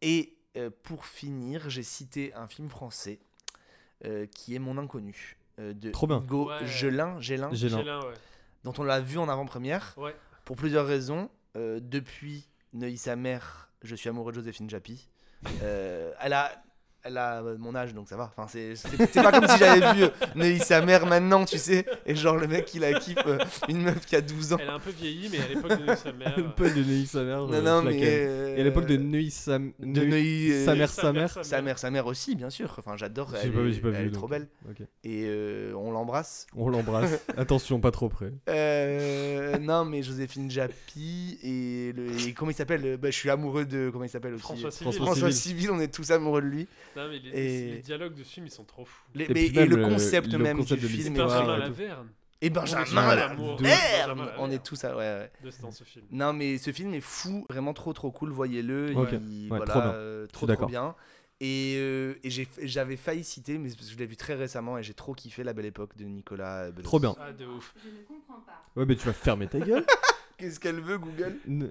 Speaker 3: Et euh, pour finir, j'ai cité un film français euh, qui est Mon Inconnu euh, de
Speaker 1: Trop bien.
Speaker 3: Hugo
Speaker 2: Ouais.
Speaker 3: Gelin, Gelin,
Speaker 1: Gélin.
Speaker 2: Gélin, ouais.
Speaker 3: dont on l'a vu en avant-première
Speaker 2: Ouais.
Speaker 3: pour plusieurs raisons. Euh, depuis Neuilly sa mère, je suis amoureux de Joséphine Japy. Euh, elle a elle a euh, mon âge donc ça va. Enfin c'est c'est- c'est pas comme si j'avais vu euh, Neuilly sa mère maintenant, tu sais, et genre le mec il a kiffe euh, une meuf qui a 12 ans.
Speaker 2: Elle a un peu vieilli, mais à l'époque de sa mère.
Speaker 1: Un peu de Neuilly sa mère.
Speaker 3: Non,
Speaker 1: euh,
Speaker 3: non,
Speaker 1: je la
Speaker 3: mais,
Speaker 1: ken.
Speaker 3: euh,
Speaker 1: Et à l'époque de Neuilly sa,
Speaker 3: de
Speaker 1: Neuilly-
Speaker 3: Neuilly, euh,
Speaker 1: sa mère, sa mère.
Speaker 3: Sa mère, sa mère aussi, bien sûr. Enfin, j'adore.
Speaker 1: J'ai
Speaker 3: Elle,
Speaker 1: pas vu,
Speaker 3: est-
Speaker 1: j'ai pas
Speaker 3: elle
Speaker 1: vu,
Speaker 3: est trop
Speaker 1: donc.
Speaker 3: belle.
Speaker 1: Ok.
Speaker 3: Et euh, on l'embrasse.
Speaker 1: On l'embrasse. Attention, pas trop près.
Speaker 3: Euh, non, mais Joséphine Japy et, le, et comment il s'appelle bah, Je suis amoureux de. Comment il s'appelle aussi
Speaker 2: François Civil.
Speaker 3: François,
Speaker 1: François
Speaker 3: Civil. on est tous amoureux de lui.
Speaker 2: Non, mais les,
Speaker 3: Et-
Speaker 2: les dialogues de ce film, ils sont trop fous.
Speaker 3: Les-
Speaker 1: Et
Speaker 3: mais-
Speaker 1: puis
Speaker 3: et
Speaker 1: même
Speaker 3: le
Speaker 1: le-
Speaker 3: concept
Speaker 1: le
Speaker 3: même
Speaker 1: concept
Speaker 3: du
Speaker 1: de
Speaker 3: film.
Speaker 1: l'histoire.
Speaker 3: est
Speaker 2: Benjamin
Speaker 1: ouais,
Speaker 2: Laverne.
Speaker 3: Et
Speaker 2: Ouais,
Speaker 3: Benjamin
Speaker 2: l'amour. Benjamin
Speaker 3: Laverne
Speaker 2: Laverne.
Speaker 3: On est tous à. Ouais, ouais.
Speaker 2: De ce temps, ce film.
Speaker 3: Non, mais ce film est fou, vraiment trop trop cool, voyez-le.
Speaker 1: Ok.
Speaker 3: il-
Speaker 1: Ouais,
Speaker 3: voilà,
Speaker 1: trop bien.
Speaker 3: euh,
Speaker 1: Je suis
Speaker 3: trop, trop
Speaker 1: d'accord.
Speaker 3: bien. Et, euh, et j'ai- j'avais failli citer, mais c'est parce que je l'ai vu très récemment et j'ai trop kiffé La Belle Époque de Nicolas Bedos.
Speaker 1: Trop bien.
Speaker 2: Ah, de ouf.
Speaker 1: Ouais, mais tu vas fermer ta gueule.
Speaker 3: Qu'est-ce qu'elle veut, Google
Speaker 1: Ne-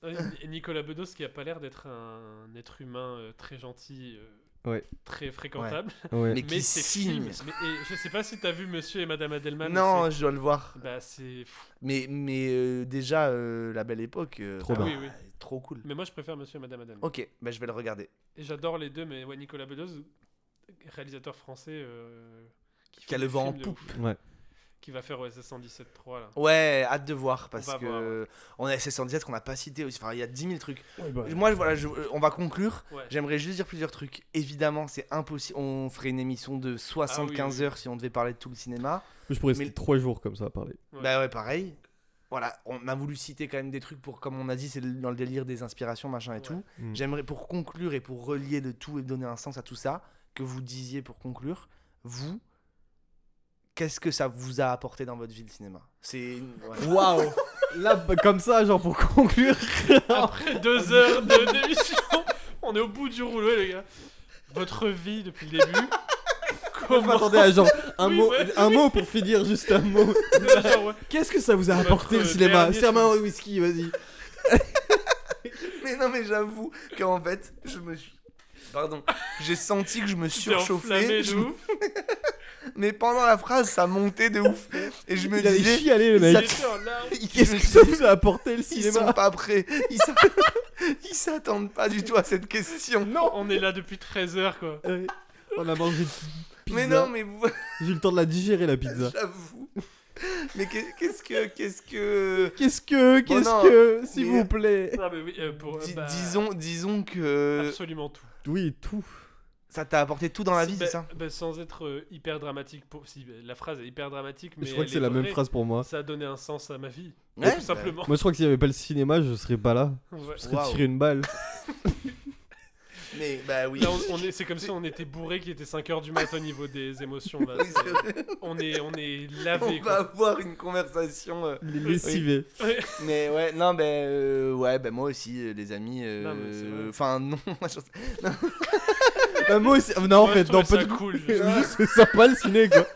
Speaker 2: Ouais, Ni- Euh, Nicolas Bedos qui a pas l'air d'être un être humain euh, très gentil, euh,
Speaker 1: Ouais.
Speaker 2: très fréquentable,
Speaker 1: Ouais. Ouais.
Speaker 3: Mais qui
Speaker 2: ses
Speaker 3: signe.
Speaker 2: films- mais- et je sais pas si t'as vu Monsieur et Madame Adelman.
Speaker 3: Non,
Speaker 2: mais
Speaker 3: je dois le voir.
Speaker 2: c'est- bah c'est fou.
Speaker 3: Mais, mais euh, déjà, euh, La Belle Époque, euh,
Speaker 1: Trop
Speaker 3: ah
Speaker 1: bien.
Speaker 3: ouais,
Speaker 2: Oui,
Speaker 3: trop cool.
Speaker 2: Mais moi je préfère Monsieur et Madame Adelman.
Speaker 3: Ok, bah, je vais le regarder.
Speaker 2: Et j'adore les deux, mais ouais, Nicolas Bedos, réalisateur français, euh,
Speaker 3: Qui a
Speaker 2: fait
Speaker 3: le
Speaker 2: des
Speaker 3: vent en
Speaker 2: films de
Speaker 3: poupe.
Speaker 2: ouf,
Speaker 1: Ouais.
Speaker 2: qui va faire OSS 117.3 là.
Speaker 3: Ouais, hâte de voir parce
Speaker 2: On va
Speaker 3: que
Speaker 2: voir,
Speaker 3: on a SS117 qu'on n'a pas cité aussi. Enfin, il y a 10 000 trucs.
Speaker 1: Ouais, bah,
Speaker 3: Moi, je- voilà, je- euh, on va conclure.
Speaker 2: Ouais.
Speaker 3: J'aimerais juste dire plusieurs trucs. Évidemment, c'est impossible. On ferait une émission de 75
Speaker 2: Ah oui.
Speaker 3: heures si on devait parler de tout le cinéma.
Speaker 1: Je pourrais
Speaker 3: Mais-
Speaker 1: rester trois jours comme ça à parler.
Speaker 2: Ouais.
Speaker 3: Bah ouais, pareil. Voilà, on a voulu citer quand même des trucs pour, comme on a dit, c'est dans le délire des inspirations, machin et tout.
Speaker 1: Mm.
Speaker 3: J'aimerais, pour conclure et pour relier le tout et donner un sens à tout ça, que vous disiez pour conclure, vous, qu'est-ce que ça vous a apporté dans votre vie, le cinéma C'est. une- ouais.
Speaker 1: Waouh Là, bah, comme ça, genre pour conclure.
Speaker 2: Après deux heures de d'émission, on est au bout du rouleau les gars. Votre vie depuis le début.
Speaker 1: Je
Speaker 2: Comment
Speaker 1: m'attendais à genre un,
Speaker 2: Oui,
Speaker 1: mot,
Speaker 2: ouais.
Speaker 1: un mot pour finir, juste un mot.
Speaker 2: Genre, ouais.
Speaker 1: Qu'est-ce que ça vous a
Speaker 2: Votre
Speaker 1: apporté le cinéma
Speaker 2: dernier
Speaker 1: Serre-moi un whisky, vas-y.
Speaker 3: Mais non, mais j'avoue qu'en fait, je me suis. Pardon, j'ai senti que je me
Speaker 2: Tu t'es enflammé
Speaker 3: surchauffais.
Speaker 2: de
Speaker 3: je-
Speaker 2: ouf.
Speaker 3: Mais pendant la phrase, ça montait de ouf. Et je me
Speaker 1: Il allait
Speaker 3: disais.
Speaker 1: chialer le
Speaker 2: Il
Speaker 1: mec.
Speaker 2: était en larmes.
Speaker 1: Qu'est-ce que ça vous a apporté le
Speaker 3: Ils sont
Speaker 1: cinéma
Speaker 3: pas prêts. Ils s'a- Ils s'attendent pas du tout à cette question.
Speaker 2: Non, on est là depuis 13 heures quoi.
Speaker 3: Euh,
Speaker 1: Ouais. On a mangé une pizza.
Speaker 3: Mais non, mais vous-
Speaker 1: J'ai eu le temps de la digérer la pizza.
Speaker 3: j'avoue. Mais qu'est- qu'est-ce que, qu'est-ce que.
Speaker 1: Qu'est-ce que, qu'est-ce
Speaker 3: non,
Speaker 1: que, s'il
Speaker 3: mais-
Speaker 1: vous plaît.
Speaker 2: Non, mais oui, euh, pour, euh,
Speaker 3: Dis-
Speaker 2: bah,
Speaker 3: disons, disons que
Speaker 2: absolument tout.
Speaker 1: Oui, tout.
Speaker 3: ça t'a apporté tout dans la vie,
Speaker 2: Bah-
Speaker 3: c'est ça
Speaker 2: bah, Sans être euh, hyper dramatique, pour... si, bah, la phrase est hyper dramatique, mais
Speaker 1: je crois que
Speaker 2: elle
Speaker 1: c'est la même
Speaker 2: vraie.
Speaker 1: phrase pour moi.
Speaker 2: Ça a donné un sens à ma vie,
Speaker 3: Ouais,
Speaker 2: tout
Speaker 3: bah.
Speaker 2: simplement.
Speaker 1: Moi, je crois que s'il n'y avait pas le cinéma, je serais pas là.
Speaker 2: Ouais.
Speaker 1: Je serais
Speaker 3: Waouh.
Speaker 1: tiré une balle.
Speaker 3: Mais bah oui.
Speaker 2: Là, on, on est, c'est comme si on était bourré qu'il était 5h du matin au niveau des émotions. Là.
Speaker 3: Oui, c'est
Speaker 2: C'est- on, est, on est lavé.
Speaker 3: on va
Speaker 2: quoi.
Speaker 3: avoir une conversation. euh,
Speaker 1: Les lessivés.
Speaker 3: oui. mais ouais, non, ben euh, ouais, ben moi aussi, euh, les amis. euh,
Speaker 2: Non, mais c'est vrai.
Speaker 3: Enfin, non, moi, je- non.
Speaker 1: Bah, moi aussi- Non, en
Speaker 2: Moi, je
Speaker 1: fait,
Speaker 2: trouvais
Speaker 1: dans
Speaker 2: ça
Speaker 1: pas de
Speaker 2: cool, je-
Speaker 1: Juste, c'est sympa le ciné, quoi.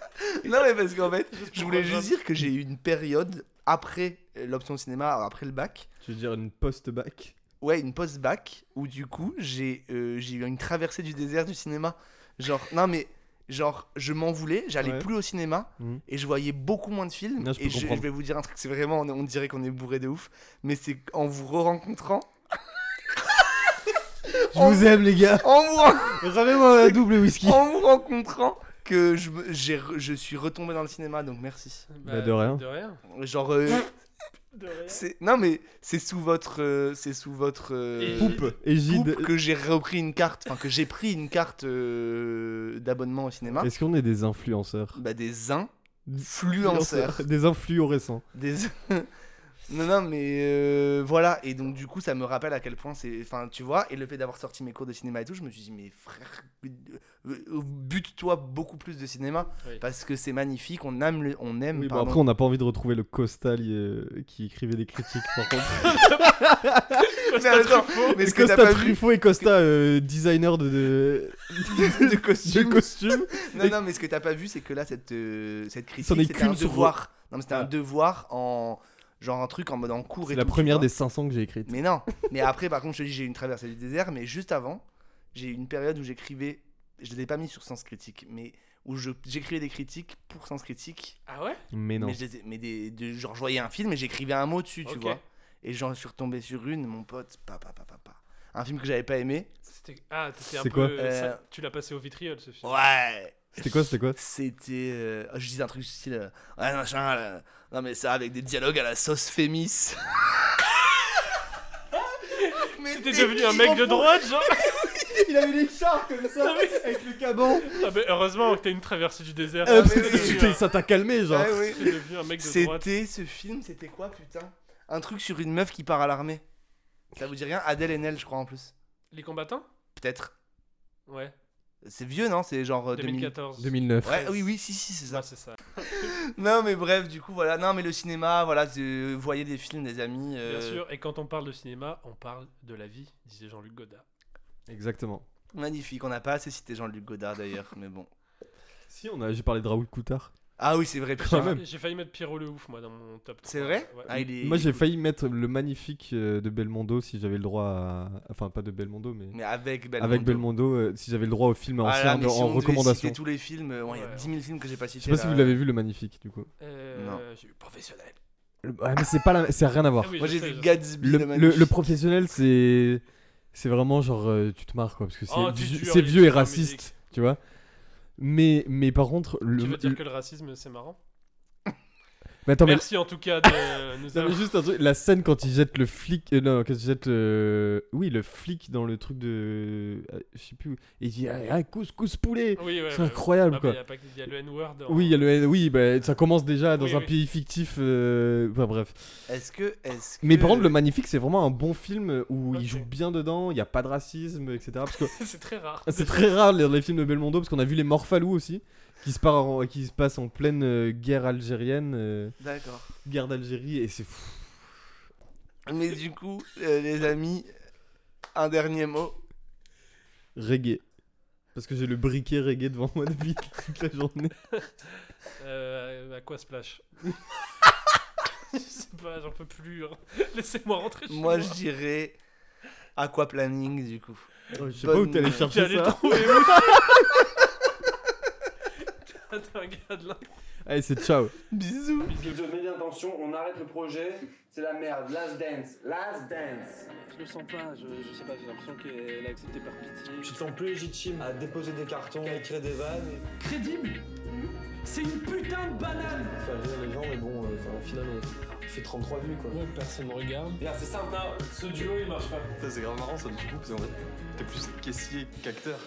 Speaker 3: Non, mais parce qu'en fait, je voulais
Speaker 2: pourquoi
Speaker 3: juste dire que j'ai eu une période après euh, l'option cinéma, alors après le bac.
Speaker 1: Je veux dire, une post-bac.
Speaker 3: Ouais, une post-bac où du coup, j'ai euh, j'ai eu une traversée du désert du cinéma. Genre, non, mais genre, je m'en voulais, j'allais
Speaker 1: Ouais.
Speaker 3: plus au cinéma
Speaker 1: Mhm.
Speaker 3: et je voyais beaucoup moins de films.
Speaker 1: Non, je peux
Speaker 3: et je,
Speaker 1: comprendre.
Speaker 3: je vais vous dire un truc, c'est vraiment, on, on dirait qu'on est bourré de ouf, mais c'est en vous re-rencontrant.
Speaker 1: Je vous aime, les gars.
Speaker 3: En vous,
Speaker 1: Oh. Ramène-moi un double whisky.
Speaker 3: en vous rencontrant que je, me- j'ai re- je suis retombé dans le cinéma, donc merci.
Speaker 1: Bah, de rien.
Speaker 2: De rien.
Speaker 3: Genre. euh,
Speaker 1: Hein
Speaker 3: c'est- Non mais c'est sous votre euh, c'est sous votre euh,
Speaker 1: Oh. Poupe, égide.
Speaker 3: poupe que j'ai repris une carte enfin que j'ai pris une carte euh, d'abonnement au cinéma
Speaker 1: Est-ce qu'on est des influenceurs
Speaker 3: bah des influenceurs
Speaker 1: Des influorescents.
Speaker 3: des non non mais euh, voilà et donc du coup ça me rappelle à quel point c'est enfin tu vois et le fait d'avoir sorti mes cours de cinéma et tout je me suis dit mais frère euh, bute-toi beaucoup plus de cinéma
Speaker 2: Oui.
Speaker 3: parce que c'est magnifique on aime le- on aime
Speaker 1: Oui, bon,
Speaker 3: pardon.
Speaker 1: après, on n'a pas envie de retrouver le Costal euh, qui écrivait des critiques, par contre.
Speaker 3: mais attends, mais ce que t'as
Speaker 1: Costa
Speaker 3: pas vu
Speaker 1: Truffaut et Costa, euh, designer de, de...
Speaker 3: de costume.
Speaker 1: de costumes.
Speaker 3: Non, non, mais ce que t'as pas vu, c'est que là, cette, euh, cette
Speaker 1: C'en est
Speaker 3: critique, c'était un
Speaker 1: qu'une sur-
Speaker 3: devoir. Non, mais c'était un devoir en. Genre un truc en mode en cours et
Speaker 1: C'est la
Speaker 3: tout, tu
Speaker 1: première
Speaker 3: vois.
Speaker 1: des 500 que j'ai écrite.
Speaker 3: Mais non, mais après, par contre, je te dis, j'ai eu une traversée du désert, mais juste avant, j'ai eu une période où j'écrivais. Je l'ai pas mis sur Sens Critique, mais où je- j'écrivais des critiques pour Sens Critique.
Speaker 2: Ah ouais
Speaker 1: Mais non.
Speaker 3: Mais, je les ai- mais des, de- genre, je voyais un film et j'écrivais un mot dessus, tu
Speaker 2: Ok.
Speaker 3: vois. Et j'en suis retombé sur une, mon pote, papa, papa, papa. Un film que j'avais pas aimé.
Speaker 2: C'était- Ah, t'étais un
Speaker 1: C'est
Speaker 2: peu.
Speaker 1: quoi
Speaker 2: euh, ça-
Speaker 3: Euh, Oh,
Speaker 2: Tu l'as passé au vitriol ce film.
Speaker 3: Ouais!
Speaker 1: C'était quoi, c'était quoi
Speaker 3: C'était. euh, oh, je disais un truc style. euh, ouais, machin, là. Non, mais ça, avec des dialogues à la sauce Fémis. mais
Speaker 2: T'es devenu un mec de droite, genre
Speaker 1: Il avait les chars comme ça, avec le caban.
Speaker 2: Ah bah, Heureusement que t'as une traversée du désert.
Speaker 3: Ah,
Speaker 2: Ah,
Speaker 1: Euh,
Speaker 2: T'es
Speaker 1: parce que
Speaker 2: devenu
Speaker 1: tu-
Speaker 2: un-
Speaker 1: ça t'a calmé, genre.
Speaker 3: Ouais, oui.
Speaker 2: t'es devenu un mec de droite.
Speaker 3: C'était ce film, c'était quoi, putain Un truc sur une meuf qui part à l'armée. Ça vous dit rien Adèle Haenel, je crois, en plus.
Speaker 2: Les combattants
Speaker 3: Peut-être.
Speaker 2: Ouais.
Speaker 3: C'est vieux, non C'est genre. euh, 2000.
Speaker 2: 2014.
Speaker 1: 2009.
Speaker 3: Ouais, oui, oui, si, si, c'est ça.
Speaker 2: Ouais, c'est ça.
Speaker 3: Non, mais bref, du coup, voilà. Non, mais le cinéma, voilà, c'est- euh, voyez des films, des amis. euh,
Speaker 2: Bien sûr, et quand on parle de cinéma, on parle de la vie, disait Jean-Luc Godard.
Speaker 1: Exactement.
Speaker 3: Magnifique, on n'a pas assez cité Jean-Luc Godard d'ailleurs, mais bon.
Speaker 1: Si, on a... j'ai parlé de Raoul Coutard.
Speaker 3: Ah oui, c'est vrai, putain.
Speaker 1: même.
Speaker 2: J'ai failli mettre Pierrot le ouf, moi, dans mon top.
Speaker 3: C'est
Speaker 2: 3.
Speaker 3: vrai
Speaker 2: Ouais.
Speaker 3: Ah, il est-
Speaker 1: Moi,
Speaker 3: il est
Speaker 1: j'ai
Speaker 3: cool.
Speaker 1: failli mettre le magnifique euh, de Belmondo si j'avais le droit à. Enfin, pas de Belmondo, mais.
Speaker 3: Mais avec Belmondo.
Speaker 1: Avec Belmondo, euh, si j'avais le droit au film
Speaker 3: Ah là,
Speaker 1: ancien
Speaker 3: mais
Speaker 1: de-
Speaker 3: si
Speaker 1: en
Speaker 3: on devait
Speaker 1: recommandation.
Speaker 3: citer tous les films, euh, bon, il y a
Speaker 2: Ouais.
Speaker 3: 10 000 films que j'ai pas cités.
Speaker 1: Je sais pas si
Speaker 3: là.
Speaker 1: vous l'avez vu, le magnifique, du coup.
Speaker 2: Euh,
Speaker 3: Non.
Speaker 2: J'ai eu professionnel.
Speaker 1: Ouais, mais c'est pas la... c'est rien à voir.
Speaker 2: Ah oui,
Speaker 3: Moi
Speaker 2: je
Speaker 3: j'ai
Speaker 2: sais,
Speaker 3: vu
Speaker 2: je-
Speaker 3: Gatsby.
Speaker 1: le,
Speaker 3: le
Speaker 1: le- le
Speaker 3: magnifique.
Speaker 1: professionnel, c'est. C'est vraiment genre. euh, tu te marres, quoi. Parce que c'est
Speaker 2: Oh, tu
Speaker 1: vieux,
Speaker 2: jures,
Speaker 1: c'est
Speaker 2: il est
Speaker 1: vieux et
Speaker 2: sur la
Speaker 1: raciste,
Speaker 2: musique.
Speaker 1: tu vois. Mais, mais par contre. Le,
Speaker 2: Tu veux dire
Speaker 1: le-
Speaker 2: que le racisme, c'est marrant
Speaker 1: Mais attends, mais-
Speaker 2: Merci en tout cas de nous
Speaker 1: Non, mais
Speaker 2: avoir.
Speaker 1: juste un truc, la scène quand il jette le flic, euh, non, quand il jette, euh, oui, le flic dans le truc de, euh, je sais plus, où. et il dit ah, ah, couscous poulet,
Speaker 2: Oui, ouais,
Speaker 1: c'est
Speaker 2: ouais.
Speaker 1: incroyable
Speaker 2: Ah, bah,
Speaker 1: quoi.
Speaker 2: y a pas que- y a le N-word. en-
Speaker 1: Oui, il y a le, N- oui, bah, ça commence déjà dans
Speaker 2: Oui,
Speaker 1: un
Speaker 2: oui.
Speaker 1: pays fictif, euh, enfin bref.
Speaker 3: Est-ce que. Est
Speaker 1: Mais par contre, le magnifique, c'est vraiment un bon film où
Speaker 2: Ok.
Speaker 1: il joue bien dedans, il y a pas de racisme, etc. Parce que
Speaker 2: C'est très rare.
Speaker 1: Ah, c'est très rare dans les films de Belmondo, parce qu'on a vu les Morphalous aussi, qui se, part en- qui se passent en pleine euh, guerre algérienne, euh,
Speaker 3: D'accord.
Speaker 1: guerre d'Algérie, et c'est fou.
Speaker 3: Mais du coup, euh, les amis, un dernier mot.
Speaker 1: reggae. Parce que j'ai le briquet reggae devant moi depuis toute la journée.
Speaker 2: Euh, à quoi splash Je sais pas, j'en peux plus. hein. Laissez-moi rentrer. chez
Speaker 3: Moi je dirais. Aquaplaning du coup.
Speaker 1: je sais pas où t'es allé chercher
Speaker 2: J'allais
Speaker 1: ça.
Speaker 2: trouver où T'es un gars de l'impro.
Speaker 1: Allez, c'est ciao.
Speaker 3: Bisous.
Speaker 7: De mes intentions, on arrête le projet. C'est la merde. Last dance. Last dance.
Speaker 5: Je le sens pas, je, je sais pas, j'ai l'impression qu'elle a accepté par pitié.
Speaker 7: Tu te sens plus légitime à déposer des cartons, à écrire des vannes.
Speaker 11: Crédible C'est une putain de banane
Speaker 7: Faire rire les gens, mais bon, euh, enfin, au final, on fait 33 vues quoi. personne ne regarde. Regarde, c'est simple, là.
Speaker 2: Ce duo il marche pas.
Speaker 7: C'est grave marrant ça du coup, parce qu'en fait, t'es plus caissier qu'acteur.